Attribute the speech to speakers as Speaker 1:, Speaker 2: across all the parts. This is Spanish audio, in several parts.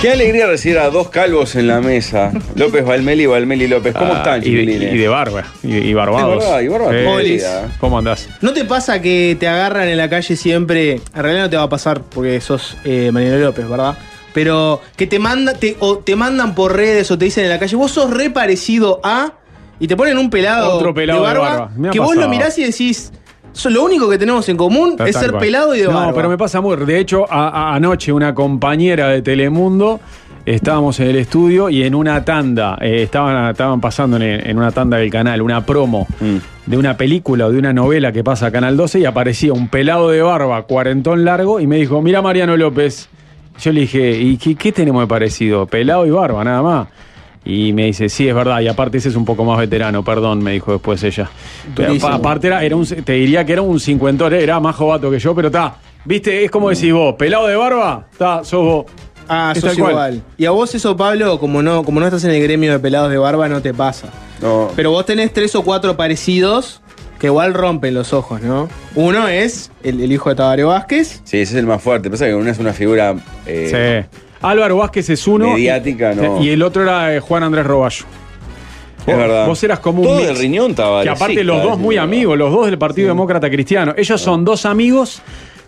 Speaker 1: Qué alegría recibir a dos calvos en la mesa. López Valmeli y Valmeli López. ¿Cómo
Speaker 2: Ah,
Speaker 1: están,
Speaker 2: y de,
Speaker 1: chiquilines?
Speaker 2: y de barba. Y, y barbados.
Speaker 1: De barba- y barba colorida.
Speaker 2: ¿Cómo andás?
Speaker 3: ¿No te pasa que te agarran en la calle siempre? En realidad no te va a pasar porque sos eh, Mariano López, ¿verdad? Pero que te, manda, te, o te mandan por redes o te dicen en la calle, vos sos re parecido a. Y te ponen un pelado,
Speaker 2: Otro pelado de barba. Me ha
Speaker 3: que vos
Speaker 2: pasado.
Speaker 3: lo mirás y decís, "So- lo único que tenemos en común
Speaker 2: Tal
Speaker 3: es ser
Speaker 2: cual.
Speaker 3: pelado y de
Speaker 2: No,
Speaker 3: barba.
Speaker 2: pero me pasa muy. De hecho, a- a- anoche una compañera de Telemundo. Estábamos en el estudio y en una tanda, eh, estaban, estaban pasando en, en una tanda del canal, una promo
Speaker 1: Mm.
Speaker 2: de una película o de una novela que pasa a Canal 12 y aparecía un pelado de barba, cuarentón largo, y me dijo, mira Mariano López. Yo le dije, ¿y qué, qué tenemos de parecido? Pelado y barba, nada más. Y me dice, sí, es verdad, y aparte ese es un poco más veterano, perdón, me dijo después ella. Pero
Speaker 3: Durísimo.
Speaker 2: aparte era, era un, te diría que era un cincuentón, era más jovato que yo, pero está, viste, es como decís vos, pelado de barba, está, sos vos.
Speaker 3: Ah,
Speaker 2: Es
Speaker 3: sos
Speaker 2: tal cual.
Speaker 3: igual. Y a vos eso, Pablo, como no, como no estás en el gremio de pelados de barba, no te pasa.
Speaker 1: No.
Speaker 3: Pero vos tenés tres o cuatro parecidos que igual rompen los ojos, ¿no? Uno es el, el hijo de Tabaré Vázquez.
Speaker 1: Sí, ese es el más fuerte. Pasa que uno es una figura. eh,
Speaker 2: Sí. Álvaro Vázquez es uno.
Speaker 1: Mediática,
Speaker 2: y,
Speaker 1: no.
Speaker 2: Y el otro era eh, Juan Andrés Roballo.
Speaker 1: Es verdad.
Speaker 2: Vos eras como un
Speaker 1: Todo
Speaker 2: mix.
Speaker 1: del riñón, Tabaré.
Speaker 2: Que aparte
Speaker 1: Sí,
Speaker 2: los
Speaker 1: Tabaré,
Speaker 2: dos
Speaker 1: sí,
Speaker 2: muy
Speaker 1: verdad. Ah.
Speaker 2: amigos, los dos del Partido Demócrata Cristiano. Ellos son dos amigos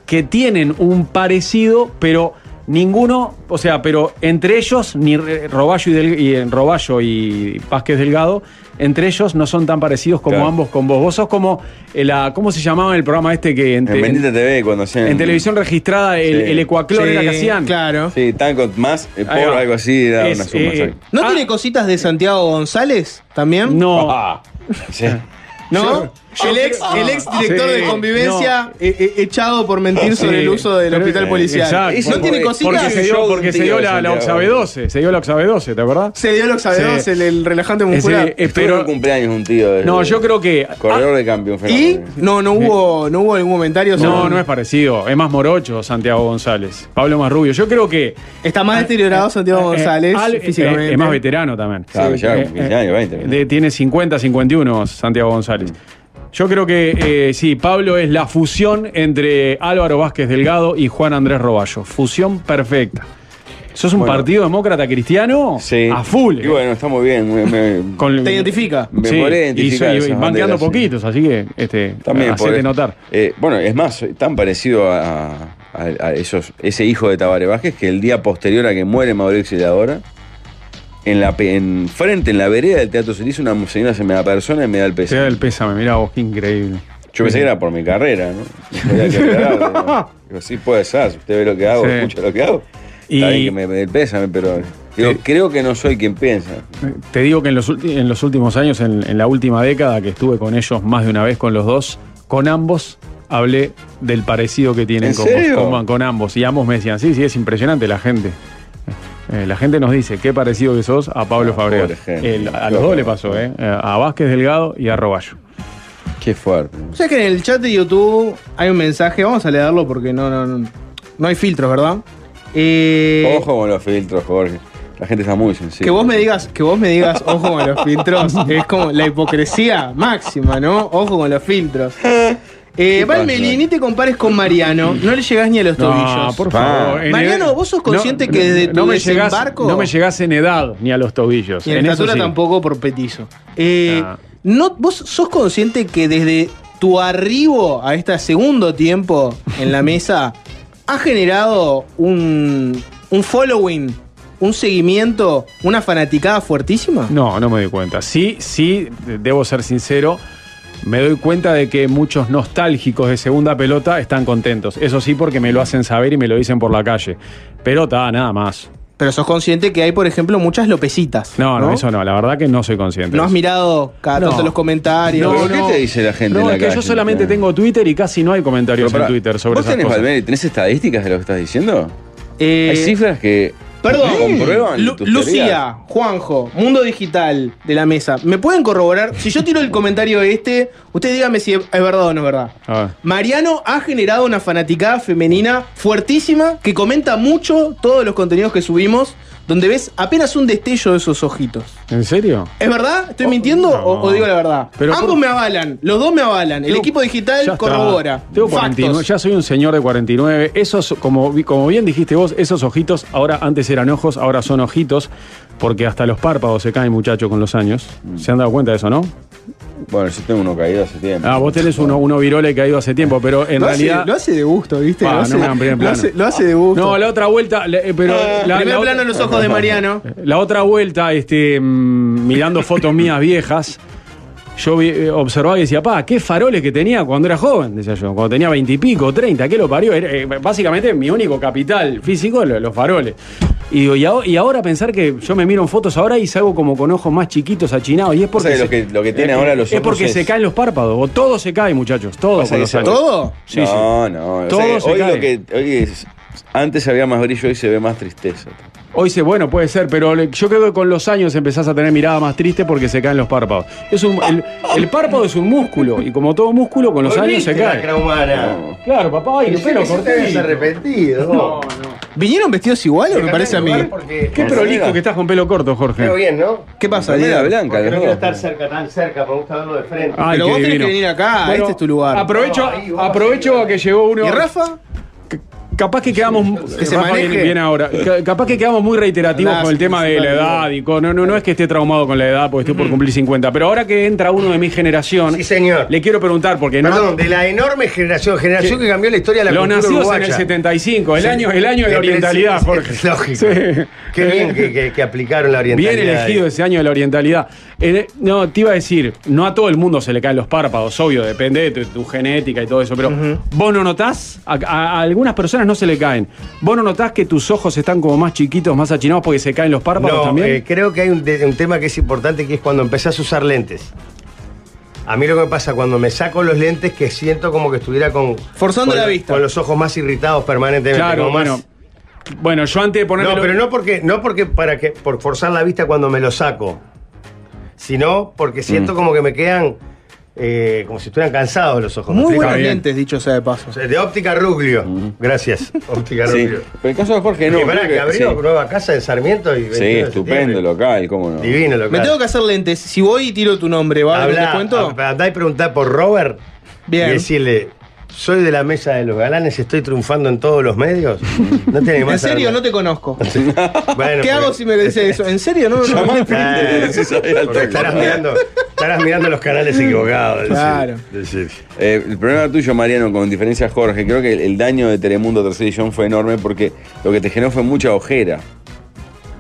Speaker 2: que tienen un parecido, pero ninguno, o sea, pero entre ellos, ni Re- Roballo y, Del- y, eh, Roballo y Vázquez Delgado, entre ellos no son tan parecidos como
Speaker 1: Claro.
Speaker 2: ambos con vos. Vos sos como eh, la, ¿cómo se llamaba el programa este que en,
Speaker 1: En
Speaker 2: en-
Speaker 1: Bendita TV, cuando hacían.
Speaker 2: en televisión registrada el,
Speaker 1: Sí.
Speaker 2: el Ecuaclor era que
Speaker 3: Sí,
Speaker 2: hacían?
Speaker 3: Claro.
Speaker 1: Sí, tan con más, eh, por
Speaker 2: Ahí va.
Speaker 1: algo así, era
Speaker 2: Es,
Speaker 1: una suma.
Speaker 2: eh,
Speaker 1: sí.
Speaker 3: ¿No
Speaker 2: Ah.
Speaker 3: tiene cositas de Santiago González también?
Speaker 2: No.
Speaker 1: Ah, sí.
Speaker 3: ¿No? el, ex, el ex director
Speaker 2: Ah, Sí,
Speaker 3: de convivencia
Speaker 2: no.
Speaker 3: e- e- echado por mentir sobre
Speaker 2: Sí,
Speaker 3: el uso del
Speaker 2: pero-
Speaker 3: hospital
Speaker 2: eh,
Speaker 3: policial.
Speaker 2: exacto,
Speaker 3: ¿No tiene cositas?
Speaker 2: Porque se
Speaker 1: Show
Speaker 2: dio,
Speaker 1: de un
Speaker 2: porque se
Speaker 1: tío
Speaker 2: dio
Speaker 1: de
Speaker 2: la, la
Speaker 1: Santiago.
Speaker 2: Oxabe 12, se dio la Oxabe 12, ¿te acordás?
Speaker 3: Se dio los sabedos,
Speaker 2: Sí.
Speaker 3: el, el relajante
Speaker 2: Ese-
Speaker 3: muscular.
Speaker 2: eh,
Speaker 1: Pero
Speaker 2: pero,
Speaker 1: un cumpleaños un tío. de-
Speaker 2: no, yo creo que... ah,
Speaker 1: Corredor de campeón,
Speaker 3: y
Speaker 1: fenómeno.
Speaker 3: no, no hubo, no hubo algún comentario
Speaker 2: ah,
Speaker 3: sobre-
Speaker 2: eh, no, no es parecido. Es más morocho Santiago González. Pablo más rubio. Yo creo que... Ah,
Speaker 3: Está más deteriorado Santiago
Speaker 2: eh,
Speaker 3: González
Speaker 2: al- eh,
Speaker 3: físicamente.
Speaker 2: es más veterano también.
Speaker 1: Claro, ya
Speaker 2: Eh,
Speaker 1: 15 años, 20.
Speaker 2: De- tiene 50, 51 Santiago González. Yo creo que eh, sí, Pablo es la fusión entre Álvaro Vázquez Delgado y Juan Andrés Roballo. Fusión perfecta. Sos un
Speaker 1: Bueno.
Speaker 2: partido demócrata cristiano
Speaker 1: Sí.
Speaker 2: a full.
Speaker 1: Y bueno, está muy bien. me- me-
Speaker 2: Con-
Speaker 3: ¿Te identifica?
Speaker 1: Me
Speaker 2: Sí,
Speaker 1: podría
Speaker 2: y
Speaker 1: identificar
Speaker 2: soy- y,
Speaker 1: esas
Speaker 2: van
Speaker 1: banderas,
Speaker 2: quedando
Speaker 1: sí.
Speaker 2: poquitos, así que este,
Speaker 1: También
Speaker 2: hacete
Speaker 1: podés-
Speaker 2: notar.
Speaker 1: Eh, bueno, es más, soy tan parecido a, a- a esos, ese hijo de Tabaré Vázquez que el día posterior a que muere Mauricio Auxiliadora, en la pe- en frente, en la vereda del Teatro Solís, una señora se me da persona y me da el
Speaker 2: Te
Speaker 1: peso.
Speaker 2: da el pésame, mirá vos, qué increíble.
Speaker 1: Yo pensé que era por mi carrera, ¿no? Había que aclararlo, ¿no? Digo, sí puede ser, si usted ve lo que hago,
Speaker 2: Sí.
Speaker 1: escucha lo que hago.
Speaker 2: Y-
Speaker 1: Está bien que me, me dé el pésame, pero digo,
Speaker 2: Sí.
Speaker 1: creo que no soy quien piensa.
Speaker 2: Te digo que en los, ulti- en los últimos años, en, en la última década que estuve con ellos más de una vez, con los dos, con ambos hablé del parecido que tienen
Speaker 1: ¿En
Speaker 2: con,
Speaker 1: serio?
Speaker 2: vos, con- con ambos. Y ambos me decían, sí, sí, es impresionante la gente. Eh, la gente nos dice qué parecido que sos a Pablo
Speaker 1: Ah,
Speaker 2: Fabregas.
Speaker 1: pobre gente.
Speaker 2: El- a los dos le pasó, ¿eh? A Vázquez Delgado y a Roballo.
Speaker 1: Qué fuerte.
Speaker 3: ¿Sabes que en el chat de YouTube hay un mensaje? Vamos a leerlo porque no, no, no, no hay filtros, ¿verdad? Eh,
Speaker 1: Ojo con los filtros, Jorge. La gente está muy sensible.
Speaker 3: Que vos me digas, que vos me digas, ojo con los filtros, es como la hipocresía máxima, ¿no? Ojo con los filtros. Eh, Valmeli,
Speaker 1: pasa?
Speaker 3: ni te compares con Mariano, no le llegás ni a los
Speaker 2: No,
Speaker 3: tobillos.
Speaker 2: por
Speaker 1: Pa.
Speaker 2: favor. En
Speaker 3: Mariano,
Speaker 2: edad-
Speaker 3: ¿vos sos consciente que desde tu
Speaker 2: llegás-
Speaker 3: desembarco-
Speaker 2: no me llegás en edad ni a los tobillos.
Speaker 3: y en
Speaker 2: eso
Speaker 3: estatura
Speaker 2: sí.
Speaker 3: tampoco por petizo. Eh,
Speaker 2: Ah.
Speaker 3: no, ¿Vos sos consciente que desde tu arribo a este segundo tiempo en la mesa ha generado un, un following, un seguimiento, una fanaticada fuertísima?
Speaker 2: No, no me doy cuenta. Sí, sí, de- debo ser sincero. Me doy cuenta de que muchos nostálgicos de segunda pelota están contentos. Eso sí, porque me lo hacen saber y me lo dicen por la calle. Pelota, nada más.
Speaker 3: Pero sos consciente que hay, por ejemplo, muchas lopecitas.
Speaker 2: No, no, eso no. La verdad que no soy consciente.
Speaker 3: No has mirado cada
Speaker 2: No.
Speaker 3: tanto los comentarios.
Speaker 1: No, ¿Pero qué te dice la gente
Speaker 2: No,
Speaker 1: en la
Speaker 2: es que yo
Speaker 1: calle? Eh.
Speaker 2: solamente tengo Twitter y casi no hay comentarios
Speaker 1: Pero pará,
Speaker 2: en Twitter sobre
Speaker 1: ¿Vos
Speaker 2: esas
Speaker 1: tenés,
Speaker 2: cosas.
Speaker 1: Valmeri, tenés estadísticas de lo que estás diciendo?
Speaker 3: Eh,
Speaker 1: Hay cifras que
Speaker 3: Perdón,
Speaker 1: comprueban
Speaker 3: Lu-
Speaker 1: tus teorías?
Speaker 3: Lucía, Juanjo, Mundo Digital de la mesa, ¿me pueden corroborar? Si yo tiro el comentario este, usted dígame si es verdad o no es verdad.
Speaker 2: A ver.
Speaker 3: Mariano ha generado una fanaticada femenina fuertísima que comenta mucho todos los contenidos que subimos, donde ves apenas un destello de esos ojitos.
Speaker 2: ¿En serio? Oh,
Speaker 3: ¿Es verdad? ¿Estoy mintiendo
Speaker 2: no.
Speaker 3: o, o digo la verdad?
Speaker 2: Pero
Speaker 3: Ambos
Speaker 2: por-
Speaker 3: me avalan, los dos me avalan. El
Speaker 2: Tengo-
Speaker 3: equipo digital
Speaker 2: Ya está.
Speaker 3: corrobora.
Speaker 2: Tengo
Speaker 3: Factos.
Speaker 2: 49, ya soy un señor de 49. Esos, como, vi- como bien dijiste vos, esos ojitos, ahora antes eran ojos, ahora son ojitos, porque hasta los párpados se caen, muchachos, con los años.
Speaker 3: Mm.
Speaker 2: ¿Se han dado cuenta de eso, no?
Speaker 1: Bueno, yo tengo uno caído hace tiempo.
Speaker 2: Ah, vos tenés uno, uno virole caído hace tiempo, pero en
Speaker 3: lo,
Speaker 2: realidad.
Speaker 3: hace, lo hace de gusto, ¿viste?
Speaker 2: Ah,
Speaker 3: lo,
Speaker 2: no,
Speaker 3: hace,
Speaker 2: no, en primer
Speaker 3: lo,
Speaker 2: plano.
Speaker 3: hace, lo hace de gusto.
Speaker 2: No, la otra vuelta, le- eh, pero la,
Speaker 3: Ah, Primer plano
Speaker 2: la otra,
Speaker 3: en los ojos de Mariano.
Speaker 2: la otra vuelta, este, mm, mirando fotos mías viejas, yo vi- eh, observaba y decía, pa, qué faroles que tenía cuando era joven, decía yo, cuando tenía veintipico, treinta, ¿qué lo parió? Era, eh, básicamente mi único capital físico, lo- los faroles. Y, digo, y, aho- y ahora pensar que yo me miro en fotos ahora y salgo como con ojos más chiquitos, achinados, y es
Speaker 1: Pasa
Speaker 2: porque...
Speaker 1: que
Speaker 2: se-
Speaker 1: lo que, lo que tiene ahora los
Speaker 2: es porque
Speaker 1: ojos
Speaker 2: se caen los párpados, o todo se cae, muchachos, todo
Speaker 1: Pasa
Speaker 2: con
Speaker 1: que
Speaker 2: los
Speaker 1: se-
Speaker 2: años.
Speaker 3: ¿Todo?
Speaker 2: Sí,
Speaker 1: no,
Speaker 2: sí.
Speaker 1: no. o
Speaker 2: Todo
Speaker 1: sea,
Speaker 2: se
Speaker 1: hoy
Speaker 2: cae.
Speaker 1: lo que. Hoy es- antes había más brillo, hoy se ve más tristeza.
Speaker 2: Hoy dice, bueno, puede ser, pero le- yo creo que con los años empezás a tener mirada más triste porque se caen los párpados. Es un- el, el párpado es un músculo y como todo músculo, con los años se cae.
Speaker 4: Crahumana.
Speaker 2: Claro, papá, ay, qué
Speaker 4: Pensé
Speaker 2: pelo
Speaker 4: que se te habías
Speaker 2: cortito.
Speaker 4: arrepentido.
Speaker 2: No, no.
Speaker 4: vos.
Speaker 3: ¿Vinieron vestidos iguales o me parece a mí?
Speaker 4: Igual porque-
Speaker 2: Qué prolijo que estás con pelo corto, Jorge.
Speaker 4: Pero bien, ¿no?
Speaker 3: ¿Qué pasa,
Speaker 1: Remera
Speaker 3: Diego?
Speaker 1: blanca,
Speaker 4: Porque
Speaker 1: los
Speaker 4: no quiero
Speaker 1: dos.
Speaker 4: estar cerca, tan cerca, me gusta verlo de frente.
Speaker 2: Ay,
Speaker 3: Pero
Speaker 2: qué
Speaker 3: vos tenés
Speaker 2: divino.
Speaker 3: que venir acá,
Speaker 2: Bueno,
Speaker 3: este es tu lugar.
Speaker 2: Aprovecho,
Speaker 4: No, ahí vos
Speaker 2: aprovecho
Speaker 4: vas a
Speaker 2: a
Speaker 4: ir.
Speaker 2: que llegó uno.
Speaker 3: ¿Y Rafa?
Speaker 2: Capaz que quedamos.
Speaker 3: Que se
Speaker 2: Rafa
Speaker 3: maneje.
Speaker 2: viene- viene ahora. Ca- Capaz que quedamos muy reiterativos
Speaker 3: Andá,
Speaker 2: con el
Speaker 3: sí,
Speaker 2: tema
Speaker 3: sí,
Speaker 2: de la
Speaker 3: dale,
Speaker 2: edad y con- no, no, no es que esté traumado con la edad porque estoy por cumplir 50. Pero ahora que entra uno de mi generación,
Speaker 4: Sí, señor.
Speaker 2: le quiero preguntar, porque no.
Speaker 4: Perdón, de la enorme generación, generación
Speaker 2: Sí.
Speaker 4: que cambió la historia de la
Speaker 2: Los
Speaker 4: cultura
Speaker 2: nacidos
Speaker 4: uruguaya.
Speaker 2: en el 75, el
Speaker 4: Sí.
Speaker 2: año, el año de la
Speaker 4: Pero es-
Speaker 2: orientalidad,
Speaker 4: es-
Speaker 2: Jorge.
Speaker 4: es lógico.
Speaker 2: Sí.
Speaker 4: Qué bien que, que- que aplicaron la orientalidad.
Speaker 2: Bien elegido ese año de la orientalidad. Eh, no, te iba a decir, no a todo el mundo se le caen los párpados, obvio, depende de tu, tu genética y todo eso, pero vos no notás, a, a- a algunas personas no se le caen, vos no notás que tus ojos están como más chiquitos, más achinados porque se caen los párpados
Speaker 4: No,
Speaker 2: también.
Speaker 4: eh, creo que hay un, de- un tema que es importante que es cuando empezás a usar lentes. A mí lo que me pasa cuando me saco los lentes que siento como que estuviera con
Speaker 3: Forzando
Speaker 4: con-
Speaker 3: la vista.
Speaker 4: con los ojos más irritados permanentemente.
Speaker 2: claro,
Speaker 4: como más-
Speaker 2: bueno. Bueno, yo antes de ponerme
Speaker 4: No, pero no porque no porque para que por forzar la vista cuando me lo saco, sino porque siento
Speaker 3: Mm.
Speaker 4: como que me quedan eh, como si estuvieran cansados los ojos. ¿me
Speaker 3: Muy
Speaker 4: explico?
Speaker 3: buenos
Speaker 2: bien.
Speaker 3: lentes, dicho sea de paso.
Speaker 4: O sea, De óptica Ruglio. Gracias. Óptica
Speaker 1: Sí.
Speaker 4: Ruglio.
Speaker 1: Pero el caso de Jorge no.
Speaker 4: Que pará,
Speaker 1: creo
Speaker 4: que
Speaker 1: que-
Speaker 4: abrió
Speaker 1: sí.
Speaker 4: nueva casa en Sarmiento y este
Speaker 1: Sí,
Speaker 4: 21 de
Speaker 1: estupendo
Speaker 4: septiembre.
Speaker 1: local, cómo no.
Speaker 4: Divino local.
Speaker 3: Me tengo que hacer lentes. Si voy y tiro tu nombre, ¿va? a haber un
Speaker 4: Habla,
Speaker 3: descuento?
Speaker 4: a- andá y preguntá por Robert
Speaker 3: Bien.
Speaker 4: y decirle, soy de la mesa de los galanes, estoy triunfando en todos los medios. No tiene
Speaker 3: En
Speaker 4: más
Speaker 3: serio, no
Speaker 4: saber.
Speaker 3: te conozco.
Speaker 4: Bueno,
Speaker 3: ¿Qué hago
Speaker 4: porque-
Speaker 3: si me dice eso? ¿En serio? No, no,
Speaker 1: Llamá
Speaker 3: no.
Speaker 1: al frente, si sabés al
Speaker 4: porque
Speaker 1: toque.
Speaker 4: estarás, mirando, estarás mirando los canales equivocados. es decir,
Speaker 3: Claro.
Speaker 4: es decir.
Speaker 1: Eh, el problema tuyo, Mariano, con diferencia a Jorge, creo que el, el daño de Telemundo Tercera Edición fue enorme porque lo que te generó fue mucha ojera.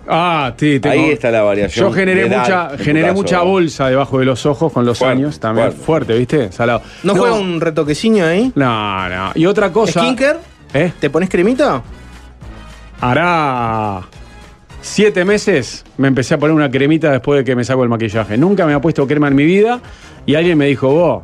Speaker 2: Ah, sí, tengo-
Speaker 1: Ahí está la variación
Speaker 2: Yo generé
Speaker 1: de edad,
Speaker 2: mucha,
Speaker 1: en tu
Speaker 2: generé
Speaker 1: caso.
Speaker 2: mucha bolsa debajo de los ojos con los
Speaker 1: Fuerte,
Speaker 2: años también.
Speaker 1: fuerte.
Speaker 2: Fuerte, ¿viste? Salado.
Speaker 3: ¿No juega un retoquecillo ahí?
Speaker 2: No, no. Y otra cosa.
Speaker 3: ¿Skinker?
Speaker 2: ¿Eh?
Speaker 3: ¿Te pones cremita?
Speaker 2: Hará siete meses me empecé a poner una cremita después de que me saco el maquillaje. Nunca me había puesto crema en mi vida y alguien me dijo, vos,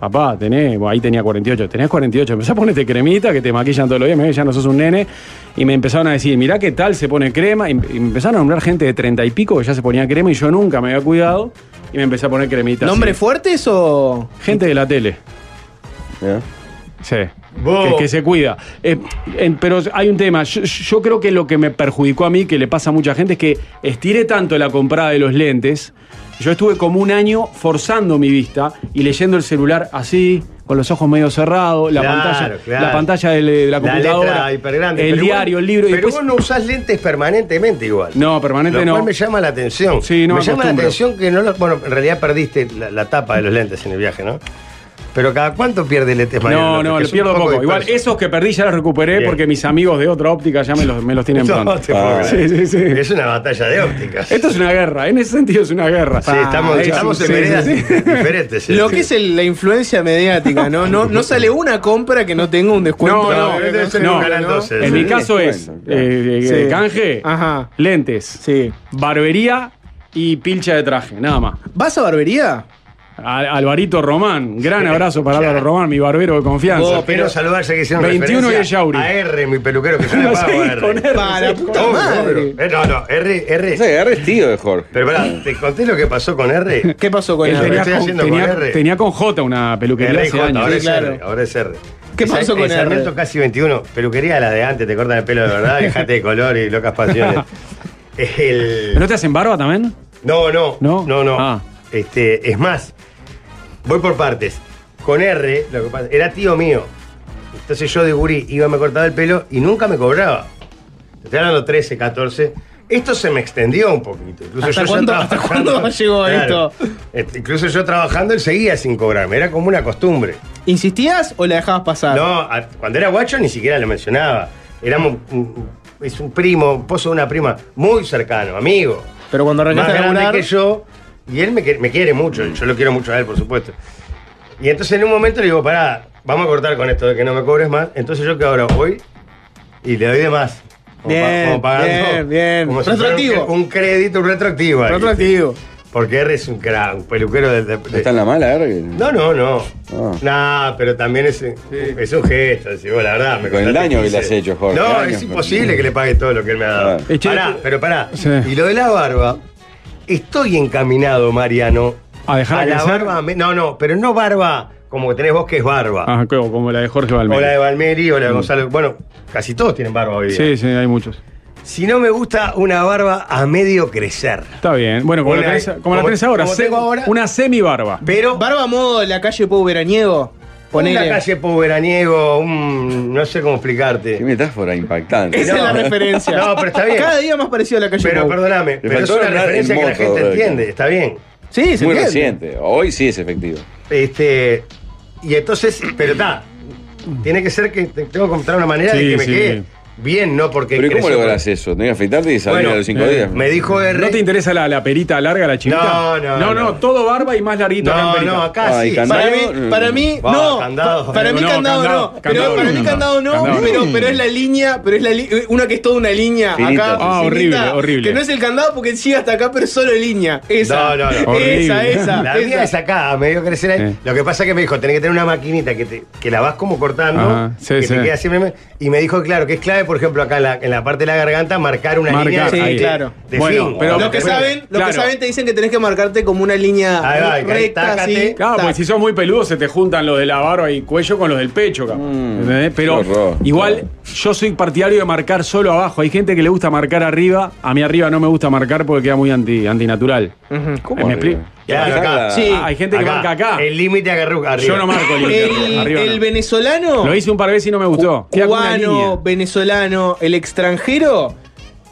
Speaker 2: papá, tenés, bueno, ahí tenía 48, tenés 48, empezá a ponerte cremita que te maquillan todos los días, me dice, ya no sos un nene. Y me empezaron a decir, mirá qué tal se pone crema. Y y me empezaron a nombrar gente de 30 y pico que ya se ponía crema y yo nunca me había cuidado y me empecé a poner cremita.
Speaker 3: ¿Nombres
Speaker 2: así.
Speaker 3: fuertes o.?
Speaker 2: Gente de la tele.
Speaker 1: ¿Eh?
Speaker 2: Sí.
Speaker 4: Vos.
Speaker 2: Que, que se cuida. Eh, en- pero hay un tema. Yo, yo creo que lo que me perjudicó a mí, que le pasa a mucha gente, es que estiré tanto la comprada de los lentes. Yo estuve como un año forzando mi vista y leyendo el celular así, con los ojos medio cerrados, la
Speaker 4: Claro,
Speaker 2: pantalla,
Speaker 4: claro.
Speaker 2: la pantalla del- de la computadora,
Speaker 4: letra hipergrande.
Speaker 2: el
Speaker 4: pero
Speaker 2: diario,
Speaker 4: vos-
Speaker 2: el libro. y
Speaker 4: Pero
Speaker 2: después-
Speaker 4: vos no usás lentes permanentemente igual.
Speaker 2: No, permanente
Speaker 4: Lo
Speaker 2: no.
Speaker 4: cual me llama la atención.
Speaker 2: Sí, no
Speaker 4: me
Speaker 2: me
Speaker 4: llama la
Speaker 2: acostumbro.
Speaker 4: atención que no lo- Bueno, en realidad perdiste la, la tapa de los lentes en el viaje, ¿no? Pero cada cuánto pierde lentes
Speaker 2: No, no,
Speaker 4: le
Speaker 2: le pierdo poco. Igual esos que perdí ya los recuperé
Speaker 4: Bien.
Speaker 2: porque mis amigos de otra óptica ya me los, me los tienen pronto.
Speaker 1: Ah.
Speaker 2: Sí, sí, sí.
Speaker 4: Es una batalla de ópticas.
Speaker 2: Esto es una guerra, en ese sentido es una guerra.
Speaker 4: Sí, estamos,
Speaker 2: Ah,
Speaker 4: estamos
Speaker 2: sí,
Speaker 4: en
Speaker 2: sí,
Speaker 4: veredas
Speaker 2: sí.
Speaker 4: diferentes.
Speaker 3: Lo que es el- la influencia mediática, ¿no? No, no sale una compra que no tenga un descuento.
Speaker 2: No, no,
Speaker 3: Que
Speaker 4: debe ser
Speaker 3: no,
Speaker 2: un
Speaker 4: canal
Speaker 3: ¿no?
Speaker 4: 12.
Speaker 2: En
Speaker 1: Sí,
Speaker 2: mi
Speaker 1: sí,
Speaker 2: caso
Speaker 1: sí,
Speaker 2: es
Speaker 1: cuento, claro.
Speaker 2: eh, eh,
Speaker 3: Sí.
Speaker 2: canje,
Speaker 3: Ajá.
Speaker 2: lentes,
Speaker 3: Sí.
Speaker 2: barbería y pilcha de traje, nada más.
Speaker 3: ¿Vas a barbería?
Speaker 2: Al- Alvarito Román, gran abrazo para Álvaro Román, mi barbero de confianza.
Speaker 4: Vos, pero saludarse que hicieron
Speaker 2: 21 y
Speaker 4: referencia
Speaker 2: el Yauri.
Speaker 4: A R, mi peluquero, que yo le
Speaker 2: No,
Speaker 4: pago
Speaker 2: sí,
Speaker 4: a R.
Speaker 2: con R,
Speaker 3: Pa, la
Speaker 2: sí.
Speaker 3: puta madre.
Speaker 4: Eh, No, no,
Speaker 1: O
Speaker 4: R,
Speaker 1: sea,
Speaker 4: R.
Speaker 1: que agarres tío de Jorge.
Speaker 4: Pero pará, te conté lo que pasó con R.
Speaker 3: ¿Qué pasó con
Speaker 2: Él
Speaker 4: Lo que
Speaker 3: él?
Speaker 2: tenía,
Speaker 4: estoy
Speaker 2: con,
Speaker 4: haciendo
Speaker 2: tenía-
Speaker 4: con R.
Speaker 2: tenía con J una peluquería
Speaker 4: R y
Speaker 2: hace
Speaker 4: J,
Speaker 2: años.
Speaker 4: ahora es
Speaker 3: Sí, claro.
Speaker 4: R, ahora es R.
Speaker 3: ¿Qué
Speaker 4: En
Speaker 3: pasó
Speaker 4: San-
Speaker 3: con
Speaker 4: en
Speaker 3: R?
Speaker 4: Sarmiento casi 21, peluquería la de antes, te cortan el pelo de verdad, dejate de color y locas pasiones. El...
Speaker 2: ¿Pero ¿No te hacen barba también?
Speaker 4: No, no.
Speaker 2: ¿No?
Speaker 4: No, no.
Speaker 2: Ah.
Speaker 4: Este, es más, voy por partes. Con R, lo que pasa, era tío mío. Entonces yo de gurí iba, me cortaba el pelo y nunca me cobraba. Te estoy hablando 13, 14. Esto se me extendió un poquito. Incluso
Speaker 3: ¿Hasta
Speaker 4: yo ya
Speaker 3: cuándo- hasta
Speaker 4: trabajando-
Speaker 3: cuándo llegó esto?
Speaker 4: Este, Incluso yo trabajando, él seguía sin cobrarme. Era como una costumbre.
Speaker 3: ¿Insistías o la dejabas pasar?
Speaker 4: No, a- cuando era guacho ni siquiera lo mencionaba. Éramos un, un- es un primo, un pozo de una prima, muy cercano, amigo.
Speaker 3: Pero cuando
Speaker 4: Más
Speaker 3: arrancaste a
Speaker 4: grande
Speaker 3: laburar,
Speaker 4: que yo. Y él me, que- me quiere mucho, yo lo quiero mucho a él, por supuesto. Y entonces en un momento le digo, pará, vamos a cortar con esto de que no me cobres más. Entonces yo que ahora voy y le doy de más. Como
Speaker 3: Bien, bien, bien.
Speaker 4: como si fuera un-
Speaker 3: Retroactivo.
Speaker 4: Un, crédito, un retroactivo. ahí.
Speaker 3: retroactivo.
Speaker 4: Porque R es un crack, un peluquero del de,
Speaker 1: ¿Está en la mala, R?
Speaker 4: no, no, no.
Speaker 1: Ah.
Speaker 4: Nah, pero también es, es un gesto. decís, vos, la verdad, me
Speaker 1: Con el
Speaker 4: contaste
Speaker 1: daño que le
Speaker 4: hice.
Speaker 1: has hecho, Jorge,
Speaker 4: No,
Speaker 1: daño,
Speaker 4: es
Speaker 1: Jorge.
Speaker 4: imposible que le pague todo lo que él me ha dado.
Speaker 1: Claro.
Speaker 2: Eh, che,
Speaker 4: Pará, pero pará.
Speaker 2: Sí.
Speaker 4: Y lo de la barba, estoy encaminado, Mariano.
Speaker 2: ¿A dejarla
Speaker 4: la
Speaker 2: crecer?
Speaker 4: barba. me- No, no, pero no barba como que tenés vos, que es barba.
Speaker 2: Ah, como como la de Jorge
Speaker 4: o la de
Speaker 2: Valmero.
Speaker 4: Valmeri, o la
Speaker 1: Mm.
Speaker 4: de Gonzalo. Bueno, casi todos tienen barba hoy día.
Speaker 2: Sí, sí, hay muchos.
Speaker 4: Si no me gusta una barba a medio crecer.
Speaker 2: Está bien. Bueno, como
Speaker 4: Una-
Speaker 2: la tenés, como la
Speaker 4: como-
Speaker 2: tenés ahora,
Speaker 4: como
Speaker 2: se-
Speaker 4: tengo ahora.
Speaker 2: una semi barba.
Speaker 4: Pero.
Speaker 3: Barba modo la calle Pau Veraniego.
Speaker 4: Una
Speaker 3: Ponele.
Speaker 4: calle poveraniego, un. no sé cómo explicarte.
Speaker 1: Qué metáfora impactante.
Speaker 3: Esa es la referencia.
Speaker 4: No, pero está bien.
Speaker 3: Cada día más parecido a la calle
Speaker 4: Pero
Speaker 3: Pou.
Speaker 4: perdóname, pero es
Speaker 1: faltó
Speaker 4: una
Speaker 1: hablar en
Speaker 4: referencia que la
Speaker 1: moto,
Speaker 4: gente
Speaker 1: Rodrigo.
Speaker 4: entiende, está bien.
Speaker 3: Sí, se
Speaker 1: Muy
Speaker 3: entiende.
Speaker 1: reciente. Hoy sí es efectivo.
Speaker 4: Este, y entonces, pero está, tiene que ser que te- tengo que encontrar una manera
Speaker 2: Sí,
Speaker 4: de que me
Speaker 2: sí.
Speaker 4: quede bien, no porque
Speaker 1: Pero ¿y cómo
Speaker 4: creció-
Speaker 1: lográs eso? ¿Tenés que afeitarte y salir
Speaker 4: Bueno,
Speaker 1: a los cinco
Speaker 2: eh,
Speaker 1: días?
Speaker 4: Me dijo R.
Speaker 2: ¿No te interesa la, la perita larga, la chivita?
Speaker 4: No, no,
Speaker 2: No,
Speaker 4: no.
Speaker 2: todo barba y más larguito. acá en
Speaker 4: No,
Speaker 2: perita.
Speaker 4: no, acá
Speaker 1: Ay,
Speaker 4: sí.
Speaker 1: candado. Mm.
Speaker 3: Para mí, para mí,
Speaker 4: Va,
Speaker 3: no.
Speaker 4: candado.
Speaker 3: Pa- Para mí,
Speaker 2: No,
Speaker 3: candado,
Speaker 2: candado,
Speaker 3: no. Pero
Speaker 2: candado,
Speaker 3: para mí,
Speaker 2: no.
Speaker 3: candado no.
Speaker 2: Candado,
Speaker 3: pero,
Speaker 1: no.
Speaker 3: pero es la línea, pero es la li- una que es toda una línea
Speaker 1: Finita.
Speaker 3: acá.
Speaker 1: Ah,
Speaker 3: finita,
Speaker 2: horrible, horrible.
Speaker 3: Que no es el candado porque sigue hasta acá, pero solo línea. Esa.
Speaker 4: No, no, no.
Speaker 3: Esa,
Speaker 2: Horrible.
Speaker 3: esa.
Speaker 4: La mía
Speaker 3: esa.
Speaker 4: es acá, me dio crecer ahí.
Speaker 2: Sí.
Speaker 4: Lo que pasa es que me dijo, tenés que tener una maquinita que, te- que la vas como cortando,
Speaker 2: Ajá, sí,
Speaker 4: que
Speaker 2: sí.
Speaker 4: te queda siempre. Y me dijo, claro, que es clave, por ejemplo, acá en la, en la parte de la garganta, marcar una
Speaker 2: Marcar,
Speaker 4: línea.
Speaker 3: sí,
Speaker 4: de-
Speaker 3: claro.
Speaker 4: de
Speaker 2: Bueno,
Speaker 4: fin.
Speaker 2: pero-
Speaker 3: Los que
Speaker 2: Bueno,
Speaker 3: saben, los que
Speaker 2: claro.
Speaker 3: saben te dicen que tenés que marcarte como una línea
Speaker 4: Ahí va, que
Speaker 3: recta,
Speaker 4: tácate.
Speaker 3: así.
Speaker 2: Claro,
Speaker 3: tac.
Speaker 2: porque si sos muy peludo se te juntan los de la barba y cuello con los del pecho, cabrón.
Speaker 1: Mm,
Speaker 2: ¿Entendés? Pero
Speaker 1: qué horror.
Speaker 2: igual
Speaker 1: Claro.
Speaker 2: yo soy partidario de marcar solo abajo. Hay gente que le gusta marcar arriba. A mí arriba no me gusta marcar porque queda muy anti, antinatural. Eh,
Speaker 1: ¿Cómo
Speaker 2: ¿Me
Speaker 1: arriba?
Speaker 2: explico?
Speaker 4: Claro, acá.
Speaker 3: Sí.
Speaker 2: Ah, Hay gente que
Speaker 4: Acá,
Speaker 2: marca acá.
Speaker 4: El límite agarró arriba.
Speaker 2: Yo no marco el límite
Speaker 3: El,
Speaker 2: arriba.
Speaker 3: el
Speaker 2: no.
Speaker 3: venezolano.
Speaker 2: Lo hice un par de veces y no me gustó. Queda con una línea.
Speaker 3: cubano, venezolano, el extranjero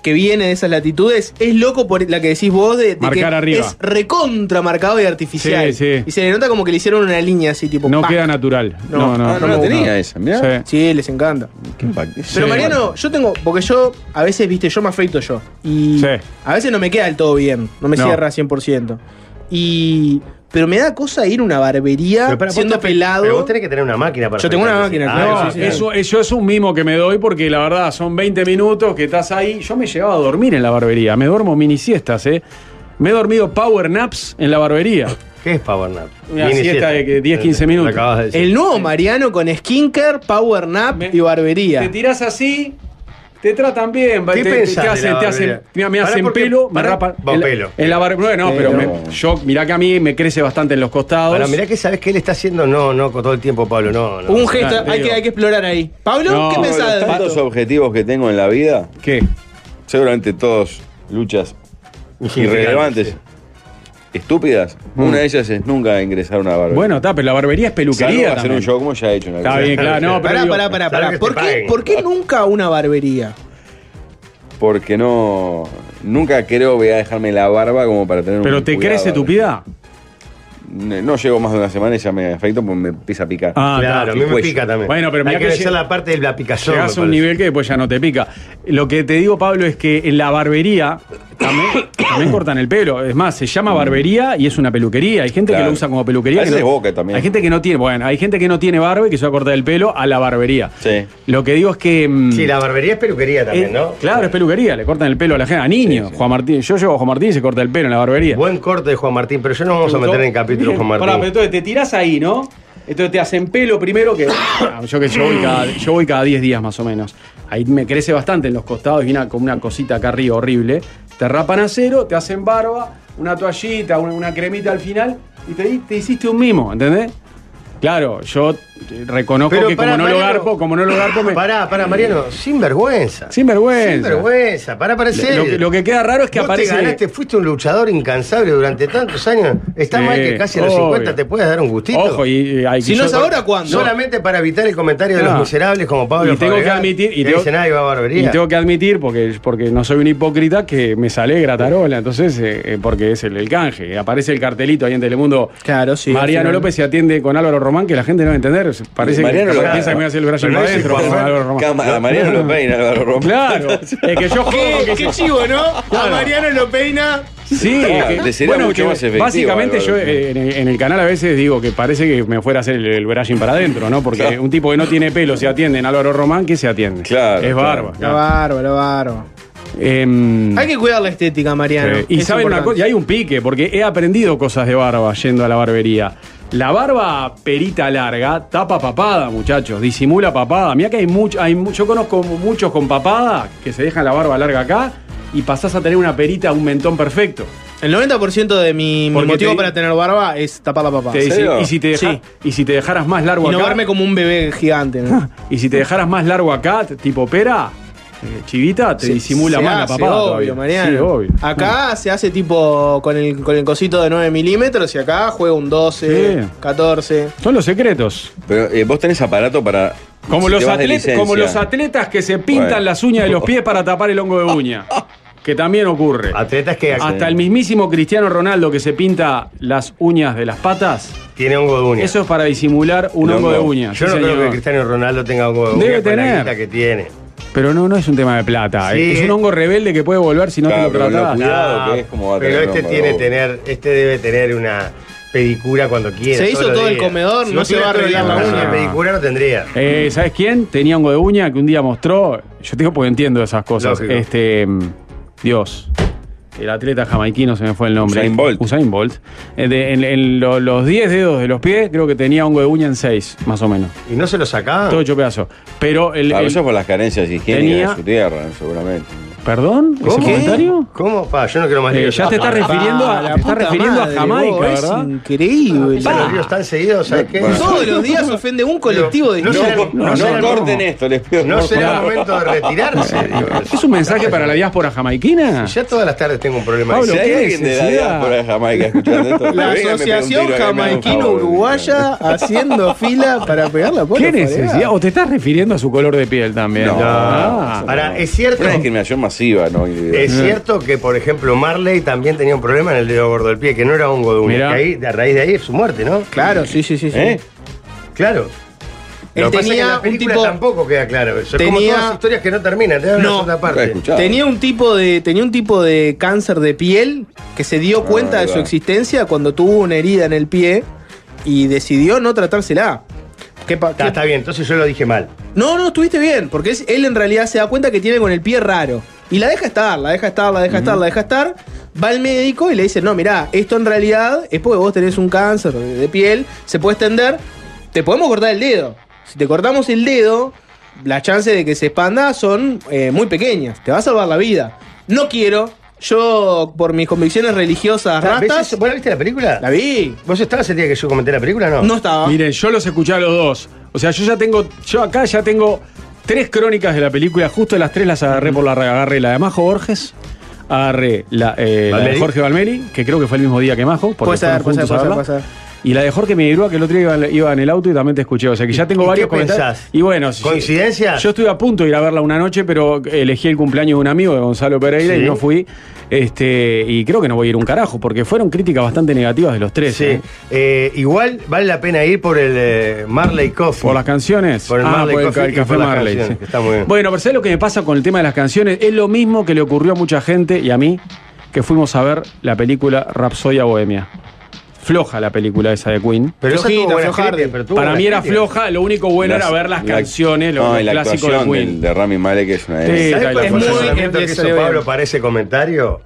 Speaker 3: que viene de esas latitudes es loco por la que decís vos de, de que
Speaker 2: Marcar arriba.
Speaker 3: es recontra marcado y artificial.
Speaker 2: Sí, sí.
Speaker 3: Y se le nota como que le hicieron una línea así tipo
Speaker 2: No
Speaker 3: pa.
Speaker 2: queda natural.
Speaker 3: No.
Speaker 2: No, no.
Speaker 1: Ah, no,
Speaker 3: me
Speaker 1: la
Speaker 3: gusta.
Speaker 1: tenía esa, mirá.
Speaker 2: Sí.
Speaker 3: Sí, les encanta.
Speaker 1: Qué impacto.
Speaker 3: Pero
Speaker 2: Sí.
Speaker 3: Mariano, yo tengo porque yo a veces, viste, yo me afeito yo y
Speaker 2: Sí.
Speaker 3: a veces no me queda del todo bien, no me
Speaker 2: No.
Speaker 3: cierra 100%. Y pero me da cosa ir a una barbería
Speaker 4: Pero para,
Speaker 3: siendo
Speaker 4: vos te-
Speaker 3: pelado.
Speaker 4: Pero vos tenés que tener una máquina para.
Speaker 3: Yo tengo una
Speaker 4: afeitarte,
Speaker 3: máquina,
Speaker 4: sí.
Speaker 3: claro,
Speaker 2: No,
Speaker 3: sí,
Speaker 2: eso,
Speaker 4: eso-
Speaker 2: eso es un mimo que me doy porque la verdad son 20 minutos que estás ahí. Yo me llevaba a dormir en la barbería. Me duermo mini siestas, ¿eh? Me he dormido power naps en la barbería.
Speaker 4: ¿Qué es Power Nap?
Speaker 2: Una
Speaker 4: Mini
Speaker 2: siesta de que 10, 15
Speaker 4: La
Speaker 2: minutos.
Speaker 4: acabas de decir.
Speaker 3: El nuevo Mariano con skinker, power nap
Speaker 2: Me-
Speaker 3: y barbería.
Speaker 2: Te tirás así, te tratan bien.
Speaker 4: ¿Qué
Speaker 2: te, te-
Speaker 4: pensás
Speaker 2: te
Speaker 4: de
Speaker 2: hacen,
Speaker 4: la
Speaker 2: te
Speaker 4: barbería?
Speaker 2: hacen- mira, me
Speaker 4: Pará,
Speaker 2: hacen
Speaker 4: porque-
Speaker 2: pelo, me
Speaker 4: pará,
Speaker 2: rapan.
Speaker 4: va
Speaker 2: Eh, en la-
Speaker 4: pelo.
Speaker 2: En la barbería, no, pero,
Speaker 1: Pero-
Speaker 2: me- yo, mirá que a mí me crece bastante en los costados.
Speaker 4: Ahora, mirá que sabes que él está haciendo. No, no, con todo el tiempo, Pablo. No, no.
Speaker 3: Un gesto,
Speaker 2: Claro, te
Speaker 3: hay, que,
Speaker 2: digo.
Speaker 3: hay que explorar ahí. Pablo,
Speaker 2: No,
Speaker 3: ¿qué
Speaker 2: no,
Speaker 3: pensás
Speaker 1: Los
Speaker 3: de
Speaker 1: tantos
Speaker 3: esto?
Speaker 1: objetivos que tengo en la vida,
Speaker 2: ¿Qué?
Speaker 1: seguramente todos luchas
Speaker 4: Insignificante,
Speaker 1: irrelevantes,
Speaker 4: sí.
Speaker 1: estúpidas. Una de ellas es nunca ingresar a una barbería.
Speaker 2: Mm. Bueno, está, pero la barbería es
Speaker 1: Salvo
Speaker 2: peluquería.
Speaker 1: hacer
Speaker 2: también.
Speaker 1: un show como ya he hecho. en
Speaker 2: Está
Speaker 1: algún-
Speaker 2: bien, claro, no, pero.
Speaker 3: Pará,
Speaker 2: digo-
Speaker 3: pará, pará,
Speaker 4: Claro que
Speaker 3: pará.
Speaker 4: te
Speaker 3: ¿Por qué,
Speaker 4: paguen.
Speaker 3: por qué nunca una barbería?
Speaker 1: Porque no. Nunca creo voy a dejarme la barba como para tener
Speaker 2: Pero
Speaker 1: un
Speaker 2: te
Speaker 1: cuidado,
Speaker 2: crece tu
Speaker 1: ¿verdad?
Speaker 2: pida.
Speaker 1: No no llego más de una semana y ya me afecto porque me empieza a picar.
Speaker 2: Ah,
Speaker 4: Claro, a mí
Speaker 1: el
Speaker 4: me
Speaker 1: cuello.
Speaker 4: pica también.
Speaker 2: Bueno, pero
Speaker 4: Hay
Speaker 2: mirá
Speaker 4: que
Speaker 2: que
Speaker 4: vencer
Speaker 2: lleg-
Speaker 4: la parte de la picazón.
Speaker 2: Llegás a
Speaker 4: me
Speaker 2: un
Speaker 4: parece.
Speaker 2: nivel que después ya no te pica. Lo que te digo, Pablo, es que en la barbería también, también cortan el pelo. Es más, se llama barbería y es una peluquería. Hay gente que
Speaker 1: Claro.
Speaker 2: lo usa como peluquería.
Speaker 1: A
Speaker 2: que
Speaker 1: veces
Speaker 2: no-
Speaker 1: es boca también.
Speaker 2: Hay gente que no tiene, bueno, hay gente que no tiene barba y que se va a cortar el pelo a la barbería.
Speaker 1: Sí.
Speaker 2: Lo que digo es que. mm,
Speaker 4: Sí, la barbería es peluquería
Speaker 2: eh,
Speaker 4: también, ¿no?
Speaker 2: Claro, es peluquería, le cortan el pelo a la gente, a niños.
Speaker 1: sí.
Speaker 2: Juan Martín, yo llevo a Juan Martín y se corta el pelo en la barbería.
Speaker 4: Buen corte de Juan Martín, pero yo no vamos a meter en el capítulo
Speaker 2: Bien,
Speaker 4: Juan
Speaker 2: pará, pero
Speaker 4: Martín.
Speaker 2: entonces te tirás ahí, ¿no? Entonces te hacen pelo primero que. Ah, yo que yo voy, cada, yo voy cada 10 días más o menos. Ahí me crece bastante en los costados y una, como una cosita acá arriba horrible. Te rapan a cero, te hacen barba, una toallita, una, una cremita al final y te, di- te hiciste un mimo, ¿entendés? Claro, yo reconozco que
Speaker 4: pará,
Speaker 2: como no lo
Speaker 4: Mariano.
Speaker 2: garpo, como no lo garpo me.
Speaker 4: Pará, pará, Mariano, sin vergüenza.
Speaker 2: Sin vergüenza.
Speaker 4: Sin vergüenza, para aparecer.
Speaker 2: Lo, que- lo que queda raro es que
Speaker 4: Vos
Speaker 2: aparece.
Speaker 4: te ganaste, fuiste un luchador incansable durante tantos años. Está
Speaker 2: Sí,
Speaker 4: mal que casi a los
Speaker 2: obvio.
Speaker 4: 50 te puedas dar un gustito.
Speaker 2: Ojo, y, y hay
Speaker 3: Si
Speaker 2: que-
Speaker 3: no
Speaker 2: yo-
Speaker 3: es ahora, ¿cuándo?
Speaker 4: Solamente para evitar el comentario de los
Speaker 2: Ah.
Speaker 4: miserables como Pablo
Speaker 2: Y tengo
Speaker 4: Fabregat,
Speaker 2: que admitir- y
Speaker 4: que
Speaker 2: tengo-
Speaker 4: dicen, "Ay, va a barbería".
Speaker 2: Y tengo que admitir, porque, porque no soy un hipócrita, que me sale gratarola. Entonces, eh, eh, porque es el, el canje. Aparece el cartelito ahí en Telemundo.
Speaker 3: Claro, sí, al
Speaker 2: Mariano
Speaker 3: final.
Speaker 2: López se atiende con Álvaro Román, que la gente no va a entender. Se- Parece
Speaker 1: Mariano
Speaker 2: que
Speaker 1: López-
Speaker 2: piensa que me voy a hacer el brazo
Speaker 4: Pero no es
Speaker 2: adentro
Speaker 4: igual,
Speaker 2: con
Speaker 4: ¿eh?
Speaker 2: Álvaro Román.
Speaker 1: Cama- a Mariano lo peina, Álvaro Román.
Speaker 2: Claro, es Eh, que yo juego que
Speaker 3: Qué, qué chivo, ¿no? A Mariano lo peina.
Speaker 2: Sí,
Speaker 1: Claro,
Speaker 2: que-
Speaker 1: le sería mucho
Speaker 2: que
Speaker 1: más efectivo,
Speaker 2: Básicamente
Speaker 1: Álvaro.
Speaker 2: yo eh, en, el- en el canal a veces digo que parece que me fuera a hacer el, el brushing para adentro, ¿no? Porque
Speaker 1: Claro.
Speaker 2: un tipo que no tiene pelo se atiende en Álvaro Román, ¿qué se atiende?
Speaker 1: Claro,
Speaker 2: Es
Speaker 1: claro.
Speaker 2: barba.
Speaker 3: La barba, la barba.
Speaker 2: Em,
Speaker 3: Hay que cuidar la estética, Mariano.
Speaker 2: eh, y
Speaker 3: Es
Speaker 2: saben una
Speaker 3: importante.
Speaker 2: cosa, y hay un pique, porque he aprendido cosas de barba yendo a la barbería. La barba perita larga tapa papada, muchachos, disimula papada. Mira que hay mucho, hay mu- yo conozco muchos con papada que se dejan la barba larga acá y pasás a tener una perita, un mentón perfecto.
Speaker 3: El 90% de mi, mi
Speaker 2: Porque
Speaker 3: motivo
Speaker 2: te-
Speaker 3: para tener barba es tapar la papá.
Speaker 2: Te dice,
Speaker 1: serio?
Speaker 2: y, si te deja-
Speaker 3: Sí.
Speaker 2: y si te dejaras más largo
Speaker 3: Y no
Speaker 2: acá.
Speaker 3: verme como un bebé gigante, ¿no?
Speaker 2: Y si te dejaras más largo acá, t- tipo pera, eh, chivita, te
Speaker 3: Se-
Speaker 2: disimula
Speaker 3: se
Speaker 2: más la
Speaker 3: hace,
Speaker 2: papada.
Speaker 3: obvio,
Speaker 2: todavía.
Speaker 3: Mariano.
Speaker 2: Sí, obvio.
Speaker 3: Acá se hace tipo con el, con el cosito de 9 milímetros y acá juega un 12,
Speaker 2: Sí.
Speaker 3: 14.
Speaker 2: Son los secretos.
Speaker 1: Pero eh, vos tenés aparato para.
Speaker 2: Como,
Speaker 1: si
Speaker 2: los
Speaker 1: te vas de
Speaker 2: atletas,
Speaker 1: licencia.
Speaker 2: como los atletas que se pintan
Speaker 1: Bueno.
Speaker 2: las uñas de los pies para tapar el hongo de uña. Que también ocurre.
Speaker 4: Atletas que
Speaker 2: Hasta el mismísimo Cristiano Ronaldo que se pinta las uñas de las patas,
Speaker 4: tiene hongo de uña.
Speaker 2: eso es para disimular un
Speaker 1: El
Speaker 2: hongo de
Speaker 1: hongo.
Speaker 2: uña.
Speaker 4: Yo
Speaker 2: sí,
Speaker 4: no creo
Speaker 2: señor.
Speaker 4: que Cristiano Ronaldo tenga hongo de uña
Speaker 2: Debe
Speaker 4: con la
Speaker 2: tener.
Speaker 4: guita que tiene.
Speaker 2: Pero no, no es un tema de plata.
Speaker 4: Sí.
Speaker 2: Es un hongo rebelde que puede volver si no
Speaker 1: Claro,
Speaker 2: te
Speaker 1: pero
Speaker 2: lo
Speaker 1: lo
Speaker 2: tratás.
Speaker 1: cuida- Cuidado que es como va a
Speaker 4: pero
Speaker 1: tener
Speaker 4: este
Speaker 1: hongo de
Speaker 4: tiene
Speaker 1: uña.
Speaker 4: tener, este debe tener una pedicura cuando quiera.
Speaker 3: Se hizo
Speaker 4: los
Speaker 3: todo el
Speaker 4: días.
Speaker 3: comedor, no
Speaker 4: vos
Speaker 3: se va a
Speaker 4: tuvieras
Speaker 2: arreglar
Speaker 4: todo el día
Speaker 2: la
Speaker 4: una
Speaker 2: uña.
Speaker 4: pedicura no tendría.
Speaker 2: Eh, ¿Sabes quién? Tenía hongo de uña que un día mostró. Yo te digo porque entiendo esas cosas.
Speaker 4: Lógico.
Speaker 2: Este. mm, Dios. El atleta jamaiquino se me fue el nombre.
Speaker 1: Usain Bolt.
Speaker 2: Usain Bolt. Eh, de- en en lo- los 10 dedos de los pies, creo que tenía hongo de uña en 6, más o menos.
Speaker 4: Y no se lo sacaban.
Speaker 2: Todo hecho pedazos. Pero el.
Speaker 1: A
Speaker 2: el-
Speaker 1: veces por las carencias higiénicas
Speaker 2: Tenía-
Speaker 1: de su tierra, seguramente.
Speaker 2: ¿Perdón? ¿Ese
Speaker 4: ¿Cómo?
Speaker 2: comentario?
Speaker 4: ¿Cómo? Pa, yo no quiero más
Speaker 2: Eh,
Speaker 4: líos.
Speaker 2: ya te está
Speaker 4: Pa,
Speaker 2: refiriendo a-
Speaker 3: Ah,
Speaker 2: te está
Speaker 3: puta
Speaker 2: refiriendo a Jamaica,
Speaker 3: vos, es
Speaker 2: ¿verdad?
Speaker 3: increíble.
Speaker 4: Ya los ríos están seguidos, ¿sabes qué?
Speaker 1: Bueno.
Speaker 3: Todos los días ofende un colectivo de
Speaker 4: No,
Speaker 3: niños.
Speaker 4: será-
Speaker 1: No,
Speaker 4: no
Speaker 1: no
Speaker 4: será-
Speaker 1: corten esto, les pido.
Speaker 4: No
Speaker 1: por
Speaker 4: será
Speaker 1: favor.
Speaker 4: momento de retirarse. digo.
Speaker 2: ¿Es un mensaje para la diáspora jamaiquina?
Speaker 4: Ya todas las tardes tengo un problema.
Speaker 2: Pablo,
Speaker 1: Si hay
Speaker 2: ¿qué
Speaker 1: alguien de la
Speaker 2: necesidad?
Speaker 1: diáspora de Jamaica escuchando esto,
Speaker 3: La
Speaker 1: que venga y me pegue un
Speaker 3: Asociación
Speaker 1: tiro, que me haga un favor.
Speaker 3: Jamaiquino-Uruguaya haciendo fila para pegar la ¿eh? puerta.
Speaker 2: ¿Qué necesidad? ¿O te estás refiriendo a su color de piel también?
Speaker 1: No.
Speaker 2: Ah.
Speaker 4: Ahora, es
Speaker 1: Una
Speaker 4: cierto.
Speaker 1: discriminación masiva, ¿no? individual.
Speaker 4: Es cierto que, por ejemplo, Marley también tenía un problema en el dedo gordo del pie, que no era hongo de uña.
Speaker 2: Mirá.
Speaker 4: que ahí, a raíz de ahí es su muerte, ¿no?
Speaker 3: Claro, sí, sí, sí. sí.
Speaker 1: ¿Eh?
Speaker 4: Claro.
Speaker 3: Él
Speaker 4: Lo que pasa es que en
Speaker 3: tenía
Speaker 4: la
Speaker 3: un
Speaker 4: película
Speaker 3: tipo-
Speaker 4: tampoco queda claro eso. Es como
Speaker 3: tenía-
Speaker 4: todas las historias que no terminan, te dan
Speaker 3: No.
Speaker 4: una segunda
Speaker 1: Lo he
Speaker 4: parte.
Speaker 1: escuchado.
Speaker 3: Tenía un tipo de tenía un tipo de cáncer de piel que se dio cuenta
Speaker 1: ahí
Speaker 3: de su
Speaker 1: va.
Speaker 3: existencia cuando tuvo una herida en el pie y decidió no tratársela. ¿Qué pa-
Speaker 4: Está,
Speaker 3: qué-
Speaker 4: está bien, entonces yo lo dije mal.
Speaker 3: No, no, estuviste bien, porque es- él en realidad se da cuenta que tiene con el pie raro. Y la deja estar, la deja estar, la deja estar, la deja estar. Va al médico y le dice, no, mirá, esto en realidad es porque vos tenés un cáncer de de piel, se puede extender, te podemos cortar el dedo. Si te cortamos el dedo, las chances de que se expanda son eh, muy pequeñas, te va a salvar la vida. No quiero, yo por mis convicciones religiosas
Speaker 4: ¿Ves
Speaker 3: ratas,
Speaker 4: eso? ¿Vos la viste la película?
Speaker 3: la vi,
Speaker 4: ¿Vos estabas el día que yo comenté la película no?
Speaker 3: no estaba.
Speaker 2: Miren, yo los escuché a los dos. O sea, yo ya tengo, yo acá ya tengo tres crónicas de la película, justo las tres las agarré por la agarré la de Majo Borges, agarré la, eh, la de
Speaker 4: ¿Valmeri?
Speaker 2: Jorge Valmeri, que creo que fue el mismo día que Majo, porque
Speaker 3: Puede ser,
Speaker 2: fueron
Speaker 3: puede ser,
Speaker 2: juntos a
Speaker 3: puede ser,
Speaker 2: verla.
Speaker 3: puede ser.
Speaker 2: Y la de Jorge Migrúa, que el otro día iba, iba en el auto y también te escuché. O sea que ya tengo
Speaker 4: ¿Y
Speaker 2: varios
Speaker 4: qué
Speaker 2: comentarios.
Speaker 4: pensás?
Speaker 2: Y bueno, sí.
Speaker 4: ¿Coincidencia?
Speaker 2: Yo estuve a punto de ir a verla una noche, pero elegí el cumpleaños de un amigo de Gonzalo Pereira
Speaker 4: Sí.
Speaker 2: y no fui. Este, y creo que no voy a ir un carajo, porque fueron críticas bastante negativas de los tres.
Speaker 4: Sí.
Speaker 2: ¿eh?
Speaker 4: Eh, igual vale la pena ir por el eh, Marley Coffee.
Speaker 2: ¿Por las canciones? Ah,
Speaker 4: Por el Marley
Speaker 2: por el,
Speaker 4: Coffee
Speaker 2: ca- el
Speaker 4: y
Speaker 2: café
Speaker 4: por las
Speaker 2: Marley.
Speaker 4: canciones,
Speaker 2: sí.
Speaker 4: está muy bien.
Speaker 2: Bueno, pero ¿sabes lo que me pasa con el tema de las canciones? Es lo mismo que le ocurrió a mucha gente y a mí que fuimos a ver la película Rapsodia Bohemia. Floja la película esa de Queen.
Speaker 4: Pero esa
Speaker 3: Flojita,
Speaker 4: tuvo buenas
Speaker 3: flojardi.
Speaker 4: críticas, pero tuvo
Speaker 2: Para
Speaker 4: buenas
Speaker 2: mí era
Speaker 4: críticas.
Speaker 2: floja, lo único bueno
Speaker 1: Las-
Speaker 2: era ver las
Speaker 1: la-
Speaker 2: canciones, los,
Speaker 1: no, y
Speaker 2: los
Speaker 1: la
Speaker 2: clásicos de
Speaker 1: actuación
Speaker 2: Queen.
Speaker 1: del- de Rami Malek es una de
Speaker 2: Sí.
Speaker 1: esas.
Speaker 4: ¿Sabés
Speaker 2: Ahí está,
Speaker 4: cuál fue el
Speaker 2: es muy-
Speaker 4: razonamiento que
Speaker 3: empieza
Speaker 4: hizo
Speaker 3: bien.
Speaker 4: Pablo para ese comentario?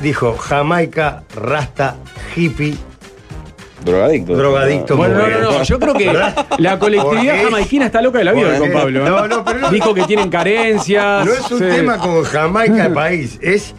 Speaker 4: Dijo, Jamaica, rasta, hippie,
Speaker 1: Drogadicto.
Speaker 3: Ah,
Speaker 4: drogadicto.
Speaker 2: Bueno, no,
Speaker 4: como
Speaker 2: no, no,
Speaker 4: bien.
Speaker 2: yo creo que la
Speaker 4: Porque
Speaker 2: colectividad
Speaker 4: es-
Speaker 2: jamaiquina está loca de la vida
Speaker 1: Porque-
Speaker 2: con Pablo. ¿eh?
Speaker 4: No, no, pero no-
Speaker 2: Dijo que tienen carencias.
Speaker 4: No es un
Speaker 2: sí.
Speaker 4: tema con Jamaica el país, es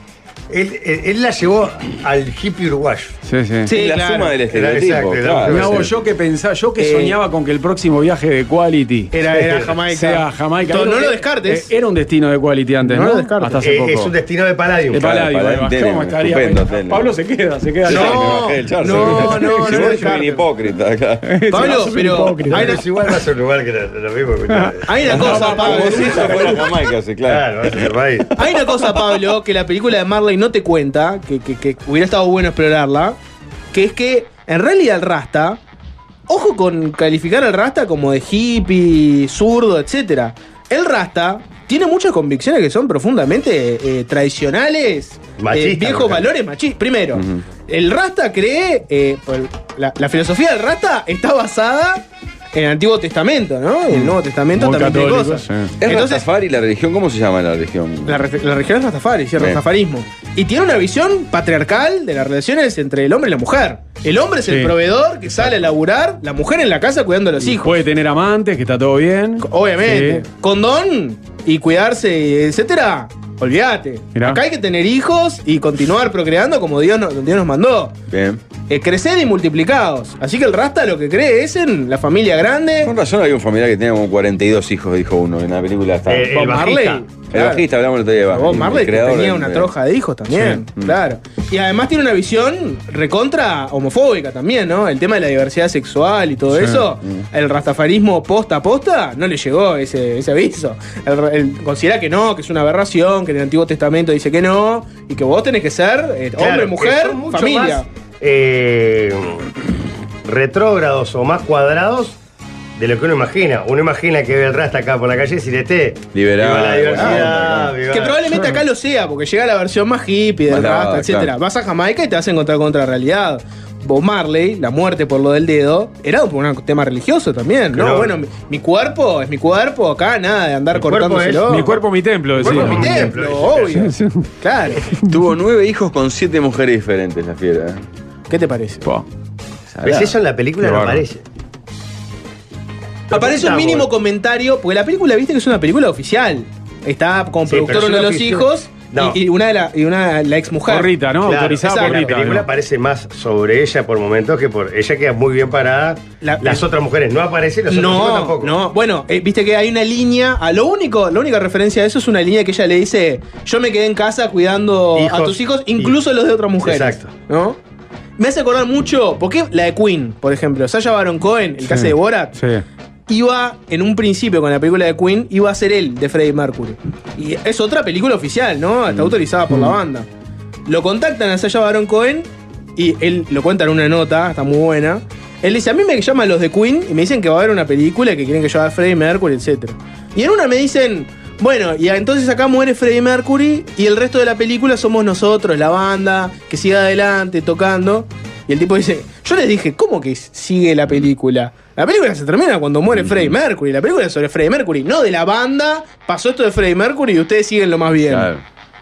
Speaker 4: Él, él- él la llevó al hippie uruguayo.
Speaker 2: Sí, sí.
Speaker 3: Sí,
Speaker 1: es la
Speaker 3: claro.
Speaker 1: suma del
Speaker 4: Era-
Speaker 1: estereotipo.
Speaker 4: exacto, era-
Speaker 1: claro.
Speaker 2: Me hago yo que pensaba, yo que
Speaker 3: Eh,
Speaker 2: soñaba con que el próximo viaje de Quality
Speaker 3: Era, era Jamaica.
Speaker 2: sea Jamaica.
Speaker 3: No,
Speaker 2: Era
Speaker 3: no
Speaker 2: un-
Speaker 3: lo descartes.
Speaker 2: eh, Era un destino de Quality antes,
Speaker 3: No
Speaker 2: ¿no?
Speaker 3: lo descartes.
Speaker 2: Hasta hace
Speaker 4: Eh,
Speaker 2: poco.
Speaker 4: es un destino de Palladium.
Speaker 2: de Palladio,
Speaker 1: Claro,
Speaker 2: ahí va.
Speaker 1: Palladio,
Speaker 2: ¿Cómo estaría?
Speaker 1: estupendo hotel.
Speaker 2: Pablo se queda, se queda.
Speaker 1: Sí,
Speaker 2: allá.
Speaker 3: No,
Speaker 1: me bajé del charco.
Speaker 3: no, no,
Speaker 1: Si
Speaker 3: no,
Speaker 1: vos sos
Speaker 3: Ricardo.
Speaker 1: un hipócrita, claro.
Speaker 3: Pablo, pero
Speaker 4: Ahí
Speaker 3: hay
Speaker 4: no
Speaker 3: una,
Speaker 4: es igual, va a ser un lugar que la- lo mismo que ustedes.
Speaker 3: hay una cosa, Pablo.
Speaker 1: Como si esto fuera Jamaica, sí, claro.
Speaker 4: Claro, va a ser país.
Speaker 3: Hay una cosa, Pablo, que la película de Marley no te cuenta, que, que- que hubiera estado bueno explorarla, que es que en realidad el Rasta, ojo con calificar al Rasta como de hippie, zurdo, etc. El Rasta tiene muchas convicciones que son profundamente eh, tradicionales,
Speaker 4: Machistas,
Speaker 3: eh, viejos
Speaker 4: mujer.
Speaker 3: valores machistas. Primero, el Rasta cree, eh, por- la, la filosofía del Rasta está basada en el Antiguo Testamento, ¿no? El Nuevo Testamento
Speaker 2: Muy
Speaker 3: también tiene
Speaker 2: católico,
Speaker 3: cosas.
Speaker 2: sí.
Speaker 1: ¿Es
Speaker 3: Entonces,
Speaker 1: Rastafari la religión? ¿Cómo se llama la religión?
Speaker 3: la, re- la religión es Rastafari, sí, el
Speaker 1: Bien.
Speaker 3: rastafarismo. Y tiene una visión patriarcal de las relaciones entre el hombre y la mujer. El hombre es el
Speaker 2: Sí.
Speaker 3: proveedor que sale a laburar, la mujer en la casa cuidando a los
Speaker 2: Y
Speaker 3: hijos.
Speaker 2: puede tener amantes, que está todo bien.
Speaker 3: Obviamente.
Speaker 2: Sí.
Speaker 3: Condón y cuidarse, etcétera. Olvídate.
Speaker 2: Mirá.
Speaker 3: Acá hay que tener hijos y continuar procreando como Dios, no- Dios nos mandó.
Speaker 1: Bien.
Speaker 3: Eh, crecer y multiplicados. Así que el rasta lo que cree es en la familia grande.
Speaker 1: Con razón había un familiar que tenía como 42 hijos, dijo uno, en la película está.
Speaker 4: Eh,
Speaker 1: El,
Speaker 4: el bajista.
Speaker 3: claro.
Speaker 1: bajista, hablamos el otro día de Bob,
Speaker 3: Bob
Speaker 1: el
Speaker 3: Marley que
Speaker 1: creador
Speaker 3: tenía
Speaker 1: del-
Speaker 3: una troja de hijos también, Mm.
Speaker 1: Sí.
Speaker 3: claro. Y además tiene una visión recontra homofóbica también, ¿no? El tema de la diversidad sexual y todo eso.
Speaker 2: Mm.
Speaker 3: El rastafarismo posta a posta no le llegó ese, ese aviso. El ra- el- considera que no, que es una aberración, que en el Antiguo Testamento dice que no, y que vos tenés que ser eh, hombre,
Speaker 4: Claro, que
Speaker 3: mujer,
Speaker 4: son mucho
Speaker 3: familia.
Speaker 4: más, eh, retrógrados o más cuadrados de lo que uno imagina. Uno imagina que ve el rasta acá por la calle y dice, "Té,
Speaker 1: Liberal,
Speaker 4: viva la
Speaker 1: claro,
Speaker 4: diversidad.
Speaker 1: claro.
Speaker 4: viva".
Speaker 3: Que probablemente acá lo sea, porque llega la versión más hippie del
Speaker 1: Más lavada,
Speaker 3: rasta, etcétera.
Speaker 1: claro.
Speaker 3: Vas a Jamaica y te vas a encontrar con otra realidad. Bob Marley, la muerte por lo del dedo, era por un tema religioso también, ¿no?
Speaker 4: Claro.
Speaker 3: Bueno, mi, mi cuerpo es mi cuerpo, acá nada de andar
Speaker 4: Mi cuerpo
Speaker 3: cortándoselo.
Speaker 4: es-
Speaker 2: Mi cuerpo, mi templo,
Speaker 4: cuerpo,
Speaker 2: decía.
Speaker 3: mi
Speaker 4: mi
Speaker 3: templo,
Speaker 4: templo,
Speaker 3: obvio.
Speaker 2: Sí, sí.
Speaker 3: Claro.
Speaker 1: Tuvo nueve hijos con siete mujeres diferentes, la fiera. ¿eh?
Speaker 3: ¿Qué te parece?
Speaker 2: Po.
Speaker 4: ¿Ves? Eso en la película
Speaker 2: Qué
Speaker 4: no
Speaker 2: bárbaro.
Speaker 4: aparece.
Speaker 3: Aparece un
Speaker 4: Está
Speaker 3: mínimo
Speaker 4: bueno.
Speaker 3: comentario, porque la película, viste que es una película oficial. Está con
Speaker 4: Sí,
Speaker 3: productor
Speaker 4: pero es
Speaker 3: uno de
Speaker 4: una
Speaker 3: los
Speaker 4: ficción.
Speaker 3: hijos
Speaker 4: No.
Speaker 3: y, y una de la, y una la ex mujer.
Speaker 2: Porrita, ¿no?
Speaker 4: Claro,
Speaker 2: Autorizada
Speaker 4: exacto.
Speaker 2: por
Speaker 4: la
Speaker 2: Rita,
Speaker 4: película
Speaker 2: digamos.
Speaker 4: parece más sobre ella por momentos que por ella queda muy bien parada.
Speaker 3: La-
Speaker 4: las otras mujeres no aparecen, los otros hijos
Speaker 3: No,
Speaker 4: tampoco.
Speaker 3: no. Bueno, eh, viste que hay una línea. A lo único, la única referencia a eso es una línea que ella le dice: Yo me quedé en casa cuidando
Speaker 4: Hijos.
Speaker 3: a tus hijos, incluso los de otras mujeres.
Speaker 4: Exacto.
Speaker 3: ¿No? Me hace acordar mucho, porque la de Queen, por ejemplo, Sasha Baron Cohen, el
Speaker 2: Sí.
Speaker 3: caso de Borat,
Speaker 2: Sí.
Speaker 3: iba en un principio con la película de Queen, iba a ser él, de Freddie Mercury. Y es otra película oficial, ¿no?
Speaker 4: Mm.
Speaker 3: Está autorizada por la banda. Lo contactan a Sasha Baron Cohen y él lo cuenta en una nota, está muy buena. Él dice, a mí me llaman los de Queen y me dicen que va a haber una película que quieren que yo haga Freddie Mercury, etc. Y en una me dicen, bueno, y entonces acá muere Freddie Mercury y el resto de la película somos nosotros, la banda, que siga adelante, tocando. Y el tipo dice, yo les dije, ¿cómo que sigue la película? La película se termina cuando muere Freddie Mercury. La película es sobre Freddie Mercury, no de la banda. Pasó esto de Freddie Mercury y ustedes siguen lo más bien.
Speaker 1: Claro.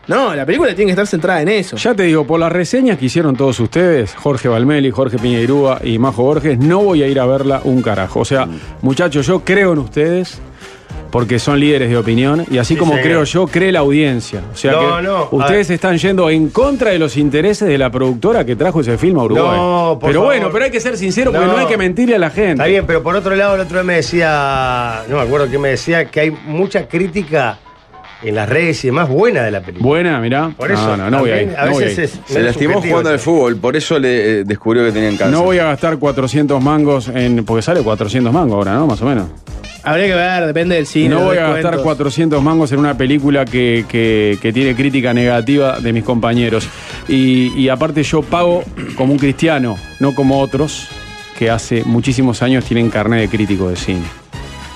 Speaker 3: No, la película tiene que estar centrada en eso.
Speaker 2: Ya te digo, por las reseñas que hicieron todos ustedes, Jorge Valmeli, Jorge Piñeirúa y Majo Borges, no voy a ir a verla un carajo. O
Speaker 4: Mm.
Speaker 2: sea, muchachos, yo creo en ustedes. Porque son líderes de opinión y así
Speaker 4: Sí,
Speaker 2: como
Speaker 4: señor.
Speaker 2: creo yo, cree la audiencia. O sea
Speaker 4: No,
Speaker 2: que
Speaker 4: no, a
Speaker 2: ustedes están yendo en contra de los intereses de la productora que trajo ese filme a Uruguay.
Speaker 4: No, por
Speaker 2: pero
Speaker 4: favor.
Speaker 2: bueno, pero hay que ser sincero porque
Speaker 4: No.
Speaker 2: no hay que mentirle a la gente.
Speaker 4: Está bien, pero por otro lado, el otro día me decía, no me acuerdo quién me decía, que hay mucha crítica en las redes y demás buena de la película.
Speaker 2: Buena, mirá.
Speaker 4: Por eso,
Speaker 2: no, no, no voy a
Speaker 4: también,
Speaker 2: ir.
Speaker 4: a
Speaker 2: no voy a
Speaker 4: veces
Speaker 2: ir.
Speaker 4: es-
Speaker 1: Se lastimó
Speaker 4: subjetivo,
Speaker 1: jugando al
Speaker 4: sí.
Speaker 1: fútbol, por eso le eh, descubrió que tenían cáncer.
Speaker 2: No voy a gastar 400 mangos en. Porque sale 400 mangos ahora, ¿no? Más o menos.
Speaker 3: Habría que ver, depende del cine.
Speaker 2: no
Speaker 3: los
Speaker 2: voy a gastar
Speaker 3: descuentos.
Speaker 2: 400 mangos en una película que, que- que tiene crítica negativa de mis compañeros. Y, y aparte yo pago como un cristiano, no como otros que hace muchísimos años tienen carne de crítico de cine.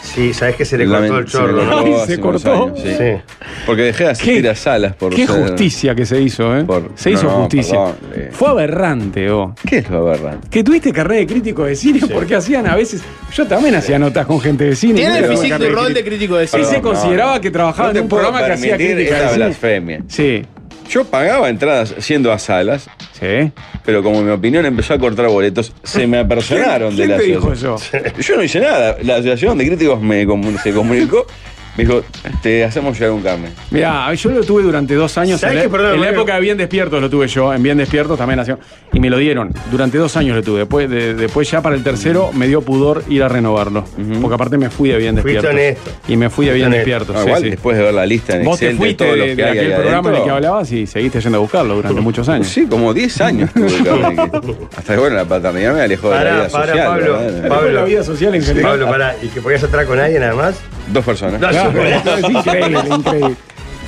Speaker 4: Sí, sabés que se le
Speaker 1: Lament-
Speaker 4: cortó el
Speaker 1: se le
Speaker 4: chorro.
Speaker 1: cortó
Speaker 4: ¿no?
Speaker 2: Ay, se
Speaker 1: hace unos
Speaker 2: cortó.
Speaker 1: años, sí.
Speaker 4: Sí.
Speaker 1: Porque dejé de asistir
Speaker 2: Qué-
Speaker 1: a salas por
Speaker 2: Qué
Speaker 1: ser-
Speaker 2: justicia que se hizo, ¿eh?
Speaker 1: Por-
Speaker 2: se
Speaker 1: no,
Speaker 2: hizo
Speaker 1: no,
Speaker 2: justicia.
Speaker 1: perdón, eh.
Speaker 2: Fue aberrante, oh.
Speaker 1: ¿Qué es lo aberrante?
Speaker 2: Que tuviste carnet de crítico de cine porque hacían a veces. Yo también hacía notas con gente de cine.
Speaker 3: Tiene
Speaker 2: Yo
Speaker 3: el
Speaker 2: era
Speaker 3: físico
Speaker 2: carnet
Speaker 3: de rol de
Speaker 2: crítico.
Speaker 3: crítico de
Speaker 2: Sí,
Speaker 3: cine.
Speaker 2: se
Speaker 1: Perdón, no,
Speaker 2: consideraba
Speaker 1: no.
Speaker 2: que trabajaba
Speaker 1: No
Speaker 2: en
Speaker 1: te
Speaker 2: un
Speaker 1: puedo
Speaker 2: programa que hacía
Speaker 1: permitir
Speaker 2: crítica
Speaker 1: esa
Speaker 2: de cine.
Speaker 1: blasfemia.
Speaker 2: Sí,
Speaker 1: Yo pagaba entradas yendo a salas,
Speaker 2: sí.
Speaker 1: pero como mi opinión empezó a cortar boletos, se me apersonaron de
Speaker 2: ¿Quién
Speaker 1: la
Speaker 2: te dijo
Speaker 1: asociación.
Speaker 2: eso?
Speaker 1: Yo no hice nada. La asociación de críticos me comun- se comunicó Me dijo, te hacemos llegar un carne.
Speaker 2: Mirá, yo lo tuve durante dos años. En
Speaker 4: ¿Sabés
Speaker 2: la,
Speaker 4: qué? Perdón,
Speaker 2: en la
Speaker 4: Mario.
Speaker 2: época de Bien Despiertos lo tuve yo. En Bien Despiertos también nació. Y me lo dieron. Durante dos años lo tuve. Después, de- después ya para el tercero me dio pudor ir a renovarlo. Porque aparte me fui de Bien
Speaker 4: Fuiste
Speaker 2: Despiertos.
Speaker 4: honesto.
Speaker 2: Y me fui de
Speaker 4: Fuiste
Speaker 2: Bien
Speaker 4: honesto.
Speaker 2: Despiertos.
Speaker 1: Ah,
Speaker 2: sí,
Speaker 1: igual,
Speaker 2: sí.
Speaker 1: después de ver la lista en
Speaker 2: Vos te
Speaker 1: Excel de
Speaker 2: fuiste
Speaker 1: todos los
Speaker 2: de,
Speaker 1: que
Speaker 2: de
Speaker 1: hay
Speaker 2: aquel
Speaker 1: ahí
Speaker 2: programa en el que
Speaker 1: adentro.
Speaker 2: hablabas y seguiste yendo a buscarlo durante muchos años.
Speaker 1: Sí, como 10 años tuve carne. que- Hasta que bueno, la paternidad me alejó de
Speaker 4: Pará,
Speaker 1: la vida
Speaker 4: pará,
Speaker 1: social.
Speaker 4: Pablo,
Speaker 1: ¿verdad?
Speaker 4: Pablo.
Speaker 2: La vida social en general.
Speaker 4: Pablo, pará, y que podías entrar con alguien nada más.
Speaker 1: Dos personas.
Speaker 4: No,
Speaker 2: Claro,
Speaker 4: yo-
Speaker 2: es increíble, increíble.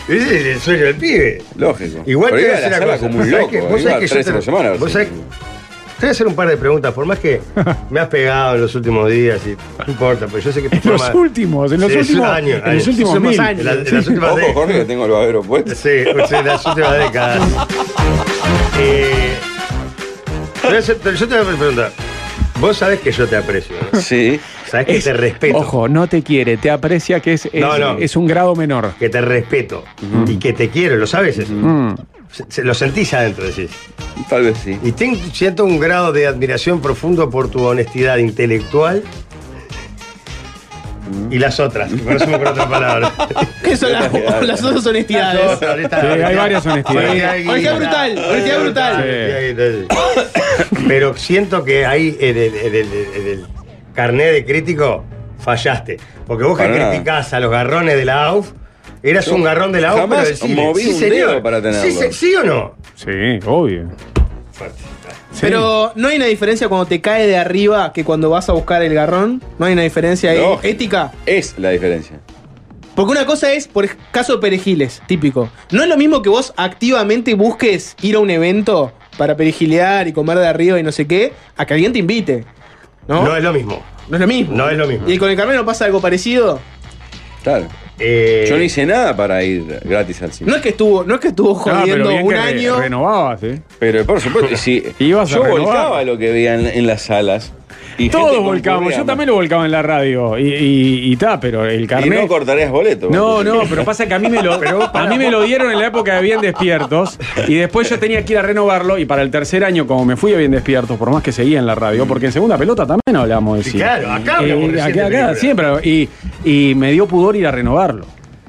Speaker 4: Ese es el sueño del pibe.
Speaker 1: Lógico.
Speaker 4: Igual
Speaker 1: Pero
Speaker 4: te
Speaker 1: iba
Speaker 4: voy
Speaker 1: a
Speaker 4: a
Speaker 1: la
Speaker 4: hacer una
Speaker 1: sala
Speaker 4: cosa.
Speaker 1: como un
Speaker 4: ¿Sabés
Speaker 1: loco.
Speaker 4: que- vos
Speaker 1: iba
Speaker 4: sabés que yo
Speaker 1: tres
Speaker 4: te-
Speaker 1: por semana.
Speaker 4: vos
Speaker 1: sí.
Speaker 4: sabés- Te voy a hacer un par de preguntas, por más que me has pegado en los últimos días y no importa, pero yo sé que tu
Speaker 2: En los
Speaker 4: forma-
Speaker 2: últimos, en los
Speaker 4: Sí, sí,
Speaker 2: últimos.
Speaker 4: años,
Speaker 2: en los
Speaker 4: años.
Speaker 2: últimos
Speaker 3: Somos
Speaker 2: mil.
Speaker 4: En, la- en las últimas
Speaker 1: Ojo,
Speaker 4: décadas.
Speaker 1: Jorge, que tengo el babero puesto.
Speaker 4: Sí, o sea, las últimas décadas. Eh, te voy a hacer- te- yo te voy a hacer una pregunta. Vos sabés que yo te aprecio, ¿no?
Speaker 1: Sí.
Speaker 4: Sabés que
Speaker 2: Es-
Speaker 4: te Este respeto.
Speaker 2: Ojo, no te quiere, te aprecia que es, es,
Speaker 4: No, no.
Speaker 2: es un grado menor.
Speaker 4: Que te respeto. Y que te quiero, lo sabes eso. Se- se- lo sentís adentro, decís.
Speaker 1: Tal vez sí.
Speaker 4: Y ten- siento un grado de admiración profundo por tu honestidad intelectual. Y las otras, por eso me acuerdo otra palabra.
Speaker 3: ¿Qué son las, las otras honestidades?
Speaker 2: Sí, hay varias honestidades.
Speaker 3: Honestidad brutal, honestidad
Speaker 2: brutal.
Speaker 4: Sí. Pero siento que ahí en el, en el- en el carnet de crítico fallaste. Porque vos que
Speaker 1: Para nada.
Speaker 4: criticás a los garrones de la AUF, eras
Speaker 1: Yo
Speaker 4: un garrón de la AUF,
Speaker 1: jamás
Speaker 4: pero decile,
Speaker 1: moví
Speaker 4: sí,
Speaker 1: un
Speaker 4: señor.
Speaker 1: dedo para tenerlo.
Speaker 4: Sí, se- ¿Sí o no?
Speaker 2: Sí, obvio.
Speaker 4: Fuerte.
Speaker 3: Pero no hay una diferencia cuando te cae de arriba que cuando vas a buscar el garrón. No hay una diferencia ahí
Speaker 1: No.
Speaker 3: ética.
Speaker 1: Es la diferencia.
Speaker 3: Porque una cosa es, por ej- caso de perejiles, típico. No es lo mismo que vos activamente busques ir a un evento para perejilear y comer de arriba y no sé qué, a que alguien te invite. ¿No?
Speaker 4: ¿No? es lo mismo.
Speaker 3: No es lo mismo.
Speaker 4: No es lo mismo.
Speaker 3: ¿Y con el carnet no pasa algo parecido?
Speaker 1: Claro.
Speaker 4: Eh,
Speaker 1: Yo no hice nada para ir gratis al cine.
Speaker 3: No es que estuvo, no es que estuvo
Speaker 2: Ah, pero
Speaker 3: jodiendo
Speaker 2: bien
Speaker 3: un
Speaker 2: que re-
Speaker 3: año.
Speaker 2: renovabas, ¿eh?
Speaker 1: Pero por supuesto, sí.
Speaker 2: Ibas a
Speaker 1: yo
Speaker 2: renovar.
Speaker 1: volcaba lo que veía en, en las salas. Y gente
Speaker 2: Todos
Speaker 1: que
Speaker 2: volcamos, yo
Speaker 1: concurría,
Speaker 2: también lo volcaba en la radio. Y, y, y ta, pero el
Speaker 1: Y no
Speaker 2: carnet.
Speaker 1: cortarías boleto.
Speaker 2: No,
Speaker 1: porque-
Speaker 2: no, pero pasa que a mí me lo, a mí me lo dieron en la época de Bien Despiertos y después yo tenía que ir a renovarlo y para el tercer año, como me fui a Bien Despiertos, por más que seguía en la
Speaker 1: Mm.
Speaker 2: radio, porque en segunda pelota también hablamos de
Speaker 4: Sí,
Speaker 2: cine.
Speaker 4: claro, acá hablamos
Speaker 2: Eh,
Speaker 4: recién
Speaker 2: acá,
Speaker 4: de
Speaker 2: acá,
Speaker 4: películas.
Speaker 2: siempre. Y, y me dio pudor ir a renovarlo,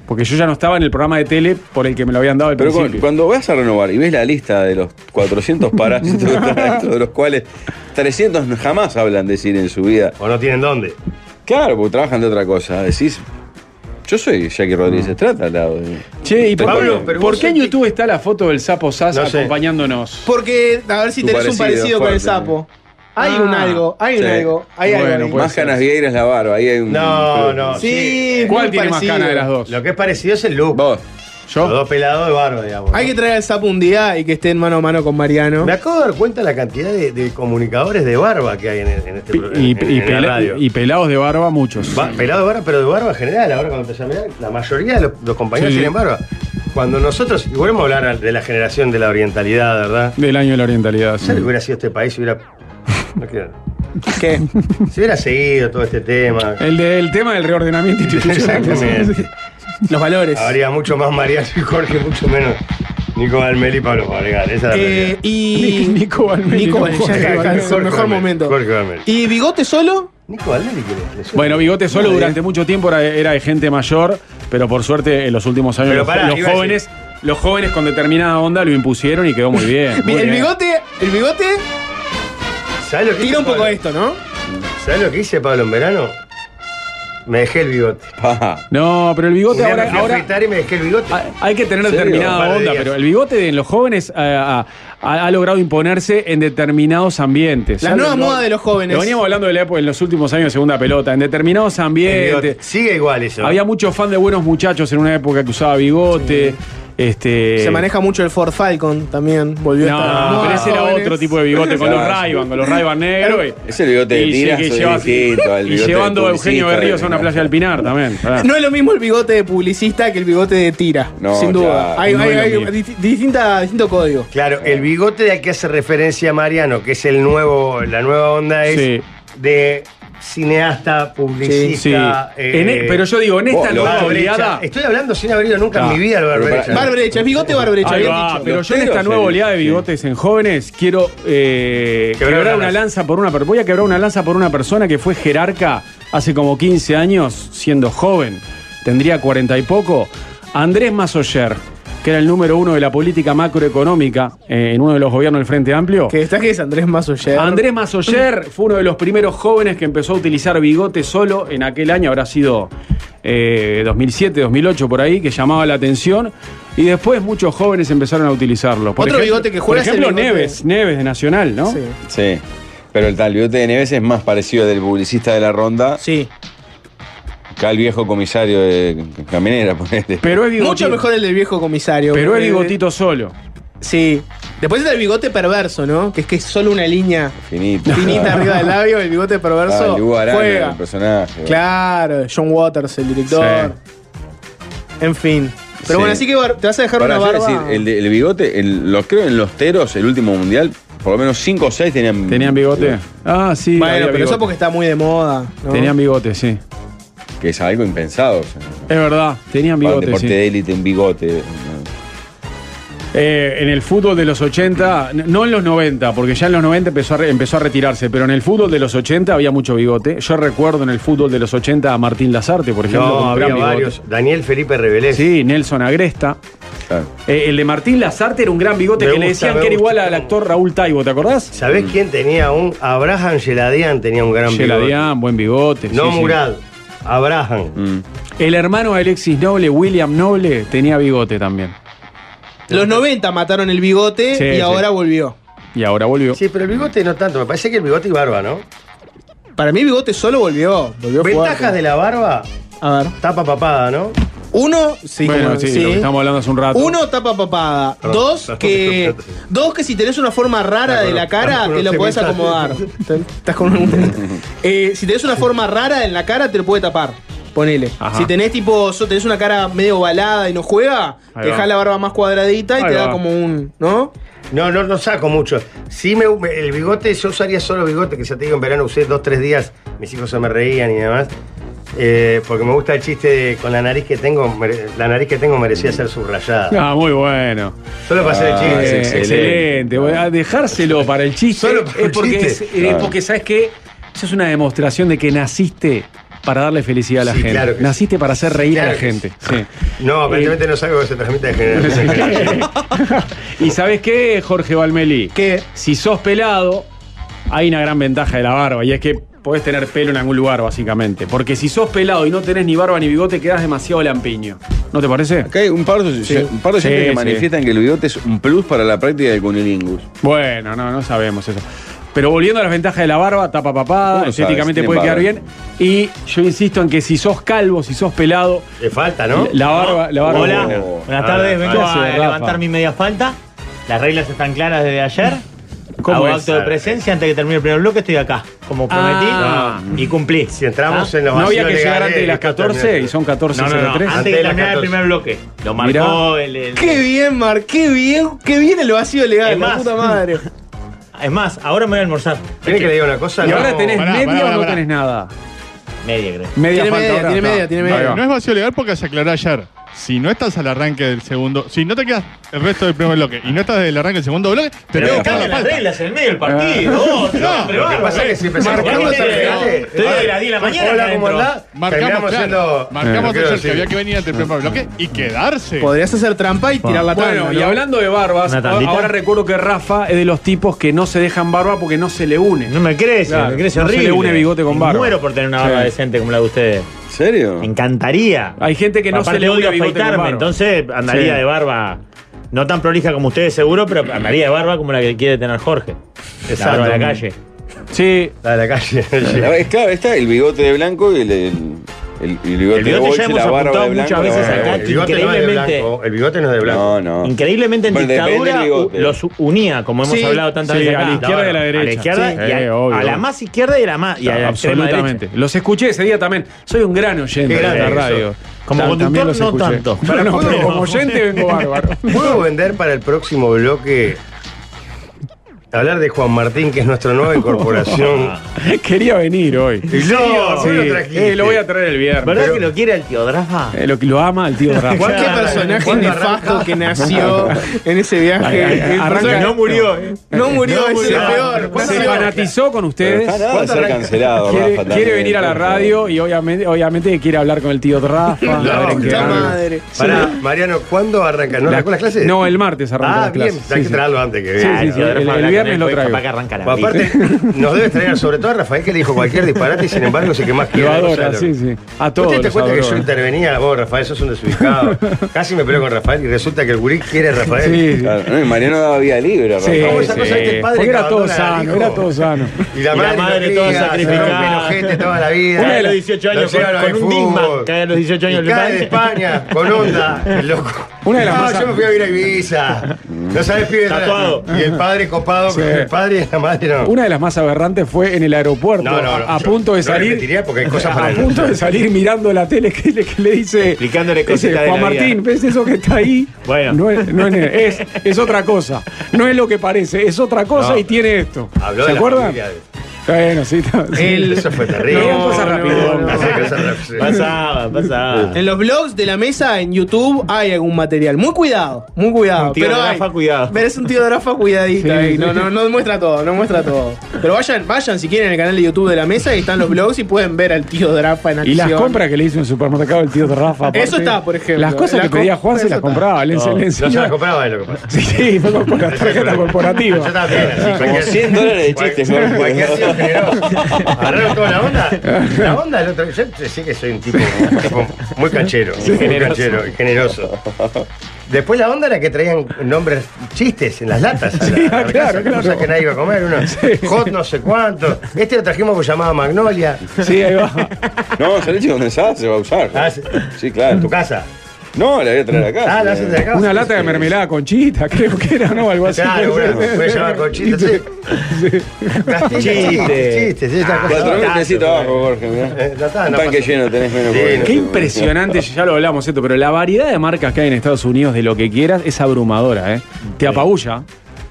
Speaker 2: porque yo ya no estaba en el programa de tele por el que me lo habían dado al
Speaker 1: Pero cu-
Speaker 2: principio.
Speaker 1: cuando vas a renovar y ves la lista de los 400 parásitos que están adentro, de los cuales 300 no- jamás hablan de cine en su vida.
Speaker 4: O no tienen dónde.
Speaker 1: Claro, porque trabajan de otra cosa. Decís, yo soy Jackie Rodríguez Estrada al lado de...
Speaker 2: Che, ¿y por,
Speaker 4: Mm. Pablo, pero
Speaker 2: por
Speaker 4: vos
Speaker 2: qué en
Speaker 4: sentí-
Speaker 2: YouTube está la foto del sapo Sasa
Speaker 4: No sé.
Speaker 2: acompañándonos?
Speaker 3: Porque, a ver si
Speaker 1: Tu
Speaker 3: tenés un parecido
Speaker 1: parecido,
Speaker 3: con el
Speaker 1: fuerte.
Speaker 3: sapo. Hay
Speaker 2: Ah.
Speaker 3: un algo, hay un
Speaker 1: Sí.
Speaker 3: algo, hay
Speaker 2: Bueno,
Speaker 3: algo. ahí.
Speaker 2: puede
Speaker 1: Más
Speaker 2: ser.
Speaker 1: canas vieiras la barba, ahí hay un...
Speaker 4: No, no.
Speaker 3: Sí, es
Speaker 2: ¿Cuál
Speaker 3: muy
Speaker 2: tiene más
Speaker 3: parecido.
Speaker 2: cana de las dos?
Speaker 4: Lo que es parecido es el look.
Speaker 1: Vos,
Speaker 2: ¿Yo?
Speaker 4: Los dos pelados de barro, digamos.
Speaker 3: Hay
Speaker 4: ¿no?
Speaker 3: que traer al sapo un día y que estén mano a mano con Mariano.
Speaker 4: Me acabo de dar cuenta la cantidad de, de comunicadores de barba que hay en, en este pro-
Speaker 2: Y,
Speaker 4: en-
Speaker 2: y
Speaker 4: en la
Speaker 2: pela-
Speaker 4: radio.
Speaker 2: y pelados de barba, muchos.
Speaker 4: Ba- pelado de barba, pero de barba general. Ahora cuando te a mirar, la mayoría de los, los compañeros
Speaker 2: Sí.
Speaker 4: tienen barba. Cuando nosotros, y volvemos a hablar al- de la generación de la orientalidad, ¿verdad?
Speaker 2: Del año de la orientalidad. sí.
Speaker 4: ¿Sabes lo que hubiera sido este país si hubiera. no quiero-
Speaker 3: ¿Qué?
Speaker 4: Si hubiera seguido todo este tema.
Speaker 2: El del tema del reordenamiento institucional.
Speaker 4: Exactamente.
Speaker 3: Los valores.
Speaker 4: Habría mucho más Mariano y Jorge, mucho menos Nico Almeli y Pablo Fabregal. Esa es la
Speaker 3: Eh,
Speaker 4: realidad.
Speaker 3: y.
Speaker 2: Nico Valmeli,
Speaker 3: Nico
Speaker 2: no
Speaker 3: Valmeli,
Speaker 2: Jorge
Speaker 3: ya está,
Speaker 2: Valmeli.
Speaker 3: en su mejor
Speaker 4: Valmeli,
Speaker 3: momento.
Speaker 4: Jorge Valmeli.
Speaker 3: ¿Y bigote solo?
Speaker 4: Nico Almeli, ¿quién es?
Speaker 2: Bueno, Bigote solo durante mucho tiempo era, era de gente mayor, pero por suerte en los últimos años
Speaker 4: Pero
Speaker 2: los,
Speaker 4: pará,
Speaker 2: los
Speaker 4: iba a
Speaker 2: jóvenes, los jóvenes con determinada onda lo impusieron y quedó muy bien. muy
Speaker 3: el
Speaker 2: bien.
Speaker 3: bigote, el bigote
Speaker 4: ¿Sabes lo que hice,
Speaker 3: tira un poco
Speaker 4: Pablo?
Speaker 3: esto, ¿no?
Speaker 4: ¿Sabes lo que hice, Pablo, en verano? Me dejé el bigote.
Speaker 1: pa.
Speaker 2: No, pero el
Speaker 4: Un
Speaker 2: bigote
Speaker 4: día me
Speaker 2: ahora,
Speaker 4: fui a
Speaker 2: ahora
Speaker 4: afeitar y me dejé el bigote.
Speaker 3: Ah,
Speaker 2: hay- hay que tener
Speaker 1: ¿En serio?
Speaker 4: Un par
Speaker 2: determinada
Speaker 4: de
Speaker 2: onda,
Speaker 4: días.
Speaker 2: pero el bigote de- en los jóvenes ah, ah, ha, ha logrado imponerse en determinados ambientes.
Speaker 3: Las
Speaker 2: Ya
Speaker 3: nuevas
Speaker 2: lo-
Speaker 3: modas de los jóvenes.
Speaker 2: Lo veníamos hablando de la época en los últimos años de segunda pelota, en determinados
Speaker 4: El bigote.
Speaker 2: ambientes.
Speaker 4: Sigue igual eso.
Speaker 2: Había mucho fan de buenos muchachos en una época que usaba bigote. Este,
Speaker 4: Eh.
Speaker 3: Se maneja mucho el Ford Falcon también. Volvió a estar.
Speaker 1: Ah,
Speaker 2: No,
Speaker 3: muy
Speaker 2: pero ese era
Speaker 3: jóvenes.
Speaker 2: otro tipo de bigote, con los
Speaker 1: Claro.
Speaker 2: Ray-Ban, con los Ray-Ban negros. y-
Speaker 1: Ese bigote de
Speaker 2: y sí,
Speaker 1: tiras
Speaker 2: que
Speaker 1: es
Speaker 2: llevas-
Speaker 1: distinto al
Speaker 2: Y
Speaker 1: bigote de
Speaker 2: llevando a Eugenio
Speaker 1: publicista,
Speaker 2: Berríos a una
Speaker 1: de-
Speaker 2: playa del Pinar también. Ah.
Speaker 3: No es lo mismo el bigote de publicista que el bigote de tira,
Speaker 1: No,
Speaker 3: sin duda.
Speaker 1: claro,
Speaker 3: hay
Speaker 2: no
Speaker 3: hay-
Speaker 2: es lo
Speaker 3: hay
Speaker 2: mismo.
Speaker 3: disti- distinta, distinto código.
Speaker 4: Claro, el bigote al que hace referencia Mariano, que es el nuevo, la nueva onda es
Speaker 2: Sí.
Speaker 4: de cineasta,
Speaker 2: Sí.
Speaker 4: publicista. eh,
Speaker 2: En e- pero yo digo, en esta
Speaker 1: vos, lo
Speaker 4: Bar
Speaker 2: nueva
Speaker 1: Barberecha.
Speaker 4: Brecha.
Speaker 2: oleada.
Speaker 4: Estoy hablando sin haber ido nunca
Speaker 2: Ah,
Speaker 4: en mi vida al
Speaker 1: pero
Speaker 4: barberecha.
Speaker 1: para-
Speaker 3: Barbrecha, es bigote barbrecha,
Speaker 2: Ahí
Speaker 3: bien
Speaker 2: va,
Speaker 3: dicho.
Speaker 2: pero
Speaker 1: Los
Speaker 2: yo en esta
Speaker 1: teros,
Speaker 2: nueva
Speaker 1: el-
Speaker 2: oleada de
Speaker 1: sí.
Speaker 2: bigotes en jóvenes quiero eh,
Speaker 4: Quebrar
Speaker 2: quebrar
Speaker 4: una
Speaker 2: una
Speaker 4: lanza.
Speaker 2: lanza por una per- voy a quebrar una lanza por una persona que fue jerarca hace como 15 años siendo joven tendría 40 y poco, Andrés Masoyer, que era el número uno de la política macroeconómica eh, en uno de los gobiernos del Frente Amplio.
Speaker 3: Que destaque es Andrés Masoyer.
Speaker 2: Andrés Masoyer fue uno de los primeros jóvenes que empezó a utilizar bigote solo en aquel año, habrá sido eh, 2007, 2008 por ahí, que llamaba la atención. Y después muchos jóvenes empezaron a utilizarlo. Por
Speaker 3: Otro bigote que juega
Speaker 2: Por
Speaker 3: es el
Speaker 2: ejemplo,
Speaker 3: bigote-
Speaker 2: Neves, Neves de Nacional, ¿no?
Speaker 3: Sí.
Speaker 1: Sí. Pero el tal bigote de Neves es más parecido al del publicista de la ronda
Speaker 3: Sí.
Speaker 1: que al viejo comisario de Caminera, ponete.
Speaker 2: Pero es bigotito,
Speaker 3: Mucho mejor el del viejo comisario.
Speaker 2: Pero es
Speaker 3: porque-
Speaker 2: bigotito solo.
Speaker 3: Sí. Después está el bigote perverso, ¿no? Que es que es solo una línea
Speaker 1: Finito.
Speaker 3: finita arriba del labio, el bigote perverso.
Speaker 1: Ah, Lugo Arana,
Speaker 3: juega.
Speaker 1: el personaje.
Speaker 3: Claro, John Waters, el director. En fin. Pero
Speaker 1: Sí.
Speaker 3: bueno, así que bar- te vas a dejar
Speaker 1: Para
Speaker 3: una
Speaker 1: yo
Speaker 3: barba.
Speaker 1: decir, el, de- el bigote, el- los creo en los teros, el último mundial, por lo menos 5 o 6 tenían.
Speaker 2: ¿Tenían bigote? Ah, sí.
Speaker 3: bueno,
Speaker 2: había
Speaker 3: pero
Speaker 2: bigote.
Speaker 3: eso porque está muy de moda. ¿no?
Speaker 2: Tenían bigote, sí.
Speaker 1: Que es algo impensado. o sea,
Speaker 2: Es verdad, tenían
Speaker 1: para un
Speaker 2: bigote,
Speaker 1: deporte
Speaker 2: sí.
Speaker 1: de élite, un bigote.
Speaker 2: Eh, en el fútbol de los 80, n- no en los 90, porque ya en los 90 empezó a, re- empezó a retirarse, pero en el fútbol de los 80 había mucho bigote. Yo recuerdo en el fútbol de los 80 a Martín Lazarte, por ejemplo,
Speaker 4: No,
Speaker 2: con un
Speaker 4: había
Speaker 2: gran bigote.
Speaker 4: varios. Daniel Felipe Revelés.
Speaker 2: Sí, Nelson Agresta.
Speaker 1: Claro.
Speaker 2: Eh, el de Martín Lazarte era un gran bigote
Speaker 4: Me
Speaker 2: que le
Speaker 4: gusta,
Speaker 2: decían
Speaker 4: me
Speaker 2: que era
Speaker 4: gusta.
Speaker 2: igual al actor Raúl Taibo, ¿te acordás?
Speaker 4: ¿Sabés quién tenía un? Abraham Geladian tenía un gran bigote.
Speaker 2: Geladián, buen bigote.
Speaker 4: No
Speaker 2: sí, sí.
Speaker 4: Murad, Abraham.
Speaker 1: Mm.
Speaker 2: El hermano de Alexis Noble, William Noble, tenía bigote también.
Speaker 3: Los 90 mataron el bigote
Speaker 2: Sí,
Speaker 3: y
Speaker 2: sí.
Speaker 3: ahora volvió.
Speaker 2: Y ahora volvió.
Speaker 4: Sí, pero el bigote no tanto. Me parece que el bigote y barba, ¿no?
Speaker 3: Para mí, el bigote solo volvió. volvió
Speaker 4: Ventajas
Speaker 3: fuerte.
Speaker 4: de la barba,
Speaker 3: A ver.
Speaker 4: tapa papada, ¿no?
Speaker 3: Uno, sí,
Speaker 2: bueno,
Speaker 3: como-
Speaker 2: sí,
Speaker 3: sí.
Speaker 2: lo que estamos hablando hace un rato.
Speaker 3: Uno, tapa papada.
Speaker 4: Perdón,
Speaker 3: dos,
Speaker 4: perdón,
Speaker 3: que.
Speaker 4: perdón.
Speaker 3: Dos, que si tenés una forma rara
Speaker 4: Perdón,
Speaker 3: de la cara,
Speaker 4: perdón,
Speaker 3: te lo
Speaker 4: se
Speaker 3: podés
Speaker 4: me sale.
Speaker 3: acomodar. Estás con un. Eh, si tenés una forma rara en la cara, te lo puede tapar. Ponele.
Speaker 2: Ajá.
Speaker 3: Si tenés tipo. so- tenés una cara medio ovalada y no juega,
Speaker 2: Ahí
Speaker 3: te
Speaker 2: va.
Speaker 3: dejás la barba más cuadradita y
Speaker 2: Ahí
Speaker 3: te
Speaker 2: va.
Speaker 3: da como un. ¿No?
Speaker 4: No, no, no saco mucho. Sí, me, me- el bigote, yo usaría solo bigote, que ya te digo, en verano usé dos, tres días, mis hijos se me reían y demás. Eh, porque me gusta el chiste de, con la nariz que tengo, mere- la nariz que tengo merecía ser subrayada.
Speaker 2: Ah, muy bueno.
Speaker 4: Solo para hacer el
Speaker 1: Ah,
Speaker 4: chiste.
Speaker 1: es
Speaker 2: Eh,
Speaker 1: excelente.
Speaker 2: excelente. Voy a dejárselo para el chiste.
Speaker 4: Solo para
Speaker 2: es
Speaker 4: el
Speaker 2: porque,
Speaker 4: chiste.
Speaker 2: es- eh,
Speaker 1: Claro.
Speaker 2: porque sabes que eso es una demostración de que naciste para darle felicidad a la
Speaker 4: Sí,
Speaker 2: gente.
Speaker 4: claro que sí.
Speaker 2: naciste para hacer
Speaker 4: Sí,
Speaker 2: reír a
Speaker 4: claro
Speaker 2: la
Speaker 4: que
Speaker 2: gente.
Speaker 4: No, aparentemente no es algo que se transmite de generación en generación.
Speaker 2: Sí. y sabes qué, Jorge Valmeli,
Speaker 3: ¿Qué?
Speaker 2: si sos pelado, hay una gran ventaja de la barba y es que podés tener pelo en algún lugar, básicamente. Porque si sos pelado y no tenés ni barba ni bigote, quedás demasiado lampiño. ¿No te parece?
Speaker 1: Acá hay un par de, un par de
Speaker 2: Sí,
Speaker 1: gente que
Speaker 2: sí.
Speaker 1: manifiestan que el bigote es un plus para la práctica del cunilingus.
Speaker 2: Bueno, no, no sabemos eso. Pero volviendo a las ventajas de la barba, tapa papada,
Speaker 1: Uno sabe,
Speaker 2: estéticamente
Speaker 1: tiene
Speaker 2: puede quedar
Speaker 1: barba.
Speaker 2: bien. Y yo insisto en que si sos calvo, si sos pelado,
Speaker 4: Le falta, ¿no?
Speaker 2: la barba, la barba.
Speaker 5: Hola,
Speaker 1: Oh.
Speaker 4: Ah,
Speaker 5: buenas tardes.
Speaker 4: Hola,
Speaker 5: Vengo
Speaker 2: hola,
Speaker 5: a
Speaker 2: Rafa.
Speaker 5: levantar mi media falta. Las reglas están claras desde ayer.
Speaker 2: ¿Cómo
Speaker 5: Hago
Speaker 2: es?
Speaker 5: acto de presencia antes que termine el primer bloque. Estoy acá, como prometí
Speaker 2: Ah.
Speaker 5: y cumplí.
Speaker 4: Si entramos
Speaker 5: ¿Ah?
Speaker 4: en los
Speaker 2: No había que
Speaker 4: vacíos
Speaker 2: llegar
Speaker 4: legales,
Speaker 2: antes de las 14 y son 14
Speaker 5: No, no, no,
Speaker 4: Antes
Speaker 5: Antes
Speaker 4: de
Speaker 5: que
Speaker 4: las
Speaker 5: terminar el
Speaker 4: 14.
Speaker 5: primer bloque. Lo
Speaker 2: Mirá.
Speaker 5: marcó el. el-
Speaker 3: Qué bien, Mar, qué bien, qué bien el vacío legal,
Speaker 5: Es
Speaker 3: la
Speaker 5: más.
Speaker 3: puta madre.
Speaker 5: Es más, ahora me voy a almorzar.
Speaker 4: ¿Quieres que le diga una cosa?
Speaker 2: Y
Speaker 4: No.
Speaker 2: ahora tenés
Speaker 6: pará,
Speaker 2: media
Speaker 6: pará,
Speaker 2: o no
Speaker 6: pará.
Speaker 2: tenés nada.
Speaker 5: Media, creo.
Speaker 2: Media
Speaker 3: Tiene
Speaker 2: falta
Speaker 3: media,
Speaker 2: ahora.
Speaker 3: tiene media, tiene media.
Speaker 2: Ahí va.
Speaker 6: No es vacío legal porque se aclaró ayer. Si no estás al arranque del segundo, si no te quedas el resto del primer bloque y no estás desde el arranque del segundo bloque, te
Speaker 5: Pero
Speaker 6: tengo
Speaker 5: me
Speaker 6: que
Speaker 1: está
Speaker 6: dar
Speaker 5: cambian
Speaker 6: la
Speaker 5: las
Speaker 6: falta.
Speaker 5: reglas en el medio del
Speaker 2: Ah.
Speaker 5: partido. No,
Speaker 6: No,
Speaker 4: Ah. Lo que pasa es que siempre
Speaker 5: Marcamos el regalo. Te doy las 10 de la mañana
Speaker 4: Hola,
Speaker 5: acá
Speaker 4: ¿cómo
Speaker 5: adentro.
Speaker 4: andás?
Speaker 6: Marcamos,
Speaker 4: Terminamos
Speaker 6: claro,
Speaker 4: siendo.
Speaker 6: marcamos
Speaker 4: Quiero
Speaker 6: ayer
Speaker 4: decir,
Speaker 6: que había que venir ante el primer bloque y quedarse.
Speaker 3: Podrías hacer trampa y tirar la tanda,
Speaker 2: Bueno, y
Speaker 3: ¿no?
Speaker 2: hablando de barbas,
Speaker 5: ¿Una tandita?
Speaker 2: ahora recuerdo que Rafa es de los tipos que no se dejan barba porque no se le une.
Speaker 5: No me crece,
Speaker 2: Claro,
Speaker 5: me crece
Speaker 2: no se
Speaker 5: horrible.
Speaker 2: le une bigote con
Speaker 5: Me
Speaker 2: barba.
Speaker 5: Muero por tener una barba
Speaker 2: Sí.
Speaker 5: decente como la de ustedes.
Speaker 1: ¿En serio?
Speaker 5: Me encantaría.
Speaker 2: Hay gente que no
Speaker 5: Aparte
Speaker 2: se le une
Speaker 5: odio
Speaker 2: bigote con
Speaker 5: afeitarme,
Speaker 2: barba.
Speaker 5: entonces andaría
Speaker 2: Sí.
Speaker 5: de barba. No tan prolija como ustedes seguro, pero andaría de barba como la que quiere tener Jorge. Esa
Speaker 4: Exacto.
Speaker 5: barba de la calle.
Speaker 2: Sí,
Speaker 4: La de la calle.
Speaker 1: La- Es claro, está el bigote de blanco y el, el, el- el bigote
Speaker 5: El
Speaker 1: de
Speaker 5: bigote ya
Speaker 1: bolche,
Speaker 5: hemos
Speaker 1: la barba
Speaker 5: apuntado
Speaker 1: de blanco. Eh,
Speaker 5: muchas
Speaker 1: la
Speaker 5: veces
Speaker 1: barba de
Speaker 5: acá.
Speaker 4: El bigote no es de
Speaker 5: increíblemente-
Speaker 4: blanco. Oh, El bigote no es de
Speaker 1: bolche.
Speaker 4: blanco.
Speaker 1: No, no.
Speaker 5: Increíblemente en
Speaker 1: Bueno, depende del
Speaker 5: dictadura u-
Speaker 1: bigote.
Speaker 5: los unía, como hemos
Speaker 3: Sí,
Speaker 5: hablado tantas
Speaker 2: sí,
Speaker 5: veces.
Speaker 2: a
Speaker 5: acá.
Speaker 2: la izquierda y a la
Speaker 5: barba.
Speaker 2: derecha.
Speaker 5: A la izquierda
Speaker 2: Sí,
Speaker 5: y
Speaker 2: eh,
Speaker 5: a,
Speaker 2: obvio.
Speaker 5: a la más izquierda y a la
Speaker 2: Ah,
Speaker 5: más. Y a la extrema
Speaker 2: absolutamente.
Speaker 5: derecha.
Speaker 2: Los escuché ese día también. Soy un gran oyente
Speaker 4: Qué
Speaker 2: de esta
Speaker 4: grande que
Speaker 2: radio.
Speaker 4: sos.
Speaker 5: Como
Speaker 2: Tam-
Speaker 5: conductor,
Speaker 2: también los
Speaker 5: no
Speaker 2: escuché.
Speaker 5: tanto.
Speaker 2: No, no, pero
Speaker 5: Pero-
Speaker 2: como oyente vengo bárbaro.
Speaker 4: ¿Puedo vender para el próximo bloque Hablar de Juan Martín, que es nuestra nueva incorporación.
Speaker 2: Quería venir hoy.
Speaker 4: ¿En serio? ¿Por qué lo trajiste?
Speaker 2: eh, lo voy a traer el viernes.
Speaker 5: ¿Verdad que lo quiere el tío Drafa?
Speaker 2: Eh, lo, lo ama el tío Rafa.
Speaker 3: Juan, qué
Speaker 5: Claro,
Speaker 3: personaje
Speaker 4: Juan
Speaker 3: nefasto
Speaker 4: Barraca.
Speaker 3: que nació en este ese viaje.
Speaker 2: Ay, ay,
Speaker 3: El
Speaker 2: arranca,
Speaker 3: personaje-
Speaker 2: no
Speaker 5: murió, ¿eh?
Speaker 3: No murió,
Speaker 4: No
Speaker 3: es el
Speaker 4: murió.
Speaker 3: peor.
Speaker 4: ¿Cuándo
Speaker 2: Se
Speaker 4: arranca?
Speaker 2: fanatizó con
Speaker 1: Pero está
Speaker 2: ustedes.
Speaker 1: nada de ser
Speaker 4: arranca?
Speaker 1: cancelado,
Speaker 2: Quiere,
Speaker 1: Rafa,
Speaker 2: quiere
Speaker 1: también,
Speaker 2: venir a la
Speaker 1: por favor.
Speaker 2: radio y obviamente, obviamente quiere hablar con el tío Rafa.
Speaker 4: No,
Speaker 2: a ver en qué
Speaker 4: puta
Speaker 3: La
Speaker 2: anda.
Speaker 3: madre.
Speaker 4: Pará, Mariano, ¿cuándo arranca? ¿No
Speaker 2: La-
Speaker 4: arrancó las clases?
Speaker 2: No, el martes arranca
Speaker 4: Ah,
Speaker 2: las
Speaker 4: bien,
Speaker 2: clases.
Speaker 4: hay
Speaker 2: Sí,
Speaker 4: que
Speaker 2: sí.
Speaker 4: traerlo antes
Speaker 2: Sí, sí,
Speaker 4: que
Speaker 2: sí, el- el viernes lo traigo.
Speaker 5: Papá que arranca la vida.
Speaker 4: Aparte, nos debe traer sobre todo a Rafael que le dijo cualquier disparate y sin embargo sé que más quiere.
Speaker 2: Lo
Speaker 4: o sea,
Speaker 2: adora,
Speaker 4: lo-
Speaker 2: sí, sí. A todos
Speaker 4: ¿Usted te
Speaker 2: los
Speaker 4: cuenta que yo
Speaker 2: adora.
Speaker 4: intervenía? Vos, Rafael, sos un desubicado. Casi me peleo con Rafael y resulta que el gurí quiere a Rafael.
Speaker 2: Sí, sí.
Speaker 1: Claro, no, y Mariano daba vía libre, Rafa.
Speaker 2: Sí,
Speaker 4: Vamos, esa cosa, ¿viste? El padre
Speaker 2: Eh, Porque
Speaker 4: que
Speaker 2: era todo
Speaker 4: abandona al
Speaker 2: sano,
Speaker 4: hijo.
Speaker 2: era todo sano.
Speaker 4: Y la
Speaker 5: Y la
Speaker 4: madre,
Speaker 5: madre
Speaker 4: lo
Speaker 5: toda
Speaker 4: cría, se
Speaker 5: sacrificada.
Speaker 4: rompe el ojete toda la vida.
Speaker 5: Cae a los 18 años
Speaker 4: llevan
Speaker 5: con-
Speaker 4: al
Speaker 5: con un Disman,
Speaker 4: fútbol.
Speaker 5: cae a los 18 años
Speaker 4: Y
Speaker 5: el
Speaker 4: cae de
Speaker 5: Disman.
Speaker 4: España con onda, el loco.
Speaker 2: Una de las
Speaker 4: no,
Speaker 2: cosas-
Speaker 4: yo me fui a vivir a Ibiza. No sabes, pibe. no la-
Speaker 5: Tatuado.
Speaker 4: Y el padre copado,
Speaker 2: Sí.
Speaker 4: el padre y la madre no.
Speaker 2: Una de las más aberrantes fue en el aeropuerto,
Speaker 4: No, no, no,
Speaker 2: a a
Speaker 4: yo
Speaker 2: punto de
Speaker 4: no
Speaker 2: salir.
Speaker 4: repetiría porque hay cosas
Speaker 2: a
Speaker 4: para
Speaker 2: punto de salir mirando la tele que le, que le dice.
Speaker 5: Explicándole
Speaker 2: dice,
Speaker 5: cositas de
Speaker 2: Juan
Speaker 5: la
Speaker 2: Martín, ¿ves eso que está ahí?
Speaker 5: Bueno.
Speaker 2: No es, no es, es- es otra cosa. No es lo que parece, es otra cosa
Speaker 4: No.
Speaker 2: y tiene esto.
Speaker 4: Habló
Speaker 2: ¿Se
Speaker 4: de la
Speaker 2: acuerdan?
Speaker 4: familia de-
Speaker 2: Bueno, sí. está- sí.
Speaker 4: Él- Eso fue terrible.
Speaker 2: Eran cosas
Speaker 4: No,
Speaker 2: rapidón.
Speaker 4: no, hacía cosas rápidas.
Speaker 5: Pasaba, pasaba.
Speaker 3: En los blogs de la mesa en YouTube hay algún material. Muy cuidado, muy cuidado.
Speaker 5: Un tío
Speaker 3: pero
Speaker 5: de
Speaker 3: hay.
Speaker 5: Rafa, cuidado.
Speaker 3: Pero es un tío de Rafa cuidadito
Speaker 2: Sí,
Speaker 3: ahí.
Speaker 2: sí.
Speaker 3: No, no, no muestra todo, no muestra todo. Pero vayan, vayan si quieren al canal de YouTube de la mesa y están los blogs y pueden ver al tío de Rafa en acción.
Speaker 2: Y las compras que le hizo en el supermercado el tío de Rafa. aparte.
Speaker 3: Eso está, por ejemplo.
Speaker 2: Las cosas
Speaker 3: Las
Speaker 2: que pedía
Speaker 3: com-
Speaker 2: Juan se
Speaker 3: eso
Speaker 2: las
Speaker 3: está.
Speaker 2: compraba. Le, ense-
Speaker 5: No,
Speaker 2: le
Speaker 4: No se
Speaker 2: enseñaba-
Speaker 4: las compraba, es lo que pasa.
Speaker 2: Sí, sí, fue con, con la tarjeta
Speaker 4: Yo
Speaker 2: corporativa.
Speaker 4: también, así, cualquier-
Speaker 1: 100 dólares de chiste,
Speaker 4: cual-
Speaker 1: Jorge.
Speaker 4: Cualquier tío generoso. Agarraron toda la onda. La onda del otro. Yo sé que soy un tipo, un tipo muy canchero. muy
Speaker 5: generoso.
Speaker 4: canchero y generoso. Después la onda era que traían nombres chistes en las latas. a la-
Speaker 2: Sí,
Speaker 4: a la
Speaker 2: claro,
Speaker 4: casa,
Speaker 2: claro.
Speaker 4: Cosas que nadie iba a comer. Uno, hot no sé cuánto. Este lo trajimos porque llamaba Magnolia.
Speaker 2: Sí, ahí va.
Speaker 1: No, esa leche condensada se va a usar.
Speaker 4: Ah, sí.
Speaker 1: Sí,
Speaker 4: En
Speaker 1: claro.
Speaker 4: tu casa.
Speaker 1: No, la voy a traer acá.
Speaker 4: Ah, la hacen de acá.
Speaker 2: Una lata de mermelada con chita, creo que era, ¿no? Algo así.
Speaker 4: Claro, bueno, puede llamar con chistes. Sí. Chistes, chistes, chistes. sí, esta cosa.
Speaker 1: Cuatro mil pesitos abajo, Jorge, mirá.
Speaker 4: Eh, no está,
Speaker 1: Un
Speaker 4: no
Speaker 1: tanque
Speaker 4: pasa.
Speaker 1: lleno tenés menos.
Speaker 4: Sí,
Speaker 1: por-
Speaker 4: no.
Speaker 2: Qué impresionante, ya lo hablamos, esto, pero la variedad de marcas que hay en Estados Unidos de lo que quieras es abrumadora, ¿eh? Te apabulla.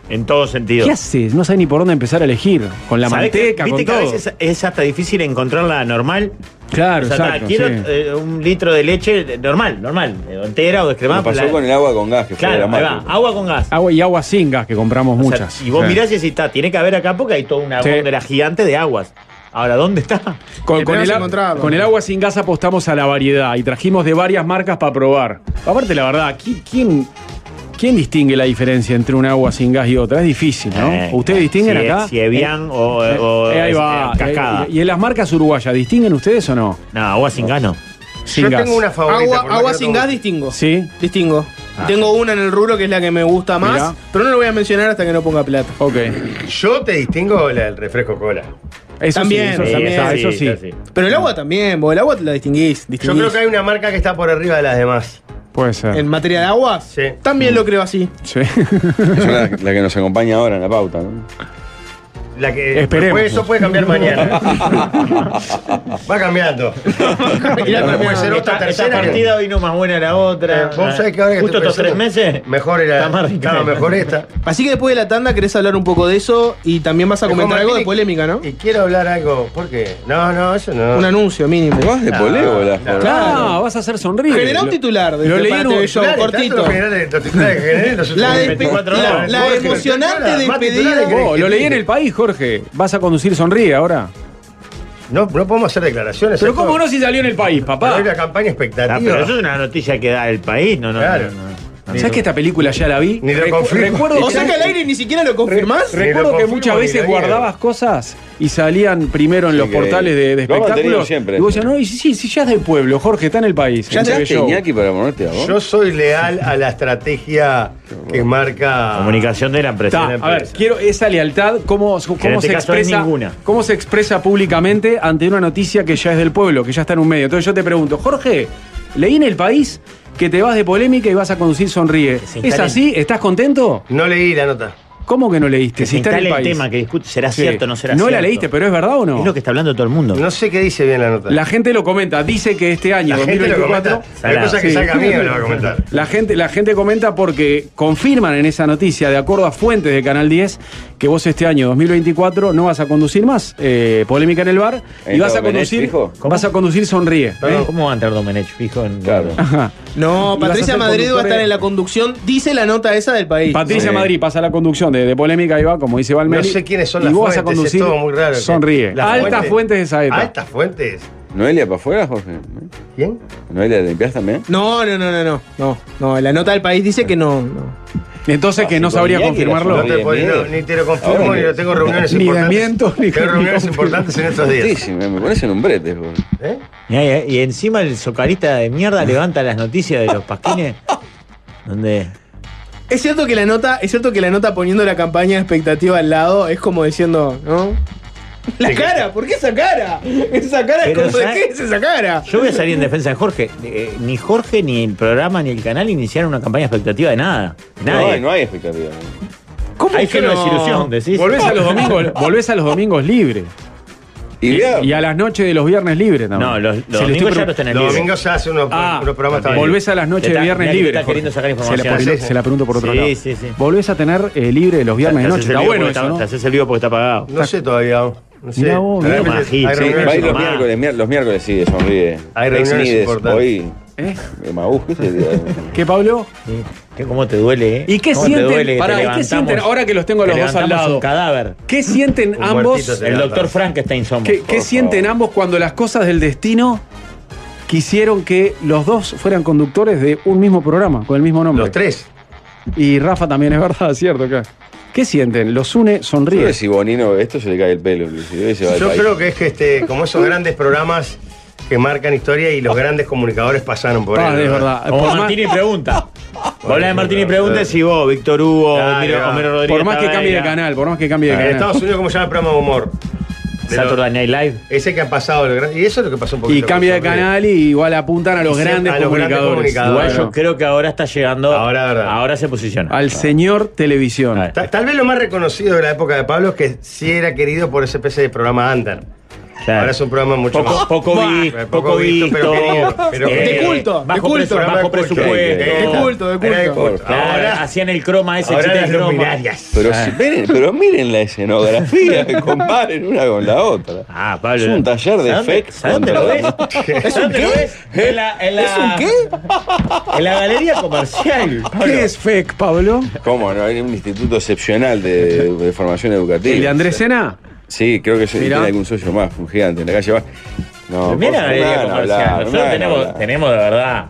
Speaker 5: En todo sentido.
Speaker 2: ¿Qué haces? No sabes ni por dónde empezar a elegir. Con la
Speaker 5: ¿Sabés que-
Speaker 2: manteca, con
Speaker 5: viste que a
Speaker 2: todo.
Speaker 5: veces es hasta difícil encontrar la normal.
Speaker 2: Claro,
Speaker 5: O sea,
Speaker 2: exacto.
Speaker 5: quiero
Speaker 2: sí.
Speaker 5: eh, un litro de leche normal, normal, eh, entera o descremada.
Speaker 1: Me pasó
Speaker 5: la-
Speaker 1: con el agua con gas, que fue
Speaker 5: Claro, ahí va,
Speaker 1: dramático.
Speaker 5: agua con gas.
Speaker 2: Agua y agua sin gas, que compramos
Speaker 5: O sea,
Speaker 2: muchas.
Speaker 5: y vos
Speaker 2: Sí.
Speaker 5: mirás y decís, está, tiene que haber acá porque hay toda una
Speaker 2: Sí.
Speaker 5: góndola gigante de aguas. Ahora, ¿dónde está?
Speaker 2: Con, con
Speaker 3: Esperamos
Speaker 2: el, a-
Speaker 3: encontrarlo.
Speaker 2: con el agua sin gas apostamos a la variedad y trajimos de varias marcas para probar. Aparte, la verdad, ¿qui- ¿quién, quién distingue la diferencia entre un agua sin gas y otra? Es difícil, ¿no?
Speaker 5: Eh,
Speaker 2: ¿Ustedes distinguen
Speaker 5: si-
Speaker 2: acá?
Speaker 5: Si Evian o,
Speaker 2: Eh,
Speaker 5: o-
Speaker 2: eh, ahí
Speaker 5: es-
Speaker 2: va.
Speaker 5: eh, Cascada.
Speaker 2: Eh, y en las marcas uruguayas, ¿distinguen ustedes o no?
Speaker 5: no, agua sin gano.
Speaker 2: Sin
Speaker 4: Yo
Speaker 2: gas.
Speaker 4: tengo una favorita.
Speaker 3: Agua,
Speaker 4: por más
Speaker 3: agua
Speaker 4: que no
Speaker 3: sin
Speaker 4: te
Speaker 3: gas
Speaker 4: guste.
Speaker 3: distingo.
Speaker 2: ¿Sí? Ah.
Speaker 3: Distingo. Tengo una en el rubro que es la que me gusta más,
Speaker 2: Mirá.
Speaker 3: pero no la voy a mencionar hasta que no ponga plata.
Speaker 2: Ok.
Speaker 4: Yo te distingo la del refresco cola.
Speaker 2: Eso
Speaker 3: También,
Speaker 2: sí, eso,
Speaker 3: sí,
Speaker 2: está,
Speaker 5: esa
Speaker 2: eso sí.
Speaker 5: esa
Speaker 3: Pero el agua también, vos el agua te la distinguís.
Speaker 4: Yo
Speaker 3: distinguís.
Speaker 4: creo que hay una marca que está por arriba de las demás.
Speaker 2: Puede ser.
Speaker 3: En materia de agua,
Speaker 4: Sí.
Speaker 3: también lo creo así.
Speaker 2: Sí.
Speaker 1: Es la, la que nos acompaña ahora en la pauta, ¿no?
Speaker 4: La que
Speaker 2: Esperemos.
Speaker 4: Pues eso puede cambiar mañana. Va cambiando. Mirá, pero puede ser otra
Speaker 5: Esta- esta
Speaker 4: tercera. que-
Speaker 5: partida vino más buena la
Speaker 4: Eh,
Speaker 5: otra.
Speaker 4: Vos sabés que ahora que
Speaker 5: Justo
Speaker 4: estoy
Speaker 5: estos tres
Speaker 4: pensando,
Speaker 5: meses.
Speaker 4: Mejor era.
Speaker 5: está más rica.
Speaker 4: Estaba mejor esta.
Speaker 3: Así que después de la tanda querés hablar un poco de eso y también vas a comentar
Speaker 4: Juan
Speaker 3: algo
Speaker 4: Martín,
Speaker 3: de polémica, ¿no?
Speaker 4: Y quiero hablar algo. ¿Por qué? No, no, eso no.
Speaker 3: Un anuncio mínimo.
Speaker 1: Te vas de poleo, la
Speaker 4: no.
Speaker 1: joder.
Speaker 2: Ah, vas a hacer sonríe.
Speaker 3: Generá un
Speaker 2: Lo-
Speaker 3: titular de
Speaker 2: lo
Speaker 3: este
Speaker 2: leí
Speaker 3: para
Speaker 2: en un-
Speaker 3: TV Show,
Speaker 4: Claro, tanto
Speaker 3: cortito.
Speaker 4: los generales, los titulares que generales, los
Speaker 3: La,
Speaker 4: últimos
Speaker 3: despe-
Speaker 5: 24
Speaker 3: la-
Speaker 5: horas.
Speaker 3: la
Speaker 4: Jorge,
Speaker 3: emocionante
Speaker 4: titulares, más
Speaker 3: despedida.
Speaker 4: titulares que-
Speaker 2: Oh, lo leí en el país, Jorge. Vas a conducir sonríe ahora.
Speaker 4: No, no podemos hacer declaraciones.
Speaker 2: Pero
Speaker 4: esto-
Speaker 2: ¿cómo no si salió en el país,
Speaker 4: Pero
Speaker 2: papá?
Speaker 4: Hay una campaña expectativa.
Speaker 5: Ah, pero eso es una noticia que da el país, no, no.
Speaker 4: Claro.
Speaker 5: no, no.
Speaker 2: ¿Sabes que esta película ya la vi?
Speaker 4: Ni lo
Speaker 2: Recu-
Speaker 4: confirmo.
Speaker 2: Recuerdo,
Speaker 3: O sea que al aire ni siquiera lo confirmás.
Speaker 4: Re-
Speaker 2: recuerdo
Speaker 4: Ni lo
Speaker 2: que
Speaker 4: confirmo
Speaker 2: muchas
Speaker 4: ni
Speaker 2: veces
Speaker 4: lo niego.
Speaker 2: guardabas cosas y salían primero en los
Speaker 1: que
Speaker 2: portales de, de
Speaker 1: lo hemos mantenido
Speaker 2: espectáculos.
Speaker 1: siempre.
Speaker 2: Y vos decías, no, y sí, sí, sí, ya es del pueblo, Jorge, está en el país.
Speaker 1: ¿Ya
Speaker 2: en TV
Speaker 1: entraste,
Speaker 2: Show.
Speaker 1: Iñaki, para ponerte a vos?
Speaker 4: Yo soy leal a la estrategia que marca.
Speaker 5: Comunicación de la
Speaker 2: Está,
Speaker 5: empresa.
Speaker 2: a ver, quiero esa lealtad, cómo, cómo
Speaker 5: este
Speaker 2: se
Speaker 5: caso no hay
Speaker 2: expresa,
Speaker 5: ninguna.
Speaker 2: cómo se expresa públicamente ante una noticia que ya es del pueblo, que ya está en un medio. Entonces yo te pregunto, Jorge, leí en el país que te vas de polémica y vas a conducir sonríe.
Speaker 5: se
Speaker 2: ¿Es
Speaker 5: instalen-
Speaker 2: así? ¿Estás contento?
Speaker 4: No leí la nota.
Speaker 2: ¿Cómo que no leíste? Si está en
Speaker 5: Central
Speaker 2: el
Speaker 5: el
Speaker 2: país.
Speaker 5: tema que discute, ¿será
Speaker 2: Sí.
Speaker 5: cierto o no será
Speaker 2: No
Speaker 5: cierto?
Speaker 2: la leíste, pero es verdad o no?
Speaker 5: Es lo que está hablando todo el mundo.
Speaker 4: No sé qué dice bien la nota.
Speaker 2: La gente lo comenta, dice que este año,
Speaker 4: La gente lo
Speaker 2: 2024,
Speaker 4: comenta. Hay cosas que
Speaker 2: Sí.
Speaker 4: saca mío lo va a comentar.
Speaker 2: La gente, la gente comenta porque confirman en esa noticia, de acuerdo a fuentes de Canal 10, que vos este año 2024 no vas a conducir más eh, polémica en el bar y
Speaker 1: ¿Entra
Speaker 2: vas a
Speaker 1: Domenech,
Speaker 2: conducir,
Speaker 1: fijo?
Speaker 2: vas a conducir sonríe. ¿eh?
Speaker 5: Perdón, ¿Cómo va a entrar Domenech? Fijo en.
Speaker 1: Claro.
Speaker 2: Ajá.
Speaker 3: No,
Speaker 2: Y vas a
Speaker 3: Patricia
Speaker 2: ser
Speaker 3: Madrid va a estar
Speaker 2: conductora.
Speaker 3: en la conducción, dice la nota esa del país.
Speaker 2: Patricia
Speaker 1: Sí.
Speaker 2: Madrid pasa la conducción de, de polémica y va, como dice Valmeri.
Speaker 4: No sé quiénes son
Speaker 2: y
Speaker 4: las
Speaker 2: vos
Speaker 4: fuentes,
Speaker 2: vas a conducir
Speaker 4: es todo muy raro.
Speaker 2: sonríe.
Speaker 4: Las
Speaker 2: Altas fuentes de Saeta.
Speaker 4: Altas fuentes.
Speaker 1: ¿Noelia para afuera, Jorge? ¿Eh?
Speaker 4: ¿Quién?
Speaker 1: ¿Noelia limpiás también?
Speaker 3: No, no, no, no, no, no, no, la nota del país dice que no, no.
Speaker 2: Entonces que Eh, no sabría
Speaker 1: Bien,
Speaker 2: confirmarlo.
Speaker 4: No
Speaker 1: bien,
Speaker 4: te puedo-
Speaker 1: bien.
Speaker 4: no, ni te lo confirmo,
Speaker 1: Ahora
Speaker 4: ni
Speaker 1: que-
Speaker 4: lo tengo reuniones
Speaker 2: Ni
Speaker 4: importantes.
Speaker 2: desmiento, ni-
Speaker 4: Tengo
Speaker 2: ni
Speaker 4: reuniones
Speaker 2: confirmo.
Speaker 4: importantes en estos días.
Speaker 1: Justísimo, me pones en un brete. boludo.
Speaker 4: ¿Eh?
Speaker 5: Y, ahí- y encima el socarista de mierda levanta las noticias de los pasquines. donde.
Speaker 3: Es cierto que la nota, es cierto que la nota poniendo la campaña de expectativa al lado es como diciendo, ¿no? La
Speaker 4: Sí, que-
Speaker 3: cara, ¿por qué esa cara? Esa cara es
Speaker 5: Pero,
Speaker 3: como, ¿de
Speaker 5: ¿sabes?
Speaker 3: qué es esa cara?
Speaker 5: Yo voy a salir en defensa de Jorge. Eh, ni Jorge, ni el programa, ni el canal iniciaron una campaña expectativa de nada. Nadie.
Speaker 1: No, hay, no hay expectativa.
Speaker 3: ¿Cómo
Speaker 5: Hay
Speaker 3: que
Speaker 5: que no
Speaker 3: no?
Speaker 5: desilusión, decís.
Speaker 2: Volvés a los domingos, volvés a los domingos libres.
Speaker 1: Y, vea-
Speaker 2: Y a las noches de los viernes libres también.
Speaker 5: No, los, los
Speaker 2: Se le estoy
Speaker 5: domingos ya
Speaker 2: pre-
Speaker 5: los tenés
Speaker 4: Los
Speaker 5: libres.
Speaker 4: domingos se hace unos,
Speaker 2: Ah,
Speaker 4: unos programas también.
Speaker 2: volvés a las noches
Speaker 5: Te
Speaker 2: de
Speaker 5: está-
Speaker 2: viernes
Speaker 5: mirá que
Speaker 2: libres.
Speaker 5: está queriendo
Speaker 2: Jorge.
Speaker 5: sacar información.
Speaker 2: Se la,
Speaker 4: Sí,
Speaker 2: pregunto-
Speaker 4: sí.
Speaker 2: se la pregunto por otro
Speaker 5: Sí,
Speaker 2: lado.
Speaker 5: sí, sí.
Speaker 2: Volvés a tener eh, libre los viernes de
Speaker 5: Te haces
Speaker 2: noche.
Speaker 5: el
Speaker 2: Está
Speaker 5: vivo
Speaker 2: bueno
Speaker 5: porque
Speaker 2: eso,
Speaker 5: está-
Speaker 2: ¿no?
Speaker 5: Te haces el vivo porque está pagado.
Speaker 4: No sé todavía. aún. No sé.
Speaker 2: Mirá vos,
Speaker 4: Hay
Speaker 2: mirá,
Speaker 4: reuniones-
Speaker 5: Magín,
Speaker 4: hay
Speaker 5: sí,
Speaker 4: reuniones
Speaker 1: Va a ir los
Speaker 5: Mamá.
Speaker 1: miércoles, mier- los miércoles sí, sonríe.
Speaker 4: Hay reuniones
Speaker 1: Ex-Nides,
Speaker 4: importantes.
Speaker 1: Hoy,
Speaker 2: ¿Eh?
Speaker 1: eh, Maús, ¿qué te digo?
Speaker 2: ¿Qué, Pablo?
Speaker 5: Sí. ¿Qué- ¿Cómo te duele, eh?
Speaker 2: ¿Y qué
Speaker 5: ¿Cómo te duele
Speaker 2: sienten?
Speaker 5: que
Speaker 2: Pará,
Speaker 5: te
Speaker 2: ¿y qué
Speaker 5: levantamos-
Speaker 2: sienten ahora que los tengo a los
Speaker 5: te
Speaker 2: dos al
Speaker 5: levantamos
Speaker 2: lado?
Speaker 5: Un cadáver.
Speaker 2: ¿Qué sienten
Speaker 4: Un muertito
Speaker 2: ambos?
Speaker 4: se
Speaker 5: El
Speaker 4: levanta.
Speaker 5: doctor Frankenstein somos.
Speaker 2: ¿Qué, qué
Speaker 1: favor.
Speaker 2: sienten ambos cuando las cosas del destino quisieron que los dos fueran conductores de un mismo programa, con el mismo nombre?
Speaker 4: Los tres.
Speaker 2: Y Rafa también es verdad, cierto, claro. ¿Qué sienten? Los une,
Speaker 1: Creo que
Speaker 2: sonríe.
Speaker 1: si Bonino ve esto se le cae el pelo, inclusive. y se va al
Speaker 4: Yo
Speaker 1: país.
Speaker 4: creo que es que este, como esos grandes programas que marcan historia y los grandes comunicadores pasaron por
Speaker 2: Ah,
Speaker 4: él.
Speaker 2: es
Speaker 4: ¿no?
Speaker 2: verdad.
Speaker 5: O
Speaker 2: Por más-
Speaker 5: Ah. Martini pregunta. Vos hablás de Martini
Speaker 4: claro,
Speaker 5: pregunta
Speaker 4: claro.
Speaker 5: si vos, Víctor Hugo,
Speaker 4: Claro,
Speaker 5: Homero,
Speaker 4: claro.
Speaker 5: Homero Rodríguez.
Speaker 2: Por más que cambie de
Speaker 5: Taveira,
Speaker 2: canal, por más que cambie de
Speaker 4: Ah, En
Speaker 2: canal.
Speaker 4: Eh, Estados Unidos, ¿cómo se llama el programa de humor? De los-
Speaker 5: Saturday Night Live.
Speaker 4: ese que han pasado. los gran- Y eso es lo que pasó un poquito.
Speaker 2: Y cambia de
Speaker 4: con Sonríe.
Speaker 2: canal y igual apuntan a los
Speaker 4: Sí,
Speaker 2: grandes
Speaker 4: a los grandes
Speaker 2: comunicadores.
Speaker 4: comunicadores.
Speaker 5: Igual
Speaker 4: Claro.
Speaker 5: yo creo que ahora está llegando.
Speaker 4: Ahora, ahora.
Speaker 5: se posiciona.
Speaker 2: Al señor televisión.
Speaker 5: A ver.
Speaker 4: Ta- Tal vez lo más reconocido de la época de Pablo es que sí era querido por ese especie de programa Under.
Speaker 5: Claro.
Speaker 4: Ahora es un programa mucho
Speaker 5: poco,
Speaker 4: más.
Speaker 5: poco, vi-
Speaker 4: Bah,
Speaker 5: poco visto, Eh,
Speaker 4: pero querido, pero
Speaker 3: De
Speaker 4: querido.
Speaker 3: culto, de
Speaker 5: bajo
Speaker 3: culto,
Speaker 5: presu-
Speaker 4: programa
Speaker 5: bajo
Speaker 4: de culto.
Speaker 5: presupuesto.
Speaker 4: Eh,
Speaker 3: De culto, de
Speaker 4: Era de
Speaker 3: culto.
Speaker 4: culto.
Speaker 5: Claro,
Speaker 4: Ahora,
Speaker 5: hacían el croma Ah, ese
Speaker 4: ahora
Speaker 5: chiste
Speaker 4: las
Speaker 5: de croma.
Speaker 4: luminarias.
Speaker 1: Pero,
Speaker 2: Ah.
Speaker 1: si- miren, pero miren la escenografía, comparen una con la otra.
Speaker 5: Ah, Pablo.
Speaker 1: Es un taller de
Speaker 5: ¿Sabes dónde-
Speaker 1: efectos.
Speaker 5: ¿Sabes dónde lo ves? ¿Sabes dónde lo ves? En la, en la,
Speaker 3: ¿Es un qué?
Speaker 5: En la galería comercial. Pablo.
Speaker 2: ¿Qué es fake, Pablo?
Speaker 1: ¿Cómo no? Hay un instituto excepcional de, de formación educativa.
Speaker 2: ¿El de Andrés Sena?
Speaker 1: Sí, creo que soy,
Speaker 2: Mirá.
Speaker 1: tiene algún socio más, un gigante en la calle va. No,
Speaker 5: También la
Speaker 1: por-
Speaker 5: galería
Speaker 1: no, no
Speaker 5: comercial.
Speaker 1: hablar,
Speaker 5: eh, Nosotros
Speaker 1: no,
Speaker 5: tenemos,
Speaker 1: no,
Speaker 5: tenemos de verdad.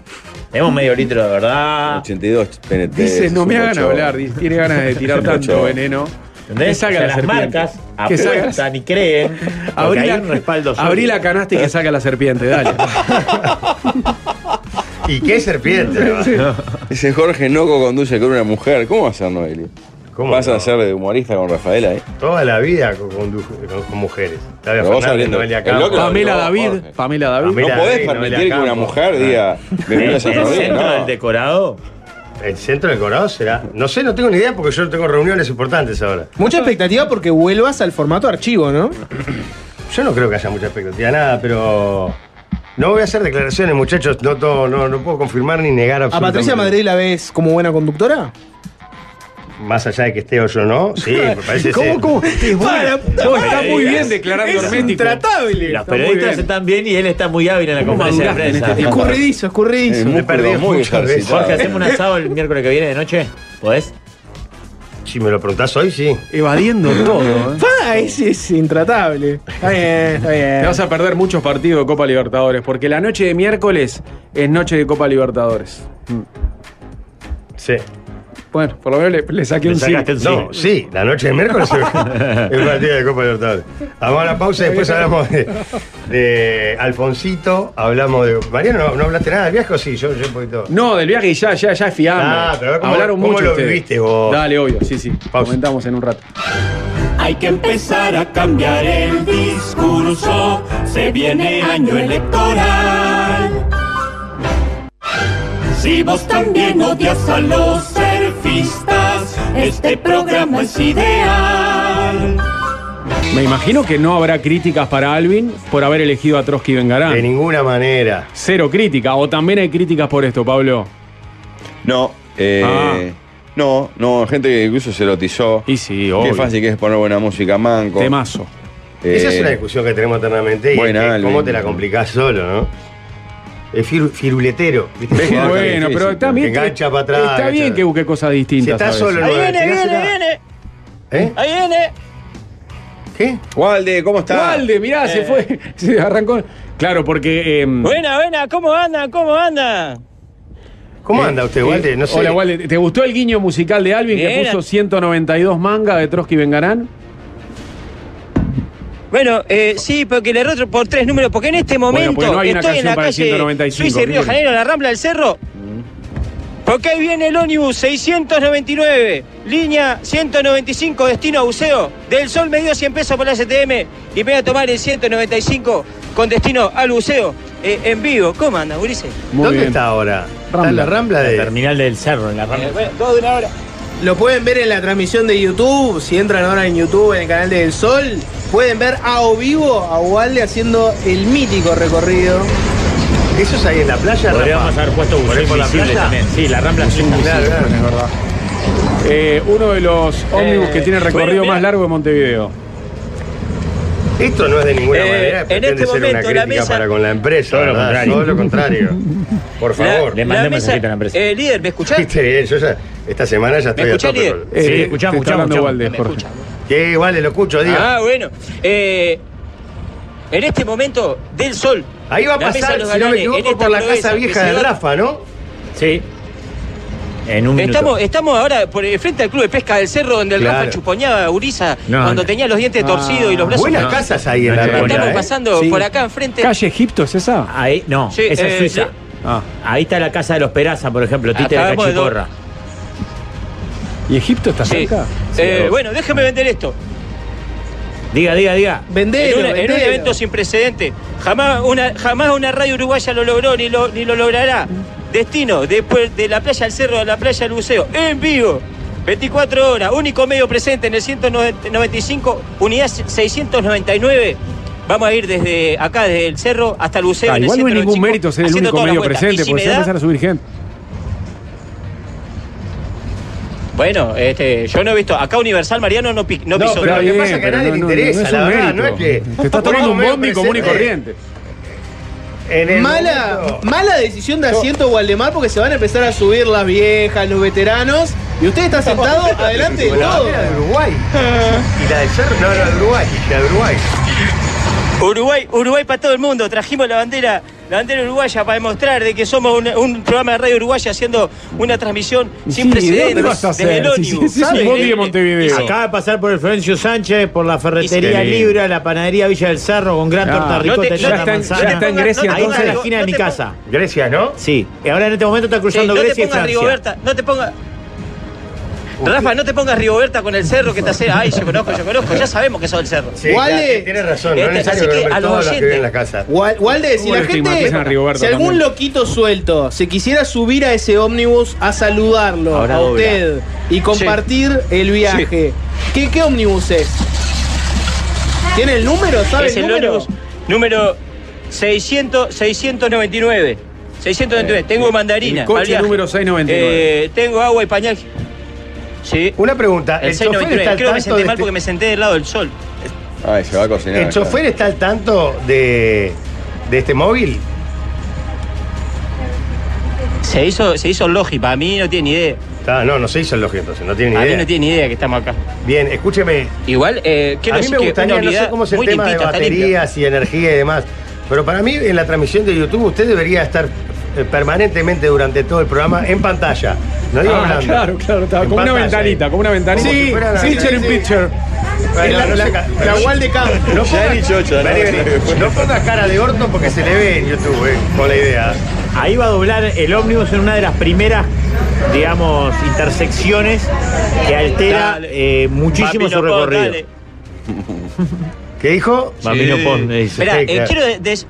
Speaker 5: Tenemos medio litro de verdad.
Speaker 1: 82 PNT.
Speaker 2: Dice, no me hagan
Speaker 1: ocho.
Speaker 2: hablar. dice, Tiene ganas de tirar
Speaker 1: Es un
Speaker 2: tanto
Speaker 1: ocho.
Speaker 2: veneno.
Speaker 5: ¿Entendés?
Speaker 2: Que salga
Speaker 5: O sea,
Speaker 2: la
Speaker 5: las
Speaker 2: serpiente.
Speaker 5: marcas
Speaker 2: Que salga-
Speaker 5: apuestan y creen. porque
Speaker 2: Abrí
Speaker 5: hay
Speaker 2: la,
Speaker 5: un respaldo sólido.
Speaker 2: abrí la canasta y que saca la serpiente, dale.
Speaker 4: Y qué serpiente. ¿no?
Speaker 1: Dice Jorge Noco conduce con una mujer. ¿Cómo vas a ser Noelia?
Speaker 4: ¿Cómo
Speaker 1: Vas
Speaker 4: no?
Speaker 1: a ser de humorista con Rafaela, ¿eh?
Speaker 4: Toda la vida con, con- con- con mujeres. Flavia
Speaker 1: Pero vos
Speaker 4: Fernández,
Speaker 1: abriendo-
Speaker 4: Noelia
Speaker 1: el
Speaker 4: Campos.
Speaker 1: loco-
Speaker 2: Pamela
Speaker 1: no,
Speaker 2: David.
Speaker 1: Jorge.
Speaker 2: Pamela David.
Speaker 4: Mira,
Speaker 1: no podés
Speaker 4: sí,
Speaker 1: permitir
Speaker 4: Noelia
Speaker 1: que una
Speaker 4: Campos.
Speaker 1: mujer diga,
Speaker 5: En
Speaker 1: bienvenido a
Speaker 5: el
Speaker 1: San Rodríguez.
Speaker 5: centro
Speaker 1: No.
Speaker 5: del decorado.
Speaker 4: ¿El centro del Corado será? No sé, no tengo ni idea porque yo no tengo reuniones importantes ahora.
Speaker 3: Mucha expectativa porque vuelvas al formato archivo, ¿no?
Speaker 4: Yo no creo que haya mucha expectativa, nada, Ah, pero. No voy a hacer declaraciones, muchachos. No, to- no, no puedo confirmar ni negar
Speaker 3: ¿A
Speaker 4: absolutamente.
Speaker 3: Patricia Madrid la ves como buena conductora?
Speaker 4: Más allá de que esté o yo no, sí, me parece sí.
Speaker 2: No, está muy bien declarando
Speaker 3: Es
Speaker 2: hermético.
Speaker 3: intratable.
Speaker 5: Los
Speaker 2: Está muy
Speaker 5: periodistas
Speaker 2: bien.
Speaker 5: están bien y él está muy hábil en la conferencia de
Speaker 2: maduraste en
Speaker 5: prensa.
Speaker 2: este tiempo?
Speaker 3: Escurridizo,
Speaker 1: El
Speaker 3: escurridizo.
Speaker 1: músculo
Speaker 4: perdí
Speaker 1: muy
Speaker 4: muchas veces.
Speaker 1: ejercitado.
Speaker 5: Jorge, hacemos un asado el miércoles que viene de noche. ¿Podés?
Speaker 4: Si me lo preguntás hoy, sí.
Speaker 2: Evadiendo todo. ¿eh?
Speaker 3: Pa, Ah, es, es intratable. Está bien, está bien.
Speaker 2: Te vas a perder muchos partidos de Copa Libertadores, porque la noche de miércoles es noche de Copa Libertadores.
Speaker 4: Sí.
Speaker 2: Mm. Bueno, por lo menos le, le saqué
Speaker 5: Le
Speaker 2: un sí.
Speaker 5: sacaste el sí.
Speaker 4: No, sí, la noche de miércoles es un partido de Copa Libertadores. Vamos a la pausa y después hablamos de, de Alfonsito, hablamos de. Mariano, ¿no, no hablaste nada del viaje o sí? Yo, yo un poquito.
Speaker 2: No, del viaje y ya, ya, ya es fiambre.
Speaker 4: Ah, pero a ver cómo-
Speaker 2: Hablaron
Speaker 4: cómo
Speaker 2: mucho
Speaker 4: lo
Speaker 2: ustedes.
Speaker 4: viviste vos.
Speaker 2: Dale, obvio, sí, sí.
Speaker 4: Pausa.
Speaker 2: Comentamos en un rato.
Speaker 7: Hay que empezar a cambiar el discurso, se viene año electoral. Si vos también odias a los surfistas, Este programa es ideal.
Speaker 2: Me imagino que no habrá críticas para Alvin por haber elegido a Trotsky y
Speaker 4: De
Speaker 2: Bengarán.
Speaker 4: ninguna manera.
Speaker 2: Cero crítica. O también hay críticas por esto, Pablo.
Speaker 1: No, eh,
Speaker 2: Ah.
Speaker 1: no, no, gente que incluso se erotizó.
Speaker 2: Y sí,
Speaker 1: Qué
Speaker 2: obvio.
Speaker 1: fácil que es poner buena música, manco.
Speaker 2: Temazo.
Speaker 1: Eh,
Speaker 4: Esa es una discusión que tenemos eternamente. Y
Speaker 1: Buena,
Speaker 4: es que cómo
Speaker 1: Alvin.
Speaker 4: te la complicás solo, ¿no? Es fir- firuletero. ¿viste?
Speaker 1: Ves que
Speaker 4: Jugador que-
Speaker 2: Bueno,
Speaker 1: difícil,
Speaker 2: pero está
Speaker 1: porque
Speaker 2: bien. que-
Speaker 4: engancha para atrás,
Speaker 2: Está bien
Speaker 4: engancha-
Speaker 2: que busque cosas distintas.
Speaker 4: Si
Speaker 2: a
Speaker 4: estás
Speaker 2: veces.
Speaker 4: solo, no
Speaker 5: Ahí viene,
Speaker 4: tenés
Speaker 5: viene,
Speaker 4: nada.
Speaker 5: viene.
Speaker 4: ¿Eh?
Speaker 5: Ahí viene.
Speaker 4: ¿Qué?
Speaker 1: Walde, ¿cómo está?
Speaker 2: Valde, mirá, se fue. Se arrancó. Eh. Claro, porque. eh,
Speaker 5: Buena, buena. ¿Cómo andan? ¿Cómo andan?
Speaker 4: ¿Cómo
Speaker 2: eh,
Speaker 4: anda usted,
Speaker 2: eh,
Speaker 4: Walde? No sé.
Speaker 2: Hola, Walde. ¿Te gustó el guiño musical de Alvin que
Speaker 5: Bien.
Speaker 2: puso 192 manga de Trotsky y Bengarán?
Speaker 8: Bueno, eh, sí, porque le roto por tres números, porque en este
Speaker 2: Bueno,
Speaker 8: momento
Speaker 2: porque no hay una
Speaker 8: estoy en
Speaker 2: canción
Speaker 8: la
Speaker 2: para el
Speaker 8: calle
Speaker 2: 195,
Speaker 8: Suiza y Río
Speaker 2: Miguel.
Speaker 8: de Janeiro, en la Rambla del Cerro. Porque ahí viene el ómnibus 699, línea 195, destino a Buceo. Del Sol me dio 100 pesos por la STM y me voy a tomar el 195 con destino al Buceo eh, en vivo. ¿Cómo anda, Ulises?
Speaker 2: Muy
Speaker 4: ¿Dónde
Speaker 2: bien.
Speaker 4: está ahora? Está
Speaker 2: Rambla.
Speaker 4: en la rambla de.
Speaker 5: Terminal del cerro, en la rambla.
Speaker 8: Eh, bueno, todo de una hora.
Speaker 3: Lo pueden ver en la transmisión de YouTube. Si entran ahora en YouTube, en el canal del Sol, pueden ver a o vivo a Walde haciendo el mítico recorrido.
Speaker 4: ¿Eso es ahí en la playa,
Speaker 5: Podríamos
Speaker 4: Rafa?
Speaker 5: haber puesto
Speaker 4: ahí
Speaker 5: buceo
Speaker 4: por la
Speaker 5: invisible
Speaker 4: playa?
Speaker 5: también. Sí, la rambla es
Speaker 4: Claro, claro.
Speaker 2: Eh, uno de los ómnibus
Speaker 4: Eh,
Speaker 2: que tiene recorrido
Speaker 5: bueno, mira.
Speaker 2: más largo de Montevideo.
Speaker 4: Esto no es de ninguna
Speaker 8: Eh,
Speaker 4: manera.
Speaker 8: en
Speaker 4: Pretende
Speaker 8: este
Speaker 4: ser una
Speaker 8: momento, la
Speaker 4: crítica
Speaker 8: mesa-
Speaker 4: para con la empresa.
Speaker 5: Todo lo
Speaker 4: ¿verdad?
Speaker 5: contrario.
Speaker 4: Todo lo contrario. Por favor.
Speaker 5: Le mandé mensajito a la empresa.
Speaker 8: Eh, líder, ¿me escuchás?
Speaker 4: Viste bien, yo ya. Esta semana ya
Speaker 8: ¿Me
Speaker 4: estoy a
Speaker 8: escuchá,
Speaker 4: tope
Speaker 8: líder?
Speaker 4: con-
Speaker 5: Sí,
Speaker 2: Eh, te-
Speaker 5: escuchamos,
Speaker 2: te está hablando
Speaker 5: escuchamos,
Speaker 2: Walde,
Speaker 8: ¿Me
Speaker 2: Jorge.
Speaker 8: escuchas?
Speaker 4: Que vale, lo escucho, diga.
Speaker 8: Ah, bueno. Eh, en este momento, del sol.
Speaker 4: Ahí va a
Speaker 8: la mesa
Speaker 4: pasar,
Speaker 8: de los
Speaker 4: si no me
Speaker 8: galanes, en
Speaker 4: equivoco,
Speaker 8: esta
Speaker 4: por la
Speaker 8: proeza
Speaker 4: casa vieja
Speaker 8: que
Speaker 4: de
Speaker 8: se da-
Speaker 4: Rafa, ¿no?
Speaker 5: Sí. En un minuto.
Speaker 8: Estamos, estamos ahora por el frente al club de pesca del cerro donde el
Speaker 4: Claro.
Speaker 8: Rafa chuponeaba a Uriza
Speaker 5: No,
Speaker 8: cuando
Speaker 5: no.
Speaker 8: tenía los
Speaker 5: Ah.
Speaker 8: dientes torcidos y los brazos.
Speaker 4: Buenas
Speaker 5: no.
Speaker 4: casas ahí en la
Speaker 5: No, no,
Speaker 4: rambla.
Speaker 8: Estamos
Speaker 5: Hola,
Speaker 4: ¿eh?
Speaker 8: pasando
Speaker 2: Sí.
Speaker 8: por acá enfrente.
Speaker 2: ¿Calle Egipto es esa?
Speaker 5: Ahí, no,
Speaker 8: Sí,
Speaker 5: esa es
Speaker 8: eh,
Speaker 5: Suiza.
Speaker 8: sí.
Speaker 2: Ah.
Speaker 5: Ahí está la casa de los Peraza, por ejemplo, Tite de la
Speaker 8: Acabamos de do-
Speaker 5: Cachiporra.
Speaker 2: ¿Y Egipto está
Speaker 8: Sí.
Speaker 2: cerca?
Speaker 8: Eh, bueno, déjeme vender esto.
Speaker 5: Diga, diga, diga.
Speaker 8: En,
Speaker 3: Vendelo,
Speaker 8: una- en
Speaker 3: vendelo.
Speaker 8: un evento sin precedente. Jamás una, jamás una radio uruguaya lo logró ni lo, ni lo logrará. Destino, después de la playa al cerro, de la playa al buceo, en vivo. 24 horas, único medio presente en el 195, unidad 699. Vamos a ir desde acá, desde el cerro hasta el buceo.
Speaker 2: Ah,
Speaker 8: en el
Speaker 2: igual no hay ningún
Speaker 8: 195,
Speaker 2: mérito ser el
Speaker 8: haciendo
Speaker 2: único
Speaker 8: todas las
Speaker 2: medio
Speaker 8: vueltas.
Speaker 2: presente,
Speaker 8: Y si me
Speaker 2: porque se va a
Speaker 8: da-
Speaker 2: empezar a subir gente.
Speaker 8: Bueno, este, yo no he visto. Acá Universal Mariano no, pi- no
Speaker 4: No,
Speaker 8: pisó.
Speaker 4: pero
Speaker 8: nada.
Speaker 4: lo que pasa es que a
Speaker 2: pero
Speaker 4: nadie
Speaker 2: no,
Speaker 4: le
Speaker 2: no,
Speaker 4: interesa,
Speaker 2: no es
Speaker 4: la
Speaker 2: un
Speaker 4: verdad,
Speaker 2: mérito.
Speaker 4: no es que.
Speaker 2: Te estás tomando un
Speaker 4: Medio
Speaker 2: bondi común y
Speaker 4: presente.
Speaker 2: corriente.
Speaker 4: En el
Speaker 3: Mala,
Speaker 4: momento-
Speaker 3: mala decisión de asiento Waldemar porque se van a empezar a subir las viejas, los veteranos. Y usted está sentado adelante de
Speaker 4: Con la
Speaker 3: todo.
Speaker 4: bandera de Uruguay. Y la de Cerro, no, la de Uruguay, la de Uruguay.
Speaker 8: Uruguay, Uruguay para todo el mundo. Trajimos la bandera, la bandera uruguaya para demostrar de que somos un, un programa de radio uruguaya haciendo una transmisión sin
Speaker 2: Sí,
Speaker 8: precedentes
Speaker 2: ¿dónde vas a hacer?
Speaker 8: desde el
Speaker 2: Sí, sí,
Speaker 8: ónibus.
Speaker 2: sí, sí,
Speaker 8: ¿Sabe?
Speaker 2: un bondi de Montevideo.
Speaker 5: Acaba de pasar por el Florencio Sánchez, por la
Speaker 2: Qué
Speaker 5: ferretería
Speaker 2: lindo.
Speaker 5: Libra, la panadería Villa del Cerro, con gran
Speaker 2: Ah,
Speaker 5: torta
Speaker 2: no
Speaker 5: ricota,
Speaker 8: te-
Speaker 5: y
Speaker 8: no
Speaker 5: tarta
Speaker 8: te pongas-
Speaker 5: manzana.
Speaker 2: Ya está en Grecia,
Speaker 5: Ahí está
Speaker 2: entonces.
Speaker 5: la esquina de mi
Speaker 8: No te
Speaker 5: casa.
Speaker 4: Grecia, ¿no?
Speaker 5: Sí. Y ahora en este momento está
Speaker 8: Sí,
Speaker 5: cruzando
Speaker 8: no te
Speaker 5: Grecia y
Speaker 8: pongas
Speaker 5: Francia.
Speaker 8: Rigoberta, no te pongas. Rafa, no te pongas Rigoberta con el cerro que te hace. Ay, yo conozco, yo conozco, ya sabemos que sos el cerro.
Speaker 4: Sí,
Speaker 3: Wale.
Speaker 4: claro, Tienes razón, no es
Speaker 8: Este,
Speaker 4: necesario
Speaker 8: así
Speaker 4: que
Speaker 8: que
Speaker 4: nombre
Speaker 8: a los
Speaker 4: todos los que
Speaker 8: oyentes.
Speaker 4: viven en la casa.
Speaker 3: Wal- Walde, si
Speaker 2: Uy,
Speaker 3: la
Speaker 2: lo estigmatizan a
Speaker 3: gente,
Speaker 2: Rigoberto
Speaker 3: si algún
Speaker 2: también.
Speaker 3: loquito suelto se quisiera subir a ese ómnibus a saludarlo
Speaker 5: Ahora
Speaker 3: a
Speaker 5: dobla.
Speaker 3: usted y compartir el viaje, ¿qué, qué ómnibus es? ¿Tiene el número? ¿Sabe
Speaker 8: es
Speaker 3: el
Speaker 8: el
Speaker 3: número?
Speaker 8: ónibus número 600, 699. 699. tengo mandarina.
Speaker 2: el coche
Speaker 8: al viaje.
Speaker 2: número 699.
Speaker 8: Eh, tengo agua y pañal. Sí.
Speaker 4: Una pregunta,
Speaker 8: El
Speaker 4: ¿el chofer
Speaker 8: 699.
Speaker 4: está al
Speaker 8: Creo que me
Speaker 4: tanto
Speaker 8: senté
Speaker 4: de
Speaker 8: mal
Speaker 4: este-
Speaker 8: porque me senté del lado del sol.
Speaker 1: Ay, se va a cocinar.
Speaker 4: el chofer está al tanto de de este móvil?
Speaker 8: Se hizo, se hizo lógico. Para mí no tiene ni idea.
Speaker 4: Está- no, no se hizo el lógico, entonces, no tiene
Speaker 8: A
Speaker 4: ni
Speaker 8: mí
Speaker 4: idea.
Speaker 8: no tiene ni idea que estamos acá.
Speaker 4: Bien, escúcheme,
Speaker 8: Igual, eh,
Speaker 4: a
Speaker 8: quiero
Speaker 4: mí
Speaker 8: decir
Speaker 4: me
Speaker 8: que una
Speaker 4: gustaría, no
Speaker 8: unidad
Speaker 4: sé cómo es el
Speaker 8: muy
Speaker 4: tema de
Speaker 8: limpita, está limpia.
Speaker 4: baterías y energía y demás, pero para mí en la transmisión de YouTube usted debería estar eh, permanentemente durante todo el programa en pantalla. No digo
Speaker 2: Ah,
Speaker 4: hablando.
Speaker 2: claro, claro. estaba
Speaker 4: En
Speaker 2: Como una
Speaker 4: pantalla,
Speaker 2: ventanita,
Speaker 4: ahí.
Speaker 2: como una ventanita.
Speaker 4: Como si
Speaker 2: Sí,
Speaker 4: fuera la-
Speaker 2: picture in
Speaker 4: sí.
Speaker 2: picture.
Speaker 4: Bueno,
Speaker 3: la,
Speaker 4: no
Speaker 3: la,
Speaker 4: sé-
Speaker 3: la Walde Camp.
Speaker 4: No ponga,
Speaker 1: ni chocha,
Speaker 4: Vení,
Speaker 1: no,
Speaker 4: vení.
Speaker 1: no, no, no.
Speaker 4: No ponga cara de orto porque se le ve en YouTube, eh, con la idea.
Speaker 5: Ahí va a doblar el ómnibus en una de las primeras, digamos, intersecciones que altera
Speaker 8: Dale.
Speaker 5: eh, muchísimo
Speaker 8: Papi,
Speaker 5: su
Speaker 8: no puedo,
Speaker 5: recorrido.
Speaker 8: dale.
Speaker 4: ¿Qué dijo?
Speaker 5: Mami, no puedo, me dice.
Speaker 8: Esperá,
Speaker 4: Sí,
Speaker 8: eh,
Speaker 4: claro.
Speaker 8: quiero, de- des-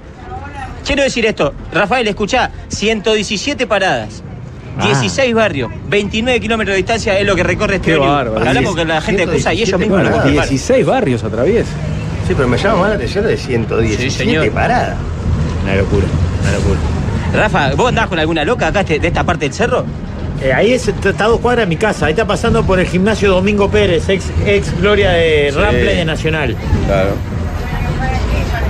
Speaker 8: quiero decir esto. Rafael, escuchá. 117 paradas.
Speaker 2: Ah.
Speaker 8: 16 barrios, 29 kilómetros de distancia es lo que recorre este
Speaker 2: Qué
Speaker 8: ómnibus.
Speaker 2: bárbaro.
Speaker 8: Hablamos con la gente de Cusa y ellos mismos lo
Speaker 2: Bueno,
Speaker 8: confirmaron.
Speaker 2: 16 barrios atraviesa.
Speaker 4: Sí, pero me llama más la atención la de 117
Speaker 8: Sí, señor.
Speaker 4: parada.
Speaker 5: Una locura, una locura.
Speaker 8: Rafa, ¿vos andás con alguna loca acá este- de esta parte del cerro?
Speaker 5: Eh, ahí es, está está a dos cuadras de mi casa. Ahí está pasando por el gimnasio Domingo Pérez, ex, ex gloria de
Speaker 1: Sí.
Speaker 5: Rampla y de Nacional.
Speaker 1: Claro.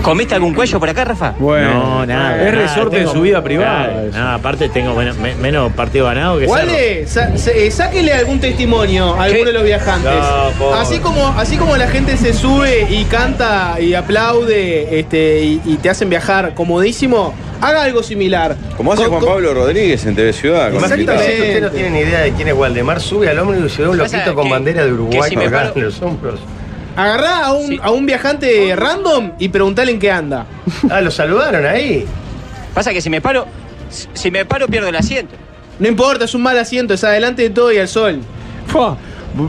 Speaker 8: ¿Comiste algún cuello por acá, Rafa?
Speaker 2: Bueno,
Speaker 5: no, nada.
Speaker 2: es
Speaker 5: nada,
Speaker 2: resorte
Speaker 5: tengo-
Speaker 2: de su vida privada.
Speaker 5: Nada,
Speaker 2: eso.
Speaker 5: nada, aparte tengo bueno, me- menos partido ganado que Cerro.
Speaker 3: Guale, sa- sa- eh, sáquele algún testimonio a alguno de los viajantes.
Speaker 5: No, por-
Speaker 3: así, como, así como la gente se sube y canta y aplaude este, y, y te hacen viajar comodísimo, haga algo similar.
Speaker 1: Como hace
Speaker 3: Con-
Speaker 1: Juan
Speaker 3: con-
Speaker 1: Pablo Rodríguez en TV Ciudad. con
Speaker 4: Imagínate
Speaker 1: invitados.
Speaker 4: que ustedes no tienen idea de quién es Waldemar, sube al ómnibus y se ve un
Speaker 8: Pasa
Speaker 4: loquito con
Speaker 8: que-
Speaker 4: bandera de
Speaker 8: que
Speaker 4: Uruguay
Speaker 8: si me
Speaker 4: colgada
Speaker 8: paro-
Speaker 4: en los hombros.
Speaker 3: Agarrá a un,
Speaker 8: Sí.
Speaker 3: a un viajante random y preguntale en qué anda.
Speaker 4: Ah, lo saludaron ahí.
Speaker 8: Pasa que si me paro, si si me paro pierdo el asiento.
Speaker 3: No importa, es un mal asiento, es adelante de todo y al sol.
Speaker 2: Fua,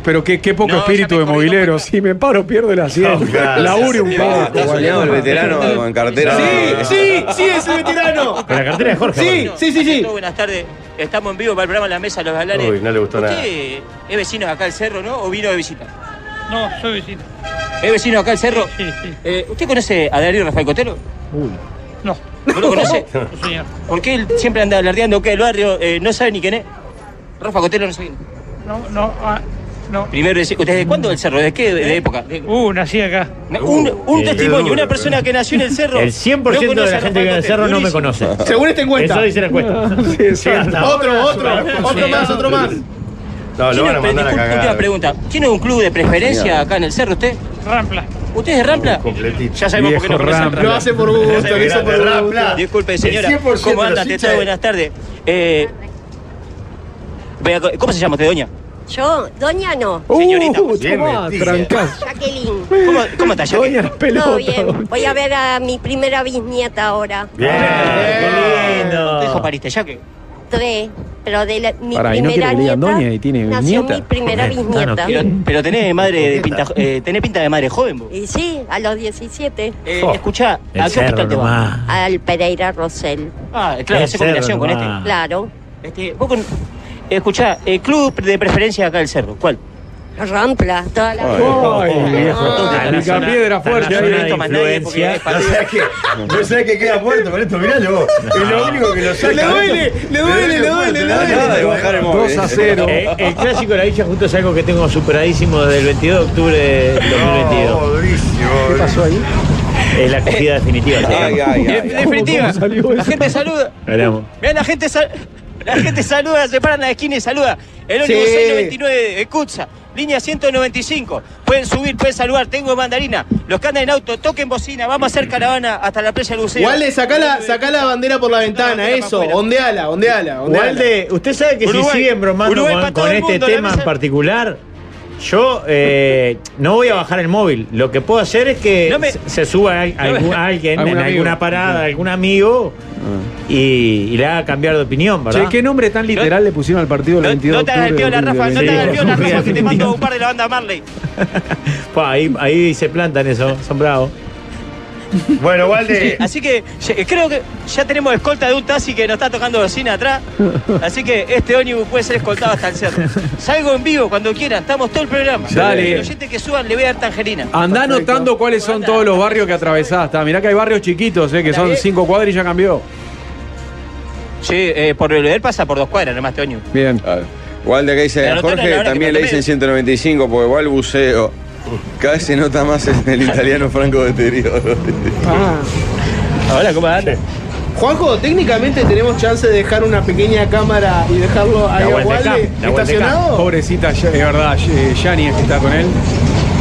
Speaker 2: Pero qué, qué poco
Speaker 8: No, ya
Speaker 2: espíritu
Speaker 8: me
Speaker 2: de
Speaker 8: corrigió
Speaker 2: movilero.
Speaker 8: Juanca.
Speaker 2: Si me paro, pierdo el
Speaker 1: Oh,
Speaker 2: asiento.
Speaker 4: No, claro.
Speaker 2: Labure un
Speaker 1: Ah,
Speaker 2: poco.
Speaker 1: Está soñado el veterano con cartera.
Speaker 3: Sí, sí, sí, es el veterano.
Speaker 5: Con la cartera de Jorge.
Speaker 3: Sí.
Speaker 5: aparte.
Speaker 3: sí.
Speaker 8: Buenas tardes. Estamos en vivo para el programa La Mesa de los Galanes.
Speaker 4: Uy, no le gustó
Speaker 8: ¿Usted
Speaker 4: nada.
Speaker 8: es vecino de acá del cerro, no? ¿O vino de visita?
Speaker 9: No, soy vecino.
Speaker 8: ¿Es vecino de acá del cerro?
Speaker 9: Sí, sí.
Speaker 8: Eh, ¿Usted conoce a Darío Rafael Cotelo?
Speaker 9: No,
Speaker 8: ¿No lo conoce?
Speaker 9: no, señor.
Speaker 8: ¿Por qué él siempre anda alardeando que el barrio eh, no sabe ni quién es? Rafa Cotelo no sabe quién.
Speaker 9: No, no, ah, no.
Speaker 8: Primero, decí- ¿usted desde cuándo del cerro? ¿De qué de, de época? De-
Speaker 9: Uh, nací acá.
Speaker 8: No, un un
Speaker 5: qué
Speaker 8: testimonio,
Speaker 4: duro,
Speaker 8: una persona que nació en el cerro.
Speaker 5: El 100%
Speaker 8: no
Speaker 5: de
Speaker 8: conoce
Speaker 5: la
Speaker 8: a
Speaker 5: gente que
Speaker 8: Rafael
Speaker 5: vive en el
Speaker 8: Cotelo.
Speaker 5: cerro no me
Speaker 8: Durísimo.
Speaker 5: conoce.
Speaker 3: Según esta
Speaker 5: Eso
Speaker 3: encuesta.
Speaker 5: dice la encuesta.
Speaker 2: Sí, exacto.
Speaker 3: Otro, otro, otro
Speaker 8: Sí.
Speaker 3: más, otro más.
Speaker 4: No, lo
Speaker 8: ¿Tiene,
Speaker 4: van a
Speaker 8: pre-
Speaker 4: mandar a
Speaker 8: disculpe,
Speaker 4: cagar.
Speaker 8: última pregunta. ¿Tiene un club de preferencia acá en el cerro usted?
Speaker 9: Rampla.
Speaker 8: ¿Usted es de Rampla?
Speaker 4: Completito.
Speaker 8: Ya sabemos por qué no
Speaker 2: Viejo
Speaker 8: conoce al
Speaker 2: Rampla.
Speaker 3: Lo hace por gusto, lo hizo por
Speaker 4: Grande,
Speaker 3: gusto.
Speaker 4: Rampla.
Speaker 8: Disculpe,
Speaker 4: El
Speaker 8: señora.
Speaker 4: 100%
Speaker 8: ¿Cómo anda? Te
Speaker 4: de los
Speaker 8: traigo
Speaker 4: hinchas
Speaker 8: buenas tardes. Eh, vea, ¿Cómo se llama usted, doña?
Speaker 10: Yo, doña no,
Speaker 8: Señorita,
Speaker 2: Uh,
Speaker 4: bien
Speaker 2: tomá,
Speaker 4: metida.
Speaker 2: trancás.
Speaker 10: Ah, Jacqueline.
Speaker 8: ¿Cómo, cómo está, Jackie?
Speaker 2: Doña las
Speaker 10: Todo
Speaker 2: pelotas.
Speaker 10: bien. Voy a ver a mi primera bisnieta ahora.
Speaker 4: Bien.
Speaker 5: Qué
Speaker 8: ¿Qué hijo
Speaker 5: lindo.
Speaker 8: pariste, Jackie?
Speaker 10: Tres, pero de la- mi
Speaker 2: Pará, ¿y no
Speaker 10: primera
Speaker 2: quiere que le
Speaker 10: nieta.
Speaker 2: digan doña y tiene
Speaker 10: nació
Speaker 2: bisnieta?
Speaker 10: mi primera bisnieta.
Speaker 8: Pero, pero tenés madre de pinta, eh, tenés pinta de madre joven vos.
Speaker 10: Y sí, a los 17,
Speaker 8: Eh,
Speaker 5: Oh,
Speaker 8: escuchá,
Speaker 5: El
Speaker 8: ¿a qué
Speaker 5: cerro
Speaker 8: hospital te vas?
Speaker 5: nomás.
Speaker 10: al Pereira Rosell.
Speaker 8: Ah, claro,
Speaker 5: El
Speaker 8: hace combinación
Speaker 5: cerro
Speaker 8: con este.
Speaker 5: nomás.
Speaker 10: Claro.
Speaker 8: Este, vos con, escuchá, el club de preferencia acá del cerro, ¿cuál?
Speaker 10: Rampla, toda la
Speaker 1: Ay.
Speaker 2: Ay, viejo. Ah,
Speaker 5: Está en la
Speaker 2: Pica
Speaker 5: zona-
Speaker 2: piedra
Speaker 5: está en la
Speaker 2: fuerte.
Speaker 5: zona
Speaker 2: ahí.
Speaker 5: de
Speaker 8: esto más nadie, porque
Speaker 5: influencia.
Speaker 8: es para-
Speaker 4: No sabes que, no sabes que queda muerto con esto, miralo vos. Es lo único que lo saca.
Speaker 3: Le duele, le duele, le duele, le
Speaker 1: Nada, nada de bajar el móvil.
Speaker 2: 2 a 0.
Speaker 5: Eh, el clásico de la dicha justo es algo que tengo superadísimo desde el 22 de octubre del 2022.
Speaker 4: No, durísimo. ¿Qué pasó ahí?
Speaker 5: Es la acogida definitiva. se llama.
Speaker 1: Ay, ay,
Speaker 8: En
Speaker 1: ay.
Speaker 8: definitiva,
Speaker 2: ¿Cómo salió
Speaker 8: la
Speaker 2: eso?
Speaker 8: gente saluda.
Speaker 5: Hablamos.
Speaker 8: Vean, la gente, sal- la gente saluda, se paran en la esquina y saluda. El
Speaker 3: Sí.
Speaker 8: ómnibus 699 de Cutsa, línea 195. Pueden subir, pueden saludar. Tengo mandarina. Los que andan en auto, toquen bocina. Vamos a hacer caravana hasta la playa del Buceo.
Speaker 3: Walde, sacá la, sacá la bandera por la
Speaker 8: la
Speaker 3: ventana,
Speaker 8: bandera
Speaker 3: eso,
Speaker 8: para afuera.
Speaker 3: ondeala, ondeala, ondeala.
Speaker 5: Walde, usted sabe que si
Speaker 8: Uruguay.
Speaker 5: siguen bromando
Speaker 8: Uruguay
Speaker 5: con,
Speaker 8: para todo
Speaker 5: con
Speaker 8: el
Speaker 5: este
Speaker 8: mundo, la
Speaker 5: tema en
Speaker 8: mesa-
Speaker 5: particular, yo eh, no voy a bajar el móvil. Lo que puedo hacer es que
Speaker 8: No me-
Speaker 5: se- se suba a, a algún- a alguien
Speaker 2: Algún
Speaker 5: en
Speaker 2: amigo.
Speaker 5: alguna parada, algún amigo, y, y le haga cambiar de opinión, ¿verdad?
Speaker 2: Che, ¿qué nombre tan literal le pusieron al partido el
Speaker 8: No,
Speaker 2: 22
Speaker 8: no te hagas el
Speaker 2: de
Speaker 8: piola,
Speaker 2: octubre
Speaker 8: Rafa, no te hagas el
Speaker 5: Sí.
Speaker 8: piola, Rafa, que te mando
Speaker 5: Confía.
Speaker 8: un par de la banda Marley.
Speaker 5: Pa, ahí, ahí se plantan eso, son bravos.
Speaker 4: Bueno, Walde.
Speaker 8: Así que ya- creo que ya tenemos escolta de un taxi que nos está tocando bocina atrás. Así que este ómnibus puede ser escoltado hasta el cerro. Salgo en vivo cuando quieran, estamos todo el programa.
Speaker 2: Dale.
Speaker 8: Los oyentes que suban le voy a dar tangerina.
Speaker 2: Andá anotando cuáles son todos los barrios que atravesás. Está, Mirá que hay barrios chiquitos, eh, que son cinco cuadras y ya cambió.
Speaker 8: Che, eh, por él pasa por dos cuadras nomás este ómnibus.
Speaker 2: Bien.
Speaker 1: A ver, Ah, Walde acá dice,
Speaker 8: Pero
Speaker 1: a
Speaker 8: no tengo la
Speaker 1: Jorge
Speaker 8: hora que me
Speaker 1: también le
Speaker 8: tomé.
Speaker 1: dicen 195 porque va al buceo. Cada vez se nota más el, el italiano franco deterioro.
Speaker 5: Hola, ¿cómo andas?
Speaker 3: Ah. Juanjo, técnicamente tenemos chance de dejar una pequeña cámara Ah, y dejarlo ahí a
Speaker 5: Walde
Speaker 3: Walde
Speaker 5: Cam, la Walde
Speaker 3: estacionado.
Speaker 2: Pobrecita, ya- es verdad, eh, Yanni es que está con él.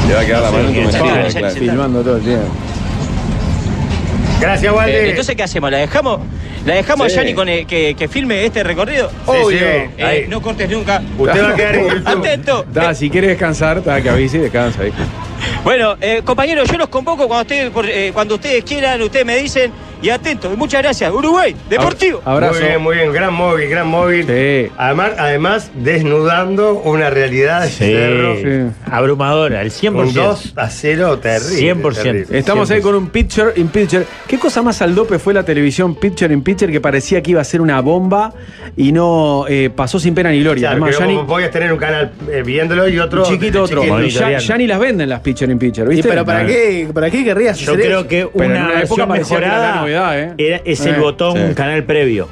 Speaker 1: Le va a quedar la mano en tu
Speaker 8: quiere
Speaker 1: mejilla,
Speaker 8: salir,
Speaker 1: claro.
Speaker 8: salir.
Speaker 2: Filmando todo el tiempo.
Speaker 4: Gracias,
Speaker 8: Eh,
Speaker 4: Walde.
Speaker 8: entonces, ¿qué hacemos? ¿La dejamos, la dejamos
Speaker 1: Sí.
Speaker 8: a Johnny con, eh, que, que filme este recorrido?
Speaker 4: Sí, sí,
Speaker 3: Obvio.
Speaker 4: ahí.
Speaker 8: Eh, no cortes nunca.
Speaker 4: Usted va a quedar en YouTube.
Speaker 8: Atento.
Speaker 2: Da, si quiere descansar, ta, que avise y descansa. ¿viste?
Speaker 8: Bueno, eh, compañeros, yo los convoco cuando, ustedes- por- eh, cuando ustedes eh, quieran, ustedes me dicen y atentos. Muchas gracias. Uruguay, Deportivo.
Speaker 4: Muy bien, muy bien. Gran móvil, gran móvil. Además, además, desnudando una realidad de
Speaker 5: Sí.
Speaker 4: Cerro.
Speaker 5: Abrumadora, el 100%.
Speaker 4: Un 2 a 0 terrible.
Speaker 5: 100%.
Speaker 4: terrible.
Speaker 2: Estamos ahí con un pitcher in pitcher. ¿Qué cosa más al dope fue la televisión pitcher in pitcher que parecía que iba a ser una bomba y no eh, pasó sin pena ni gloria?
Speaker 4: Claro,
Speaker 2: Además,
Speaker 4: pero
Speaker 2: ya ni-
Speaker 4: vos podías tener un canal eh, viéndolo y otro.
Speaker 2: chiquito otro. Ya, ya ni las venden las pitcher in pitcher, ¿viste?
Speaker 3: pero ¿para qué, ¿para qué querrías
Speaker 5: Yo
Speaker 3: hacer
Speaker 5: creo
Speaker 3: eso?
Speaker 5: que
Speaker 2: Pero en
Speaker 5: una,
Speaker 2: una
Speaker 5: época
Speaker 2: versión parecía que era la
Speaker 5: mejorada
Speaker 2: novedad, ¿eh?
Speaker 5: era- es el
Speaker 2: Eh,
Speaker 5: botón
Speaker 2: sí.
Speaker 5: canal previo.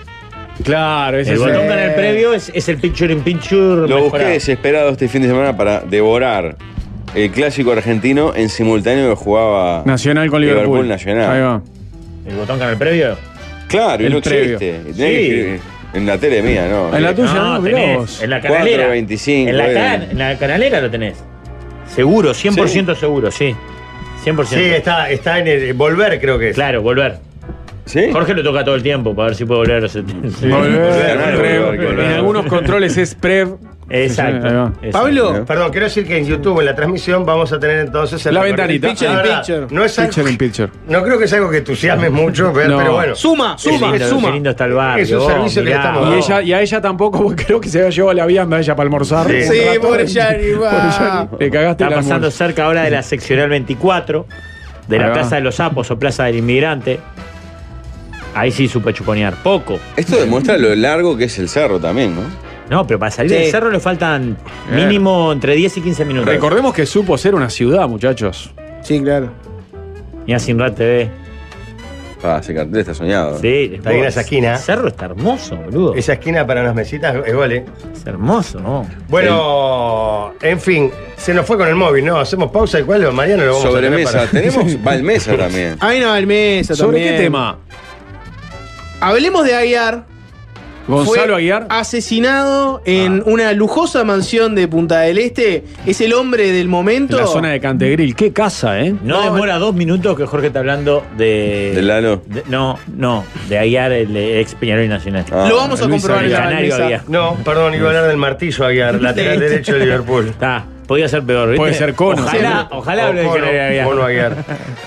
Speaker 2: Claro, ese
Speaker 5: El
Speaker 2: es
Speaker 5: botón
Speaker 2: el-
Speaker 5: canal previo es, es el picture in picture.
Speaker 1: Lo busqué
Speaker 5: mejorado.
Speaker 1: desesperado este fin de semana para devorar el clásico argentino en simultáneo que jugaba
Speaker 2: Nacional con Liverpool.
Speaker 1: Liverpool Nacional.
Speaker 2: Ahí va.
Speaker 5: ¿El botón canal previo?
Speaker 1: Claro, y
Speaker 2: El
Speaker 1: no
Speaker 2: previo.
Speaker 1: existe. Tenés
Speaker 5: Sí.
Speaker 1: que escribir. En la tele mía, ¿no?
Speaker 2: En la tuya, no, mirá
Speaker 5: tenés,
Speaker 2: vos.
Speaker 5: En la canalera.
Speaker 1: 4.25,
Speaker 5: en, la
Speaker 1: eh.
Speaker 5: can- en la canalera lo tenés. Seguro, 100% seguro, sí. 100%.
Speaker 4: Sí, está, está en el. Volver, creo que es.
Speaker 5: Claro, volver.
Speaker 1: ¿Sí?
Speaker 5: Jorge lo toca todo el tiempo para ver si puede volver a los 70.
Speaker 2: Volver,
Speaker 1: Volver,
Speaker 2: Prev.
Speaker 1: volver, volver.
Speaker 2: En algunos controles es Prev.
Speaker 5: Exacto.
Speaker 2: Ahí va.
Speaker 5: exacto.
Speaker 3: Pablo,
Speaker 4: Perdón, quiero decir que en YouTube, en la transmisión, vamos a tener entonces el
Speaker 2: La
Speaker 4: recorrido.
Speaker 2: ventanita.
Speaker 4: Picture in
Speaker 3: La verdad,
Speaker 4: picture. No, es algo-
Speaker 2: Pitcher in pitcher.
Speaker 4: no creo que es algo que entusiasmes mucho, ver,
Speaker 2: No.
Speaker 4: pero bueno.
Speaker 3: suma,
Speaker 5: Qué
Speaker 3: suma,
Speaker 5: lindo, qué
Speaker 3: suma.
Speaker 5: lindo está el barrio.
Speaker 4: Es un
Speaker 5: vos,
Speaker 4: servicio que
Speaker 5: mirá,
Speaker 4: le estamos
Speaker 2: Y,
Speaker 4: No.
Speaker 2: ella, y a ella tampoco, porque creo que se había llevado la vianda a ella para almorzar.
Speaker 4: Sí.
Speaker 2: Un
Speaker 3: Sí,
Speaker 2: rato.
Speaker 3: pobre Yanni, va.
Speaker 2: Pobre Yanni. Le cagaste
Speaker 5: Está
Speaker 2: el almuerzo.
Speaker 5: pasando cerca ahora de la seccional 24, de
Speaker 2: Ahí
Speaker 5: la
Speaker 2: va.
Speaker 5: Plaza de los Sapos o Plaza del Inmigrante. Ahí sí supe chuponear. Poco.
Speaker 1: Esto demuestra lo largo que es el cerro también, ¿no?
Speaker 5: No, pero para salir
Speaker 3: Sí.
Speaker 5: del cerro le faltan
Speaker 2: Bien.
Speaker 5: mínimo entre 10 y 15 minutos.
Speaker 2: Recordemos que supo ser una ciudad, muchachos.
Speaker 3: Sí, claro.
Speaker 5: Mirá Sinrad TV.
Speaker 1: Ah, ese cartel está soñado.
Speaker 5: Sí,
Speaker 4: Está bien esa esquina.
Speaker 5: El cerro está hermoso, boludo. Es,
Speaker 4: Esa esquina para las mesitas es gole.
Speaker 5: hermoso, ¿no?
Speaker 4: Bueno, en fin, se nos fue con el móvil, ¿no? Hacemos pausa y cuál, mañana lo vamos a
Speaker 1: Sobremesa.
Speaker 4: tener para-
Speaker 1: Tenemos Valmesa también.
Speaker 3: Ahí no, el mesa
Speaker 2: ¿Sobre
Speaker 3: Ah, también.
Speaker 2: qué tema?
Speaker 3: Hablemos de Aguiar.
Speaker 2: Gonzalo
Speaker 3: Fue
Speaker 2: Aguiar.
Speaker 3: Asesinado en una lujosa mansión de Punta del Este. Es el hombre del
Speaker 2: En
Speaker 3: momento.
Speaker 2: la zona de Cantegril. Qué casa, ¿eh?
Speaker 5: No, demora dos minutos que Jorge está hablando de.
Speaker 1: ¿De Lalo?
Speaker 5: de- no, no, de Aguiar, el eh, ex Peñarol Nacional.
Speaker 1: Ah.
Speaker 3: Lo vamos a
Speaker 2: Luis
Speaker 3: comprobar en
Speaker 5: el
Speaker 3: la
Speaker 5: canario
Speaker 3: mesa.
Speaker 5: Aguiar.
Speaker 4: No, perdón, iba a hablar del martillo Aguiar, lateral derecho de Liverpool.
Speaker 5: Está, podía ser peor. ¿viste?
Speaker 2: Puede ser cono.
Speaker 5: Ojalá, ojalá hable de
Speaker 4: O Bono,
Speaker 5: Canario Aguiar.
Speaker 4: Bono Aguiar.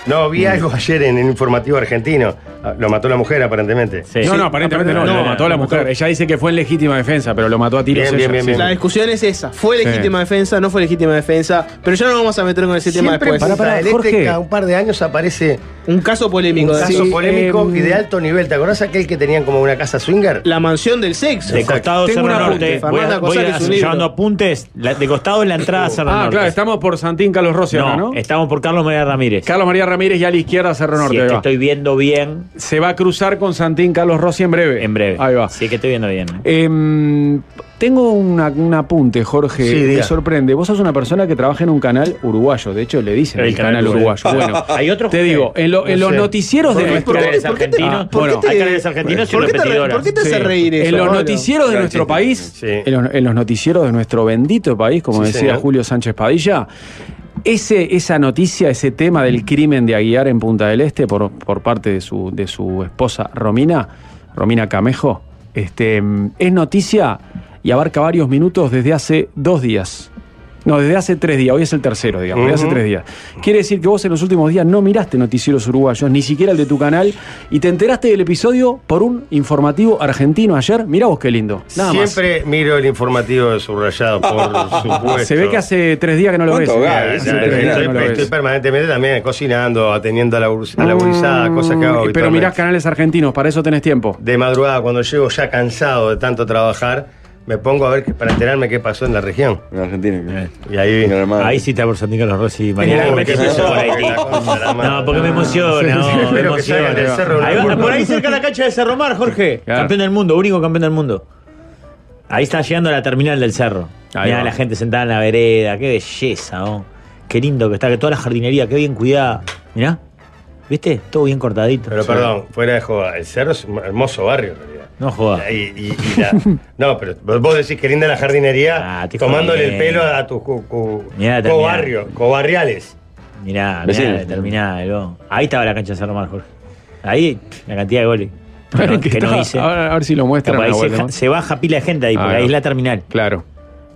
Speaker 4: No,
Speaker 5: Mm.
Speaker 4: vi algo ayer en el informativo argentino. Ah, Lo mató la mujer, aparentemente.
Speaker 5: Sí.
Speaker 2: No,
Speaker 5: Sí.
Speaker 2: no, aparentemente no.
Speaker 5: No,
Speaker 2: Lo mató a la
Speaker 5: lo mató.
Speaker 2: mujer. Ella dice que fue en legítima defensa, pero lo mató a tiros.
Speaker 4: Bien,
Speaker 2: ella,
Speaker 4: bien, bien,
Speaker 2: sí.
Speaker 4: bien.
Speaker 3: La discusión es esa. ¿Fue legítima defensa? ¿No fue legítima defensa? Pero ya nos vamos a meter con ese tema
Speaker 4: Siempre en
Speaker 3: después.
Speaker 2: Pará, pará,
Speaker 4: Punta del Este,
Speaker 2: Jorge.
Speaker 4: cada un par de años aparece
Speaker 3: Un caso
Speaker 4: un
Speaker 3: polémico. de
Speaker 4: caso
Speaker 3: decir,
Speaker 4: polémico
Speaker 2: em,
Speaker 4: y de alto nivel. ¿Te acordás aquel que tenían como una casa swinger?
Speaker 3: La mansión del sexo.
Speaker 5: De costado
Speaker 2: Tengo un
Speaker 5: Cerro
Speaker 2: apunte.
Speaker 5: Norte. Voy,
Speaker 3: Fernanda
Speaker 5: a- voy
Speaker 3: Cosal
Speaker 5: a-
Speaker 3: es un libro.
Speaker 5: llevando apuntes. La- de costado es la entrada a Cerro
Speaker 2: Ah,
Speaker 5: Norte.
Speaker 2: claro, estamos por Santín Carlos Rossi ahora,
Speaker 5: no,
Speaker 2: ¿no?
Speaker 5: estamos por Carlos María Ramírez.
Speaker 2: Carlos María Ramírez y a la izquierda Cerro Norte.
Speaker 5: si es
Speaker 2: ahí
Speaker 5: que
Speaker 2: va.
Speaker 5: estoy viendo bien,
Speaker 2: Se va a cruzar con Santín Carlos Rossi en breve.
Speaker 5: en breve.
Speaker 2: Ahí va.
Speaker 5: Si es que estoy viendo bien. ¿eh?
Speaker 2: Em, tengo una- un apunte, Jorge.
Speaker 4: Sí, diga.
Speaker 2: me sorprende. Vos sos una persona que trabaja en un canal uruguayo. De hecho, le dicen el, canal, uruguayo. Bueno,
Speaker 5: Hay otros
Speaker 2: te
Speaker 5: que-
Speaker 2: digo, en, lo- en
Speaker 4: No
Speaker 2: los
Speaker 4: sé.
Speaker 2: noticieros de
Speaker 4: Porque-
Speaker 2: nuestro
Speaker 3: porque-
Speaker 5: canales
Speaker 3: por qué te-
Speaker 5: argentinos.
Speaker 3: por qué
Speaker 5: Bueno,
Speaker 3: te-
Speaker 5: hay canales argentinos y
Speaker 3: ¿Por qué, te, re-
Speaker 5: repetidoras.
Speaker 3: por qué te
Speaker 2: Sí.
Speaker 3: hace reír eso?
Speaker 2: En los
Speaker 3: Pablo?
Speaker 2: noticieros de
Speaker 1: Gran
Speaker 2: nuestro
Speaker 1: chiste.
Speaker 2: país,
Speaker 4: Sí.
Speaker 2: en, los, en los noticieros de nuestro bendito país, como
Speaker 4: Sí,
Speaker 2: decía
Speaker 4: señor.
Speaker 2: Julio Sánchez Padilla, ese, esa noticia, ese tema del crimen de Aguiar en Punta del Este por, por parte de su, de su esposa Romina, Romina Camejo, este, mm, es noticia y abarca varios minutos desde hace dos días. No, desde hace tres días, hoy es el tercero, digamos, desde hace
Speaker 4: Ujú.
Speaker 2: tres días. Quiere decir que vos en los últimos días no miraste noticieros uruguayos, ni siquiera el de tu canal, y te enteraste del episodio por un informativo argentino ayer. Mirá vos qué lindo. Nada más.
Speaker 4: Siempre miro el informativo de subrayado, por supuesto.
Speaker 2: Ah, Se ve que hace tres días que no lo ves.
Speaker 1: ¿Cuánto
Speaker 4: Ya,
Speaker 1: Ah,
Speaker 4: ya,
Speaker 1: es
Speaker 2: Hace
Speaker 4: ya,
Speaker 2: tres días que
Speaker 4: estoy,
Speaker 2: no lo
Speaker 4: estoy
Speaker 2: ves.
Speaker 4: permanentemente también cocinando, atendiendo a la, bur- a la burizada, cosas que hago.
Speaker 2: Mm, Pero
Speaker 4: habitualmente.
Speaker 2: mirás canales argentinos, para eso tenés tiempo.
Speaker 4: De madrugada, cuando llego ya cansado de tanto trabajar, me pongo a ver qué- para enterarme qué pasó en la región. Eh,
Speaker 1: En Argentina.
Speaker 4: Y ahí.
Speaker 1: Gran hermano.
Speaker 5: Ahí sí está por Santín Carlos Rossi y
Speaker 4: Tenía
Speaker 5: Mariana.
Speaker 4: algo
Speaker 5: Ramírez,
Speaker 4: que
Speaker 5: empezó por
Speaker 4: hacer.
Speaker 5: Haití.
Speaker 4: La concha de la madre.
Speaker 5: No, porque me emociona.
Speaker 2: Sí, sí,
Speaker 5: no, me
Speaker 4: espero que salgan del
Speaker 5: emociona.
Speaker 4: cerro
Speaker 5: Ahí va,
Speaker 4: Blanco.
Speaker 5: por ahí cerca de la cancha de Cerro Mar, Jorge.
Speaker 2: Claro.
Speaker 5: Campeón del mundo, único campeón del mundo. Ahí está llegando a la terminal del cerro.
Speaker 2: Ahí
Speaker 5: Mirá
Speaker 2: va.
Speaker 5: la gente sentada en la vereda. Qué belleza, oh. Qué lindo que está, que toda la jardinería, qué bien cuidada. Mirá, ¿viste? Todo bien cortadito.
Speaker 4: Pero perdón, fuera de joda, el cerro es un hermoso barrio en realidad.
Speaker 5: No jodas.
Speaker 4: Y, y- y la- no, pero vos decís que linda la jardinería
Speaker 5: Ah, te
Speaker 4: tomándole el
Speaker 5: jodí.
Speaker 4: pelo a tus co- co-
Speaker 5: Mirá, terminá.
Speaker 4: cobarrio, cobarriales.
Speaker 5: Mirá,
Speaker 1: Vecino.
Speaker 5: mirá la terminal. oh. Ahí estaba la cancha de Cerro Mar, Jorge. Ahí, pff, la cantidad de goles. Que no,
Speaker 2: Que este
Speaker 5: que no
Speaker 2: está-
Speaker 5: hice.
Speaker 2: ahora- a ver si lo muestran.
Speaker 5: Capaz ahí
Speaker 2: Nahuel,
Speaker 5: se,
Speaker 2: ¿no?
Speaker 5: ja- se baja pila de gente ahí, porque
Speaker 2: Ah,
Speaker 5: ahí
Speaker 2: no.
Speaker 5: es la terminal.
Speaker 2: Claro.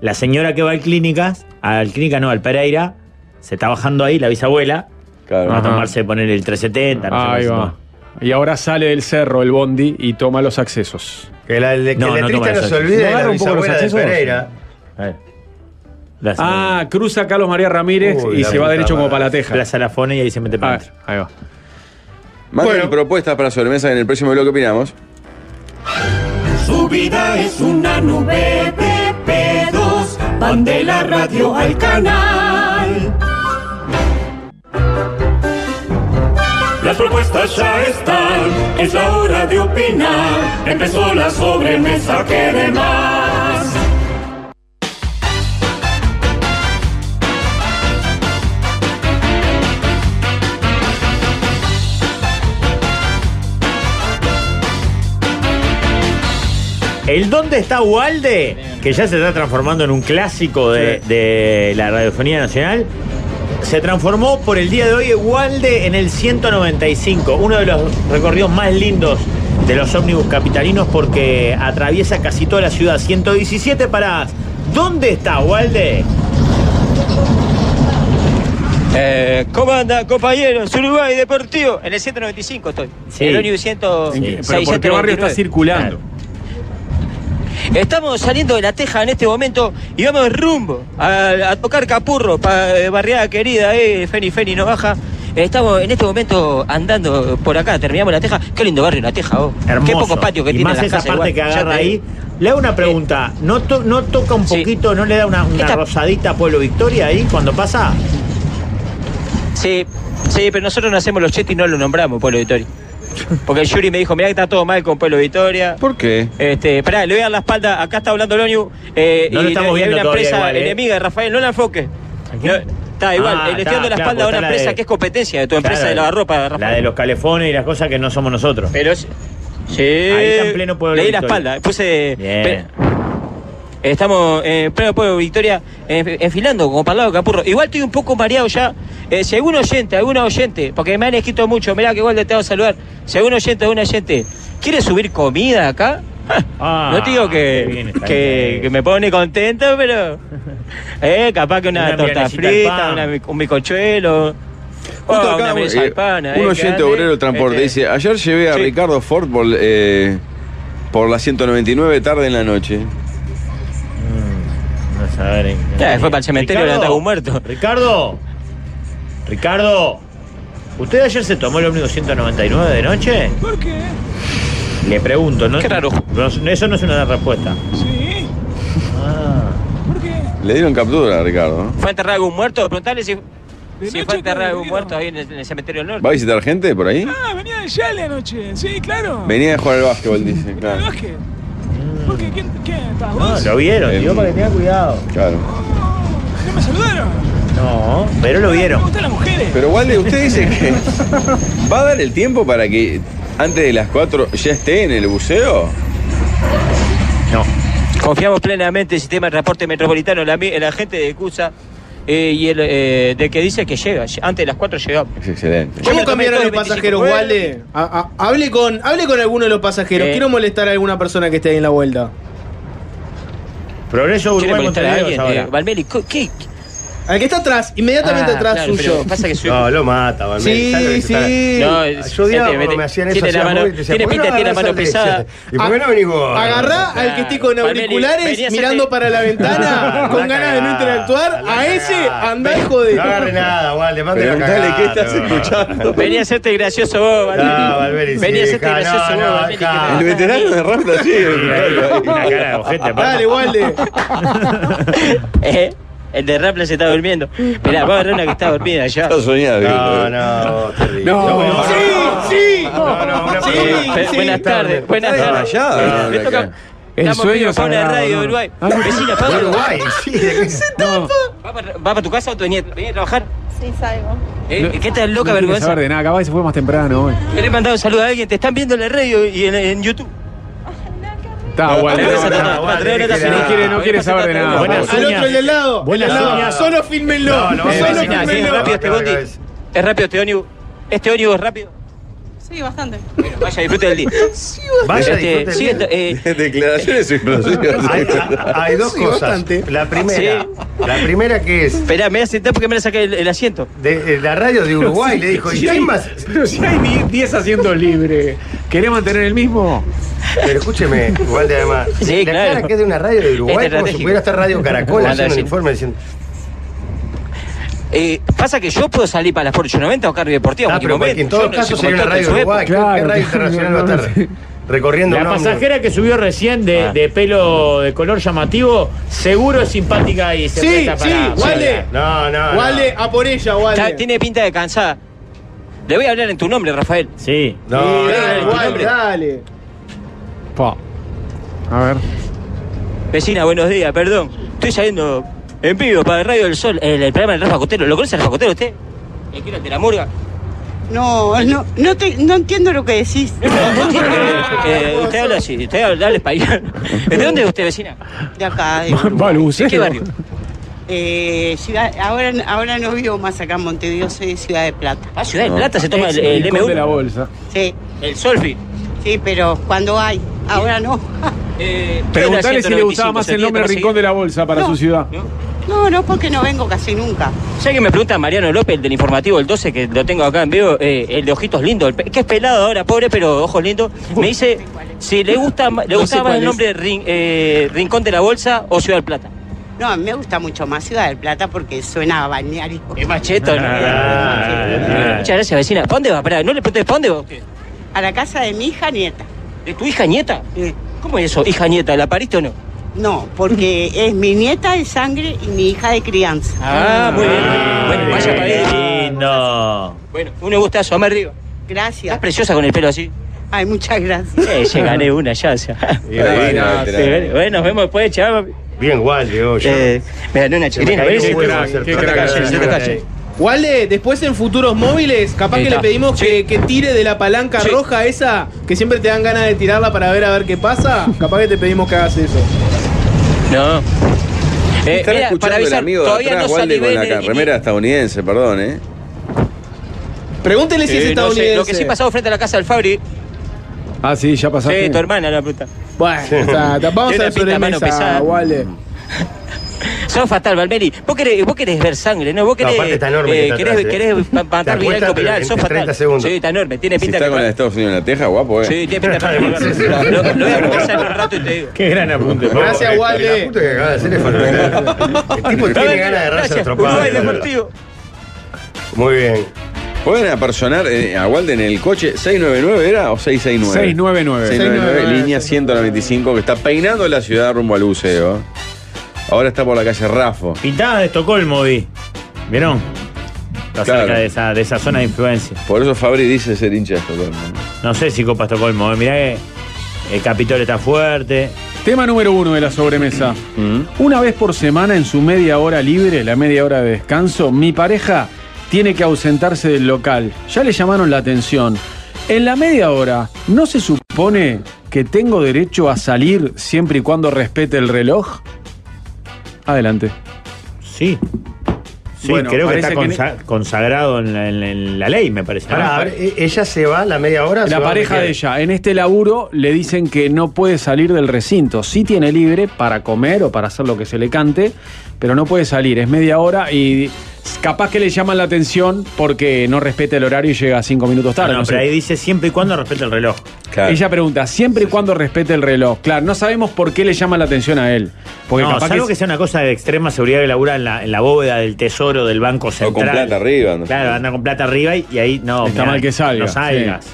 Speaker 5: La señora que va al clínicas, al clínica no, al Pereira, se está bajando ahí, la bisabuela,
Speaker 1: Claro.
Speaker 5: va a
Speaker 2: Ajá.
Speaker 5: tomarse poner el 370, no sé
Speaker 2: Ahí
Speaker 5: cuánto.
Speaker 2: va. Y ahora sale del cerro el bondi y toma los accesos.
Speaker 4: Que la, que
Speaker 2: no,
Speaker 4: la
Speaker 2: no
Speaker 4: trista
Speaker 2: toma los
Speaker 4: no se
Speaker 2: accesos.
Speaker 4: olvide de la
Speaker 2: agarra un poco los
Speaker 4: bisabuela de
Speaker 2: accesos?
Speaker 4: Pereira.
Speaker 2: Ah, cruza a Carlos María Ramírez
Speaker 5: Uy,
Speaker 2: y
Speaker 5: la
Speaker 2: se va
Speaker 5: puta
Speaker 2: derecho como
Speaker 5: madre.
Speaker 2: para la teja. Ah,
Speaker 5: Plaza Lafone y ahí se mete para adentro.
Speaker 2: Ahí va.
Speaker 1: Manden propuestas para sobremesa en el próximo bloque opinamos.
Speaker 7: Su vida es una nube de pedos. Van de la radio al canal. Las propuestas ya están, es la hora de opinar. Empezó la sobremesa que de más.
Speaker 5: El ¿Dónde está Walde? Que ya se está transformando en un clásico de, de la radiofonía nacional. Se transformó por el día de hoy Walde en el 195, uno de los recorridos más lindos de los ómnibus capitalinos porque atraviesa casi toda la ciudad. 117 paradas. ¿Dónde está Walde?
Speaker 8: Eh, ¿Cómo anda, compañeros? Uruguay Deportivo. En el 195 estoy.
Speaker 2: Sí.
Speaker 8: En el ómnibus 100
Speaker 2: ¿En qué- ¿Pero por qué
Speaker 8: 699.
Speaker 2: barrio está circulando?
Speaker 8: Estamos saliendo de la Teja en este momento y vamos rumbo a, a tocar Capurro, pa, eh, barriada querida, eh, Feni Feni no baja. Estamos en este momento andando por acá, terminamos la Teja. Qué lindo barrio la Teja, oh.
Speaker 5: Hermoso.
Speaker 8: Qué pocos patios que
Speaker 5: y
Speaker 8: tiene
Speaker 5: más
Speaker 8: las
Speaker 5: esa
Speaker 8: casas
Speaker 5: parte
Speaker 8: igual.
Speaker 5: que
Speaker 8: Ya
Speaker 5: agarra
Speaker 8: te
Speaker 5: ahí.
Speaker 8: digo.
Speaker 5: Le hago una pregunta. ¿No, to- no toca un poquito, no le da una, una
Speaker 8: Esta-
Speaker 5: rosadita a Pueblo Victoria ahí cuando pasa?
Speaker 8: Sí, sí, pero nosotros no hacemos los chetos y no lo nombramos Pueblo Victoria. Porque el Yuri me dijo, mirá que está todo mal con Pueblo Victoria.
Speaker 1: ¿Por qué?
Speaker 8: Este, pará, le voy a dar la espalda, acá está hablando Loñu. eh,
Speaker 5: No lo
Speaker 8: y
Speaker 5: estamos
Speaker 8: hay
Speaker 5: viendo
Speaker 8: una
Speaker 5: todavía
Speaker 8: empresa
Speaker 5: igual, ¿eh?
Speaker 8: enemiga de Rafael, no la enfoque. No, está igual,
Speaker 5: Ah,
Speaker 8: eh, le estoy dando
Speaker 5: está,
Speaker 8: la
Speaker 5: claro,
Speaker 8: espalda a
Speaker 5: está
Speaker 8: una
Speaker 5: la
Speaker 8: empresa
Speaker 5: de-
Speaker 8: que es competencia de tu empresa
Speaker 5: Claro,
Speaker 8: de lavarropa,
Speaker 5: La
Speaker 8: Rafael.
Speaker 5: de los calefones y las cosas que no somos nosotros.
Speaker 8: Pero es- Sí.
Speaker 5: Ahí está en pleno Pueblo
Speaker 8: Le di
Speaker 5: Victoria.
Speaker 8: la espalda, puse.
Speaker 5: Bien.
Speaker 8: pe- estamos en pleno pueblo Victoria, en- enfilando como para el lado de Capurro. Igual estoy un poco mareado ya. Eh, si algún oyente, alguna oyente, porque me han escrito mucho, mirá que igual te hago saludar. Si algún oyente, algún oyente, ¿quiere subir comida acá?
Speaker 5: Ah,
Speaker 8: no te digo
Speaker 5: qué bien
Speaker 8: que,
Speaker 5: está
Speaker 8: que,
Speaker 5: ahí.
Speaker 8: que me pone contento, pero. eh, capaz que una,
Speaker 5: Una
Speaker 8: torta
Speaker 5: milanesita al
Speaker 8: frita,
Speaker 5: pan.
Speaker 8: una mi- un bicochuelo.
Speaker 1: Justo
Speaker 8: oh,
Speaker 1: acá,
Speaker 8: una milanesa
Speaker 1: eh,
Speaker 8: al pan, eh,
Speaker 1: un
Speaker 8: que
Speaker 1: oyente
Speaker 8: ande,
Speaker 1: obrero transporte
Speaker 8: este,
Speaker 1: dice, ayer llevé a Ricardo Ford por, eh, por la 199 tarde en la noche.
Speaker 5: Mm, No saben.
Speaker 8: Ya, fue para el cementerio, levantaba un muerto.
Speaker 5: Ricardo. Ricardo. ¿Usted ayer se tomó el ómnibus 199 de noche?
Speaker 9: ¿Por qué?
Speaker 5: Le pregunto, ¿no?
Speaker 8: Qué raro.
Speaker 5: No, eso no es una respuesta.
Speaker 9: Sí. ¿Por qué?
Speaker 1: Le dieron captura a Ricardo. ¿no?
Speaker 8: ¿Fue a enterrar algún muerto? Preguntale si, si fue a
Speaker 9: noche,
Speaker 8: enterrar algún
Speaker 9: caballero.
Speaker 8: muerto ahí en el, en el cementerio del norte.
Speaker 1: ¿Va a visitar gente por ahí?
Speaker 9: Ah, venía de Yale anoche. Sí, claro.
Speaker 1: Venía a jugar al básquetbol, dice.
Speaker 9: ¿El
Speaker 1: Claro.
Speaker 9: básquet? ¿Por qué? ¿Quién, quién estás
Speaker 5: No,
Speaker 9: vos?
Speaker 5: Ah, lo vieron,
Speaker 1: El-
Speaker 5: digo para que tenga cuidado.
Speaker 1: Claro.
Speaker 9: ¿No me saludaron?
Speaker 5: No, pero lo
Speaker 9: Me
Speaker 5: vieron.
Speaker 9: gustan las mujeres.
Speaker 1: Pero Walde, usted dice que va a dar el tiempo para que antes de las 4 ya esté en el buceo.
Speaker 5: No.
Speaker 8: Confiamos plenamente en el sistema de transporte metropolitano, la, mi- la gente de CUSA eh, y el eh, de que dice que llega. Antes de las 4 llegamos.
Speaker 1: Es excelente.
Speaker 8: Yo me
Speaker 3: ¿Cómo
Speaker 8: tomé todo el
Speaker 3: cambiaron los
Speaker 8: 25
Speaker 3: pasajeros,
Speaker 8: jueves.
Speaker 3: Walde? A- a- Hable con, hable con alguno de los pasajeros.
Speaker 8: Eh.
Speaker 3: Quiero molestar a alguna persona que esté ahí en la vuelta.
Speaker 5: Progreso
Speaker 8: ¿Quiere
Speaker 5: Uruguay
Speaker 8: molestar a
Speaker 5: Montevideo
Speaker 8: alguien?
Speaker 5: ahora.
Speaker 8: Eh, Valmeli, ¿co- ¿qué?
Speaker 3: Al que está atrás, inmediatamente
Speaker 8: Ah,
Speaker 3: atrás
Speaker 8: claro,
Speaker 3: suyo. Ah,
Speaker 8: pero Pasa que soy...
Speaker 4: No, lo mata, Valmel.
Speaker 3: Sí,
Speaker 4: ¿Sabes lo que
Speaker 3: sí.
Speaker 4: está?
Speaker 8: No,
Speaker 4: Yo odiaba
Speaker 8: gente,
Speaker 4: cuando
Speaker 8: vete-
Speaker 4: me hacían eso.
Speaker 8: tiene la
Speaker 4: hacía
Speaker 8: mano-
Speaker 4: móvil, te decía,
Speaker 8: tiene
Speaker 4: "¿Por qué no
Speaker 8: pinta, tiene la
Speaker 4: agarrás
Speaker 8: mano
Speaker 4: al de
Speaker 8: pesada.
Speaker 4: ella? ¿Y por qué no venís vos?
Speaker 3: Agarrá
Speaker 8: Claro,
Speaker 3: al que esté con
Speaker 8: Valmeli,
Speaker 3: auriculares
Speaker 8: vení a hacerte-
Speaker 3: mirando para la ventana,
Speaker 4: Ah,
Speaker 3: con
Speaker 4: la
Speaker 3: ganas de no
Speaker 4: cagada,
Speaker 3: interactuar.
Speaker 4: la
Speaker 3: A ese
Speaker 4: cagada.
Speaker 3: andá y
Speaker 4: No agarre
Speaker 3: joder.
Speaker 4: nada, Walde. Mate la
Speaker 1: Preguntale
Speaker 4: cagada,
Speaker 1: qué estás
Speaker 4: no.
Speaker 1: escuchando.
Speaker 8: Vení a hacerte gracioso vos, Valmeli.
Speaker 4: No, Valmeli, sí,
Speaker 8: Vení a hacerte
Speaker 4: ja,
Speaker 8: gracioso
Speaker 4: no,
Speaker 8: vos,
Speaker 4: no,
Speaker 8: Valmeli. que
Speaker 4: ja.
Speaker 1: El
Speaker 8: me-
Speaker 1: veterano de Rampla sí.
Speaker 5: Una cara de ojete, aparte.
Speaker 3: Dale, Walde.
Speaker 8: Eh, El de Rapla se está durmiendo. Mirá, va a agarrar una que está dormida ya.
Speaker 1: Está soñado.
Speaker 4: No, no, terrible. bueno,
Speaker 3: sí, sí.
Speaker 4: No, no, una
Speaker 8: Sí,
Speaker 4: pregunta.
Speaker 8: pe-
Speaker 4: Sí,
Speaker 8: buenas
Speaker 4: está
Speaker 8: tardes,
Speaker 4: bien.
Speaker 8: buenas
Speaker 1: Está
Speaker 8: tardes.
Speaker 1: rayado,
Speaker 8: Eh, me
Speaker 1: ahora
Speaker 8: toca-
Speaker 1: acá.
Speaker 2: El
Speaker 8: Estamos
Speaker 2: sueño
Speaker 8: vivos para una
Speaker 2: sagrado,
Speaker 8: radio
Speaker 2: ¿no?
Speaker 8: de Uruguay.
Speaker 2: Ah, no.
Speaker 8: Vecina,
Speaker 4: De
Speaker 8: Pablo,
Speaker 4: Uruguay, sí.
Speaker 2: No,
Speaker 8: ¿va para, va para tu casa o te venía, venía a trabajar?
Speaker 11: Sí, salgo.
Speaker 8: Eh,
Speaker 2: No-
Speaker 8: ¿Qué tal
Speaker 2: no
Speaker 8: loca
Speaker 2: quiere
Speaker 8: vergüenza?
Speaker 2: saber de nada, capaz que se fue más temprano hoy.
Speaker 8: Querés mandar un saludo a alguien, te están viendo en la radio y en, en YouTube.
Speaker 2: Está Walde.
Speaker 8: Andrés,
Speaker 2: no,
Speaker 8: andá,
Speaker 2: no.
Speaker 4: no,
Speaker 8: andá, andá, andá,
Speaker 4: no
Speaker 8: andá, andá,
Speaker 4: quiere- no quiere-
Speaker 2: no
Speaker 8: andá,
Speaker 2: quiere
Speaker 8: andá,
Speaker 2: saber de
Speaker 8: andá,
Speaker 2: nada.
Speaker 8: andá,
Speaker 5: Buenas
Speaker 8: andá.
Speaker 3: Al otro y al lado.
Speaker 5: Buenas
Speaker 3: al lado.
Speaker 5: uñas.
Speaker 3: Solo fírmenlo.
Speaker 4: No, no,
Speaker 3: Solo
Speaker 8: vecina, sí,
Speaker 3: fírmenlo.
Speaker 8: rápido este bondi. Es rápido este ómnibus. Este ómnibus es rápido.
Speaker 11: Sí, bastante.
Speaker 8: Vaya, disfrute del día.
Speaker 4: Vaya, disfrute
Speaker 8: Este,
Speaker 4: del
Speaker 8: sí,
Speaker 4: día.
Speaker 8: esto, eh,
Speaker 1: Declaraciones explosivas.
Speaker 4: Hay, hay dos
Speaker 8: Sí,
Speaker 4: cosas.
Speaker 8: bastante.
Speaker 4: La primera,
Speaker 8: Sí.
Speaker 4: la primera que es.
Speaker 8: Esperá, me voy a sentar porque me la saqué el, el asiento.
Speaker 4: De, Eh, la radio de Uruguay le dijo, ¿y
Speaker 2: Si
Speaker 4: quién
Speaker 2: hay-
Speaker 4: más?
Speaker 2: Si hay die- 10 haciendo libre, ¿querés mantener el mismo?
Speaker 4: Pero escúcheme, igual de además.
Speaker 2: Sí,
Speaker 4: la
Speaker 2: claro.
Speaker 4: cara que es de una radio de Uruguay,
Speaker 8: Es
Speaker 4: como si
Speaker 8: estratégico.
Speaker 4: pudiera estar Radio Caracol
Speaker 8: Anda
Speaker 4: haciendo un
Speaker 8: así.
Speaker 4: informe diciendo.
Speaker 8: Eh, pasa que yo puedo salir para las Porsche 90 o Carri Deportiva
Speaker 4: Ah,
Speaker 8: en cualquier
Speaker 4: pero
Speaker 8: momento.
Speaker 4: en todo
Speaker 8: Yo no-
Speaker 4: caso
Speaker 8: como
Speaker 4: sería una
Speaker 8: tanto en
Speaker 4: radio
Speaker 8: su
Speaker 4: de
Speaker 8: época.
Speaker 4: Uruguay. ¿Qué, qué
Speaker 2: Claro,
Speaker 4: radio internacional va a estar recorriendo
Speaker 5: La
Speaker 4: un hombre?
Speaker 5: pasajera que subió recién
Speaker 8: Ah.
Speaker 5: de, de pelo de color llamativo, seguro es simpática y se
Speaker 3: Sí,
Speaker 5: presta
Speaker 3: sí,
Speaker 5: para.
Speaker 3: Walde.
Speaker 4: No, no.
Speaker 3: Walde, a por ella,
Speaker 8: Está-
Speaker 3: Walde.
Speaker 8: tiene pinta de cansada. Le voy a hablar en tu nombre, Rafael.
Speaker 5: Sí.
Speaker 8: Ah,
Speaker 4: No,
Speaker 3: Sí,
Speaker 4: no,
Speaker 3: eh, dale,
Speaker 4: no,
Speaker 3: Walde, dale.
Speaker 2: Pa. A ver.
Speaker 8: Vecina, buenos días, perdón. Estoy saliendo en vivo para el Radio del Sol, el, el programa del Rafa Cotero. ¿Lo conoce Rafa Cotero usted? ¿El que era el de la murga?
Speaker 11: No, no, no, te- no entiendo lo que decís.
Speaker 8: Eh, usted habla así, usted habla, habla español. ¿De dónde es usted, vecina?
Speaker 11: De acá, de-
Speaker 8: ¿De qué
Speaker 2: Balucero.
Speaker 8: barrio?
Speaker 11: eh, ciudad- ahora, ahora no vivo más acá en Montevideo, soy de Ciudad de Plata.
Speaker 8: Ah, Ciudad de Plata se toma el, el
Speaker 2: El Conde de la
Speaker 8: M1.
Speaker 2: bolsa.
Speaker 11: Sí,
Speaker 8: El Solfi.
Speaker 11: sí, pero cuando hay, ahora no.
Speaker 8: Eh,
Speaker 2: Preguntale si le gustaba más el nombre Rincón de la Bolsa para
Speaker 11: No.
Speaker 2: su ciudad.
Speaker 11: No, no, porque no vengo casi nunca.
Speaker 8: Ya que me pregunta Mariano López, el del informativo el 12, que lo tengo acá en vivo, eh, el de ojitos lindos, el pe- que es pelado ahora, pobre, pero ojos lindos, me dice si le gusta ma-
Speaker 11: No
Speaker 8: le
Speaker 11: sé
Speaker 8: gustaba más
Speaker 11: cuál
Speaker 8: el
Speaker 11: es.
Speaker 8: nombre Rin- eh, Rincón de la Bolsa o Ciudad del Plata.
Speaker 11: No, a mí me gusta mucho más Ciudad del Plata porque suena a balneario.
Speaker 8: Es macheto, ¿no?
Speaker 4: Ah,
Speaker 8: Muchas gracias, vecina. ¿Para dónde va? Pará, no le preguntes, ¿para dónde va usted?
Speaker 11: A la casa de mi hija nieta.
Speaker 8: ¿De tu hija nieta?
Speaker 11: Eh,
Speaker 8: ¿Cómo es eso, hija nieta? ¿La pariste o no?
Speaker 11: No, porque es mi nieta de sangre y mi hija de crianza.
Speaker 8: Ah, muy bien. Bueno, vaya para
Speaker 5: Qué
Speaker 8: ahí.
Speaker 5: lindo.
Speaker 8: Bueno, un gustazo, me arriba. Estás
Speaker 11: Gracias.
Speaker 8: preciosa con el pelo así.
Speaker 11: Ay, muchas gracias.
Speaker 8: Eh, ya gané una, ya, o sea. Bueno, nos vemos después, chaval.
Speaker 4: Bien, Walde, oye.
Speaker 8: Eh, me gané una chiquilina,
Speaker 4: cayó
Speaker 3: ¿eh?
Speaker 8: ¿ves?
Speaker 4: un huevo
Speaker 8: Te
Speaker 4: hacer
Speaker 8: calle,
Speaker 4: plata.
Speaker 8: te calle.
Speaker 3: Walde, después en futuros móviles, capaz
Speaker 8: Ahí
Speaker 3: que le
Speaker 8: está.
Speaker 3: pedimos que, que tire de la palanca
Speaker 8: Sí.
Speaker 3: roja esa, que siempre te dan ganas de tirarla para ver a ver qué pasa. Capaz que te pedimos que hagas eso.
Speaker 8: No. Eh,
Speaker 1: Están
Speaker 8: mira,
Speaker 1: escuchando
Speaker 8: para avisar,
Speaker 1: el amigo de
Speaker 8: todavía
Speaker 1: atrás,
Speaker 8: no
Speaker 1: Walde,
Speaker 8: salí
Speaker 1: con
Speaker 8: bien
Speaker 1: la
Speaker 8: en el
Speaker 1: ca- remera estadounidense, perdón, ¿eh?
Speaker 3: Pregúntele si es
Speaker 8: Eh, no
Speaker 3: estadounidense.
Speaker 8: sé, lo que sí pasado frente a la casa del Fabri.
Speaker 2: Ah, sí, ya
Speaker 8: Sí,
Speaker 2: pasaste.
Speaker 8: tu hermana, la puta.
Speaker 3: Bueno, está, está- vamos
Speaker 8: Tiene
Speaker 3: a la
Speaker 8: pinta de mano
Speaker 3: sobremesa,
Speaker 8: pesada.
Speaker 3: Walde.
Speaker 8: Sos fatal, Valmeri. Vos querés, vos querés ver sangre, ¿no? Vos
Speaker 4: No,
Speaker 8: querés.
Speaker 4: aparte está enorme que está
Speaker 8: querés,
Speaker 4: atrás, eh.
Speaker 8: querés ma-
Speaker 4: Te
Speaker 8: matar viral
Speaker 4: acuestas,
Speaker 8: con viral.
Speaker 4: pero
Speaker 8: Sos
Speaker 4: en 30
Speaker 8: fatal.
Speaker 4: segundos.
Speaker 8: Sí, está enorme. Tiene
Speaker 1: Si
Speaker 8: pinta
Speaker 1: está
Speaker 8: que.
Speaker 1: con la de Estados Unidos en la teja, guapo, ¿eh?
Speaker 8: Sí, tiene pinta para
Speaker 4: Sí.
Speaker 8: Lo, lo voy a conversar en un rato y te digo.
Speaker 5: Qué gran apunte. Pablo.
Speaker 3: Gracias, Walde.
Speaker 4: La puta que acaba de hacer es fenomenal. El tipo tiene ganas de raza
Speaker 8: Gracias, Uruguay Deportivo.
Speaker 4: Muy bien.
Speaker 1: ¿Pueden apersonar eh, a Walden en el coche? ¿699 era o 669?
Speaker 2: 699.
Speaker 1: 699,
Speaker 3: 699,
Speaker 1: línea 195, que está peinando la ciudad rumbo al buceo. Ahora está por la calle Rafo.
Speaker 5: Pintadas de Estocolmo vi. ¿Vieron? Está
Speaker 1: Claro.
Speaker 5: cerca de esa, de esa zona de influencia.
Speaker 1: Por eso Fabri dice ser hincha de Estocolmo.
Speaker 5: No sé si Copa Estocolmo. eh. Mirá que el Capitol está fuerte.
Speaker 2: Tema número uno de la sobremesa.
Speaker 1: Mm.
Speaker 2: Una vez por semana, en su media hora libre, la media hora de descanso, mi pareja tiene que ausentarse del local. Ya le llamaron la atención. En la media hora, ¿no se supone que tengo derecho a salir siempre y cuando respete el reloj? Adelante.
Speaker 5: Sí. Sí,
Speaker 2: Bueno,
Speaker 5: creo que
Speaker 2: parece
Speaker 5: está
Speaker 2: que e-
Speaker 5: consa- consagrado en la, en la- en la ley, me parece. ¿no?
Speaker 4: Pará, a ver, ¿e- ¿ella se va la media hora?
Speaker 2: La pareja de ella, en este laburo le dicen que no puede salir del recinto. Sí tiene libre para comer o para hacer lo que se le cante, pero no puede salir. Es media hora y capaz que le llaman la atención porque no respeta el horario y llega cinco minutos tarde.
Speaker 5: No,
Speaker 2: no sé.
Speaker 5: pero ahí dice siempre y cuando respete el reloj.
Speaker 1: Claro.
Speaker 2: Ella pregunta, siempre y cuando respete el reloj. Claro, no sabemos por qué le llaman la atención a él. Porque
Speaker 5: no,
Speaker 2: capaz
Speaker 5: salvo que,
Speaker 2: que...
Speaker 5: sea una cosa de extrema seguridad que labura en la, en la bóveda del tesoro del Banco
Speaker 1: O
Speaker 5: Central.
Speaker 1: con plata arriba. ¿no?
Speaker 5: Claro, anda con plata arriba y, y ahí Oh, no.
Speaker 2: Está mal que salga,
Speaker 5: No salgas.
Speaker 2: sí.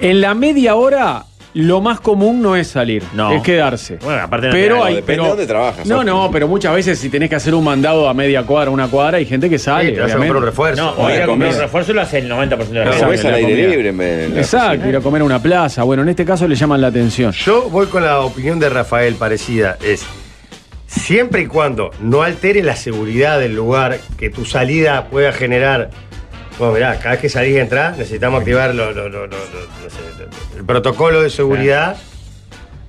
Speaker 2: En la media hora, lo más común no es salir,
Speaker 5: No.
Speaker 2: es quedarse.
Speaker 5: Bueno, aparte no
Speaker 2: pero
Speaker 5: te-
Speaker 2: hay,
Speaker 1: depende
Speaker 2: pero-
Speaker 1: de dónde trabajas,
Speaker 2: No,
Speaker 1: ojo.
Speaker 2: no, pero muchas veces si tenés que hacer un mandado a media cuadra, una cuadra, hay gente que sale.
Speaker 4: Sí, te vas a
Speaker 2: obviamente.
Speaker 4: comprar un refuerzo.
Speaker 5: No,
Speaker 1: o
Speaker 5: o
Speaker 1: de
Speaker 5: ir a comprar un
Speaker 1: comida.
Speaker 5: refuerzo lo hace el 90% de la
Speaker 1: Pero
Speaker 5: gente.
Speaker 1: comés al
Speaker 5: La
Speaker 1: aire
Speaker 5: comida.
Speaker 1: libre en vez de en la
Speaker 2: Exacto, ir a comer a una plaza. Bueno, en este caso le llaman la atención.
Speaker 4: Yo voy con la opinión de Rafael parecida. Es siempre y cuando no altere la seguridad del lugar, que tu salida pueda generar. Bueno, mirá, cada vez que salís y entrás, necesitamos activar lo- lo- lo- lo- lo- no sé, lo- lo- el protocolo de seguridad.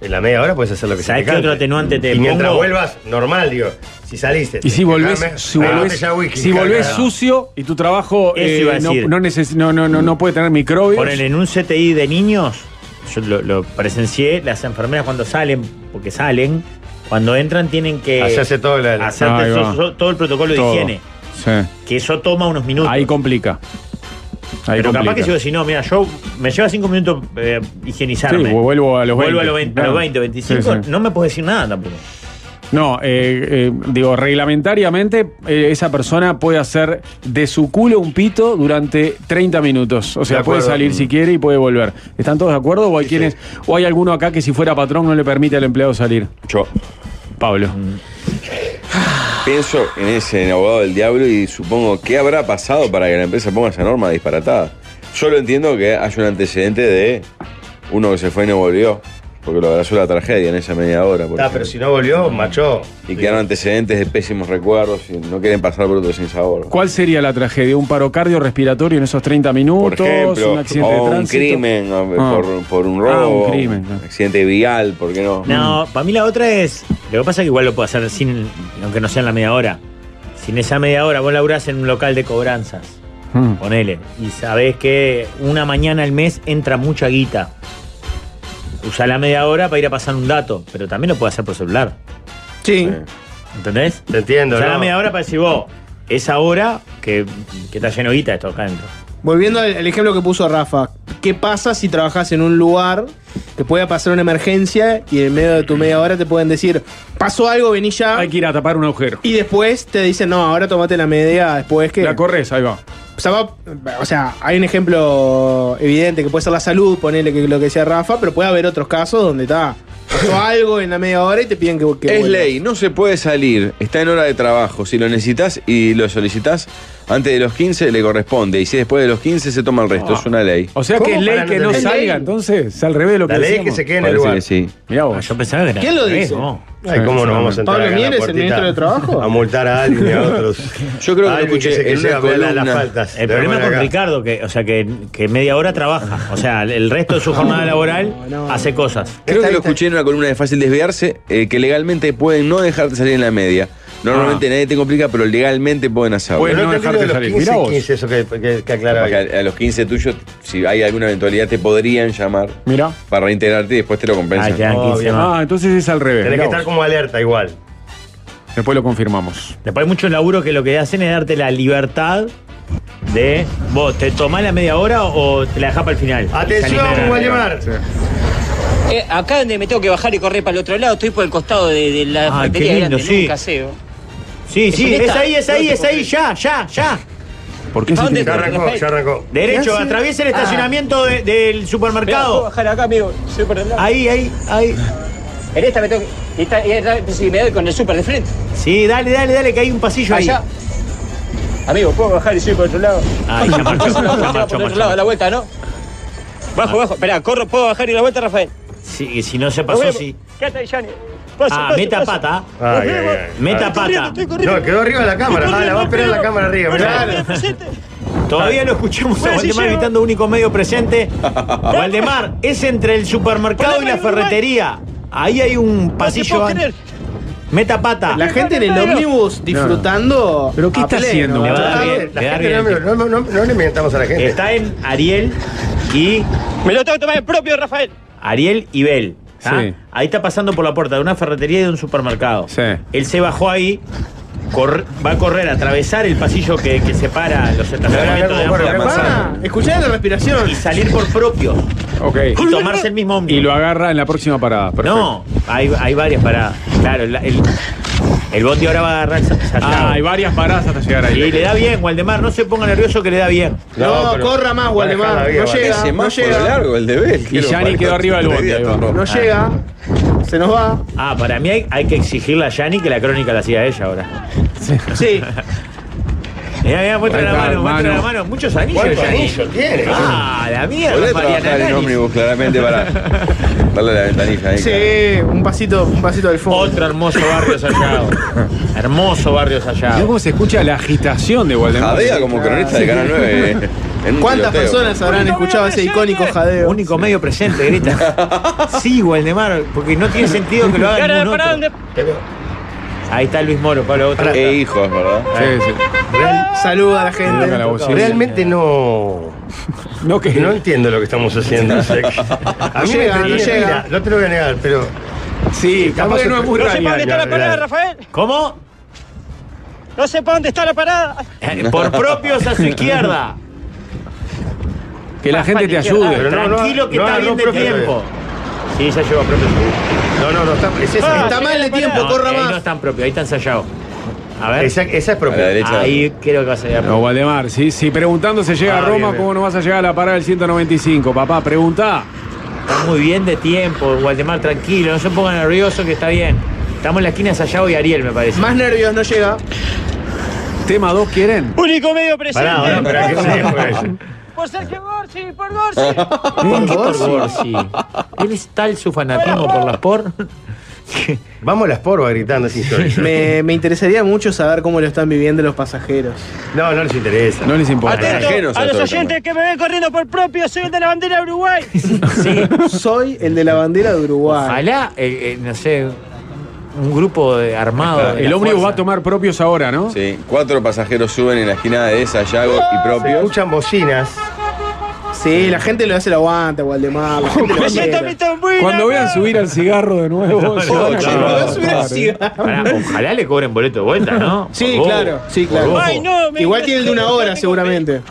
Speaker 4: En la media hora puedes hacer lo que
Speaker 5: ¿Sabes
Speaker 4: se
Speaker 5: qué otro atenuante te
Speaker 4: Y mientras
Speaker 5: pongo?
Speaker 4: vuelvas, normal, digo. Si saliste.
Speaker 2: Y si
Speaker 4: te-
Speaker 2: volvés,
Speaker 4: dame-
Speaker 2: si
Speaker 4: dame una
Speaker 2: volvés,
Speaker 4: botella de whisky,
Speaker 2: si volvés
Speaker 4: cagada.
Speaker 2: sucio y tu trabajo
Speaker 5: Eso
Speaker 2: eh,
Speaker 5: iba a
Speaker 2: no,
Speaker 5: decir.
Speaker 2: no, neces- no, no, no- no puede tener microbios.
Speaker 5: Ponen en un CTI de niños, yo lo, lo presencié, las enfermeras cuando salen, porque salen, cuando entran tienen que
Speaker 4: Hacerse todo la-
Speaker 5: hacerte
Speaker 2: Ahí
Speaker 5: so-
Speaker 2: va.
Speaker 5: so- todo el protocolo
Speaker 2: Todo.
Speaker 5: de higiene,
Speaker 2: Sí.
Speaker 5: que eso toma unos minutos.
Speaker 2: Ahí complica. Ahí
Speaker 5: Pero capaz que
Speaker 2: complica.
Speaker 5: si vos decís, no, mira, yo me lleva cinco minutos eh, higienizarme.
Speaker 2: Sí, vuelvo a los 20.
Speaker 5: Vuelvo a los 20, a los 20, 25,
Speaker 2: Sí, sí.
Speaker 5: no me puedes decir nada tampoco.
Speaker 2: No, eh, eh, digo, reglamentariamente eh, esa persona puede hacer de su culo un pito durante 30 minutos. O sea,
Speaker 4: De
Speaker 2: puede
Speaker 4: acuerdo. Mm.
Speaker 2: salir si quiere y puede volver. ¿Están todos de acuerdo? ¿O hay, quienes, o hay alguno acá que si fuera patrón no le permite al empleado salir?
Speaker 1: Yo. Mm.
Speaker 2: Pablo.
Speaker 1: Pienso en ese abogado del diablo y supongo qué habrá pasado para que la empresa ponga esa norma disparatada. Yo lo entiendo que hay un antecedente de uno que se fue y no volvió, porque lo abrazó la tragedia en esa media hora. por
Speaker 4: Ah,
Speaker 1: ejemplo.
Speaker 4: pero si no volvió, macho.
Speaker 1: Y quedaron antecedentes de pésimos recuerdos y no quieren pasar por otro sin sabor.
Speaker 2: ¿Cuál sería la tragedia? ¿Un paro cardiorrespiratorio en esos 30
Speaker 1: Por
Speaker 2: minutos?
Speaker 1: ejemplo,
Speaker 2: ¿Un accidente
Speaker 1: o
Speaker 2: de
Speaker 1: un
Speaker 2: tránsito?
Speaker 1: crimen, o
Speaker 2: Ah.
Speaker 1: por, por un
Speaker 2: Ah,
Speaker 1: robo,
Speaker 2: un crimen,
Speaker 1: un accidente vial, ¿por qué
Speaker 2: Mm.
Speaker 1: no?
Speaker 5: No, para mí la otra es. Lo que pasa es que igual lo puedo hacer sin. Aunque no sea en la media hora. Sin esa media hora, vos laburás en un local de cobranzas.
Speaker 2: Mm.
Speaker 5: Ponele. Y sabés que una mañana al mes entra mucha guita. Usa la media hora para ir a pasar un dato. Pero también lo puedo hacer por celular.
Speaker 3: Sí.
Speaker 5: ¿Entendés?
Speaker 4: Te entiendo,
Speaker 5: Usá
Speaker 4: ¿no?
Speaker 5: la media hora para decir vos. Esa hora que, que está lleno de guita esto acá adentro.
Speaker 3: Volviendo al, al ejemplo que puso Rafa, ¿qué pasa si trabajas en un lugar que pueda pasar una emergencia y en medio de tu media hora te pueden decir, pasó algo, vení ya?
Speaker 2: Hay que ir a tapar un agujero.
Speaker 3: Y después te dicen, no, ahora tomate la media después que...
Speaker 2: La corres, ahí va.
Speaker 3: O sea, va- o sea, hay un ejemplo evidente que puede ser la salud, ponerle que lo que decía Rafa, pero puede haber otros casos donde está... Pasó algo en la media hora y te piden que... que
Speaker 1: Es
Speaker 3: vuelvas.
Speaker 1: ley, no se puede salir, está en hora de trabajo. Si lo necesitas y lo solicitas antes de los 15, le corresponde. Y si después de los 15, se toma el resto. Es una ley.
Speaker 2: Ah. O sea que
Speaker 4: ¿Cómo?
Speaker 2: es ley
Speaker 4: Para
Speaker 2: que
Speaker 4: no
Speaker 2: no
Speaker 4: tener-
Speaker 2: salga, entonces, al revés de lo que
Speaker 4: La ley es
Speaker 2: decíamos.
Speaker 4: que se quede en el
Speaker 1: Parece
Speaker 4: lugar.
Speaker 1: que sí.
Speaker 2: Mirá vos.
Speaker 5: Ah, yo pensaba que era.
Speaker 3: ¿Quién lo
Speaker 5: al revés,
Speaker 3: dice?
Speaker 5: ¿no?
Speaker 4: Ay, ¿cómo nos vamos a entrar
Speaker 3: Pablo
Speaker 4: acá a la
Speaker 3: Mieres, el
Speaker 4: puertita
Speaker 3: ministro de Trabajo.
Speaker 4: A multar a alguien y a otros.
Speaker 1: Yo creo que lo
Speaker 4: Alguien
Speaker 1: escuché
Speaker 4: se-
Speaker 1: en
Speaker 4: se
Speaker 1: una
Speaker 4: habla de las
Speaker 1: columna.
Speaker 4: faltas.
Speaker 5: El
Speaker 4: Lo
Speaker 5: problema
Speaker 4: vemos
Speaker 5: con
Speaker 4: acá.
Speaker 5: Ricardo, que, o sea, que, que media hora trabaja. O sea, el resto de su jornada laboral hace cosas.
Speaker 1: Creo
Speaker 4: Esta-
Speaker 1: que lo
Speaker 4: esta-
Speaker 1: escuché en una columna de Fácil Desviarse, eh, que legalmente pueden no dejarte salir en la media. Normalmente nadie te complica, pero legalmente pueden hacerlo.
Speaker 2: Ah. Pueden
Speaker 4: Pero
Speaker 2: no
Speaker 4: te
Speaker 2: dejarte
Speaker 4: olvides de los
Speaker 2: salir.
Speaker 4: 15,
Speaker 2: Mirá vos.
Speaker 4: 15, eso que, que, que aclaraba.
Speaker 1: Porque a, a los 15 tuyos, si hay alguna eventualidad, te podrían llamar
Speaker 2: Mirá.
Speaker 1: para reintegrarte y después te lo
Speaker 5: Ah,
Speaker 1: compensan.
Speaker 5: quedan
Speaker 4: Obvio.
Speaker 5: 15 más.
Speaker 2: Ah, entonces es al revés.
Speaker 4: Tenés
Speaker 2: mirá
Speaker 4: que estar
Speaker 2: vos.
Speaker 4: como alerta igual.
Speaker 2: Después lo confirmamos.
Speaker 5: Después hay mucho laburo que lo que hacen es darte la libertad de vos, ¿te tomás la media hora o te la dejás para el final?
Speaker 4: Atención, Guayamar.
Speaker 8: Eh, acá donde me tengo que bajar y correr para el otro lado, estoy por el costado de, de la
Speaker 5: Ah,
Speaker 8: ferretería
Speaker 5: qué lindo,
Speaker 8: grande,
Speaker 5: sí.
Speaker 8: en un caseo.
Speaker 5: Sí, sí,
Speaker 8: ¿Es
Speaker 5: es
Speaker 8: esta?
Speaker 5: ahí, es ahí,
Speaker 8: No te
Speaker 5: es ahí, ya, ya, ya.
Speaker 2: ¿Por qué
Speaker 8: ¿A
Speaker 2: se
Speaker 8: dónde
Speaker 2: tiene
Speaker 4: Ya
Speaker 2: que-
Speaker 8: está?
Speaker 4: arrancó, ya arrancó.
Speaker 5: Derecho,
Speaker 8: hace?
Speaker 5: atraviesa el
Speaker 8: Ah.
Speaker 5: estacionamiento de- del
Speaker 8: Mirá, puedo
Speaker 5: supermercado.
Speaker 8: bajar acá, amigo. Soy por el lado.
Speaker 5: Ahí, ahí, ahí.
Speaker 8: En esta me tengo que. Y está, y está- si me doy con el súper de frente.
Speaker 5: Sí, dale, dale, dale, que hay un pasillo ahí.
Speaker 8: Allá. Amigo, puedo bajar y soy por otro lado.
Speaker 5: Ahí ya marchó, ya
Speaker 8: Por
Speaker 5: marchó,
Speaker 8: otro
Speaker 5: marchó.
Speaker 8: lado, a la vuelta, ¿no? Bajo, bajo. Esperá, corro, puedo bajar y la vuelta, Rafael.
Speaker 5: Sí, si no se
Speaker 8: Nos
Speaker 5: pasó,
Speaker 8: vemos.
Speaker 5: sí.
Speaker 8: Quédate ahí, Gianni. Paso,
Speaker 5: Ah,
Speaker 8: paso,
Speaker 5: meta
Speaker 8: paso.
Speaker 5: pata.
Speaker 4: Ay, ay, ay.
Speaker 5: Meta pata.
Speaker 8: Estoy corriendo.
Speaker 4: No, quedó arriba de la cámara. Ah, la va a esperar la cámara arriba. mirá.
Speaker 8: Claro. presente.
Speaker 5: Todavía lo escuchamos a
Speaker 8: Bueno, si
Speaker 5: Valdemar
Speaker 8: llego.
Speaker 5: gritando único medio presente. Valdemar, es entre el supermercado y
Speaker 8: Poneme
Speaker 5: la
Speaker 8: en Uruguay.
Speaker 5: ferretería. Ahí hay un pasillo.
Speaker 8: puedo creer.
Speaker 5: Meta pata.
Speaker 3: La gente en el ómnibus disfrutando...
Speaker 2: ¿Pero qué
Speaker 3: a
Speaker 2: está
Speaker 3: pleno,
Speaker 2: haciendo?
Speaker 5: Le va a
Speaker 4: Ah,
Speaker 5: dar
Speaker 4: bien,
Speaker 5: bien,
Speaker 4: la
Speaker 5: le da
Speaker 4: gente
Speaker 5: bien.
Speaker 4: no- no- no- No le mentamos a la gente.
Speaker 5: Está en Ariel y
Speaker 8: Me lo tengo que tomar el propio, Rafael.
Speaker 5: Ariel y Bel. ¿ah?
Speaker 2: Sí.
Speaker 5: Ahí está pasando por la puerta de una ferretería y de un supermercado.
Speaker 2: Sí.
Speaker 5: Él se bajó ahí, corre- va a correr, a atravesar el pasillo que, que separa los estacionamientos de
Speaker 4: Mirá, mirá cómo corre,
Speaker 5: ambos
Speaker 4: mirá.
Speaker 3: Ah, escuchá la respiración.
Speaker 5: y salir por propio
Speaker 2: Ok.
Speaker 5: y tomarse el mismo ómnibus.
Speaker 2: Y lo agarra en la próxima parada. Perfecto.
Speaker 5: No, hay, hay varias paradas. Claro, la- el, el bondi ahora va a agarrar esa- esa
Speaker 2: Ah,
Speaker 5: llave.
Speaker 2: hay varias paradas hasta llegar ahí.
Speaker 5: Y le da bien, Waldemar, no se ponga nervioso que le da bien.
Speaker 3: No,
Speaker 4: pero-
Speaker 3: corra más, Gualdemar,
Speaker 4: Manejala bien,
Speaker 3: no llega.
Speaker 1: Ese más
Speaker 3: no llega.
Speaker 1: largo, el de Bel. que lo
Speaker 2: Gianni
Speaker 1: parió.
Speaker 2: quedó arriba del bote, ahí va.
Speaker 3: No
Speaker 1: Ah.
Speaker 3: llega, se nos va.
Speaker 5: Ah, para mí hay, hay que exigirle a Yanni que la crónica la hacía ella ahora.
Speaker 3: Sí.
Speaker 5: Mirá, mirá, muestra la
Speaker 2: Bueno,
Speaker 5: mano, muestra la
Speaker 2: mano.
Speaker 5: mano. Muchos anillos,
Speaker 4: ¿Cuántos
Speaker 5: Yanni.
Speaker 4: anillos tiene?
Speaker 5: Ah, la mierda,
Speaker 1: Podés
Speaker 5: Mariana
Speaker 1: trabajar en
Speaker 5: Nanis.
Speaker 1: ómnibus claramente para darle la ventanilla ahí.
Speaker 3: Sí, un pasito, un pasito del fondo.
Speaker 5: Otro hermoso barrio Sallado. hermoso barrio
Speaker 2: Mirá
Speaker 5: Sallado.
Speaker 2: cómo se escucha la agitación de Waldemar.
Speaker 1: Jadea como cronista de Canal 9. eh. En un
Speaker 3: ¿Cuántas
Speaker 1: tiroteo.
Speaker 3: personas habrán escuchado ese icónico jadeo?
Speaker 5: Único medio presente, grita. sí, Waldemar, porque no tiene sentido que lo haga
Speaker 8: Cara de
Speaker 5: ningún
Speaker 8: pará,
Speaker 5: otro. Ahí está Luis Moro, Pablo. Otro.
Speaker 1: E hijos, ¿verdad?
Speaker 4: Eh,
Speaker 2: Sí, sí.
Speaker 3: Saluda a la gente.
Speaker 2: Toca la bocina.
Speaker 4: Realmente no.
Speaker 2: No, que-
Speaker 4: No entiendo lo que estamos haciendo. o sea que- a mí me
Speaker 3: llega, no
Speaker 4: entretiene,
Speaker 3: llega.
Speaker 4: mira, no te lo voy a negar, pero.
Speaker 2: Sí,
Speaker 4: capaz que no es muy
Speaker 8: No sé
Speaker 4: radial,
Speaker 8: para dónde está la
Speaker 4: la
Speaker 8: parada,
Speaker 4: verdad.
Speaker 8: Rafael.
Speaker 5: ¿Cómo?
Speaker 8: No sé para dónde está la parada.
Speaker 5: Eh, Por propios a su izquierda.
Speaker 2: Que la gente te
Speaker 4: Pero
Speaker 2: ayude.
Speaker 4: no, no,
Speaker 5: Tranquilo que
Speaker 4: no
Speaker 5: está
Speaker 4: habló
Speaker 5: bien de
Speaker 4: propio
Speaker 5: tiempo. Sí, ya lleva Ah, propios.
Speaker 4: No, no, no, está, es esa.
Speaker 3: Está mal de tiempo,
Speaker 5: No,
Speaker 3: corra
Speaker 5: ahí no
Speaker 3: más.
Speaker 5: están propios, ahí está ensayado. A ver.
Speaker 4: Esa, esa es
Speaker 1: A la
Speaker 4: propia.
Speaker 1: derecha.
Speaker 5: Ahí creo que va a salir.
Speaker 2: No, Waldemar, si, si preguntando se llega
Speaker 4: Ah,
Speaker 2: a Roma,
Speaker 4: bien, bien.
Speaker 2: ¿cómo no vas a llegar a la parada del 195? Papá, pregunta.
Speaker 5: Está muy bien de tiempo, Waldemar, tranquilo, no se ponga nervioso que está bien. Estamos en la esquina de Sayago y Ariel, me parece.
Speaker 3: Más nervios no llega.
Speaker 2: Tema 2 quieren.
Speaker 8: Único medio presente.
Speaker 4: Pará, pará, pará, que se fue ese.
Speaker 8: Por Pues Sergio Gorsi, por Gorsi.
Speaker 5: Ah, ¿Por qué por Borsi? Él es tal su fanatismo por las por. que-
Speaker 4: Vamos a las porvas gritando sin historias.
Speaker 3: Me, me interesaría mucho saber cómo lo están viviendo los pasajeros.
Speaker 4: No, no les interesa.
Speaker 2: No les importa.
Speaker 1: Atento. Ajenos
Speaker 8: Atento
Speaker 1: a
Speaker 8: a los
Speaker 1: todo
Speaker 8: oyentes
Speaker 1: también.
Speaker 8: que me ven corriendo por propio, soy el de la bandera de Uruguay.
Speaker 3: Soy el de la bandera de Uruguay.
Speaker 5: Ojalá, eh, eh, no sé, un grupo de armado. de
Speaker 2: El
Speaker 5: la
Speaker 2: ómnibus va a
Speaker 5: fuerza.
Speaker 2: tomar propios ahora, ¿no?
Speaker 1: Sí, cuatro pasajeros suben en la esquina de Sayago y
Speaker 4: Se
Speaker 1: propios.
Speaker 4: escuchan bocinas.
Speaker 3: Sí, la gente lo hace el aguante, Waldemar. La gente lo
Speaker 8: Me siento a
Speaker 3: quiere.
Speaker 8: mi tambuina.
Speaker 2: Cuando vean subir al cigarro de nuevo, se van a
Speaker 1: no,
Speaker 2: llevar
Speaker 1: no,
Speaker 2: a
Speaker 1: no,
Speaker 2: matar,
Speaker 3: no,
Speaker 2: ¿eh?
Speaker 5: Pará, ojalá le cobren boleto de vuelta, ¿no?
Speaker 3: Sí,
Speaker 5: Por
Speaker 3: claro,
Speaker 5: vos.
Speaker 3: sí, claro.
Speaker 5: Por vos.
Speaker 8: Ay, no, me-
Speaker 3: Igual tiene el de una hora, seguramente.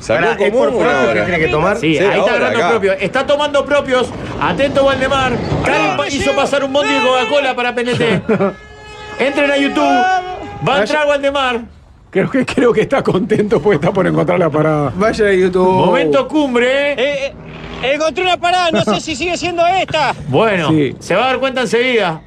Speaker 1: Sacó
Speaker 4: Pará, ¿es
Speaker 1: como
Speaker 4: por propio
Speaker 1: una
Speaker 4: que
Speaker 1: hora.
Speaker 4: tiene que tomar?
Speaker 5: Sí,
Speaker 1: Sí,
Speaker 5: ahí está
Speaker 1: ahora,
Speaker 5: agarrando
Speaker 1: acá.
Speaker 5: propios. Está tomando propios. Atento, Valdemar. Karen pa- hizo pasar un bondi de Coca-Cola para PNT. Entren a YouTube. Va a entrar Valdemar.
Speaker 2: Creo que, creo que está contento porque está por encontrar la parada.
Speaker 3: Vaya a YouTube.
Speaker 5: Momento cumbre.
Speaker 8: Eh, eh, encontré una parada, no sé si sigue siendo esta.
Speaker 5: Bueno,
Speaker 2: Sí.
Speaker 5: se va a dar cuenta enseguida.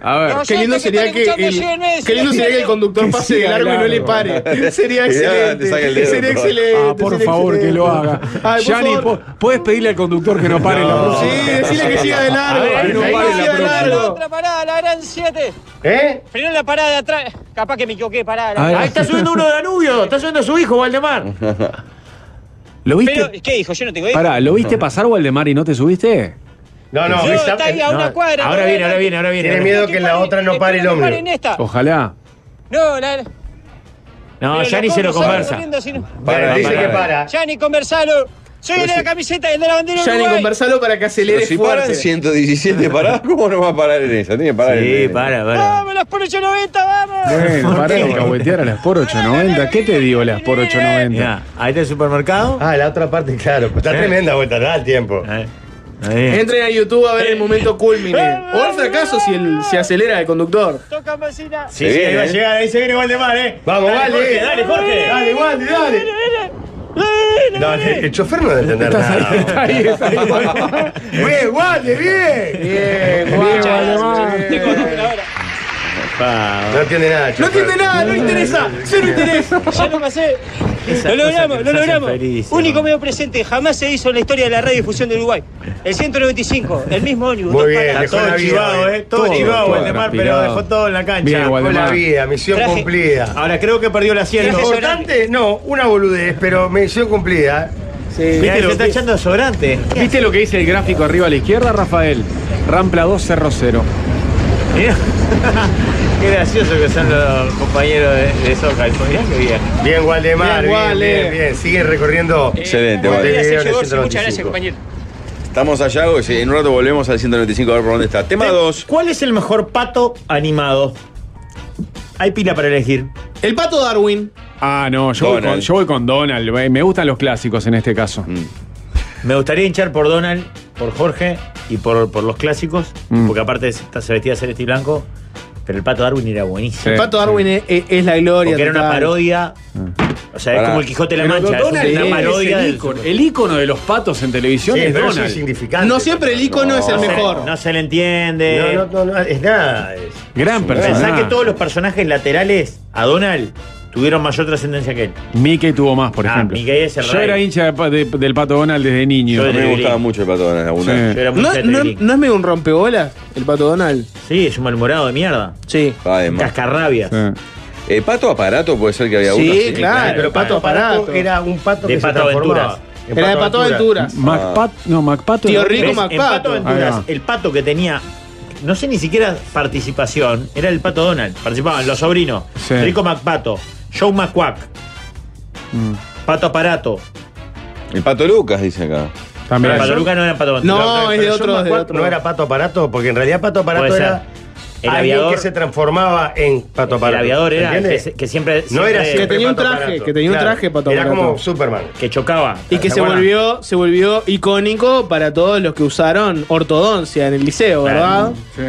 Speaker 2: A ver.
Speaker 8: No,
Speaker 3: Qué lindo
Speaker 8: Oyentes que
Speaker 3: sería
Speaker 8: están
Speaker 3: que
Speaker 8: escuchando,
Speaker 3: el,
Speaker 8: llévenme,
Speaker 3: qué lindo
Speaker 8: sí,
Speaker 3: sería que el
Speaker 8: sí.
Speaker 3: conductor
Speaker 2: Que
Speaker 3: pase de
Speaker 2: siga
Speaker 3: largo y no le
Speaker 2: largo.
Speaker 3: pare. Sería
Speaker 1: Que ya
Speaker 3: excelente.
Speaker 1: te saca el dedo,
Speaker 3: Sería
Speaker 1: por favor.
Speaker 3: excelente.
Speaker 2: Ah, por
Speaker 3: sería
Speaker 2: favor, que
Speaker 3: excelente.
Speaker 2: lo haga.
Speaker 3: Ay, por
Speaker 2: Yani,
Speaker 3: favor.
Speaker 2: po- ¿puedes pedirle al conductor que no pare la
Speaker 4: No.
Speaker 2: próxima?
Speaker 3: Sí, decirle que siga de largo.
Speaker 5: A ver,
Speaker 3: que no
Speaker 5: ahí
Speaker 3: pare
Speaker 5: siga
Speaker 3: la
Speaker 5: de
Speaker 3: próxima.
Speaker 2: largo.
Speaker 8: Otra parada, la gran 7.
Speaker 4: ¿Eh?
Speaker 8: Frenó la parada de atrás. Capaz que me equivoqué, parada. la
Speaker 2: A ver.
Speaker 8: parada.
Speaker 5: Ahí está subiendo uno de Danubio. Está subiendo a su hijo, Valdemar.
Speaker 2: ¿Lo
Speaker 8: Pero,
Speaker 2: viste?
Speaker 8: ¿qué dijo? Yo no tengo hijo.
Speaker 2: Pará, ¿lo viste pasar, Waldemar, y no te subiste?
Speaker 4: No, no,
Speaker 8: Yo,
Speaker 4: esa-
Speaker 8: está ahí a
Speaker 4: no,
Speaker 8: una cuadra.
Speaker 5: Ahora
Speaker 8: no,
Speaker 5: viene,
Speaker 8: no,
Speaker 5: ahora viene, ahora viene.
Speaker 4: Tiene
Speaker 5: ahora
Speaker 4: miedo.
Speaker 5: viene.
Speaker 4: que en la otra no
Speaker 8: espero
Speaker 4: pare el
Speaker 8: que
Speaker 4: ómnibus.
Speaker 8: pare en esta.
Speaker 2: Ojalá.
Speaker 8: No, la,
Speaker 5: No, ya ni se lo conversa.
Speaker 4: Para, dice que para.
Speaker 8: Ya ni conversalo. Soy el de la camiseta, el de la bandera
Speaker 3: Ya ni
Speaker 8: Uruguay.
Speaker 3: conversalo para que
Speaker 1: Pero
Speaker 3: acelere
Speaker 1: si paran
Speaker 3: fuerte.
Speaker 1: 117 paradas, ¿cómo no va a parar en esa? Ah, Tiene que parar en
Speaker 5: Sí,
Speaker 1: en-
Speaker 5: para, para.
Speaker 8: Vamos, las por 890, vamos.
Speaker 2: Bueno, pará de cahuetear a las por 890. ¿Qué te dio las por 890?
Speaker 5: Mirá, ahí está el supermercado.
Speaker 4: Ah, la otra parte, claro. Está tremenda vuelta, da el tiempo.
Speaker 5: Ahí. Ahí.
Speaker 3: Entren a YouTube a ver el momento culmine. O el fracaso si el- se acelera el conductor.
Speaker 8: Toca vecina.
Speaker 5: Sí,
Speaker 1: Se
Speaker 5: sí,
Speaker 1: viene,
Speaker 5: ahí va a
Speaker 1: eh.
Speaker 5: llegar, ahí se viene Valdemar, eh.
Speaker 4: Vamos,
Speaker 5: dale,
Speaker 4: Valde.
Speaker 5: Jorge, dale, Jorge.
Speaker 4: Dale, Valde, dale. No, el, el chofer no debe entender nada.
Speaker 2: Ahí está.
Speaker 7: eh.
Speaker 4: ¡Bien, Valde, bien!
Speaker 3: Bien,
Speaker 8: Te conozco ahora.
Speaker 5: Ah.
Speaker 4: No entiende nada, chofer.
Speaker 3: No entiende nada, no le interesa. Cero interés.
Speaker 8: Ya lo pasé.
Speaker 5: Esas
Speaker 8: Lo
Speaker 5: cosas
Speaker 8: logramos,
Speaker 5: que
Speaker 8: lo
Speaker 5: nos hacen
Speaker 8: logramos.
Speaker 5: felices,
Speaker 8: Único
Speaker 5: ¿no?
Speaker 8: medio presente jamás se hizo en la historia de la radiodifusión de Uruguay. El 195, el mismo ómnibus.
Speaker 4: Muy
Speaker 8: dos
Speaker 4: bien,
Speaker 8: paradas.
Speaker 4: dejó la vida, hoy.
Speaker 5: eh. Todo, chivado,
Speaker 2: todo
Speaker 5: Valdemar, pero
Speaker 2: transpirado.
Speaker 5: dejó todo en la cancha.
Speaker 2: Bien,
Speaker 4: Con la
Speaker 2: Waldemar.
Speaker 4: vida, misión
Speaker 8: Traje-
Speaker 4: cumplida.
Speaker 5: Ahora creo que perdió el asiento.
Speaker 8: Traje sobre-
Speaker 4: Importante, no, una boludez, pero misión cumplida.
Speaker 3: Sí.
Speaker 2: ¿Viste
Speaker 5: Mirá, se
Speaker 2: lo
Speaker 5: está
Speaker 2: que-
Speaker 5: echando sobrante.
Speaker 2: ¿Viste lo que dice el gráfico arriba a la izquierda, Rafael? Rampla 2, Cerro 0.
Speaker 5: Mirá. ¿Eh? Qué gracioso que son los compañeros de, de Zócalo. Mirá qué bien.
Speaker 4: Bien,
Speaker 3: Bien,
Speaker 4: Waldemar, bien,
Speaker 3: Walde.
Speaker 4: bien, bien. Sigue recorriendo.
Speaker 1: Excelente,
Speaker 4: Valde.
Speaker 1: Valde.
Speaker 8: Gracias,
Speaker 4: Valde,
Speaker 8: Gorsi, Muchas
Speaker 4: 195.
Speaker 8: gracias, compañero.
Speaker 1: Estamos allá, o sea, en un rato volvemos al 195 a ver por dónde está. Tema 2.
Speaker 5: ¿Cuál es el mejor pato animado? Hay pila para elegir.
Speaker 3: El pato Darwin.
Speaker 2: Ah, no, yo voy,
Speaker 1: Donald. Mm.
Speaker 2: con, yo voy con Donald. eh, Me gustan los clásicos en este caso.
Speaker 5: Me gustaría hinchar por Donald, por Jorge y por, por los clásicos,
Speaker 2: Mm.
Speaker 5: porque aparte está se vestía de celeste y blanco, pero el pato Darwin era buenísimo.
Speaker 3: El
Speaker 2: Sí.
Speaker 3: pato Darwin es, es- es la gloria.
Speaker 5: Porque era una
Speaker 3: total.
Speaker 5: parodia. O sea, es
Speaker 1: Pará.
Speaker 5: como el Quijote de la
Speaker 2: Pero
Speaker 5: Mancha.
Speaker 2: Donald
Speaker 5: es
Speaker 2: es
Speaker 5: una parodia.
Speaker 2: el
Speaker 5: del-
Speaker 2: ícono. El ícono de los patos en televisión
Speaker 4: Sí,
Speaker 2: es
Speaker 4: pero eso es
Speaker 2: Donald.
Speaker 4: insignificante.
Speaker 3: No siempre el icono
Speaker 1: No,
Speaker 3: es el
Speaker 5: No se-
Speaker 3: mejor.
Speaker 5: No se le entiende.
Speaker 4: No, no, no, no, es nada. es-
Speaker 2: Gran
Speaker 5: Pensá
Speaker 2: personaje.
Speaker 5: que todos los personajes laterales a Donald tuvieron mayor trascendencia que él.
Speaker 2: Mickey tuvo más, por
Speaker 5: Ah,
Speaker 2: ejemplo.
Speaker 5: Mickey es el
Speaker 2: Yo
Speaker 5: rey.
Speaker 2: era hincha de pa- de- del pato Donald desde niño.
Speaker 5: Yo
Speaker 1: A mí me
Speaker 5: Debilín.
Speaker 1: gustaba mucho el pato de
Speaker 2: Sí.
Speaker 1: alguna.
Speaker 5: Yo era muy
Speaker 3: ¿No,
Speaker 5: hincha de
Speaker 3: no,
Speaker 5: Tevilín.
Speaker 3: ¿No es medio un rompebolas el pato Donald?
Speaker 5: Sí, es un malhumorado de mierda.
Speaker 3: Sí.
Speaker 1: Además.
Speaker 5: Cascarrabias.
Speaker 2: Sí.
Speaker 1: Eh, pato aparato puede ser que había
Speaker 3: Sí,
Speaker 1: uno.
Speaker 3: claro, pero pato aparato.
Speaker 4: Era un pato
Speaker 1: De
Speaker 4: que
Speaker 1: Pato
Speaker 4: se transformaba.
Speaker 1: Aventuras.
Speaker 4: En
Speaker 3: Era de Pato Aventuras.
Speaker 2: Macpat, no, Macpato.
Speaker 3: Tío
Speaker 2: no.
Speaker 3: Rico
Speaker 5: ¿Ves? En Pato
Speaker 3: Macpato.
Speaker 5: Aventuras,
Speaker 2: Ahí va.
Speaker 5: el pato que tenía, no sé ni siquiera participación, era el pato Donald. Participaban los sobrinos.
Speaker 2: Sí.
Speaker 5: Rico MacPato, Joe McQuack,
Speaker 2: Mm.
Speaker 5: Pato Aparato.
Speaker 1: El pato Lucas, dice acá.
Speaker 5: Pero
Speaker 2: También.
Speaker 5: el pato Lucas no era pato Aventuras.
Speaker 3: No, es de
Speaker 4: Pero
Speaker 3: otro,
Speaker 4: John
Speaker 3: es de
Speaker 4: McQuack
Speaker 3: otro.
Speaker 4: No era pato aparato, porque en realidad pato aparato
Speaker 5: Puede ser.
Speaker 4: era
Speaker 5: El
Speaker 4: alguien
Speaker 5: aviador-
Speaker 4: que se transformaba en pato
Speaker 5: El
Speaker 4: aparato.
Speaker 5: aviador era el que,
Speaker 4: ¿entiendes?
Speaker 5: se- que siempre,
Speaker 4: No era
Speaker 5: siempre-
Speaker 4: siempre
Speaker 3: Que tenía un
Speaker 4: Pato
Speaker 3: traje,
Speaker 4: Aparato.
Speaker 3: que tenía un traje Pato
Speaker 4: Era
Speaker 3: Aparato.
Speaker 4: como Superman.
Speaker 5: que chocaba.
Speaker 3: Y que se
Speaker 5: acuerdan?
Speaker 3: volvió, se volvió icónico para todos los que usaron ortodoncia en el liceo, ¿verdad?
Speaker 6: Sí.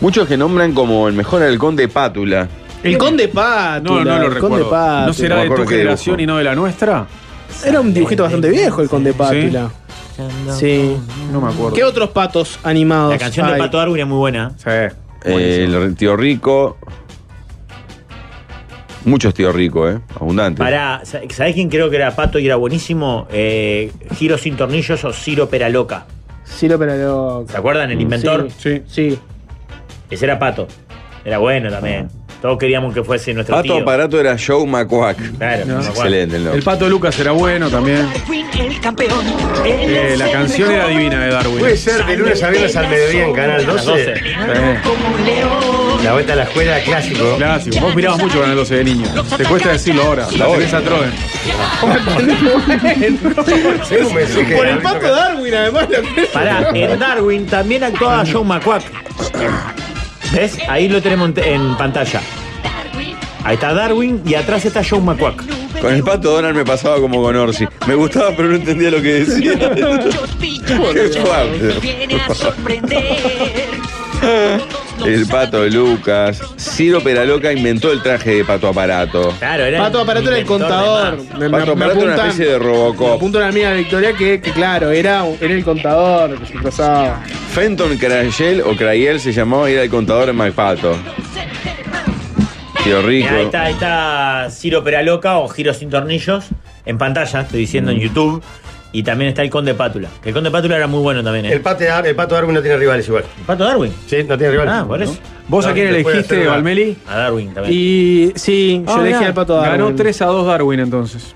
Speaker 1: Muchos que nombran como el mejor halcón de pátula.
Speaker 3: El Conde Pátula.
Speaker 2: No, no lo
Speaker 3: el Conde
Speaker 2: recuerdo.
Speaker 3: Pátula.
Speaker 2: ¿No será
Speaker 1: me
Speaker 2: de
Speaker 1: acuerdo
Speaker 2: tu
Speaker 1: qué
Speaker 2: generación
Speaker 1: dibujo.
Speaker 2: y no de la nuestra?
Speaker 3: Era un dibujito bastante viejo el Conde Pátula. Sí.
Speaker 2: No me acuerdo.
Speaker 3: ¿Qué otros patos animados?
Speaker 5: La canción de
Speaker 3: hay?
Speaker 5: Pato Darwin es muy buena.
Speaker 2: Sí.
Speaker 1: Eh, el tío rico. Muchos tío rico, ¿eh? Abundantes.
Speaker 5: Para, ¿sabés quién creo que era pato y era buenísimo? Eh, Giro sin tornillos o Ciro Peraloca.
Speaker 3: Ciro Peraloca.
Speaker 5: ¿Se acuerdan?
Speaker 1: Mm,
Speaker 5: El inventor.
Speaker 3: Sí, sí.
Speaker 5: Ese era pato. Era bueno también. Todos queríamos que fuese nuestro
Speaker 1: Pato
Speaker 5: tío.
Speaker 1: aparato era Joe McQuack.
Speaker 5: Claro,
Speaker 2: No.
Speaker 5: no me acuerdo.
Speaker 1: Excelente el nombre.
Speaker 2: El pato Lucas era bueno también. Eh, la canción era divina de Darwin.
Speaker 4: Puede ser de lunes a viernes al mediodía en Canal 12.
Speaker 5: A las 12.
Speaker 2: Sí.
Speaker 4: La vuelta a la escuela clásico.
Speaker 2: Clásico. Vos mirabas mucho con el 12 de niño. Te cuesta decirlo ahora. La
Speaker 1: Ahora.
Speaker 2: tenés a Troden.
Speaker 4: Sí, un mensaje
Speaker 3: Por
Speaker 4: de
Speaker 3: el
Speaker 4: Alberto
Speaker 3: Pato Darwin, además. lo-
Speaker 5: Pará, en Darwin también actuaba John McQuack. ¿Ves? Ahí lo tenemos en, te- en pantalla. Ahí está Darwin y atrás está John McQuack.
Speaker 1: Con el pato Donald me pasaba como con Orsi. Me gustaba, pero no entendía lo que decía. Qué fuerte. El pato Lucas. Ciro Peraloca inventó el traje de pato aparato.
Speaker 5: Claro, era
Speaker 3: Pato
Speaker 5: un
Speaker 3: Aparato era el
Speaker 5: inventor de
Speaker 3: contador.
Speaker 5: más.
Speaker 3: Me- me-
Speaker 1: Pato
Speaker 3: me
Speaker 1: Aparato era una
Speaker 3: apuntan-
Speaker 1: especie de
Speaker 3: Me
Speaker 1: Robocop.
Speaker 3: apunta una amiga Victoria que, que claro, era, era el contador que se cruzaba.
Speaker 1: Fenton Crayel o Crayel se llamaba y era el contador de MacPato. Tío
Speaker 5: Mirá,
Speaker 1: Rico.
Speaker 5: Ahí está, ahí está Ciro Peraloca o Giro sin tornillos. En pantalla, estoy diciendo en YouTube. Y también está el Conde Pátula. Que el Conde Pátula era muy bueno también, ¿eh?
Speaker 4: El, Pate Dar- el pato Darwin no tiene rivales igual.
Speaker 5: Pato Darwin.
Speaker 4: Sí, no tiene rivales.
Speaker 5: Ah, por eso.
Speaker 2: ¿Vos a quién
Speaker 4: Darwin te puede
Speaker 2: elegiste,
Speaker 4: hacer una-
Speaker 2: Valmeli?
Speaker 5: A Darwin también.
Speaker 3: Y sí, yo
Speaker 2: Ah,
Speaker 3: elegí
Speaker 2: mirá,
Speaker 3: al Pato Darwin.
Speaker 2: Ganó 3 a 2 Darwin entonces.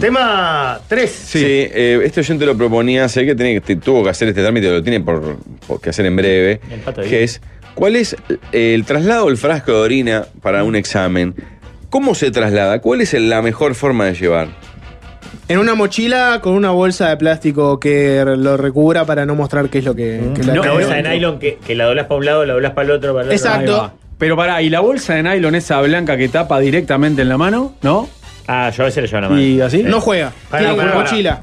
Speaker 4: Tema 3.
Speaker 1: Sí, eh, este oyente lo proponía, sé que tenía, que- tuvo que hacer este trámite, lo tiene por, por que hacer en breve,
Speaker 5: El pato de
Speaker 1: que es, ¿cuál es el traslado del frasco de orina para un examen? ¿Cómo se traslada? ¿Cuál es la mejor forma de llevar?
Speaker 3: En una mochila con una bolsa de plástico que lo recubra para no mostrar qué es lo que, que la
Speaker 5: No,
Speaker 3: trae.
Speaker 5: una bolsa de nylon que, que la doblás para un lado, la doblás para el otro, para el otro.
Speaker 3: Exacto.
Speaker 2: Ahí va. Pero pará, ¿y la bolsa de nylon esa blanca que tapa directamente en la mano? ¿No?
Speaker 5: Ah, yo a veces le llevo en la mano.
Speaker 2: ¿Y así?
Speaker 3: No juega.
Speaker 4: Pará,
Speaker 3: Tiene
Speaker 4: pará,
Speaker 3: una
Speaker 4: pará.
Speaker 3: mochila.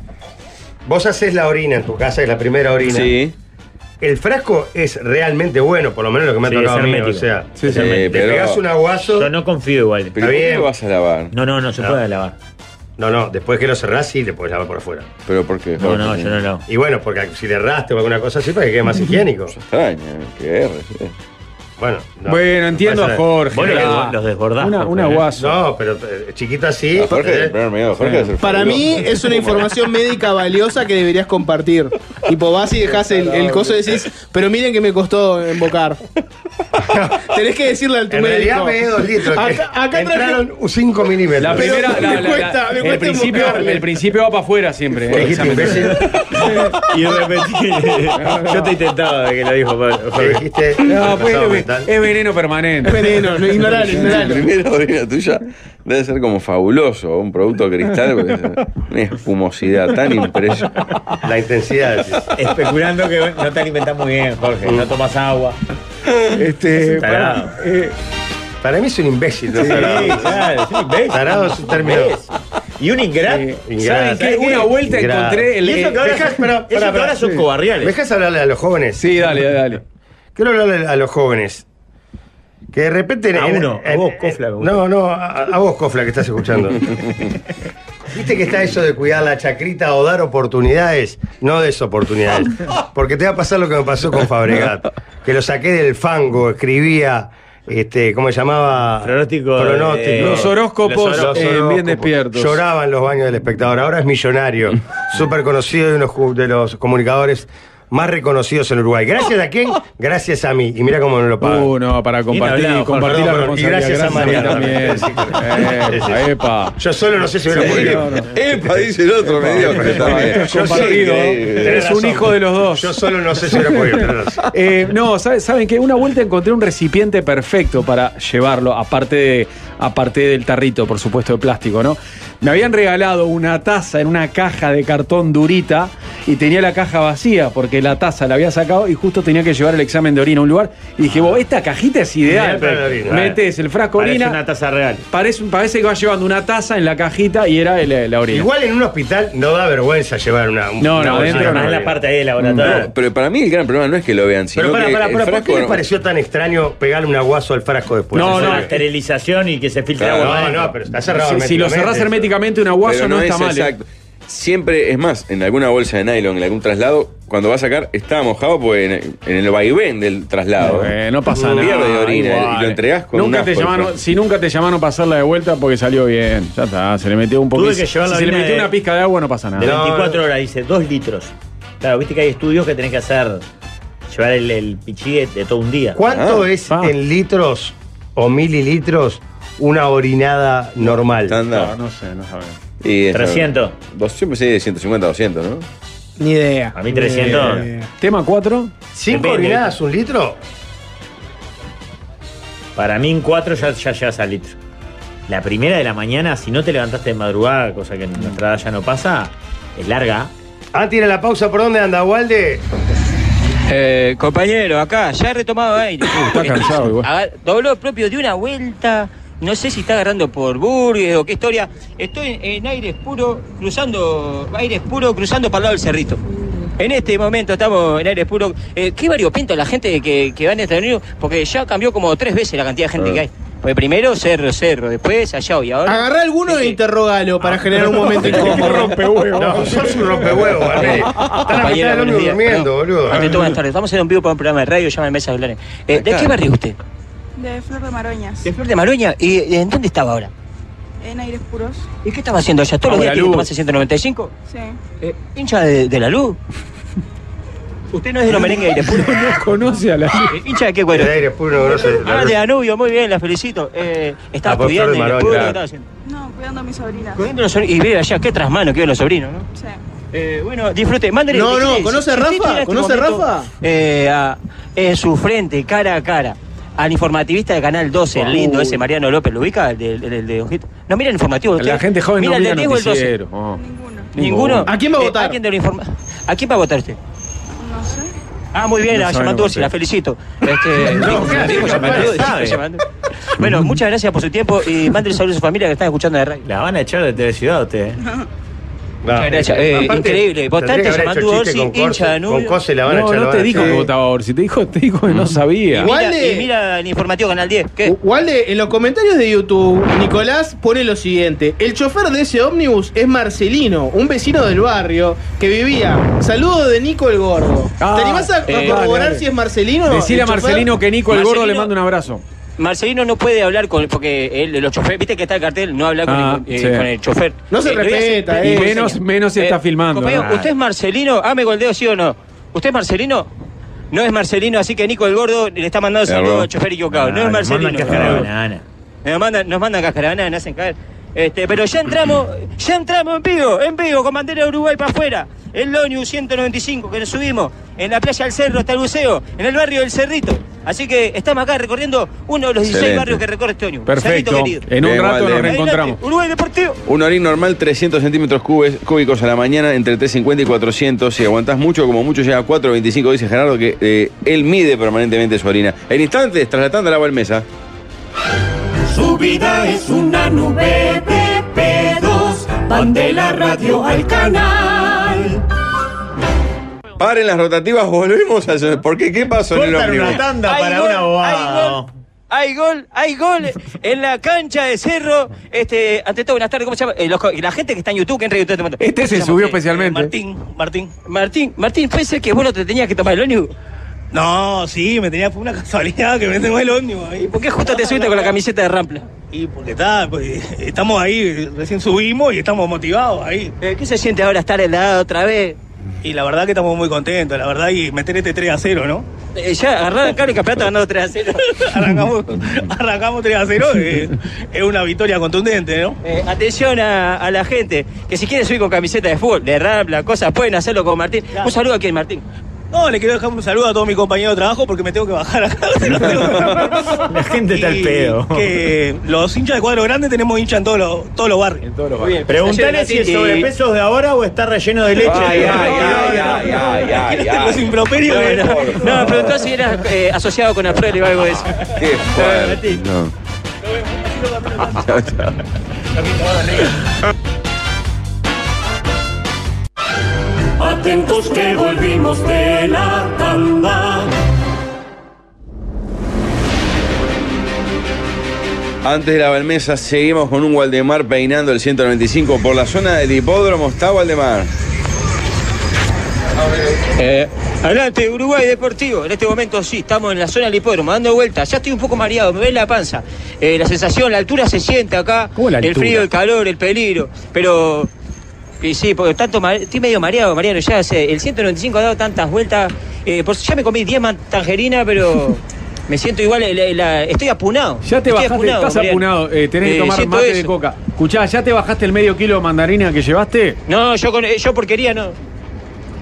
Speaker 4: Vos haces la orina en tu casa, es la primera orina.
Speaker 1: Sí,
Speaker 4: El frasco es realmente bueno, por lo menos lo que me ha
Speaker 5: Sí,
Speaker 4: tocado
Speaker 5: es
Speaker 4: a mí. O
Speaker 5: hermético.
Speaker 4: sea,
Speaker 2: Sí, sí.
Speaker 1: Eh,
Speaker 4: te
Speaker 1: pero-
Speaker 4: pegás un aguazo.
Speaker 5: Yo no confío igual.
Speaker 1: pero
Speaker 4: Está
Speaker 1: ¿por qué
Speaker 4: bien.
Speaker 1: lo vas a lavar?
Speaker 5: No, no, no se
Speaker 4: No.
Speaker 5: puede lavar.
Speaker 4: No, no, después que lo cerrás, sí, le podés lavar por afuera.
Speaker 1: Pero porque...
Speaker 5: No, no, yo no lo hago.
Speaker 4: Y bueno, porque si le erraste o alguna cosa así, para que quede más higiénico.
Speaker 1: Extraña, qué error, eh.
Speaker 4: Bueno, no.
Speaker 2: Bueno, entiendo a
Speaker 4: Pasa-
Speaker 2: Jorge.
Speaker 5: Vos
Speaker 2: la-
Speaker 5: los- los desbordás,
Speaker 2: Una,
Speaker 5: Jorge.
Speaker 2: una guaso.
Speaker 4: No, pero eh, chiquito así.
Speaker 1: A Jorge,
Speaker 4: eh,
Speaker 1: el primer miedo, Jorge es el
Speaker 3: Para
Speaker 1: fabuloso.
Speaker 3: mí es una información médica valiosa que deberías compartir. Tipo, vas y dejas el, el coso y decís, pero miren que me costó embocar. Tenés que decirle al tu
Speaker 4: En realidad
Speaker 3: médico.
Speaker 4: me dos litros.
Speaker 3: Acá, acá traje-
Speaker 4: entraron 5 milímetros.
Speaker 2: La
Speaker 4: Pero-
Speaker 2: primera, la-
Speaker 3: me
Speaker 2: la- la-
Speaker 3: cuesta- me
Speaker 2: el,
Speaker 3: cuesta
Speaker 2: principio,
Speaker 3: invocarle.
Speaker 2: el principio va para afuera siempre.
Speaker 4: ¿Qué
Speaker 2: eh,
Speaker 4: dijiste,
Speaker 2: examen.
Speaker 4: imbécil?
Speaker 5: Y repetí. Yo te intentaba que lo dijo Pablo.
Speaker 4: ¿Qué dijiste?
Speaker 2: No, pues,
Speaker 4: Retrasado
Speaker 2: es,
Speaker 4: mental.
Speaker 2: es veneno permanente.
Speaker 3: Es veneno, no, ignoralo,
Speaker 1: La
Speaker 3: ignoralo.
Speaker 1: primera orina tuya debe ser como fabuloso, un producto cristal, porque es una espumosidad tan impresionante.
Speaker 4: La intensidad. sí.
Speaker 5: Especulando que no te alimentás muy bien, Jorge. No tomas agua.
Speaker 2: Este,
Speaker 5: Tarado.
Speaker 4: Para mí es un imbécil. ¿no?
Speaker 5: Sí,
Speaker 4: Tarado.
Speaker 5: claro, es un imbécil.
Speaker 4: Tarado es un término.
Speaker 5: ¿Ves? Y un ingrato.
Speaker 4: Ingrato.
Speaker 2: ¿Saben qué? Una vuelta
Speaker 4: Ingrato.
Speaker 2: encontré el.
Speaker 5: Y eso que ahora,
Speaker 4: Dejá-
Speaker 5: son-
Speaker 4: pará, pará,
Speaker 5: eso que
Speaker 4: pará.
Speaker 5: ahora son
Speaker 4: Sí. ¿Me
Speaker 5: cobarriales.
Speaker 4: dejas hablarle a los jóvenes?
Speaker 2: Sí, dale, dale, dale.
Speaker 4: Quiero hablarle a los jóvenes. Que de repente.
Speaker 5: A uno, a vos, Cofla, me gusta.
Speaker 4: No, no, a, a vos, Cofla, que estás escuchando. Viste que está eso de cuidar la chacrita o dar oportunidades, no desoportunidades. Porque te va a pasar lo que me pasó con Fabregat, que lo saqué del fango, escribía, este, ¿cómo se llamaba?
Speaker 5: Pronóstico de-
Speaker 4: Pronóstico.
Speaker 2: Los horóscopos,
Speaker 5: Los horóscopos.
Speaker 2: eh, bien despiertos.
Speaker 4: Lloraba en los baños del espectador. Ahora es millonario, súper conocido de, unos ju- de los comunicadores más reconocidos en Uruguay. Gracias a quién? Gracias a mí. Y mira cómo nos lo pagan.
Speaker 2: Uno, Uh, para compartir,
Speaker 4: Bien hablado,
Speaker 2: compartir la
Speaker 4: Jorge. Perdón, perdón. Y
Speaker 2: responsabilidad.
Speaker 4: gracias a
Speaker 2: mí
Speaker 4: Mariano.
Speaker 2: también.
Speaker 4: Sí,
Speaker 2: Epa,
Speaker 7: Eh,
Speaker 4: sí.
Speaker 2: epa.
Speaker 4: Yo solo no sé si hubiera
Speaker 1: Sí,
Speaker 4: podido.
Speaker 1: no, Epa, dice el otro, me dio, pero está bien.
Speaker 4: Yo
Speaker 1: Compartido,
Speaker 4: sí,
Speaker 1: ¿eh?
Speaker 4: tenés
Speaker 2: Eres un
Speaker 4: razón.
Speaker 2: hijo de los dos.
Speaker 4: Yo solo no sé si hubiera podido. tenés razón.
Speaker 2: Eh, no, ¿saben, ¿saben qué? Una vuelta encontré un recipiente perfecto para llevarlo, aparte, de- aparte del tarrito, por supuesto, de plástico, ¿no? Me habían regalado una taza en una caja de cartón durita y tenía la caja vacía porque la taza la había sacado y justo tenía que llevar el examen de orina a un lugar. Y dije, vos, esta cajita es ideal.
Speaker 5: Ideal para la orina.
Speaker 2: Metes el frasco de
Speaker 5: Parece
Speaker 2: orina.
Speaker 5: una taza real.
Speaker 2: Parece, parece que va llevando una taza en la cajita y era el- la orina.
Speaker 4: Igual en un hospital no da vergüenza llevar una.
Speaker 2: No, no, adentro no.
Speaker 5: Más la parte ahí del laboratorio.
Speaker 1: No, pero para mí el gran problema no es que lo vean, sino
Speaker 4: Pero para,
Speaker 1: que
Speaker 4: para,
Speaker 1: el
Speaker 4: para, ¿por
Speaker 1: frasco
Speaker 4: qué les
Speaker 1: no-
Speaker 4: pareció tan extraño pegarle un aguazo al frasco después?
Speaker 2: No,
Speaker 4: En
Speaker 2: no,
Speaker 5: La
Speaker 4: serio.
Speaker 5: esterilización y que se filtre
Speaker 1: Claro,
Speaker 5: agua.
Speaker 4: No, no, pero está cerrado.
Speaker 2: Si, si lo cerrás
Speaker 4: herméticamente.
Speaker 2: herméticamente, un aguazo
Speaker 1: Pero
Speaker 2: no,
Speaker 1: no,
Speaker 2: está
Speaker 1: es
Speaker 2: mal. ¿eh?
Speaker 1: exacto. Siempre, es más, en alguna bolsa de nylon, en algún traslado, cuando va a sacar, está mojado porque en, el- en el vaivén del traslado.
Speaker 2: Eh, no pasa nada.
Speaker 1: Pierde de orina
Speaker 2: igual.
Speaker 1: y lo entregás con
Speaker 2: nunca
Speaker 1: un
Speaker 2: te
Speaker 1: asco,
Speaker 2: llamaron,
Speaker 1: pero-
Speaker 2: Si nunca te llamaron pasarla de vuelta porque salió bien. Ya está, se le metió un
Speaker 5: Tuve
Speaker 2: poquito.
Speaker 5: que
Speaker 2: Si
Speaker 5: llevar la
Speaker 2: se le
Speaker 5: orina
Speaker 2: metió
Speaker 5: de-
Speaker 2: una pizca de agua, no pasa nada.
Speaker 5: De
Speaker 4: Ah. No,
Speaker 5: 24 horas, dice, 2 litros. Claro, viste que hay estudios que tenés que hacer, llevar el, el pichí de, de todo un día.
Speaker 4: ¿Cuánto
Speaker 1: Ah,
Speaker 4: es
Speaker 2: ah.
Speaker 4: en litros o mililitros una orinada normal?
Speaker 1: Estándar.
Speaker 2: No, no sé, no sabemos.
Speaker 1: Y eso-
Speaker 5: 300.
Speaker 1: 200, sí, 150, 200, ¿no?
Speaker 3: Ni idea.
Speaker 5: A mí 300.
Speaker 3: Ni idea.
Speaker 2: Tema 4.
Speaker 4: ¿Cinco
Speaker 5: Depende.
Speaker 4: orinadas un litro?
Speaker 5: Para mí en 4 ya, ya llegas al litro. La primera de la mañana, si no te levantaste de madrugada, cosa que en nuestra edad ya no pasa, es larga.
Speaker 4: Ah, tiene la pausa. ¿Por dónde anda, Walde?
Speaker 8: Eh, compañero, acá, ya he retomado aire.
Speaker 2: Uh, está cansado igual.
Speaker 8: Aga- Dobló propio de una vuelta. No sé si está agarrando por Burgues o qué historia. Estoy en aires puro, cruzando, aires puro, cruzando para el lado del cerrito. En este momento estamos en aires puro. Eh, qué variopinto la gente que, que va en Estados Unidos, porque ya cambió como tres veces la cantidad de gente que hay. Pues primero cerro, cerro, después allá y ahora.
Speaker 3: Agarrá alguno e interrogalo para generar un momento incómodo.
Speaker 4: Ah. No, sos un rompehuevo, Walde. Está la mitad
Speaker 8: Compañero,
Speaker 4: del
Speaker 8: buenos
Speaker 4: hombre
Speaker 8: días.
Speaker 4: durmiendo,
Speaker 8: Perdón.
Speaker 4: boludo. Ah.
Speaker 8: Ante todo, buenas tardes. Vamos a hacer un vivo para un programa de radio, llaman Mesa de Dólares. Eh, ¿De
Speaker 1: Acá.
Speaker 8: qué barrio usted?
Speaker 12: De Flor de Maroñas,
Speaker 8: ¿De Flor de Maroña? ¿Y eh, en dónde estaba ahora?
Speaker 12: en Aires Puros.
Speaker 8: ¿Y qué estaba haciendo allá? ¿Todos los
Speaker 2: Vamos,
Speaker 8: días
Speaker 2: la
Speaker 8: tiene que
Speaker 2: luz.
Speaker 8: tomarse 195?
Speaker 12: Sí.
Speaker 8: Eh, ¿Hincha de, de la luz? ¿Usted no es de los merengues de Aires Puro?
Speaker 2: No conoce a la.
Speaker 8: Eh, ¿Hincha de qué
Speaker 4: El
Speaker 8: cuero?
Speaker 4: aire es puro, grosso.
Speaker 8: Ah, de Danubio, muy bien, la felicito. Eh, estaba
Speaker 4: Ah, por
Speaker 8: estudiando en
Speaker 4: Flor de
Speaker 8: Aires
Speaker 4: Maroña,
Speaker 8: Puro, ¿qué
Speaker 4: claro.
Speaker 8: estaba haciendo?
Speaker 12: No, cuidando a mis sobrinas.
Speaker 8: Cuidando los sobrinos. Y ve allá, qué trasmano que ven los sobrinos, ¿no?
Speaker 12: Sí.
Speaker 8: Eh, bueno, disfrute, mándale.
Speaker 3: No,
Speaker 8: si
Speaker 3: no,
Speaker 8: quiere,
Speaker 3: ¿conoce
Speaker 8: si-
Speaker 3: a
Speaker 8: si
Speaker 3: Rafa?
Speaker 8: usted tiene en este
Speaker 3: ¿Conoce a Rafa?
Speaker 8: eh, a- en su frente, cara a cara, al informativista de Canal 12, el lindo ese Mariano López, ¿lo ubica? El de, el, el de Ojito. No, mira el informativo. de
Speaker 2: La
Speaker 8: ustedes.
Speaker 2: gente joven
Speaker 8: Mira
Speaker 2: no
Speaker 8: el de
Speaker 2: mira
Speaker 8: Diego el 12.
Speaker 2: noticiero. Oh.
Speaker 12: Ninguno.
Speaker 8: ¿Ninguno?
Speaker 3: ¿A quién va a
Speaker 8: Eh,
Speaker 3: votar?
Speaker 8: ¿a, quién de los informa- ¿A quién va a votar usted?
Speaker 12: No sé.
Speaker 8: Ah, muy bien, a
Speaker 2: No sabe, no
Speaker 8: Yamantursi,
Speaker 2: conté.
Speaker 8: la felicito. Este,
Speaker 4: No, claro,
Speaker 8: digo,
Speaker 4: capaz
Speaker 8: Yamantursi,
Speaker 5: no sabe.
Speaker 8: Yamantursi. Bueno, muchas gracias por su tiempo y mándele saludos a su familia que están escuchando de radio.
Speaker 5: La van a echar de Teleciudad usted.
Speaker 8: Muchas gracias. Eh, increíble. Votante llamando Orsi, hincha de
Speaker 4: Con
Speaker 8: Danubio.
Speaker 4: Cose la van a
Speaker 2: No,
Speaker 4: echar.
Speaker 2: no
Speaker 4: la
Speaker 2: te
Speaker 4: van a
Speaker 2: dijo
Speaker 4: echar.
Speaker 2: que votaba Orsi, te dijo, te dijo que no sabía.
Speaker 3: Igual-
Speaker 8: Mira,
Speaker 3: Vale.
Speaker 8: y mira el informativo Canal 10. ¿Qué?
Speaker 3: Walde, en los comentarios de YouTube, Nicolás pone lo siguiente. El chofer de ese ómnibus es Marcelino, un vecino del barrio que vivía. Saludo de Nico el Gordo.
Speaker 2: Ah,
Speaker 3: ¿Te animás a a
Speaker 8: eh,
Speaker 3: corroborar
Speaker 2: vale, vale.
Speaker 3: si es Marcelino?
Speaker 2: Decirle a
Speaker 3: el chofer?
Speaker 2: Marcelino que Nico el
Speaker 8: Marcelino-
Speaker 2: Gordo le manda un abrazo.
Speaker 8: Marcelino no puede hablar con porque él, los choferes, viste que está el cartel, no habla con,
Speaker 2: Ah,
Speaker 8: el, eh,
Speaker 2: sí.
Speaker 8: con el chofer.
Speaker 3: No se
Speaker 8: lo voy a hacer-
Speaker 3: respeta,
Speaker 8: le
Speaker 3: eh.
Speaker 8: voy a
Speaker 2: Y menos-
Speaker 8: enseñar.
Speaker 2: menos si está filmando,
Speaker 8: compañero,
Speaker 2: ¿no?
Speaker 8: ¿usted es Marcelino? Ah, me goldeo sí o no. ¿Usted es Marcelino? No es Marcelino, así que Nico el Gordo le está mandando
Speaker 1: Error.
Speaker 8: saludos al chofer equivocado. no es Marcelino.
Speaker 5: Mandan cáscara de banana.
Speaker 8: Nos mandan, nos mandan cascarabana, nos hacen caer. Este, pero ya entramos, ya entramos en vivo, en vivo, con bandera de Uruguay para afuera. El ONU 195 que nos subimos, en la playa del Cerro hasta el buceo, en el barrio del Cerrito. Así que estamos acá recorriendo uno de los 16
Speaker 1: Excelente.
Speaker 8: barrios que recorre este ONU.
Speaker 2: Perfecto.
Speaker 8: Cerrito querido.
Speaker 2: En un
Speaker 1: Bien,
Speaker 2: rato
Speaker 1: Walde.
Speaker 2: nos
Speaker 1: Adelante,
Speaker 2: reencontramos.
Speaker 8: Uruguay Deportivo.
Speaker 1: Un orín normal, 300 centímetros cubes- cúbicos a la mañana, entre 350 y 400. Si aguantás mucho, como mucho llega a 425, dice Gerardo, que eh, él mide permanentemente su orina. En instantes, tras la tanda, la mesa.
Speaker 7: Su vida es una nube de pedos. Van de la radio al canal.
Speaker 1: Paren las rotativas, volvemos a... ¿Por qué? ¿Qué pasó en el
Speaker 5: Cortan
Speaker 1: ómnibus?
Speaker 5: una tanda para un
Speaker 8: hay
Speaker 5: abogado.
Speaker 8: gol, hay gol, hay gol en la cancha de Cerro. Este, ante todo, buenas tardes, ¿cómo se llama? Eh, los co- la gente que está en YouTube, que entra en YouTube. te mando.
Speaker 2: Este
Speaker 8: ¿Cómo
Speaker 2: se
Speaker 8: llama?
Speaker 2: subió
Speaker 8: Eh,
Speaker 2: especialmente.
Speaker 8: Martín, Martín, Martín, Martín, pensé que vos no te tenías que tomar el ómnibus.
Speaker 13: No, sí, me tenía fue una casualidad que me tengo el ómnibus ahí.
Speaker 8: ¿Por qué justo te subiste con la camiseta de Rampla?
Speaker 13: Y porque está, pues, estamos ahí, recién subimos y estamos motivados ahí.
Speaker 8: Eh, ¿Qué se siente ahora estar helado otra vez?
Speaker 13: Y la verdad que estamos muy contentos, la verdad, y meter este 3 a 0, ¿no?
Speaker 11: Eh, ya arrancaron el campeonato ganando 3 a 0.
Speaker 13: arrancamos, arrancamos 3 a 0, eh, es una victoria contundente, ¿no?
Speaker 11: Eh, atención a, a la gente, que si quieren subir con camiseta de fútbol, de Rambla, cosas, pueden hacerlo con Martín. Un saludo aquí, Martín.
Speaker 13: No, le quiero dejar un saludo a todos mis compañeros de trabajo porque me tengo que bajar acá.
Speaker 5: La gente está al
Speaker 13: Y
Speaker 5: pedo.
Speaker 13: Que los hinchas de cuadro grande tenemos hinchas en todos los, todos los barrios. En todos los
Speaker 5: barrios.
Speaker 8: pues,
Speaker 5: Preguntale si el sobrepeso es de ahora o está relleno de leche.
Speaker 13: Ay, ay, ay,
Speaker 5: ay,
Speaker 1: ay, ay.
Speaker 11: Los improperios. No, me preguntó si era eh, asociado con April o algo de eso.
Speaker 1: Qué fuerte. No. Chao, chao.
Speaker 7: Atentos que volvimos de la tanda.
Speaker 1: Antes de la Balmesa, seguimos con un Waldemar peinando el 195 por la zona del hipódromo. Está Waldemar.
Speaker 8: Eh, adelante, Uruguay Deportivo. En este momento sí, estamos en la zona del hipódromo, dando vueltas. Ya estoy un poco mareado, me ve la panza. Eh, la sensación, la altura se siente acá.
Speaker 2: la
Speaker 8: el
Speaker 2: altura?
Speaker 8: frío, el calor, el peligro. Pero. Y sí, porque tanto ma- estoy medio mareado, Mariano. Ya sé, el 195 ha dado tantas vueltas. Eh, por, ya me comí 10 man- tangerinas, pero. Me siento igual, la- la- estoy apunado.
Speaker 2: Ya te
Speaker 8: Estoy
Speaker 2: bajaste, estás
Speaker 8: Mariano.
Speaker 2: apunado, eh, tenés
Speaker 8: Eh,
Speaker 2: que tomar
Speaker 8: siento
Speaker 2: mate de
Speaker 8: eso.
Speaker 2: coca. Escuchá, ¿ya te bajaste el medio kilo de mandarina que llevaste?
Speaker 8: No, yo, con, eh, yo porquería no.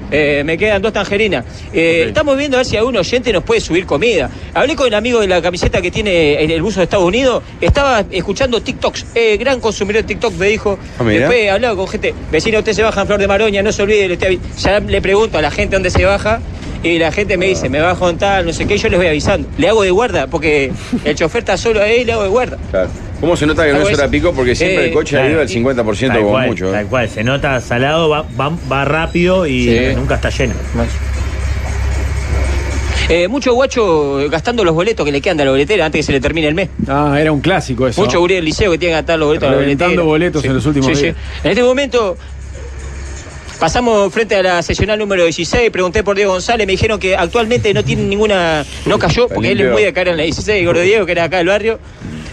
Speaker 8: Eh, me quedan dos tangerinas. Eh, Estamos viendo a ver si algún oyente nos puede subir comida. Hablé con el amigo de la camiseta que tiene el, el buzo de Estados Unidos. Estaba escuchando TikToks. Eh, gran consumidor de TikTok me dijo.
Speaker 1: Ah, mira.
Speaker 8: Después he hablado con gente. Vecino, usted se baja en Flor de Maroña, no se olvide. le estoy avi- ya le pregunto a la gente dónde se baja. Y la gente me dice, me bajo en tal, no sé qué. Yo les voy avisando. Le hago de guarda, porque el chofer está solo ahí y le hago de guarda.
Speaker 1: Claro. ¿Cómo se nota que no es hora pico? Porque
Speaker 8: Eh,
Speaker 1: siempre el coche arriba del 50%
Speaker 5: Tal
Speaker 1: como
Speaker 5: cual,
Speaker 1: mucho. ¿eh?
Speaker 5: Tal cual, se nota salado, va, va- va rápido y
Speaker 8: Sí.
Speaker 5: nunca está lleno.
Speaker 8: Eh, mucho guacho gastando los boletos que le quedan de la boletera antes que se le termine el mes.
Speaker 2: Ah, era un clásico eso.
Speaker 8: Mucho gurí del liceo que tiene que gastar los boletos de la boletera.
Speaker 2: Reventando boletos en los últimos días.
Speaker 8: En este momento. Pasamos frente a la seccional número 16, pregunté por Diego González, me dijeron que actualmente no tiene ninguna, no cayó, porque él es
Speaker 2: limpio.
Speaker 8: muy de cara en la 16, gordo Diego, que era acá del barrio.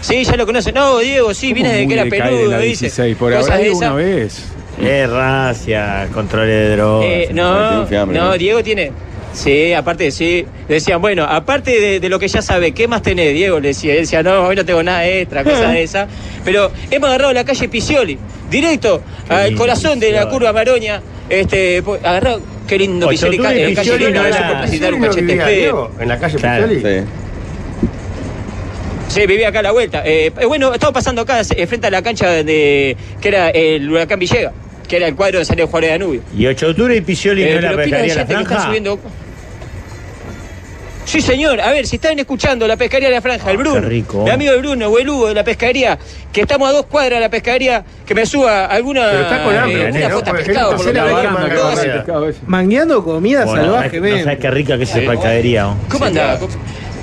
Speaker 8: Sí, ya lo conoce. No, Diego, sí, viene de
Speaker 2: Muy
Speaker 8: que era
Speaker 2: de calle
Speaker 8: peludo,
Speaker 2: la
Speaker 8: dice.
Speaker 2: 16, por
Speaker 8: cosas
Speaker 2: ahora
Speaker 8: de
Speaker 2: una
Speaker 8: esas.
Speaker 2: vez.
Speaker 5: Eh, racia, controles de drogas.
Speaker 8: Eh, no, no, Diego tiene. Sí, aparte, sí. Decían, bueno, aparte de, de lo que ya sabe, ¿qué más tenés, Diego? Le decía, él decía, no, hoy no tengo nada extra, cosas de esas. Pero hemos agarrado la calle Picioli, directo al
Speaker 5: lindo
Speaker 8: corazón de la
Speaker 5: Piccioli.
Speaker 8: curva Maroña. Este, po- agarrado, qué lindo Picioli, ca- eh, calle Luna, eso por presentar un cachete feo.
Speaker 4: En la calle
Speaker 8: Claro.
Speaker 4: Piccioli.
Speaker 8: Sí, vivía acá a la vuelta. Eh, eh, bueno, estamos pasando acá eh, frente a la cancha de, que era el Huracán Villega, que era el cuadro donde salió Juárez Danubio.
Speaker 5: Y Ochotura y Picioli
Speaker 8: Eh,
Speaker 5: no la
Speaker 8: pero pila de
Speaker 5: pescaría la
Speaker 8: gente que está
Speaker 5: franja.
Speaker 8: subiendo. Sí, señor. A ver, si están escuchando la pescaría de la franja,
Speaker 4: Ah,
Speaker 8: el Bruno,
Speaker 5: rico.
Speaker 8: mi amigo de Bruno o el Hugo de la pescadería, que estamos a dos cuadras de la pescadería, que me suba alguna, eh,
Speaker 4: Pero está con hambre,
Speaker 8: alguna
Speaker 4: ¿no?
Speaker 8: foto de
Speaker 4: Porque
Speaker 8: pescado.
Speaker 4: es
Speaker 8: por lo
Speaker 4: la
Speaker 8: que
Speaker 4: tercera
Speaker 8: veo.
Speaker 4: vez que
Speaker 8: No,
Speaker 4: manga
Speaker 8: sí.
Speaker 4: comida.
Speaker 3: Mangueando comida
Speaker 5: Bueno,
Speaker 3: salvaje,
Speaker 5: no,
Speaker 3: ven.
Speaker 5: sabes qué rica que es esa pescadería. oh.
Speaker 8: ¿Cómo andaba?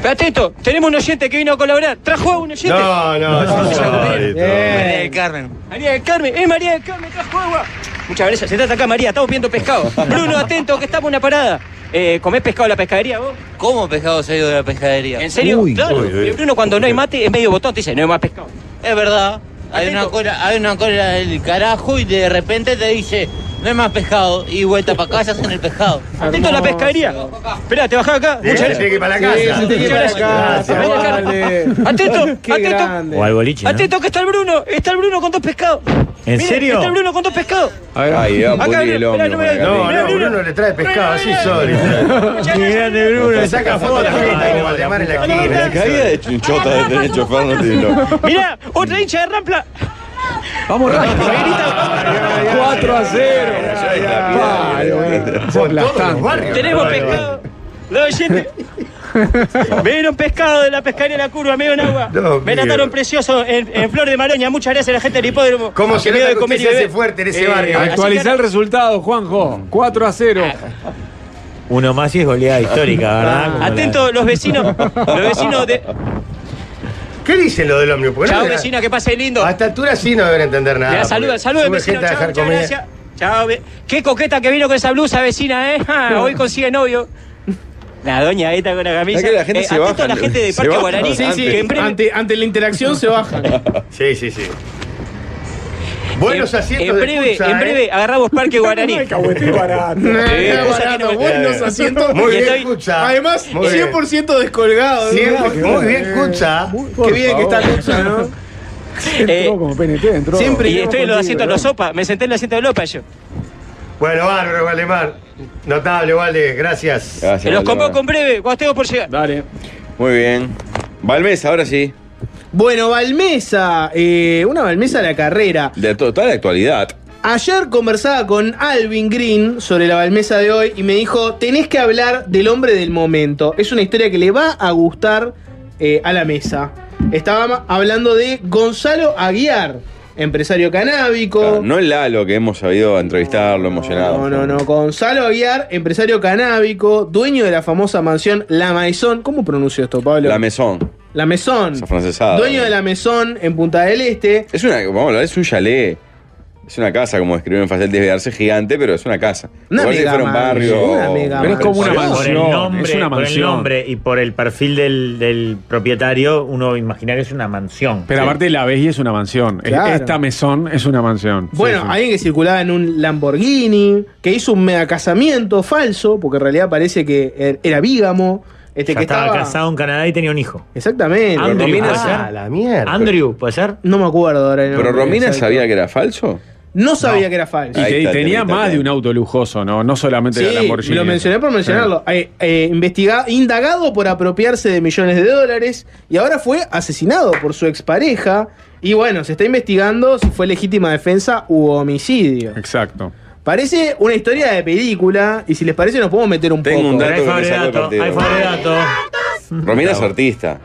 Speaker 8: Pero atento, tenemos un oyente que vino a colaborar. ¿Trajo a un oyente?
Speaker 4: No, no, no,
Speaker 8: María
Speaker 4: sorry, sorry.
Speaker 14: Eh,
Speaker 8: del Carmen. María del Carmen, eh, María del Carmen, trajo agua. Muchas gracias. Se trata acá, María, estamos viendo pescado. Bruno, atento, que estamos en una parada. Eh, ¿Comés pescado en la pescadería vos?
Speaker 14: ¿Cómo pescado salido de la pescadería?
Speaker 8: ¿En serio? claro. Bruno, cuando no hay mate, es medio botón, te dice, no hay más pescado.
Speaker 14: Es verdad. Hay una, cola, hay una cola del carajo y de repente te dice, no hay más pescado. Y vuelta para casa hacen el pescado.
Speaker 8: Atento a la pescadería. Esperá, te bajás acá.
Speaker 14: Sí,
Speaker 8: Muchas
Speaker 14: se tiene
Speaker 8: gracias.
Speaker 14: que ir para la
Speaker 8: Sí,
Speaker 14: casa.
Speaker 8: se tiene que ir para la
Speaker 14: Muchas gracias.
Speaker 8: casa. María del Carmen. Atento,
Speaker 14: Qué
Speaker 8: atento.
Speaker 5: O al boliche. ¿no?
Speaker 8: Atento que está el Bruno, está el Bruno con dos pescados.
Speaker 5: ¿En
Speaker 8: Miren,
Speaker 5: serio?
Speaker 8: Está el Bruno con dos pescados.
Speaker 1: A ver. Ay, va a
Speaker 8: Acá
Speaker 1: pudrir el
Speaker 8: viene,
Speaker 1: hombro.
Speaker 8: espera, no me-
Speaker 1: Margarita.
Speaker 4: No, no, Bruno le trae pescado, así sorry.
Speaker 5: grande Bruno.
Speaker 4: Le saca fotos que está como Valdemar en la esquina.
Speaker 1: La caída de chunchota de tener chofer no tiene loco.
Speaker 8: Mirá, otra hincha de Rampla.
Speaker 2: Vamos,
Speaker 8: Rampla.
Speaker 2: 4 a 0.
Speaker 8: Tenemos pescado. Los oyentes. Me dieron pescado de la pescadería La Curva, me dieron agua.
Speaker 4: No,
Speaker 8: me
Speaker 4: mío.
Speaker 8: trataron precioso en, en Flor de Maroña. Muchas gracias a la gente del hipódromo.
Speaker 4: ¿Cómo
Speaker 8: Que
Speaker 4: se
Speaker 8: me
Speaker 4: nota
Speaker 8: dio de
Speaker 4: que
Speaker 8: comer y
Speaker 4: usted se hace
Speaker 8: beber.
Speaker 4: fuerte en ese barrio?
Speaker 8: así
Speaker 2: Actualizá
Speaker 8: Eh, que-
Speaker 2: el resultado, Juanjo. 4 a 0.
Speaker 5: Uno más y es goleada histórica, ¿verdad? Como la-
Speaker 8: Atento, los vecinos. Los vecinos de.
Speaker 4: ¿Qué dicen lo del ómnibus?
Speaker 8: Chao, vecina, que pase lindo.
Speaker 4: A esta altura sí no deben entender nada.
Speaker 8: Ya,
Speaker 4: porque
Speaker 8: saluda, saluda,
Speaker 4: sube
Speaker 8: vecino.
Speaker 4: gente a
Speaker 8: Chao,
Speaker 4: dejar
Speaker 8: muchas
Speaker 4: comida.
Speaker 8: gracias. Chao, ve- Qué coqueta que vino con esa blusa, vecina, ¿eh? Ah, hoy consigue novio. La doña esta con la camisa.
Speaker 1: Ya que la gente
Speaker 8: Eh,
Speaker 1: se
Speaker 8: atento
Speaker 1: baja,
Speaker 8: a la
Speaker 1: ¿no?
Speaker 8: gente de
Speaker 1: Se
Speaker 8: Parque
Speaker 1: baja.
Speaker 8: Guaraní.
Speaker 1: Sí, sí,
Speaker 8: que en breve-
Speaker 3: Ante, ante la interacción se bajan.
Speaker 4: Sí, sí, sí. Buenos
Speaker 8: En-
Speaker 4: asientos
Speaker 8: En
Speaker 4: de
Speaker 8: breve,
Speaker 4: pulsa,
Speaker 8: en
Speaker 4: ¿eh?
Speaker 8: breve agarramos Parque Guaraní.
Speaker 4: No, alcahuete barato. No, no,
Speaker 8: cosa que
Speaker 4: barato,
Speaker 8: no me-
Speaker 4: buenos asientos.
Speaker 8: Muy
Speaker 4: Y
Speaker 8: bien,
Speaker 4: estoy-
Speaker 8: escucha.
Speaker 3: Además,
Speaker 4: Muy bien.
Speaker 3: 100% descolgado.
Speaker 4: Cien-
Speaker 3: ¿no?
Speaker 4: muy bien, Cucha.
Speaker 3: Qué bien que está Cucha, ¿no?
Speaker 2: Entró como PNT, entró.
Speaker 8: y estoy en los asientos de los sopa. Me senté en el asiento de Lopa yo.
Speaker 4: Bueno, bárbaro, Valdemar. Notable, Valde, gracias.
Speaker 1: Gracias,
Speaker 8: los
Speaker 1: Valdemar.
Speaker 8: convoco en breve, cuando tengo por llegar.
Speaker 2: Dale.
Speaker 1: Muy bien. Balmes, ahora sí.
Speaker 3: Bueno, Balmesa, eh, una Balmesa a la carrera.
Speaker 1: De to- toda la actualidad.
Speaker 3: Ayer conversaba con Alvin Green sobre la Balmesa de hoy y me dijo, tenés que hablar del hombre del momento. Es una historia que le va a gustar eh, a la mesa. Estábamos hablando de Gonzalo Aguiar, empresario canábico.
Speaker 1: No el Lalo que hemos sabido entrevistarlo, emocionado.
Speaker 3: No, no, no. Gonzalo Aguiar, empresario canábico, dueño de la famosa mansión La Maison. ¿Cómo pronuncio esto, Pablo?
Speaker 1: La mesón,
Speaker 3: La Maison.
Speaker 1: esa francesada.
Speaker 3: Dueño de La Maison en Punta del Este.
Speaker 1: Es una, vamos a hablar, es un chalet. Es una casa, como escribió en Facel Desviarse, gigante, pero es una casa.
Speaker 3: Una
Speaker 1: Igual si
Speaker 3: mega
Speaker 1: fuera un barrio.
Speaker 3: mansión, una mega
Speaker 5: Pero es como una
Speaker 1: precioso.
Speaker 5: Por el nombre, por el nombre y por el perfil del, del propietario, uno imagina que es una mansión.
Speaker 2: Pero
Speaker 5: Sí.
Speaker 2: aparte la ves y es una mansión. Es-
Speaker 3: Claro.
Speaker 2: Esta mesón es una mansión.
Speaker 3: Bueno, alguien que circulaba en un Lamborghini, que hizo un mega casamiento falso, porque en realidad parece que er- era bígamo. Este
Speaker 5: Ya
Speaker 3: que
Speaker 5: estaba,
Speaker 3: estaba.
Speaker 5: casado en Canadá y tenía un hijo.
Speaker 3: Exactamente.
Speaker 5: Andrew,
Speaker 3: Romina-
Speaker 5: ¿puede ser?
Speaker 3: Ah,
Speaker 5: Andrew, ¿puede ser?
Speaker 3: No me acuerdo ahora. el
Speaker 1: Pero
Speaker 3: nombre
Speaker 1: Romina
Speaker 3: exacto.
Speaker 1: sabía que era falso.
Speaker 3: No sabía que era falso.
Speaker 2: Y, te- y tenía más de un auto lujoso, ¿no? No solamente la
Speaker 3: Sí,
Speaker 2: Lamborghini.
Speaker 3: Lo mencioné por mencionarlo.
Speaker 2: Ah.
Speaker 3: Eh, eh, investiga- indagado por apropiarse de millones de dólares y ahora fue asesinado por su expareja. Y bueno, se está investigando si fue legítima defensa u homicidio.
Speaker 2: Exacto.
Speaker 3: Parece una historia de película y si les parece nos podemos meter un
Speaker 1: Tengo
Speaker 3: poco.
Speaker 1: un dato que me sacó el partido. Romina es
Speaker 3: Bravo.
Speaker 1: artista.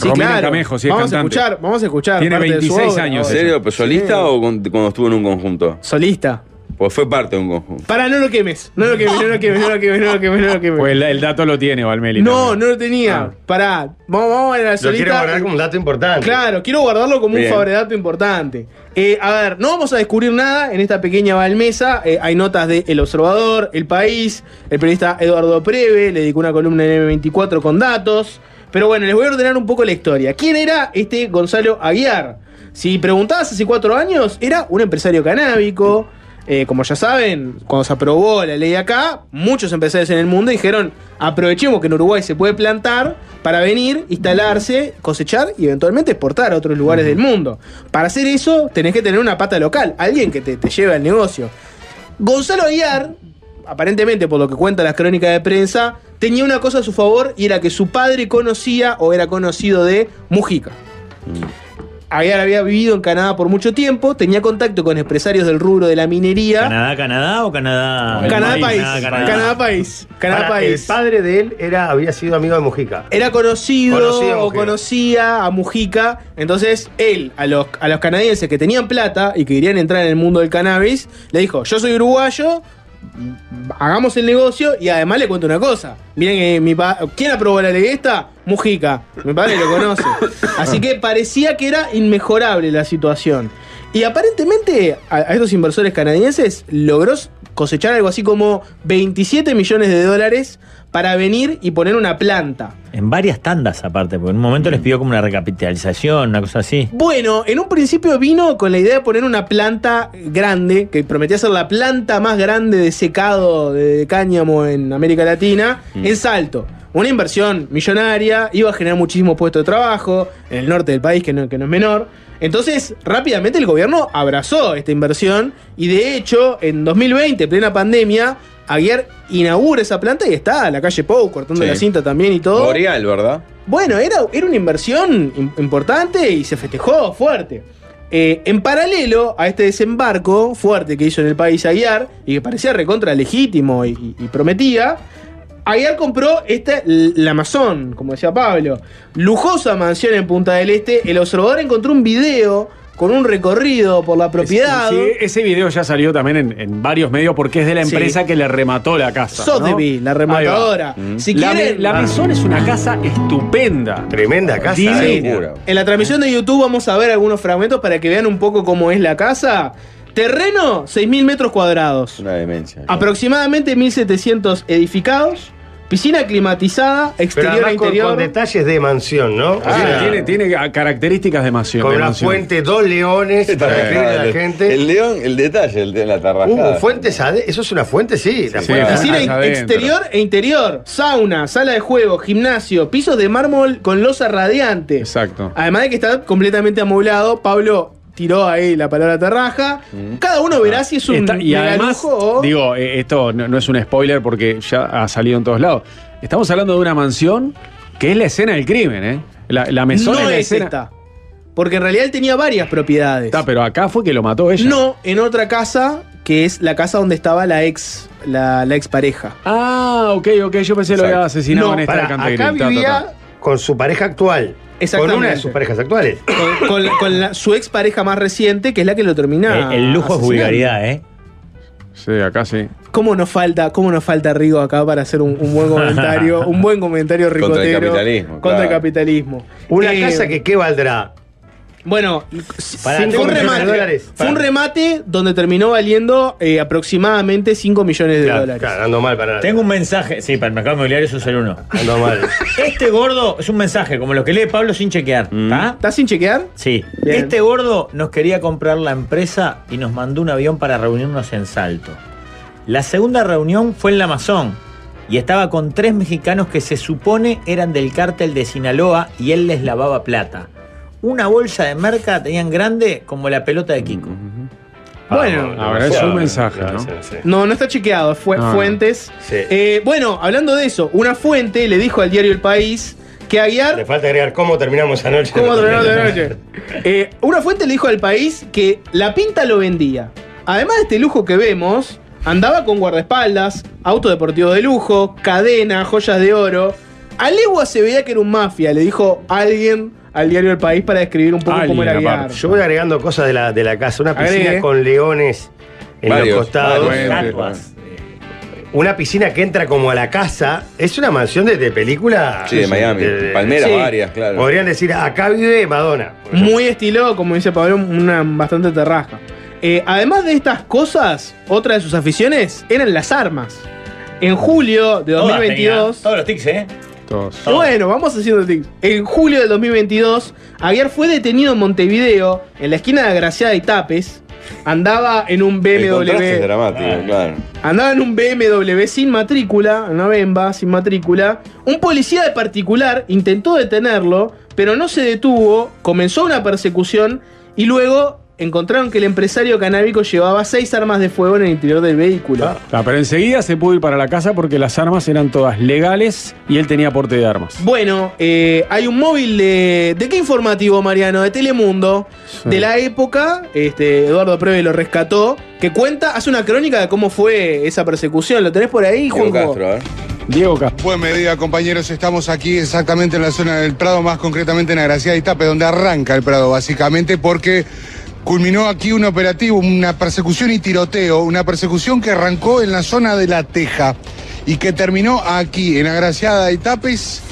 Speaker 3: Sí, claro. vamos a escuchar, vamos a escuchar. parte de su obra
Speaker 1: ¿En
Speaker 3: ahora.
Speaker 1: serio? ¿Pero solista
Speaker 3: Sí.
Speaker 1: o con- cuando estuvo en un conjunto?
Speaker 3: Solista.
Speaker 1: Pues fue parte de un conjunto.
Speaker 3: Para, no lo quemes. No lo quemes, no lo quemes, no lo quemes, no lo quemes, no lo quemes.
Speaker 2: Pues el, el dato lo tiene, Valmeli.
Speaker 3: No, no lo tenía.
Speaker 2: Ah.
Speaker 3: Pará, vamos, vamos a la
Speaker 2: quiero
Speaker 3: solita.
Speaker 2: guardar como un
Speaker 4: dato importante.
Speaker 3: Claro, quiero guardarlo como
Speaker 2: Bien.
Speaker 3: un favoredato importante. Eh, a ver, no vamos a descubrir nada en esta pequeña balmesa. Eh, hay notas de El Observador, El País, el periodista Eduardo Preve, le dedicó una columna en M24 con datos. Pero bueno, les voy a ordenar un poco la historia. ¿Quién era este Gonzalo Aguiar? Si preguntabas hace cuatro años, era un empresario canábico. Eh, como ya saben, cuando se aprobó la ley acá, muchos empresarios en el mundo dijeron, aprovechemos que en Uruguay se puede plantar para venir, instalarse, cosechar y eventualmente exportar a otros lugares del mundo. Para hacer eso, tenés que tener una pata local, alguien que te, te lleve al negocio. Gonzalo Aguiar, aparentemente por lo que cuentan las crónicas de prensa, tenía una cosa a su favor y era que su padre conocía o era conocido de Mujica.
Speaker 4: Mm.
Speaker 3: Aguiar había vivido en Canadá por mucho tiempo, tenía contacto con empresarios del rubro de la minería.
Speaker 5: ¿Canadá, Canadá o Canadá?
Speaker 3: Canadá
Speaker 5: País,
Speaker 3: país.
Speaker 5: Canadá,
Speaker 3: Canadá,
Speaker 5: Canadá.
Speaker 3: país. Canadá
Speaker 4: Para,
Speaker 3: país.
Speaker 4: El padre de él era, había sido amigo de Mujica.
Speaker 3: Era conocido,
Speaker 4: Conocido a
Speaker 3: o
Speaker 4: Mujica.
Speaker 3: conocía a Mujica. Entonces, él, a los, a los canadienses que tenían plata y que querían entrar en el mundo del cannabis, le dijo: Yo soy uruguayo, hagamos el negocio y además le cuento una cosa. Miren que mi pa- ¿Quién aprobó la ley esta? Mujica. Mi padre lo conoce. Así que parecía que era inmejorable la situación. Y aparentemente a, a estos inversores canadienses logró s- cosechar algo así como 27 millones de dólares para venir y poner una planta.
Speaker 5: En varias tandas aparte, porque en un momento les pidió como una recapitalización, una cosa así.
Speaker 3: Bueno, en un principio vino con la idea de poner una planta grande, que prometía ser la planta más grande de secado de cáñamo en América Latina, en Salto. Una inversión millonaria, iba a generar muchísimos puestos de trabajo en el norte del país, que no, que no es menor. Entonces, rápidamente el gobierno abrazó esta inversión y de hecho, en 2020, plena pandemia, Aguiar inaugura esa planta y está a la calle Pou cortando
Speaker 1: Sí.
Speaker 3: la cinta también y todo.
Speaker 1: Boreal, ¿verdad?
Speaker 3: Bueno, era, era una inversión im- importante y se festejó fuerte. Eh, en paralelo a este desembarco fuerte que hizo en el país Aguiar y que parecía recontra legítimo y, y- y prometía, Aguiar compró esta, la Amazon, como decía Pablo. Lujosa mansión en Punta del Este. El observador encontró un video con un recorrido por la propiedad.
Speaker 2: Sí, ese video ya salió también en, en varios medios porque es de la
Speaker 3: Sí.
Speaker 2: empresa que le remató la casa. ¿no?
Speaker 3: Sotheby, la rematadora.
Speaker 2: Ahí va. Mm.
Speaker 3: Si
Speaker 2: la,
Speaker 3: quieren-
Speaker 2: me- la
Speaker 3: Ah.
Speaker 2: mesón es una casa estupenda.
Speaker 4: Tremenda casa, eh,
Speaker 2: Divina.
Speaker 4: locura.
Speaker 3: En la transmisión de YouTube vamos a ver algunos fragmentos para que vean un poco cómo es la casa. Terreno, 6.000 metros cuadrados.
Speaker 1: Una demencia.
Speaker 3: Aproximadamente 1.700 edificados. Piscina climatizada,
Speaker 4: Pero
Speaker 3: exterior
Speaker 4: además
Speaker 3: e
Speaker 4: con,
Speaker 3: interior.
Speaker 4: con detalles de mansión, ¿no?
Speaker 2: Ah, tiene, tiene a- características de mansión.
Speaker 4: Con
Speaker 2: de
Speaker 4: una
Speaker 2: mansión.
Speaker 4: fuente, dos leones para
Speaker 2: bien.
Speaker 4: escribir a la
Speaker 2: El-
Speaker 4: gente.
Speaker 1: El león, el detalle, el de la tarrajada.
Speaker 4: Uh, fuentes ade- Eso es una fuente, sí. la fuente.
Speaker 3: Piscina in- exterior e interior, sauna, sala de juego, gimnasio, pisos de mármol con losa radiante.
Speaker 2: Exacto.
Speaker 3: Además de que está completamente amoblado, Pablo tiró ahí la palabra terraja. Cada uno
Speaker 4: Ah.
Speaker 3: verá si es un
Speaker 2: Está- y
Speaker 3: mega
Speaker 2: además,
Speaker 3: lujo o-
Speaker 2: digo, eh, esto no, no es un spoiler porque ya ha salido en todos lados. Estamos hablando de una mansión que es la escena del crimen, ¿eh? La, la mesona
Speaker 3: no
Speaker 2: es la
Speaker 3: es
Speaker 2: escena.
Speaker 3: esta. Porque en realidad él tenía varias propiedades.
Speaker 2: Está, pero acá fue que lo mató ella.
Speaker 3: No, en otra casa, que es la casa donde estaba la ex, la, la ex pareja.
Speaker 2: Ah, ok, ok, yo pensé lo había asesinado en esta
Speaker 4: pará,
Speaker 2: de Cantegrín.
Speaker 4: acá
Speaker 2: Ta, ta, ta.
Speaker 4: vivía con su pareja actual. Con
Speaker 3: Exactamente.
Speaker 4: una de sus parejas actuales.
Speaker 3: Con, con la- con la- su ex pareja más reciente, que es la que lo
Speaker 4: Eh,
Speaker 3: terminaba.
Speaker 5: Eh, El- el lujo es vulgaridad, ¿eh?
Speaker 2: Sí, acá sí.
Speaker 3: ¿Cómo nos falta, cómo nos falta Rigo acá para hacer un, un buen comentario? un buen comentario ricotero.
Speaker 1: Contra el capitalismo,
Speaker 3: Contra el
Speaker 1: claro.
Speaker 3: capitalismo.
Speaker 4: Una
Speaker 3: Eh,
Speaker 4: casa que qué valdrá.
Speaker 3: Bueno,
Speaker 4: Pará,
Speaker 3: fue
Speaker 4: tengo
Speaker 3: un
Speaker 4: 300
Speaker 3: remate.
Speaker 4: dólares.
Speaker 3: Fue
Speaker 4: Pará.
Speaker 3: un remate donde terminó valiendo eh, aproximadamente 5 millones de
Speaker 5: Claro,
Speaker 3: dólares.
Speaker 4: claro, ando mal para
Speaker 5: Tengo un mensaje. Sí, para el mercado inmobiliario eso es el uno.
Speaker 4: Ando mal.
Speaker 5: Este gordo es un mensaje, como los que lee Pablo sin chequear. ¿Está?
Speaker 3: ¿Estás Mm. sin chequear?
Speaker 5: Sí.
Speaker 3: Bien.
Speaker 5: Este gordo nos quería comprar la empresa y nos mandó un avión para reunirnos en Salto. La segunda reunión fue en la Amazon y estaba con tres mexicanos que se supone eran del cártel de Sinaloa y él les lavaba plata. Una bolsa de merca tenían grande como la pelota de
Speaker 3: Mm,
Speaker 5: Kiko.
Speaker 3: Bueno,
Speaker 2: Ahora es un mensaje, ¿no?
Speaker 3: No, no está chequeado, fue
Speaker 2: No, no.
Speaker 3: fuentes.
Speaker 4: Sí.
Speaker 3: Eh, bueno, hablando de eso, una fuente le dijo al diario El País que Aguiar.
Speaker 4: Le falta agregar cómo terminamos anoche.
Speaker 3: ¿Cómo terminamos anoche? Eh, una fuente le dijo al país que la pinta lo vendía. Además de este lujo que vemos, andaba con guardaespaldas, auto deportivo de lujo, cadena, joyas de oro. A legua se veía que era un mafia, le dijo alguien al diario El País para describir un poco cómo era Aguiar.
Speaker 4: Yo voy agregando cosas de la, de la casa. Una piscina
Speaker 3: Agregue.
Speaker 4: con leones en
Speaker 1: Varios,
Speaker 4: los costados.
Speaker 1: varios,
Speaker 5: Estatuas.
Speaker 4: Una piscina que entra como a la casa. Es una mansión de, de película.
Speaker 1: Sí, de Miami. Palmeras varias, claro.
Speaker 4: Podrían decir, "Ah, acá vive Madonna.
Speaker 3: Muy estilo, como dice Pablo, una bastante terraja. Eh, además de estas cosas, otra de sus aficiones eran las armas. En julio de
Speaker 5: Todas
Speaker 3: 2022.
Speaker 5: tenía, Todos los tics, ¿eh?
Speaker 2: Todos.
Speaker 3: Bueno, vamos haciendo tics. En julio del 2022, Aguiar fue detenido en Montevideo, en la esquina de Agraciada y Tapes. Andaba en un
Speaker 1: El contraste es
Speaker 3: BMW.
Speaker 1: dramático, claro.
Speaker 3: Andaba en un BMW sin matrícula, una Bemba sin matrícula. Un policía de particular intentó detenerlo, pero no se detuvo, comenzó una persecución y luego encontraron que el empresario canábico llevaba seis armas de fuego en el interior del vehículo.
Speaker 2: Ta, Ah, pero enseguida se pudo ir para la casa porque las armas eran todas legales y él tenía porte de armas.
Speaker 3: Bueno, eh, hay un móvil de. ¿De qué informativo, Mariano? De Telemundo. De la época, este, Eduardo Preve lo rescató. Que cuenta, hace una crónica de cómo fue esa persecución. ¿Lo tenés por ahí, Juanjo?
Speaker 2: Diego Castro.
Speaker 15: Buen mediodía, compañeros. Estamos aquí exactamente en la zona del Prado, más concretamente en Agraciada y Tape, donde arranca el Prado, básicamente, porque culminó aquí un operativo, una persecución y tiroteo, una persecución que arrancó en la zona de La Teja y que terminó aquí, en Agraciada y Tapes,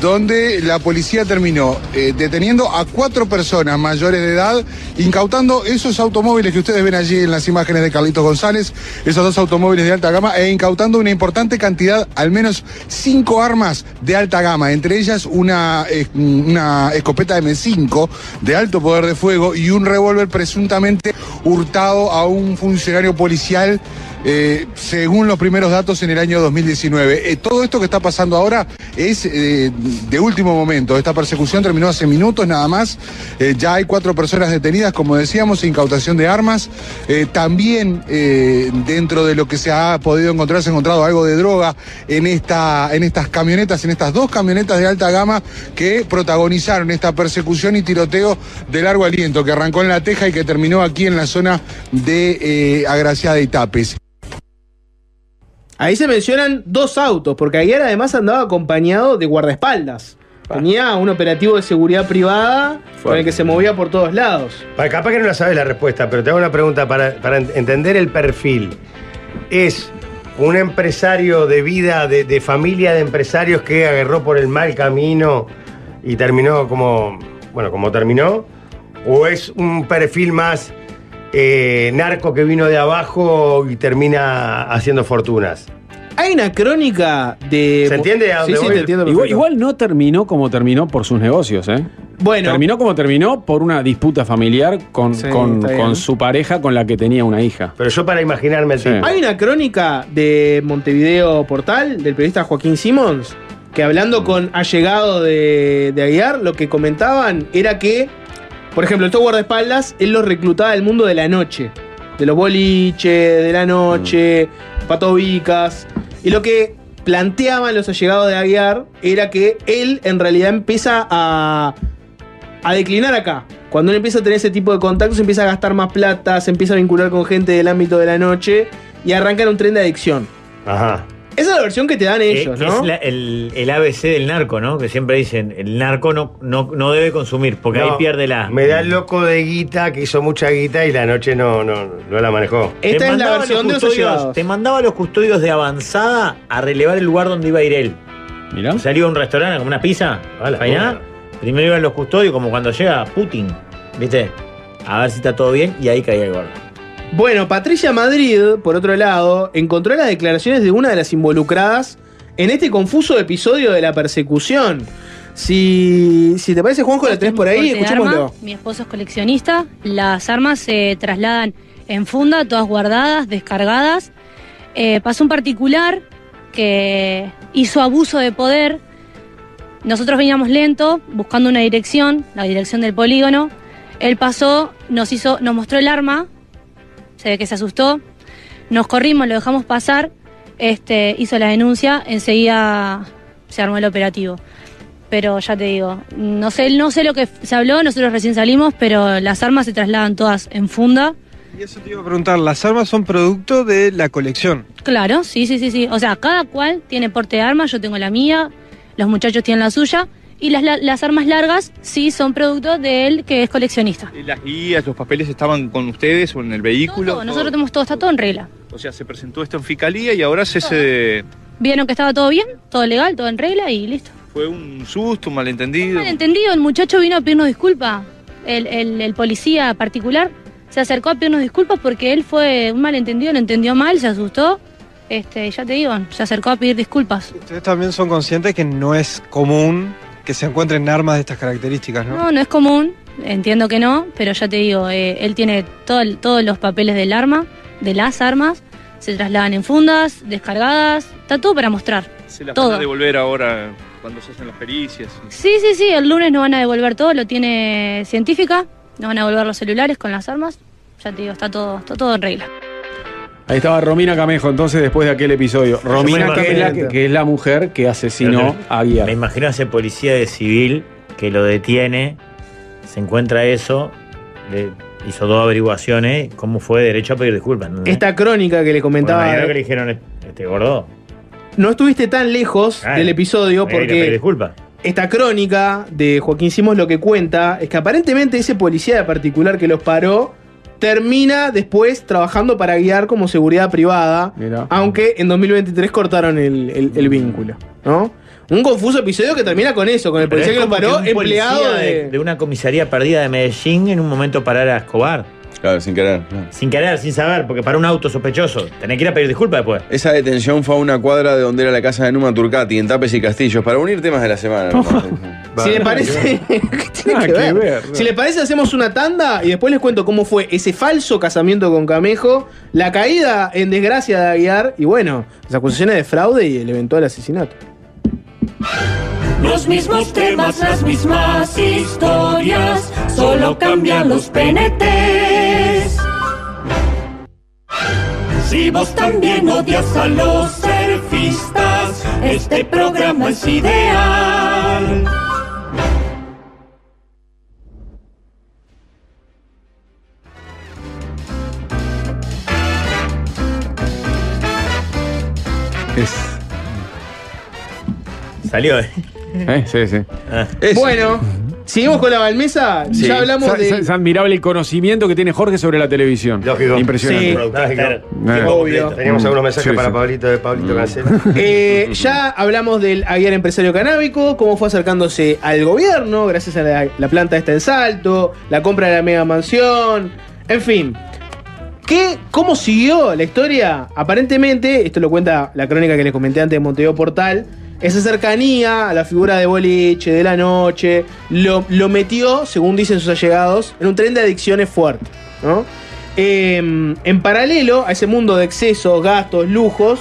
Speaker 15: donde la policía terminó eh, deteniendo a cuatro personas mayores de edad, incautando esos automóviles que ustedes ven allí en las imágenes de Carlitos González, esos dos automóviles de alta gama, e incautando una importante cantidad, al menos cinco armas de alta gama, entre ellas una, eh, una escopeta M5 de alto poder de fuego y un revólver presuntamente hurtado a un funcionario policial eh, según los primeros datos en el año 2019. Eh, todo esto que está pasando ahora es eh, de último momento. Esta persecución terminó hace minutos nada más. Eh, ya hay cuatro personas detenidas, como decíamos, incautación de armas. Eh, también eh, dentro de lo que se ha podido encontrar, se ha encontrado algo de droga en, esta, en estas camionetas, en estas dos camionetas de alta gama que protagonizaron esta persecución y tiroteo de largo aliento que arrancó en La Teja y que terminó aquí en la zona de eh, Agraciada y Tapes.
Speaker 3: Ahí se mencionan dos autos, porque Aguiar además andaba acompañado de guardaespaldas. Tenía un operativo de seguridad privada con el que se movía por todos lados.
Speaker 4: Para, capaz que no la sabes la respuesta, pero te hago una pregunta para, para ent- entender el perfil. ¿Es un empresario de vida, de, de familia de empresarios que agarró por el mal camino y terminó como, bueno, como terminó? ¿O es un perfil más eh, narco que vino de abajo y termina haciendo fortunas?
Speaker 3: Hay una crónica de. Eh, sí, sí, te entiendo
Speaker 2: igual,
Speaker 3: perfecto.
Speaker 2: igual no terminó como terminó por sus negocios, ¿eh?
Speaker 3: Bueno.
Speaker 2: Terminó como terminó por una disputa familiar con,
Speaker 3: Sí,
Speaker 2: con-
Speaker 3: está bien.
Speaker 2: con su pareja con la que tenía una hija.
Speaker 4: Pero yo para imaginarme el
Speaker 2: tema.
Speaker 3: Hay una crónica de Montevideo Portal del periodista Joaquín Simons que hablando con allegado de, de Aguiar, lo que comentaban era que, por ejemplo, estos guardaespaldas, él los reclutaba del mundo de la noche, de los boliches, de la noche, patobicas. Y lo que planteaban los allegados de Aguiar era que él en realidad empieza a a declinar acá. Cuando uno empieza a tener ese tipo de contactos, empieza a gastar más plata, se empieza a vincular con gente del ámbito de la noche y arrancan un tren de adicción.
Speaker 4: Ajá.
Speaker 3: Esa es la versión que te dan
Speaker 5: Que-
Speaker 3: ellos,
Speaker 5: que
Speaker 3: ¿no?
Speaker 5: Eh, Es la- el, el ABC del narco, ¿no? Que siempre dicen, el narco no, no, no debe consumir, porque
Speaker 4: No,
Speaker 5: ahí pierde la.
Speaker 4: Me da el loco de guita, que hizo mucha guita y la noche no, no, no la manejó.
Speaker 5: Te mandaba los custodios- Te mandaba a los custodios de avanzada a relevar el lugar donde iba a ir él.
Speaker 2: Mirá.
Speaker 5: Salió a un restaurante como una pizza,
Speaker 4: la
Speaker 5: pa' allá. Primero iban los custodios, como cuando llega Putin, ¿viste? A ver si está todo bien y ahí caía el gordo.
Speaker 3: Bueno, Patricia Madrid, por otro lado, encontró las declaraciones de una de las involucradas en este confuso episodio de la persecución. Si, si te parece, Juanjo, la tenés por ahí,
Speaker 16: Porte de
Speaker 3: escuchémoslo.
Speaker 16: arma. Mi esposo es coleccionista. Las armas se trasladan en funda, todas guardadas, descargadas. Eh, pasó un particular que hizo abuso de poder. Nosotros veníamos lento, buscando una dirección, la dirección del polígono. Él pasó, nos hizo, nos mostró el arma. Se ve que se asustó. Nos corrimos, lo dejamos pasar. Este, hizo la denuncia, enseguida se armó el operativo pero ya te digo, no sé, no sé lo que se habló, nosotros recién salimos, pero las armas se trasladan todas en funda.
Speaker 17: Y eso te iba a preguntar, las armas son producto de la colección.
Speaker 16: Claro, sí, sí, sí, sí. O sea, cada cual tiene porte de armas, yo tengo la mía, los muchachos tienen la suya, y las, la- las armas largas sí son producto de él que es coleccionista.
Speaker 18: ¿Y las guías, los papeles estaban con ustedes o en el vehículo?
Speaker 16: Todo, nosotros tenemos todo, está todo en regla.
Speaker 18: O sea, se presentó esto en fiscalía y ahora se se-
Speaker 16: Vieron que estaba todo bien, todo legal, todo en regla y listo.
Speaker 18: fue un susto, un malentendido.
Speaker 16: Malentendido, el muchacho vino a pedirnos disculpas. El, el- el policía particular se acercó a pedirnos disculpas porque él fue un malentendido, lo entendió mal, se asustó. Este, ya te digo, se acercó a pedir disculpas.
Speaker 17: Ustedes también son conscientes que no es común que se encuentren armas de estas características, ¿no?
Speaker 16: No, no es común, entiendo que no, pero ya te digo, eh, él tiene todo el- todos los papeles del arma, de las armas, se trasladan en fundas, descargadas, está todo para mostrar.
Speaker 18: Se las van
Speaker 16: todo.
Speaker 18: a devolver ahora eh, cuando se hacen las pericias.
Speaker 16: Sí, sí, sí, el lunes nos van a devolver todo, lo tiene científica, nos van a devolver los celulares con las armas, ya te digo, está todo, está todo en regla.
Speaker 2: Ahí estaba Romina Camejo, entonces, después de aquel episodio. Romina, que es la, que- que es la mujer que asesinó a Aguiar.
Speaker 5: Me imagino a ese policía de civil que lo detiene, se encuentra eso, le hizo dos averiguaciones, cómo fue derecho a pedir disculpas. ¿no?
Speaker 3: Esta crónica que le
Speaker 5: Bueno,
Speaker 3: comentaba.
Speaker 5: me imagino que le dijeron este gordo.
Speaker 3: no estuviste tan lejos
Speaker 5: Ah,
Speaker 3: del episodio
Speaker 5: voy a ir a pedir
Speaker 3: porque
Speaker 5: disculpas.
Speaker 3: esta crónica de Joaquín Simos lo que cuenta es que aparentemente ese policía de particular que los paró termina después trabajando para guiar como seguridad privada, aunque en 2023 cortaron el, el-
Speaker 5: Mm.
Speaker 3: el vínculo, ¿no? Un confuso episodio que termina con eso, con el
Speaker 5: Pero
Speaker 3: policía
Speaker 5: es
Speaker 3: que los
Speaker 5: como
Speaker 3: paró,
Speaker 5: que un policía
Speaker 3: empleado de...
Speaker 5: de una comisaría perdida de Medellín en un momento parar a Escobar.
Speaker 1: Claro, sin querer.
Speaker 5: Sin querer, sin saber, porque para un auto sospechoso. Tenés que ir a pedir disculpas después.
Speaker 1: Esa detención fue a una cuadra de donde era la casa de Numa Turcati, en Tapes y Castillos, para unir temas de la semana.
Speaker 3: Si le parece, ¿qué tiene
Speaker 1: Nada
Speaker 3: que
Speaker 1: que
Speaker 3: ver?
Speaker 1: ver, no.
Speaker 3: Si le parece, hacemos una tanda y después les cuento cómo fue ese falso casamiento con Camejo, la caída en desgracia de Aguiar y bueno, las acusaciones de fraude y el eventual asesinato.
Speaker 7: Los mismos temas, las mismas historias, solo cambian los penetes. Si vos también odias a los surfistas, este programa es ideal.
Speaker 2: Es-
Speaker 5: Salió, ¿eh?
Speaker 2: Eh, Sí, sí.
Speaker 4: Ah.
Speaker 3: Bueno, seguimos con la balmesa,
Speaker 2: Sí.
Speaker 3: ya hablamos
Speaker 2: Es- Es
Speaker 3: de...
Speaker 2: admirable el conocimiento que tiene Jorge sobre la televisión.
Speaker 4: Lógico.
Speaker 2: Impresionante.
Speaker 4: Sí. Lógico.
Speaker 2: Eh.
Speaker 4: Obvio. Teníamos algunos mensajes
Speaker 2: Sí, Mm.
Speaker 4: para
Speaker 2: sí.
Speaker 4: Pablito de Pablito Cancel.
Speaker 3: Eh, ya hablamos del Aguiar empresario canábico, cómo fue acercándose al gobierno gracias a la, la planta esta en Salto, la compra de la mega mansión, en fin. ¿Qué, ¿Cómo siguió la historia? Aparentemente, esto lo cuenta la crónica que les comenté antes de Montevideo Portal, esa cercanía a la figura de Boliche, de la noche, lo, lo metió, según dicen sus allegados, en un tren de adicciones fuerte. ¿no? Eh, en paralelo a ese mundo de excesos, gastos, lujos,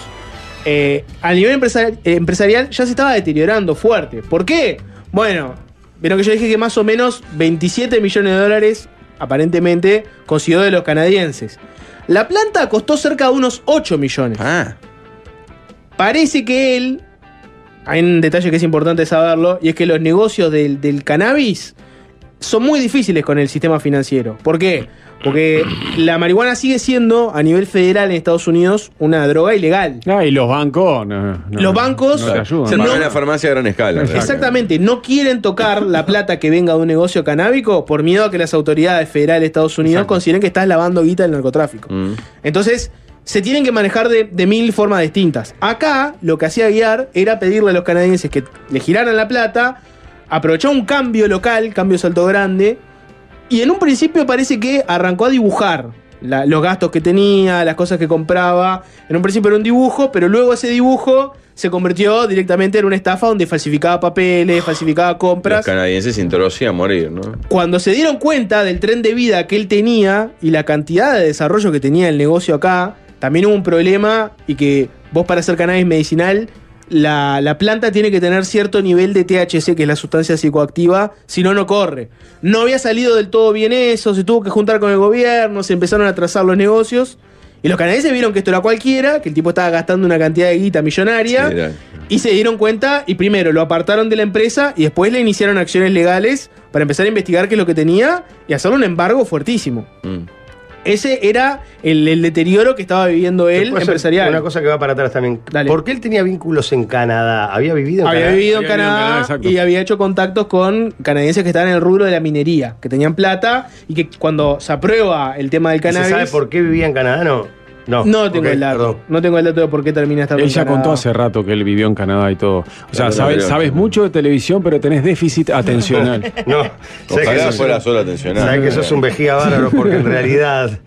Speaker 3: eh, a nivel empresari- eh, empresarial ya se estaba deteriorando fuerte. ¿Por qué? Bueno, vieron que yo dije que más o menos 27 millones de dólares aparentemente consiguió de los canadienses. La planta costó cerca de unos 8 millones. Parece que él, hay un detalle que es importante saberlo, y es que los negocios del, del cannabis son muy difíciles con el sistema financiero. ¿Por qué? Porque la marihuana sigue siendo, a nivel federal en Estados Unidos, una droga ilegal.
Speaker 2: Ah, y los bancos. no, no,
Speaker 3: Los bancos
Speaker 2: No te ayudan.
Speaker 3: no-
Speaker 1: Para una farmacia a gran escala.
Speaker 3: Exactamente, no quieren tocar la plata que venga de un negocio canábico por miedo a que las autoridades federales de Estados Unidos consideren que estás lavando guita del narcotráfico.
Speaker 2: Mm.
Speaker 3: Entonces, se tienen que manejar de, de mil formas distintas. Acá, lo que hacía Guiar era pedirle a los canadienses que le giraran la plata, aprovechó un cambio local, cambio salto grande, y en un principio parece que arrancó a dibujar la- los gastos que tenía, las cosas que compraba. En un principio era un dibujo, pero luego ese dibujo se convirtió directamente en una estafa donde falsificaba papeles, falsificaba
Speaker 1: Los
Speaker 3: compras.
Speaker 1: canadienses introducían a morir, ¿no?
Speaker 3: Cuando se dieron cuenta del tren de vida que él tenía y la cantidad de desarrollo que tenía el negocio acá, también hubo un problema y que vos para hacer cannabis medicinal, la, la planta tiene que tener cierto nivel de THC, que es la sustancia psicoactiva, si no, no corre. No había salido del todo bien eso, se tuvo que juntar con el gobierno, se empezaron a trazar los negocios. Y los canadienses vieron que esto era cualquiera, que el tipo estaba gastando una cantidad de guita millonaria. Y se dieron cuenta y primero lo apartaron de la empresa y después le iniciaron acciones legales para empezar a investigar qué es lo que tenía y hacer un embargo fuertísimo.
Speaker 1: Mm.
Speaker 3: Ese era el, el deterioro que estaba viviendo
Speaker 4: ¿Te
Speaker 3: él
Speaker 4: puedo hacer
Speaker 3: empresarial.
Speaker 4: Una cosa que va para atrás también. ¿Por qué él tenía vínculos en Canadá? ¿Había vivido en
Speaker 3: había
Speaker 4: Canadá?
Speaker 3: vivido en Canadá y había hecho contactos con canadienses que estaban en el rubro de la minería, que tenían plata y que cuando se aprueba el tema del
Speaker 4: ¿Y
Speaker 3: cannabis...
Speaker 4: ¿Se sabe por qué vivía en Canadá? No. No,
Speaker 3: No tengo
Speaker 4: Ok,
Speaker 3: el dato.
Speaker 4: perdón.
Speaker 3: No tengo el dato de por qué termina esta
Speaker 2: Él ya contó hace rato que él vivió en Canadá y todo. O sea,
Speaker 1: Claro,
Speaker 2: sabes,
Speaker 1: claro.
Speaker 2: sabes mucho de televisión, pero tenés déficit atencional.
Speaker 4: No, sé que
Speaker 1: Ojalá
Speaker 4: sos-
Speaker 1: fuera solo
Speaker 2: ¿eh?
Speaker 1: atencional.
Speaker 4: Sabes que sos un vejiga bárbaro porque en realidad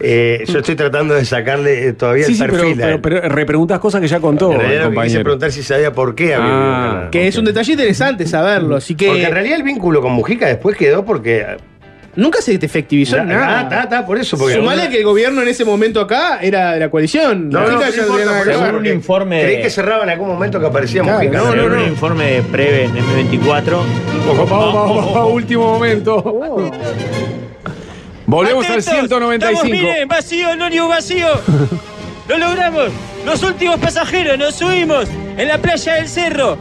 Speaker 4: eh, yo estoy tratando de sacarle eh, todavía
Speaker 2: Sí,
Speaker 4: el
Speaker 2: sí, pero,
Speaker 4: perfil. a él.
Speaker 2: pero- pero repreguntás cosas que ya contó.
Speaker 4: en realidad
Speaker 2: el
Speaker 4: lo que quise
Speaker 2: compañero.
Speaker 4: preguntar es si sabía por qué había vivido en Canadá.
Speaker 3: que es un detalle interesante saberlo, así que...
Speaker 4: Porque en realidad el vínculo con Mujica después quedó porque...
Speaker 3: Nunca se te efectivizó
Speaker 4: Na-
Speaker 3: en nada.
Speaker 4: nada, ta- ta, por eso, porque-
Speaker 3: Sumale que el gobierno en ese momento acá era de la coalición.
Speaker 4: No, no,
Speaker 3: Mujica
Speaker 4: no,
Speaker 3: ya tenía
Speaker 4: importa,
Speaker 3: nada
Speaker 4: por
Speaker 3: que ver.
Speaker 4: eso,
Speaker 5: Según un
Speaker 4: porque
Speaker 5: informe-
Speaker 4: Creí que cerraba en algún momento que aparecía
Speaker 5: Claro,
Speaker 4: Mujica.
Speaker 5: no, no, no. Un informe de Eh, Preve en M24.
Speaker 2: Opa, opa, opa, último momento. Volvemos al
Speaker 8: Atentos, Estamos,
Speaker 2: 195.
Speaker 8: miren, vacío, el ónibus vacío. Lo logramos. Los últimos pasajeros nos subimos en la playa del cerro.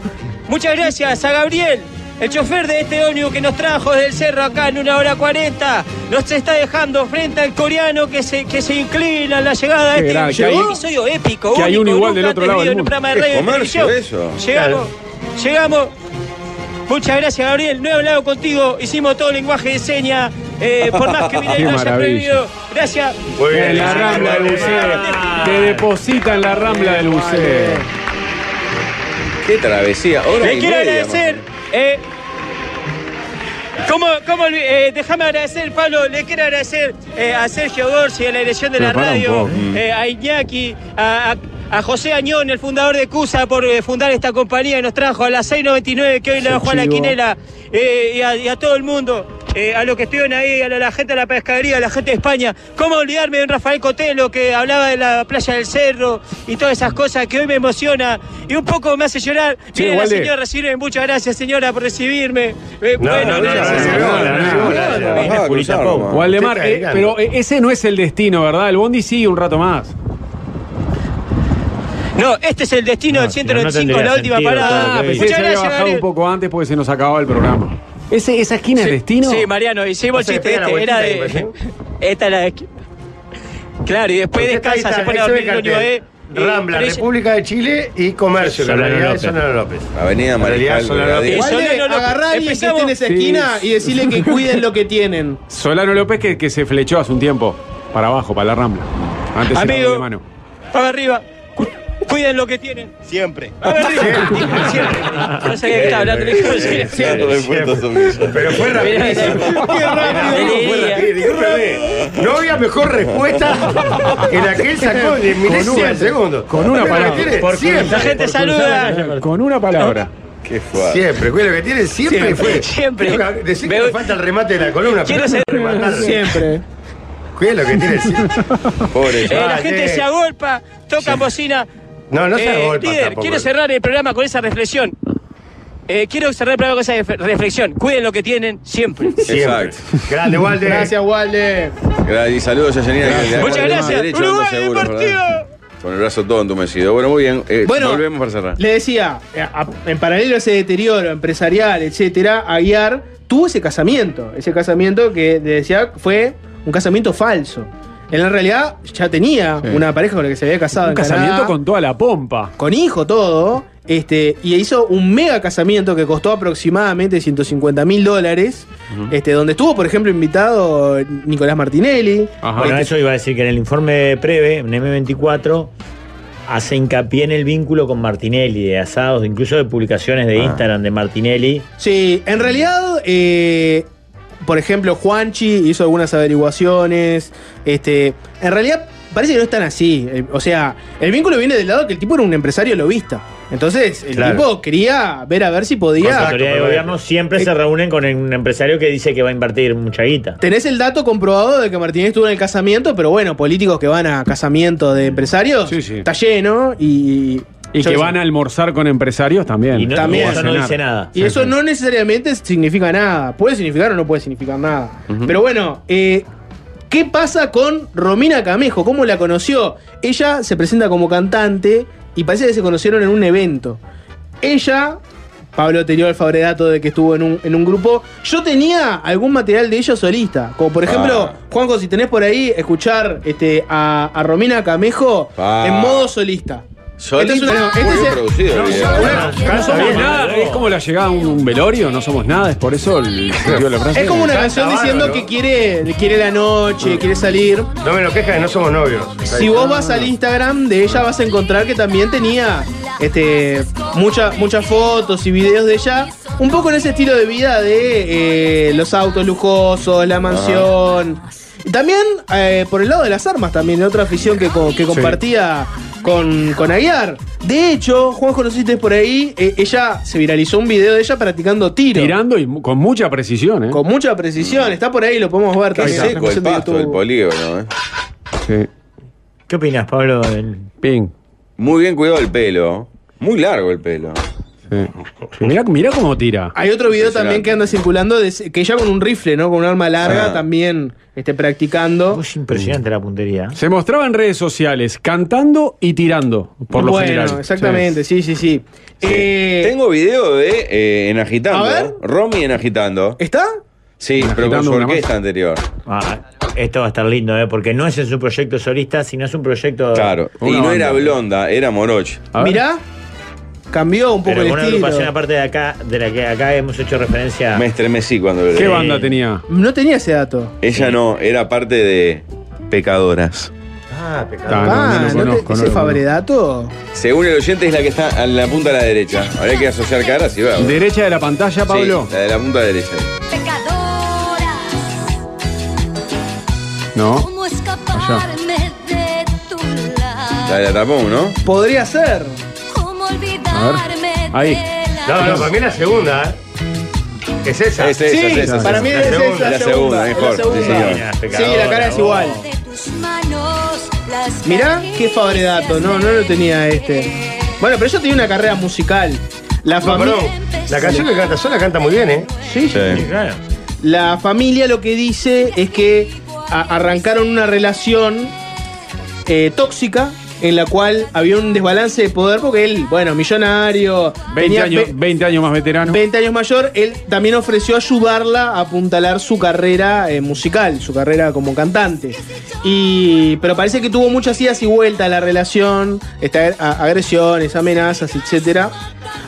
Speaker 8: Muchas gracias a Gabriel, el chofer de este ómnibus que nos trajo desde el cerro acá en una hora cuarenta. Nos está dejando frente al coreano que se, que se inclina en la llegada de
Speaker 2: Qué
Speaker 8: este
Speaker 2: gran- que hay-
Speaker 8: episodio épico.
Speaker 2: que hay
Speaker 8: único,
Speaker 2: uno igual
Speaker 8: nunca
Speaker 2: del otro
Speaker 8: antes
Speaker 2: lado del
Speaker 8: vivido en un
Speaker 2: mundo.
Speaker 8: programa de
Speaker 2: Qué
Speaker 8: radio y
Speaker 2: comercio
Speaker 8: televisión.
Speaker 2: eso.
Speaker 8: Llegamos, llegamos. Muchas gracias, Gabriel. No he hablado contigo. Hicimos todo lenguaje de señas. eh, por más que Mireille
Speaker 2: Qué
Speaker 8: no haya
Speaker 2: maravilla.
Speaker 8: prohibido. Gracias.
Speaker 2: En la rambla del buceo. Te deposita en la rambla del buceo.
Speaker 1: Qué travesía. Hora
Speaker 8: Le
Speaker 1: y
Speaker 8: quiero
Speaker 1: media,
Speaker 8: agradecer. eh, ¿Cómo, cómo olvi- eh, déjame agradecer, Pablo, le quiero agradecer eh, a Sergio Gorsi, a la dirección de
Speaker 1: Pero
Speaker 8: la
Speaker 1: para un
Speaker 8: radio,
Speaker 1: poco. Mm.
Speaker 8: eh, a Iñaki, a, a- a José Añón, el fundador de CUSA, por eh, fundar esta compañía que nos trajo a las 6.99 que hoy la
Speaker 11: Ese
Speaker 8: Juana
Speaker 11: chivo.
Speaker 8: Quinela, eh, y, a, y a todo el mundo, eh, a los que estuvieron ahí, a la, la gente de la pescadería, a la gente de España. ¿Cómo olvidarme de un Rafael Cotelo que hablaba de la playa del cerro y todas esas cosas que hoy me emociona y un poco me hace llorar?
Speaker 2: Che,
Speaker 8: Mire, la
Speaker 2: Walde.
Speaker 8: señora recibe, muchas gracias señora por recibirme. Eh,
Speaker 2: No,
Speaker 8: bueno,
Speaker 2: no, no,
Speaker 8: gracias.
Speaker 2: no, no, no, no, no,
Speaker 8: Gracias.
Speaker 1: Viene Ajá, Julita cruzaron, Pou. man.
Speaker 2: Waldemar,
Speaker 1: Usted está
Speaker 2: eh,
Speaker 1: delirando.
Speaker 2: pero eh, ese no es el destino, ¿verdad? El Bondi sigue un rato más.
Speaker 8: No, este es el destino del
Speaker 2: no
Speaker 8: 195,
Speaker 2: tendría
Speaker 8: la última
Speaker 2: sentido,
Speaker 8: parada.
Speaker 2: Ah, pensé que
Speaker 8: muchas
Speaker 2: se había
Speaker 8: gracias,
Speaker 2: bajado
Speaker 8: Gabriel.
Speaker 2: un poco antes porque se nos acababa el programa. ¿Ese, ¿Esa esquina es destino?
Speaker 8: Sí, Mariano, hicimos el
Speaker 2: Pasa
Speaker 8: chiste
Speaker 2: que pega
Speaker 8: este,
Speaker 2: la
Speaker 8: era
Speaker 2: vueltita
Speaker 8: de... Esta es la de... Claro, y después
Speaker 4: Porque está ahí,
Speaker 8: descansa,
Speaker 4: está,
Speaker 8: se pone
Speaker 4: ahí
Speaker 8: a
Speaker 4: se ve
Speaker 8: dormir en
Speaker 4: cartel.
Speaker 8: Ibagué, y-
Speaker 4: Rambla,
Speaker 8: pero ella-
Speaker 4: República de Chile y Comercio, que en
Speaker 1: Solano
Speaker 4: realidad es
Speaker 1: López.
Speaker 4: Solano López.
Speaker 1: Avenida
Speaker 4: En realidad,
Speaker 1: Mariscal
Speaker 4: Solano
Speaker 1: Belgrano.
Speaker 4: López.
Speaker 1: Eso
Speaker 3: Igual
Speaker 1: no,
Speaker 3: de
Speaker 1: no, no,
Speaker 3: agarrar a alguien que esté en esa
Speaker 2: Sí.
Speaker 3: esquina y decirle que cuiden lo que tienen.
Speaker 2: Solano López que, que se flechó hace un tiempo para abajo, para la rambla. Antes era
Speaker 8: Amigo.
Speaker 2: de mano.
Speaker 8: Para arriba. Cuiden lo que tienen.
Speaker 18: Siempre.
Speaker 8: No sabía que estaba hablando. le digo, sí, sí.
Speaker 4: Pero fue rapidísimo.
Speaker 8: Qué rápido.
Speaker 4: Fue rapidísimo, bebé. No había mejor respuesta que la que él sacó en milésima de segundo.
Speaker 2: Con una
Speaker 4: Mira lo que
Speaker 2: palabra.
Speaker 4: tiene, siempre.
Speaker 2: Con una palabra.
Speaker 1: Qué fuerte.
Speaker 4: Siempre, fue lo que tiene, siempre,
Speaker 2: Siempre,
Speaker 4: fue.
Speaker 2: siempre.
Speaker 4: Decir que le falta el remate de la columna.
Speaker 8: Quiero
Speaker 4: pero
Speaker 8: ser-
Speaker 4: no puede rematarlo.
Speaker 8: Siempre.
Speaker 4: Cuide lo que tiene, siempre.
Speaker 1: Pobre
Speaker 8: Eh, la gente se agolpa, toca bocina. Eh,
Speaker 4: No, no se agolpa
Speaker 8: Líder,
Speaker 4: tampoco.
Speaker 8: quiero cerrar el programa con esa reflexión. Eh, quiero cerrar el programa con esa ref- reflexión. Cuiden lo que tienen siempre.
Speaker 1: Exacto.
Speaker 4: Grande, Walde.
Speaker 3: Gracias, Walde.
Speaker 1: Gra- Y saludos a Yanina. que le
Speaker 8: Muchas
Speaker 1: da con
Speaker 8: gracias.
Speaker 1: el brazo derecho,
Speaker 8: Uruguay,
Speaker 1: ando seguro, ¿verdad? Con el brazo todo entumecido. Bueno, muy bien. eh,
Speaker 3: Bueno,
Speaker 1: volvemos para cerrar.
Speaker 3: Le decía, eh, a- a- en paralelo a ese deterioro empresarial, etcétera, Aguiar tuvo ese casamiento. Ese casamiento que le decía fue un casamiento falso. Él en realidad ya tenía
Speaker 2: Sí.
Speaker 3: una pareja con la que se había casado.
Speaker 2: Un
Speaker 3: en
Speaker 2: casamiento
Speaker 3: Canadá,
Speaker 2: con toda la pompa.
Speaker 3: con hijo, todo. Este, y hizo un mega casamiento que costó aproximadamente 150 mil dólares. este, donde estuvo, por ejemplo, invitado Nicolás Martinelli.
Speaker 5: Bueno,
Speaker 3: Este,
Speaker 5: eso iba a decir que en el informe Preve, en M24, hace hincapié en el vínculo con Martinelli, de asados, incluso de publicaciones de Instagram de Martinelli.
Speaker 3: Sí, en realidad, eh, por ejemplo, Juanchi hizo algunas averiguaciones. Este, en realidad, parece que no es tan así. Eh, O sea, el vínculo viene del lado que el tipo era un empresario lobista. Entonces, el
Speaker 5: Claro.
Speaker 3: tipo quería ver a ver si
Speaker 5: La
Speaker 3: podía.
Speaker 5: autoridad de gobierno siempre
Speaker 3: Eh.
Speaker 5: se reúnen con un empresario que dice que va a invertir mucha guita.
Speaker 3: Tenés el dato comprobado de que Martínez estuvo en el casamiento, pero bueno, políticos que van a casamientos de empresarios, está lleno y.
Speaker 2: Y
Speaker 3: yo qué
Speaker 2: que
Speaker 3: sé.
Speaker 2: van a almorzar con empresarios también.
Speaker 3: no- También. eso no dice
Speaker 5: nada.
Speaker 3: Y eso no necesariamente significa nada. Puede significar o no puede significar nada. Pero bueno, eh, ¿qué pasa con Romina Camejo? ¿Cómo la conoció? Ella se presenta como cantante y parece que se conocieron en un evento. Ella, Pablo te dio el favorito dato de que estuvo en un, en un grupo. Yo tenía algún material de ella solista. Como por ejemplo,
Speaker 1: Ah.
Speaker 3: Juanjo, si tenés por ahí, escuchar este, a, a Romina Camejo
Speaker 1: Ah.
Speaker 3: en modo solista.
Speaker 1: Solista.
Speaker 3: Este es un- este
Speaker 1: Muy
Speaker 3: es
Speaker 1: bien
Speaker 3: el-
Speaker 1: producido. el video.
Speaker 2: No somos nada, es como la llegada a un velorio, no somos nada, es por eso el sentido de la frase.
Speaker 3: Es como una canción diciendo que quiere, quiere la noche, quiere salir.
Speaker 4: No me lo quejas que no somos novios.
Speaker 3: Si vos vas al Instagram de ella vas a encontrar que también tenía este, mucha- muchas fotos y videos de ella, un poco en ese estilo de vida de eh, los autos lujosos, la mansión. También eh, por el lado de las armas, también otra afición que, co- que compartía con, con Aguiar. De hecho, Juan conociste por ahí, eh, ella se viralizó un video de ella practicando tiro.
Speaker 2: Tirando y mu- con mucha precisión, ¿eh?
Speaker 3: Con mucha precisión, está por ahí, lo podemos ver
Speaker 1: Qué
Speaker 3: también. en la
Speaker 1: seco el
Speaker 3: transmisión de
Speaker 1: pasto
Speaker 3: YouTube.
Speaker 1: del polígono, ¿eh?
Speaker 5: ¿Qué opinas, Pablo?
Speaker 1: Muy bien cuidado el pelo. Muy largo el pelo.
Speaker 2: Mirá, mirá cómo tira.
Speaker 3: Hay otro video
Speaker 1: Impresionante.
Speaker 3: también que anda circulando de ese- que ella con un rifle, ¿no? Con un arma larga
Speaker 1: Ah.
Speaker 3: también este, practicando.
Speaker 5: Es impresionante la puntería.
Speaker 2: Se mostraba en redes sociales cantando y tirando, por lo
Speaker 3: bueno,
Speaker 2: general.
Speaker 3: exactamente, sí, sí, sí. Eh,
Speaker 1: Tengo video de eh, en agitando.
Speaker 3: A ver.
Speaker 1: Romy en agitando.
Speaker 3: ¿Está?
Speaker 1: Sí, pero con
Speaker 5: Agitando
Speaker 1: su
Speaker 5: una más.
Speaker 1: orquesta anterior.
Speaker 5: Ah, esto va a estar lindo, ¿eh? porque no es en su proyecto solista, sino es un proyecto.
Speaker 1: Claro. y no era blonda, era moroch.
Speaker 3: Mirá, cambió un poco
Speaker 5: Pero
Speaker 3: el
Speaker 5: con una
Speaker 3: estilo.
Speaker 5: agrupación aparte de acá, de la que acá hemos hecho referencia.
Speaker 1: Me estremecí cuando lo leí.
Speaker 5: ¿Qué banda
Speaker 2: tenía?
Speaker 3: No tenía ese dato.
Speaker 1: Ella no, era parte de Pecadoras.
Speaker 4: Ah,
Speaker 3: Ah, ¿no
Speaker 1: no, no lo
Speaker 3: te-
Speaker 1: conozco, no
Speaker 3: ¿Ese
Speaker 1: lo
Speaker 3: favoredato?
Speaker 1: Según el oyente es la que está en la punta de la derecha. Habría que asociar caras y va.
Speaker 2: Derecha de la pantalla, Pablo.
Speaker 1: Sí, la de la punta derecha.
Speaker 2: No.
Speaker 19: ¿Cómo escaparme de tu lado?
Speaker 1: La de la tapón, ¿no?
Speaker 3: Podría ser.
Speaker 19: ¿Cómo olvidarme
Speaker 1: Ahí.
Speaker 4: No, no, para mí la segunda, ¿eh? Es esa.
Speaker 1: Es esa, Sí, es esa,
Speaker 3: para mí es esa,
Speaker 4: segunda.
Speaker 1: la segunda, mejor. Sí, señor.
Speaker 3: Sí, la cara es igual.
Speaker 19: de tus manos? Las
Speaker 3: Mirá qué favoredato, no, no lo tenía este. Bueno, pero ella tenía una carrera musical. La
Speaker 4: No,
Speaker 3: familia.
Speaker 4: perdón. La canción que canta sola canta muy bien, ¿eh?
Speaker 3: Sí, La familia lo que dice es que a- arrancaron una relación eh, tóxica en la cual había un desbalance de poder porque él, bueno, millonario,
Speaker 2: 20
Speaker 3: tenía
Speaker 2: años,
Speaker 3: ve-
Speaker 2: 20 años más veterano.
Speaker 3: 20 años mayor, él también ofreció ayudarla a apuntalar su carrera eh, musical, su carrera como cantante. Y, pero parece que tuvo muchas idas y vueltas la relación, esta- a- agresiones, amenazas, etc.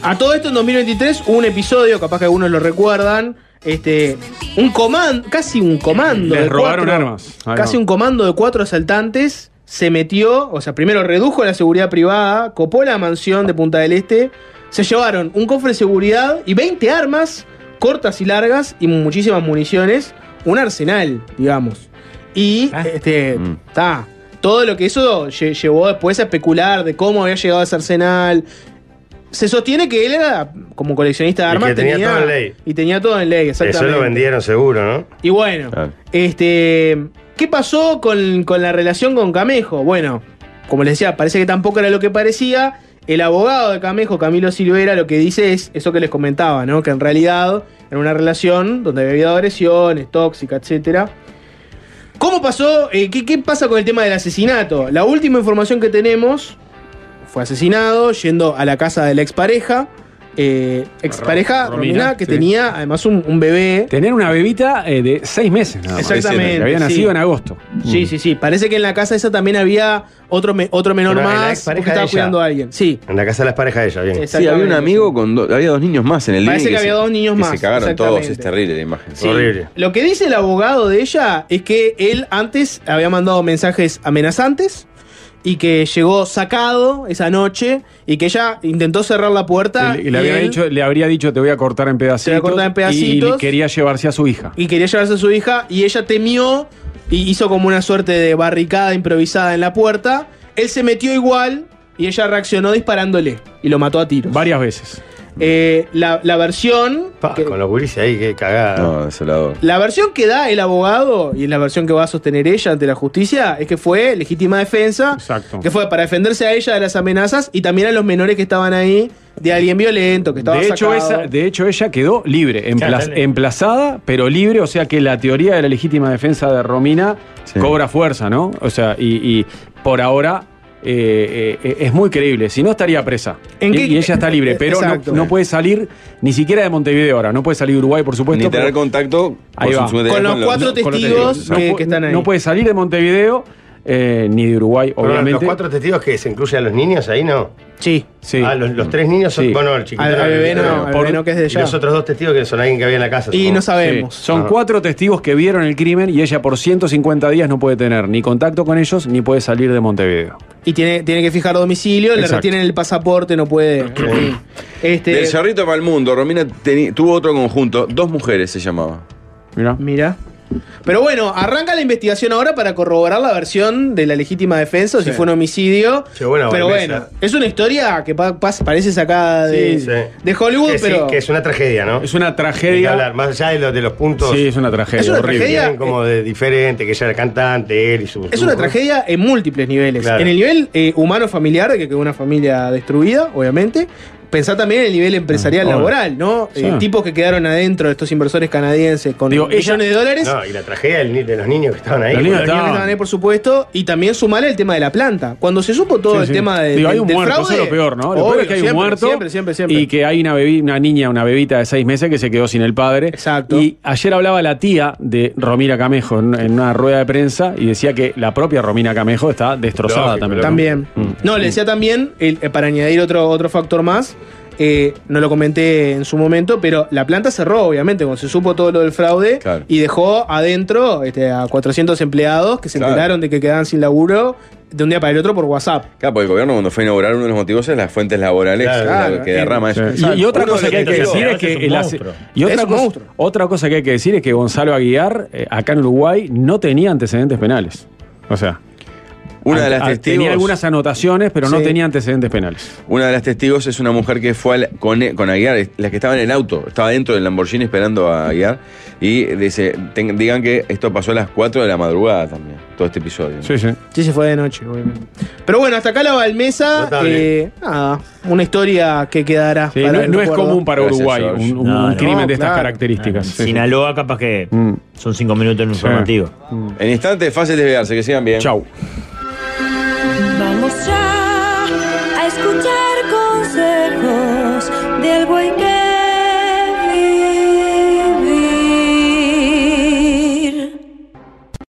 Speaker 3: A todo esto en 2023 hubo un episodio, capaz que algunos lo recuerdan, este, un comando, casi un comando.
Speaker 2: Les
Speaker 3: de
Speaker 2: robaron
Speaker 3: cuatro-
Speaker 2: armas. Ahí
Speaker 3: Casi
Speaker 2: va.
Speaker 3: un comando de cuatro asaltantes se metió, o sea, primero redujo la seguridad privada, copó la mansión de Punta del Este, se llevaron un cofre de seguridad y 20 armas cortas y largas y muchísimas municiones, un arsenal, digamos. Y
Speaker 2: Ah.
Speaker 3: este,
Speaker 4: Mm.
Speaker 3: ta, todo lo que eso lle- llevó después a especular de cómo había llegado ese arsenal. Se sostiene que él era como coleccionista de
Speaker 4: Y
Speaker 3: armas
Speaker 4: que tenía todo en ley.
Speaker 3: y tenía todo en ley, exactamente.
Speaker 4: Eso lo vendieron seguro, ¿no?
Speaker 3: Y bueno, este, ¿qué pasó con, con la relación con Camejo? Bueno, como les decía, parece que tampoco era lo que parecía. El abogado de Camejo, Camilo Silvera, lo que dice es eso que les comentaba, ¿no? Que en realidad era una relación donde había habido agresiones, tóxica, etcétera. ¿Cómo pasó? eh, ¿qué, qué pasa con el tema del asesinato? La última información que tenemos fue asesinado yendo a la casa de la expareja. eh, expareja
Speaker 2: Ro-
Speaker 3: Romina,
Speaker 2: Romina,
Speaker 3: que
Speaker 2: sí.
Speaker 3: tenía además un, un bebé.
Speaker 2: Tener una bebita eh, de seis meses nada más.
Speaker 3: Exactamente.
Speaker 2: Que había
Speaker 3: sí.
Speaker 2: nacido en agosto. Mm.
Speaker 3: Sí, sí, sí. Parece que en la casa esa también había otro, me- otro menor
Speaker 4: Pero en la
Speaker 3: más porque
Speaker 4: expareja
Speaker 3: estaba
Speaker 4: de ella.
Speaker 3: cuidando a alguien. Sí.
Speaker 4: En la casa de las parejas de ella, bien.
Speaker 1: Sí, había un amigo con dos, había dos niños más en el
Speaker 3: Parece
Speaker 1: living
Speaker 3: que había
Speaker 1: se-
Speaker 3: dos niños
Speaker 1: que
Speaker 3: más,
Speaker 1: Se cagaron todos, es
Speaker 3: exactamente.
Speaker 1: terrible la imagen.
Speaker 3: Sí. Lo que dice el abogado de ella es que él antes había mandado mensajes amenazantes y que llegó sacado esa noche y que ella intentó cerrar la puerta
Speaker 2: Y le, había
Speaker 3: él-
Speaker 2: dicho, le habría dicho, te voy a cortar en pedacitos.
Speaker 3: cortar en pedacitos.
Speaker 2: Y quería llevarse a su hija.
Speaker 3: y quería llevarse a su hija y ella temió y hizo como una suerte de barricada improvisada en la puerta. Él se metió igual y ella reaccionó disparándole y lo mató a tiros. Eh,
Speaker 2: Varias veces.
Speaker 3: la, la versión que-
Speaker 4: Con los gurises ahí, qué cagada.
Speaker 1: No, desolador.
Speaker 3: La versión que da el abogado y es la versión que va a sostener ella ante la justicia es que fue legítima defensa, que fue para defenderse a ella de las amenazas y también a los menores que estaban ahí de alguien violento que estaba
Speaker 2: De hecho,
Speaker 3: sacado.
Speaker 2: esa- de hecho, ella quedó libre,
Speaker 3: Claro,
Speaker 2: empla-
Speaker 3: está libre.
Speaker 2: emplazada, pero libre. O sea que la teoría de la legítima defensa de Romina cobra fuerza, ¿no? O sea, y, y por ahora eh, eh, es muy creíble. Si no, estaría presa.
Speaker 3: ¿En
Speaker 2: y,
Speaker 3: qué-
Speaker 2: y ella está libre, pero no,
Speaker 3: Exacto.
Speaker 2: no puede salir ni siquiera de Montevideo ahora. No puede salir de Uruguay, por supuesto.
Speaker 1: Ni tener
Speaker 2: pero-
Speaker 1: contacto
Speaker 2: Ahí
Speaker 1: por
Speaker 2: va.
Speaker 1: su- su- con
Speaker 2: con los
Speaker 1: No,
Speaker 2: testigos. No pu- No puede salir de Montevideo eh, ni de Uruguay,
Speaker 4: Pero
Speaker 2: obviamente.
Speaker 4: los cuatro testigos que se incluyen a los niños ahí, ¿no?
Speaker 3: Sí.
Speaker 4: Ah, los, los tres niños son.
Speaker 2: Sí.
Speaker 4: Bueno, el chiquito.
Speaker 2: Al- al bebé no, al bebé no, que es de
Speaker 4: Y
Speaker 2: allá.
Speaker 4: los otros dos testigos que son alguien que había en la casa.
Speaker 2: Sí.
Speaker 4: supongo.
Speaker 2: Sí. Son cuatro testigos que vieron el crimen y ella por 150 días no puede tener ni contacto con ellos ni puede salir de Montevideo.
Speaker 3: Y tiene, tiene que fijar domicilio, le
Speaker 2: Exacto.
Speaker 3: retienen el pasaporte, no puede. Sí. este,
Speaker 1: Del Cerrito para el Mundo, Romina teni- tuvo otro conjunto, dos mujeres se llamaba.
Speaker 2: Mira.
Speaker 3: Mira. Pero bueno, arranca la investigación ahora para corroborar la versión de la legítima defensa, o si
Speaker 4: Sí.
Speaker 3: fue un homicidio.
Speaker 4: Che, buena
Speaker 3: pero
Speaker 4: barbeza.
Speaker 3: bueno, es una historia que pa- pas- parece sacada de, de Hollywood,
Speaker 4: Que sí,
Speaker 3: pero...
Speaker 4: que es una tragedia, ¿no?
Speaker 2: Es una
Speaker 4: Ni que
Speaker 2: tragedia.
Speaker 4: hablar, más allá de los, de los puntos.
Speaker 2: Sí, es una tragedia.
Speaker 3: Es una horrible. tragedia-
Speaker 4: Tienen como de diferente, que ella era cantante, él y su.
Speaker 3: Es
Speaker 4: su-
Speaker 3: una tragedia en múltiples niveles.
Speaker 4: Claro.
Speaker 3: En el nivel eh, humano-familiar, de que quedó una familia destruida, obviamente. Pensá también en el nivel empresarial
Speaker 4: Ah, obvio.
Speaker 3: laboral, ¿no?
Speaker 4: Sí.
Speaker 3: Eh, tipos que quedaron adentro, estos inversores canadienses con
Speaker 4: Digo,
Speaker 3: millones de dólares.
Speaker 4: No, y la tragedia del ni- de los niños que estaban ahí.
Speaker 3: Los niños que
Speaker 4: boludo.
Speaker 3: estaban ahí, por supuesto. Y también sumale el tema de la planta. Cuando se supo todo
Speaker 2: Sí,
Speaker 3: el
Speaker 2: sí.
Speaker 3: tema de,
Speaker 2: Digo, hay
Speaker 3: del-
Speaker 2: un
Speaker 3: del
Speaker 2: muerto,
Speaker 3: fraude,
Speaker 2: eso es lo peor, ¿no? Lo peor
Speaker 3: obvio,
Speaker 2: es que hay
Speaker 3: siempre,
Speaker 2: un muerto
Speaker 3: Siempre, siempre, siempre.
Speaker 2: y que hay una, bebi- una niña, una bebita de seis meses que se quedó sin el padre. Exacto. Y ayer hablaba la tía de Romina Camejo en, en una rueda de prensa y decía que la propia Romina Camejo está destrozada Ah, también. Mm. ¿no?
Speaker 3: También. No, le decía también, el- eh, para añadir otro, otro factor más, eh, no lo comenté en su momento, pero la planta cerró, obviamente, cuando se supo todo lo del fraude y dejó adentro este, a 400 empleados que se
Speaker 1: Claro.
Speaker 3: enteraron de que quedaban sin laburo de un día para el otro por WhatsApp.
Speaker 1: Claro, porque el gobierno cuando fue a inaugurar uno de los motivos es las fuentes laborales
Speaker 3: Claro,
Speaker 1: la-
Speaker 3: claro,
Speaker 1: que
Speaker 3: sí.
Speaker 1: derrama eso.
Speaker 2: Y- Y, otra cosa que hay que decir es que el ase- y otra cosa- otra cosa que hay que decir es que Gonzalo Aguiar eh, acá en Uruguay no tenía antecedentes penales. O sea,
Speaker 1: Una de las
Speaker 2: ah,
Speaker 1: testigos-
Speaker 2: tenía algunas anotaciones, pero no
Speaker 1: Sí.
Speaker 2: tenía antecedentes penales.
Speaker 1: Una de las testigos es una mujer que fue al- con, con Aguiar, es la que estaba en el auto, estaba dentro del Lamborghini esperando a Aguiar. Y dice, "Ten- digan que esto pasó a las 4 de la madrugada también, todo este episodio.
Speaker 2: Sí, sí.
Speaker 3: Sí, se fue de noche, obviamente. Pero bueno, hasta acá la Balmesa.
Speaker 1: Notable.
Speaker 3: eh, nada, una historia que quedará.
Speaker 2: Sí,
Speaker 3: para
Speaker 2: no,
Speaker 3: el
Speaker 2: no es
Speaker 3: recuerdo.
Speaker 2: común para
Speaker 5: Gracias,
Speaker 2: Uruguay
Speaker 5: George.
Speaker 2: un, un-
Speaker 5: No,
Speaker 2: un
Speaker 5: no.
Speaker 2: crimen de estas
Speaker 5: Claro.
Speaker 2: características. Sí, sí.
Speaker 5: Sinaloa, capaz que son cinco minutos en un informativo.
Speaker 1: En instantes, fácil desviarse, que sigan bien. Chau.
Speaker 19: Vamos ya a escuchar